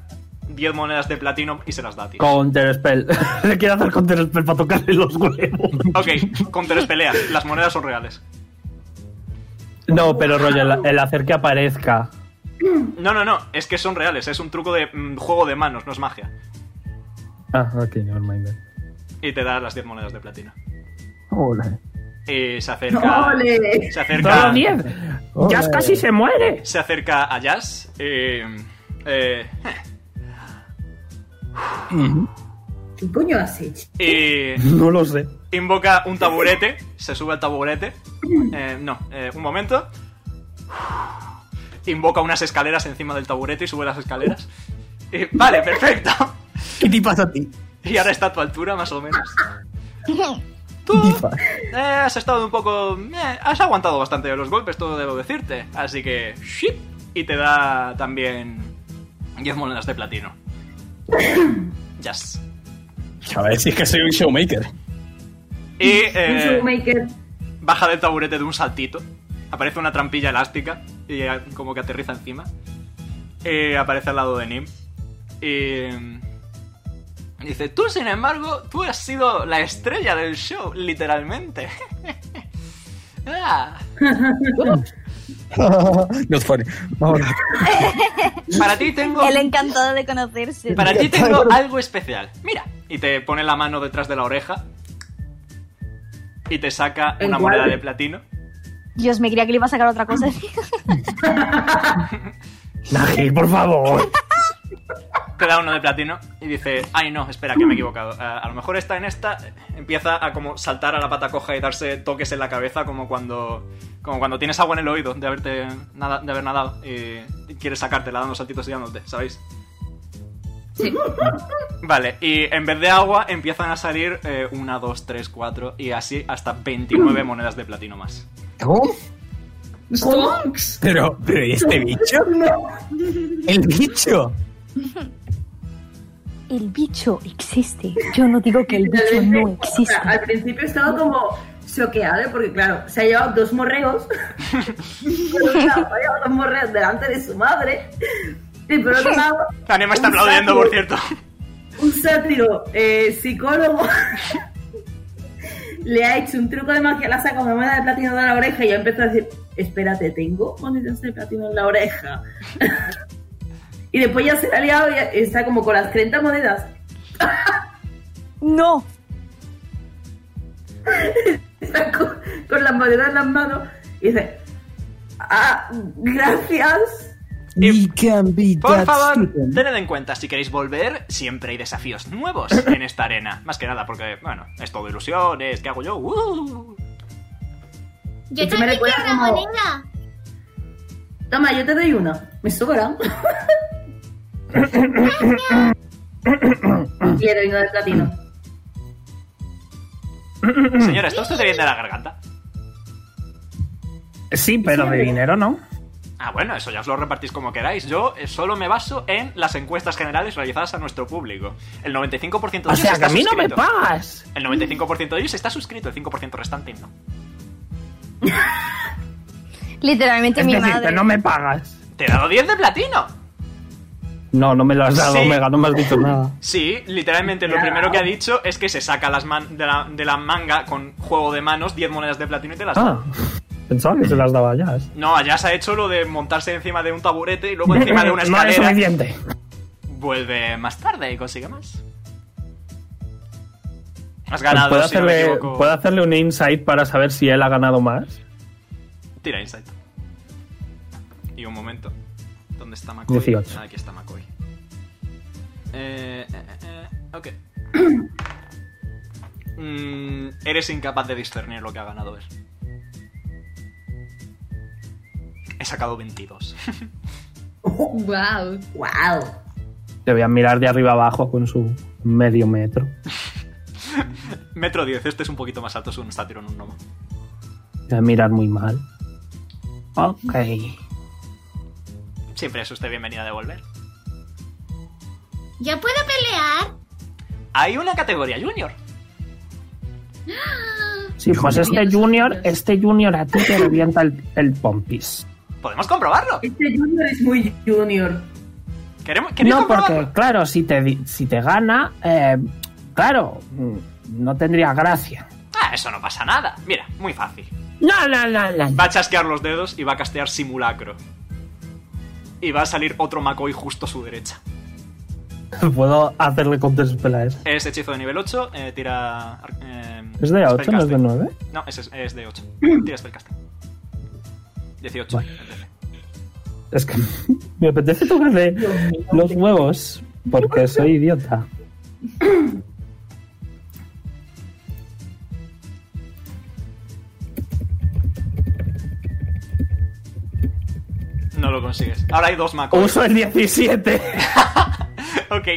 Speaker 2: 10 monedas de platino y se las da a ti.
Speaker 9: Counter spell. Le quiero hacer counter spell para tocarle los huevos.
Speaker 2: Ok, conteres pelea. Las monedas son reales.
Speaker 9: No, pero rollo, el, el hacer que aparezca.
Speaker 2: No, no, no, es que son reales, es un truco de mm, juego de manos, no es magia.
Speaker 9: Ah, ok, nevermind.
Speaker 2: Y te da las 10 monedas de platino.
Speaker 9: Hola.
Speaker 2: Y se acerca.
Speaker 6: ¡Ole!
Speaker 2: Se acerca.
Speaker 6: Solo 10. Jazz casi se muere.
Speaker 2: Se acerca a Jazz. eh, eh,
Speaker 1: ¿Qué coño has hecho?
Speaker 2: y
Speaker 9: No lo sé.
Speaker 2: invoca un taburete. Se sube al taburete. Eh, no, eh, un momento. Invoca unas escaleras encima del taburete y sube las escaleras. Y- vale, perfecto.
Speaker 5: ¿Qué te pasa a ti?
Speaker 2: Y ahora está a tu altura, más o menos. Eh, has estado un poco. eh, has aguantado bastante los golpes, todo debo decirte. Así que. ship, Y te da también. 10 monedas de platino. Yes.
Speaker 5: A ver si es que soy un showmaker.
Speaker 2: Y.
Speaker 1: Un
Speaker 2: eh,
Speaker 1: showmaker.
Speaker 2: baja del taburete de un saltito. Aparece una trampilla elástica. Y eh, como que aterriza encima. Y aparece al lado de Nim. Y. mm, Dice, tú sin embargo, tú has sido la estrella del show, literalmente. Ah.
Speaker 5: No es funny. Vámonos.
Speaker 2: Para ti tengo.
Speaker 3: El encantado de conocerse.
Speaker 2: Para ti tengo algo especial. Mira. Y te pone la mano detrás de la oreja. Y te saca
Speaker 3: ¿En
Speaker 2: una
Speaker 3: cuál?
Speaker 2: moneda de platino.
Speaker 3: Dios, me creía que le iba a sacar otra cosa.
Speaker 9: Naji, por favor.
Speaker 2: Te da uno de platino. Y dice, ay no, espera, que me he equivocado. Eh, A, a lo mejor está en esta. Empieza a como saltar a la pata coja y darse toques en la cabeza. Como cuando. Como cuando tienes agua en el oído de haberte. nada- de haber nadado. Y, y quieres sacártela dando saltitos y dándote, ¿sabéis? Vale, y en vez de agua empiezan a salir eh, 1, 2, 3, 4 y así hasta 29 monedas de platino más.
Speaker 7: Stonks.
Speaker 5: Pero, pero ¿y este bicho? El bicho.
Speaker 16: El bicho existe. Yo no digo que el bicho no
Speaker 1: O sea,
Speaker 16: existe.
Speaker 1: al principio he estado como choqueado porque, claro, se ha llevado dos morreos. Por un lado, ha llevado dos morreos delante de su madre. Y por otro lado,
Speaker 2: Daniel me está
Speaker 1: Un
Speaker 2: aplaudiendo,
Speaker 1: sapo.
Speaker 2: por cierto.
Speaker 1: un sátiro eh, psicólogo le ha hecho un truco de magia, la saca una moneda de platino de la oreja y ya empezó a decir, espérate, ¿tengo monedas de platino en la oreja? y después ya se la ha liado y está como con las 30 monedas.
Speaker 16: ¡No!
Speaker 1: está con, con las monedas en las manos y dice, ah, gracias.
Speaker 5: You can be
Speaker 2: Por
Speaker 5: that
Speaker 2: favor,
Speaker 5: stupid.
Speaker 2: tened en cuenta, si queréis volver, siempre hay desafíos nuevos en esta arena. Más que nada porque, bueno, es todo ilusiones, ¿qué hago yo? ¡Uh!
Speaker 1: Esto
Speaker 8: Yo
Speaker 1: me
Speaker 8: también
Speaker 1: recuerda
Speaker 8: quiero una
Speaker 1: como-
Speaker 8: moneda.
Speaker 1: Toma, yo te doy una. Me sobra. Quiero una de platino.
Speaker 2: Señora, ¿está usted bien de la garganta?
Speaker 6: Sí, pero de dinero no.
Speaker 2: Ah, bueno, eso ya os lo repartís como queráis. Yo eh, solo me baso en las encuestas generales realizadas a nuestro público. El 95% de ellos
Speaker 6: O sea, que
Speaker 2: está
Speaker 6: a mí no me
Speaker 2: suscrito.
Speaker 6: pagas.
Speaker 2: El 95% de ellos está suscrito, el 5% restante no.
Speaker 16: Literalmente
Speaker 6: Es
Speaker 16: mi
Speaker 6: decir,
Speaker 16: madre.
Speaker 6: que no me pagas.
Speaker 2: ¡Te he dado 10 de platino!
Speaker 6: No, no me lo has dado,
Speaker 2: Sí.
Speaker 6: Omega, no me has dicho nada.
Speaker 2: Sí, literalmente lo primero que ha dicho es que se saca las man- de, la, de la manga con juego de manos 10 monedas de platino y te las da.
Speaker 6: Ah, pensaba que se las daba ya.
Speaker 2: No, allá se ha hecho lo de montarse encima de un taburete y luego encima de una
Speaker 6: No es
Speaker 2: escalera.
Speaker 6: suficiente.
Speaker 2: Vuelve más tarde y consigue más. Has
Speaker 6: Pues
Speaker 2: ganado,
Speaker 6: ¿Puedo,
Speaker 2: si no me
Speaker 6: hacerle,
Speaker 2: equivoco.
Speaker 6: ¿Puedo hacerle un insight para saber si él ha ganado más?
Speaker 2: Tira insight. Y un momento. ¿Dónde está McCoy?
Speaker 6: 18.
Speaker 2: Ah, aquí está McCoy. Eh, eh, eh, eh, ok. Mm, eres incapaz de discernir lo que ha ganado él. He sacado 22.
Speaker 7: Wow.
Speaker 1: Wow.
Speaker 6: Le voy a mirar de arriba abajo con su medio metro.
Speaker 2: Metro 10, este es un poquito más alto, es un sátiro en un gnomo.
Speaker 6: Le voy a mirar muy mal. Ok.
Speaker 2: Siempre es usted bienvenida de volver.
Speaker 8: ¿Ya puedo pelear?
Speaker 2: Hay una categoría junior.
Speaker 6: Sí, pues este junior, este junior a ti te revienta el, el pompis.
Speaker 2: Podemos comprobarlo.
Speaker 1: Este Junior es muy Junior.
Speaker 2: Queremos, queréis
Speaker 6: No,
Speaker 2: comprobarlo?
Speaker 6: porque, claro, si te, di- si te gana, eh, claro, mm, no tendría gracia.
Speaker 2: Ah, eso no pasa nada. Mira, muy fácil.
Speaker 6: No, no, no, no.
Speaker 2: Va a chasquear los dedos y va a castear simulacro. Y va a salir otro Makoi justo a su derecha.
Speaker 6: Puedo hacerle counterspell a eso.
Speaker 2: Es hechizo de nivel 8, eh, tira... ar- eh,
Speaker 6: ¿Es de 8, no es de
Speaker 2: spellcasting.
Speaker 6: 9?
Speaker 2: No, es, es de 8. Tira spellcasting. 18. el DC.
Speaker 6: Es que me apetece tocarle los huevos porque soy idiota.
Speaker 2: No lo consigues. Ahora hay dos Makoi.
Speaker 6: Uso el 17.
Speaker 2: ok.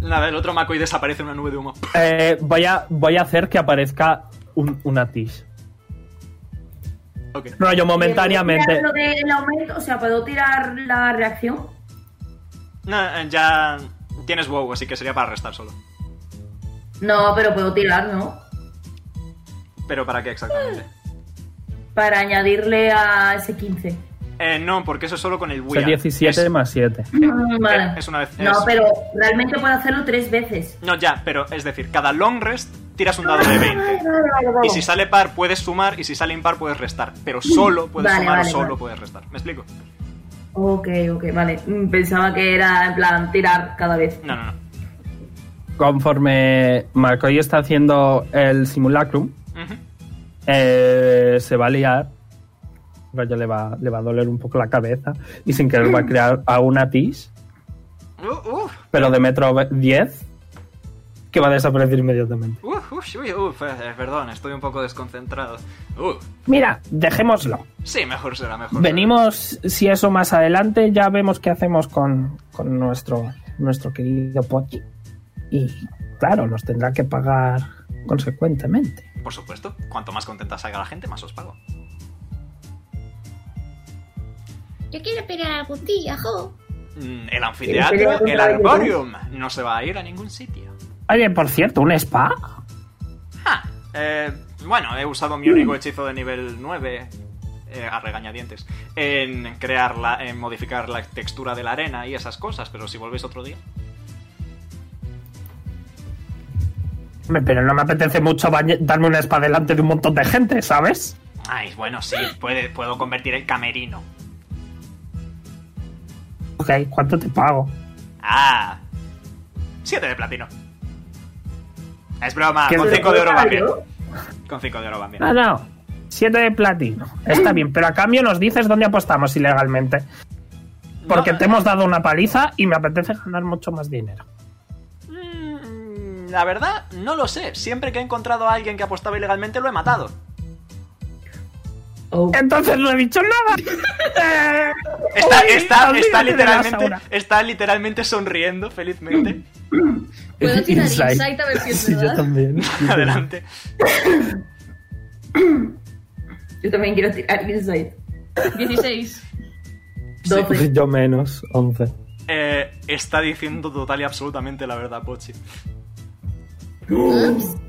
Speaker 2: Nada, el otro Makoi desaparece en una nube de humo.
Speaker 6: Eh, voy, a, voy a hacer que aparezca un, una tish.
Speaker 2: Ok.
Speaker 6: Rollo momentáneamente.
Speaker 1: ¿Puedo tirar lo del aumento? O sea, ¿puedo tirar la reacción?
Speaker 2: No, eh, ya tienes wow, así que sería para restar solo.
Speaker 1: No, pero puedo tirar, ¿no?
Speaker 2: ¿Pero para qué exactamente?
Speaker 6: Eh.
Speaker 1: Para añadirle a ese 15.
Speaker 2: Eh, no, porque eso es solo con el
Speaker 6: O sea,
Speaker 2: Wii.
Speaker 6: 17 más 7.
Speaker 1: Mm, Vale.
Speaker 2: Es una vez...
Speaker 1: No,
Speaker 2: es-
Speaker 1: pero realmente puedo hacerlo tres veces.
Speaker 2: No, ya, pero es decir, cada long rest tiras un dado de 20.
Speaker 6: Ah,
Speaker 2: Y si sale par puedes sumar y si sale impar puedes restar. Pero solo puedes
Speaker 1: Vale,
Speaker 2: sumar
Speaker 1: vale,
Speaker 2: o solo
Speaker 1: vale.
Speaker 2: puedes restar. ¿Me explico?
Speaker 1: Ok, ok, vale. Mm, Pensaba que era en plan tirar cada vez.
Speaker 2: No, no, no.
Speaker 6: Conforme Marcoy está haciendo el simulacrum,
Speaker 2: Ujú.
Speaker 6: eh, se va a liar. Rollo le va, le va a doler un poco la cabeza. Y sin querer va a crear a una tish,
Speaker 2: Uh, uh,
Speaker 6: pero de metro ve- 10, que va a desaparecer inmediatamente.
Speaker 2: uh, ush, uy, uf, eh, perdón, estoy un poco desconcentrado. Uh,
Speaker 6: Mira, dejémoslo.
Speaker 2: sí, mejor será mejor.
Speaker 6: Venimos, si eso más adelante, ya vemos qué hacemos con, con nuestro, nuestro querido Pochi. Y claro, nos tendrá que pagar consecuentemente.
Speaker 2: Por supuesto, cuanto más contenta salga la gente, más os pago.
Speaker 8: Yo quiero esperar a la puntilla, jo.
Speaker 2: Mm, El anfiteatro, el arborium, no se va a ir a ningún sitio.
Speaker 6: Oye, por cierto, un spa.
Speaker 2: Ah, eh, bueno, he usado mi único hechizo de nivel 9 eh, a regañadientes en crear la, en modificar la textura de la arena y esas cosas, pero si volvéis otro día.
Speaker 6: Hombre, Pero no me apetece mucho bañe- darme un spa delante de un montón de gente, ¿sabes?
Speaker 2: Ay, bueno, sí, puede, puedo convertir el camerino.
Speaker 6: Ok, ¿cuánto te pago?
Speaker 2: Ah, 7 de platino. Es broma,
Speaker 6: ¿Qué
Speaker 2: Ah, con
Speaker 6: te
Speaker 2: 5 de oro va
Speaker 6: pago?
Speaker 2: bien. Con 5 de oro va bien.
Speaker 6: No, Ah, no. Siete de platino. Está bien, pero a cambio nos dices dónde apostamos ilegalmente. Porque te hemos dado una paliza y me apetece ganar mucho más dinero.
Speaker 2: Mm, La verdad, no lo sé. Siempre que he encontrado a alguien que apostaba ilegalmente, lo he matado.
Speaker 6: Entonces no he dicho nada.
Speaker 2: Está,
Speaker 6: Oye,
Speaker 2: está,
Speaker 6: olvídate
Speaker 2: está,
Speaker 6: de la
Speaker 2: literalmente,
Speaker 6: Saura.
Speaker 2: está literalmente sonriendo felizmente.
Speaker 7: ¿Puedo tirar insight a ver si es verdad?
Speaker 6: también.
Speaker 2: Adelante.
Speaker 1: Yo también quiero tirar Insight.
Speaker 7: 16.
Speaker 5: Yo menos, 11.
Speaker 2: Eh, está diciendo total y absolutamente la verdad, Pochi.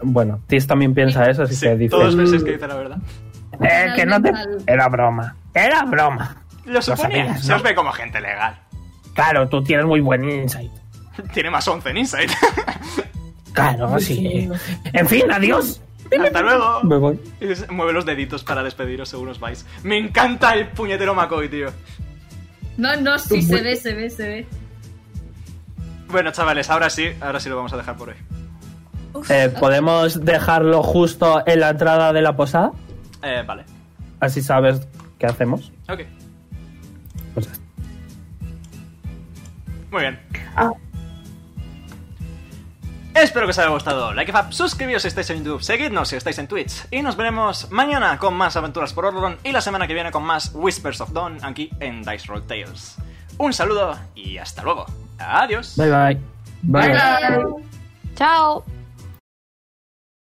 Speaker 5: Bueno, Tis también piensa eso, así que dice.
Speaker 2: Todos pensáis que dice la verdad.
Speaker 6: Eh, que no te... Era broma. Era broma.
Speaker 2: Lo suponía.
Speaker 6: sabías,
Speaker 2: Se
Speaker 6: ¿no?
Speaker 2: os ve como gente legal.
Speaker 6: Claro, tú tienes muy buen insight.
Speaker 2: Tiene más 11 en Insight.
Speaker 6: Claro, sí. En fin, adiós.
Speaker 2: Hasta luego.
Speaker 5: Me voy.
Speaker 2: Y se- Mueve los deditos para despediros según os vais. Me encanta el puñetero McCoy, tío.
Speaker 7: No, no, sí, se ve, se ve, se ve.
Speaker 2: Bueno, chavales, ahora sí, ahora sí lo vamos a dejar por hoy.
Speaker 5: Eh, ¿Podemos dejarlo justo en la entrada de la posada?
Speaker 2: Eh, vale.
Speaker 5: Así sabes qué hacemos.
Speaker 2: Ok.
Speaker 5: Pues
Speaker 2: Muy bien. Espero que os haya gustado. Like if up, suscribíos si estáis en YouTube, seguidnos si estáis en Twitch. Y nos veremos mañana con más aventuras por Orlon y la semana que viene con más Whispers of Dawn aquí en Dice Roll Tales. Un saludo y hasta luego. Adiós.
Speaker 5: Bye bye.
Speaker 2: Bye.
Speaker 31: Chao.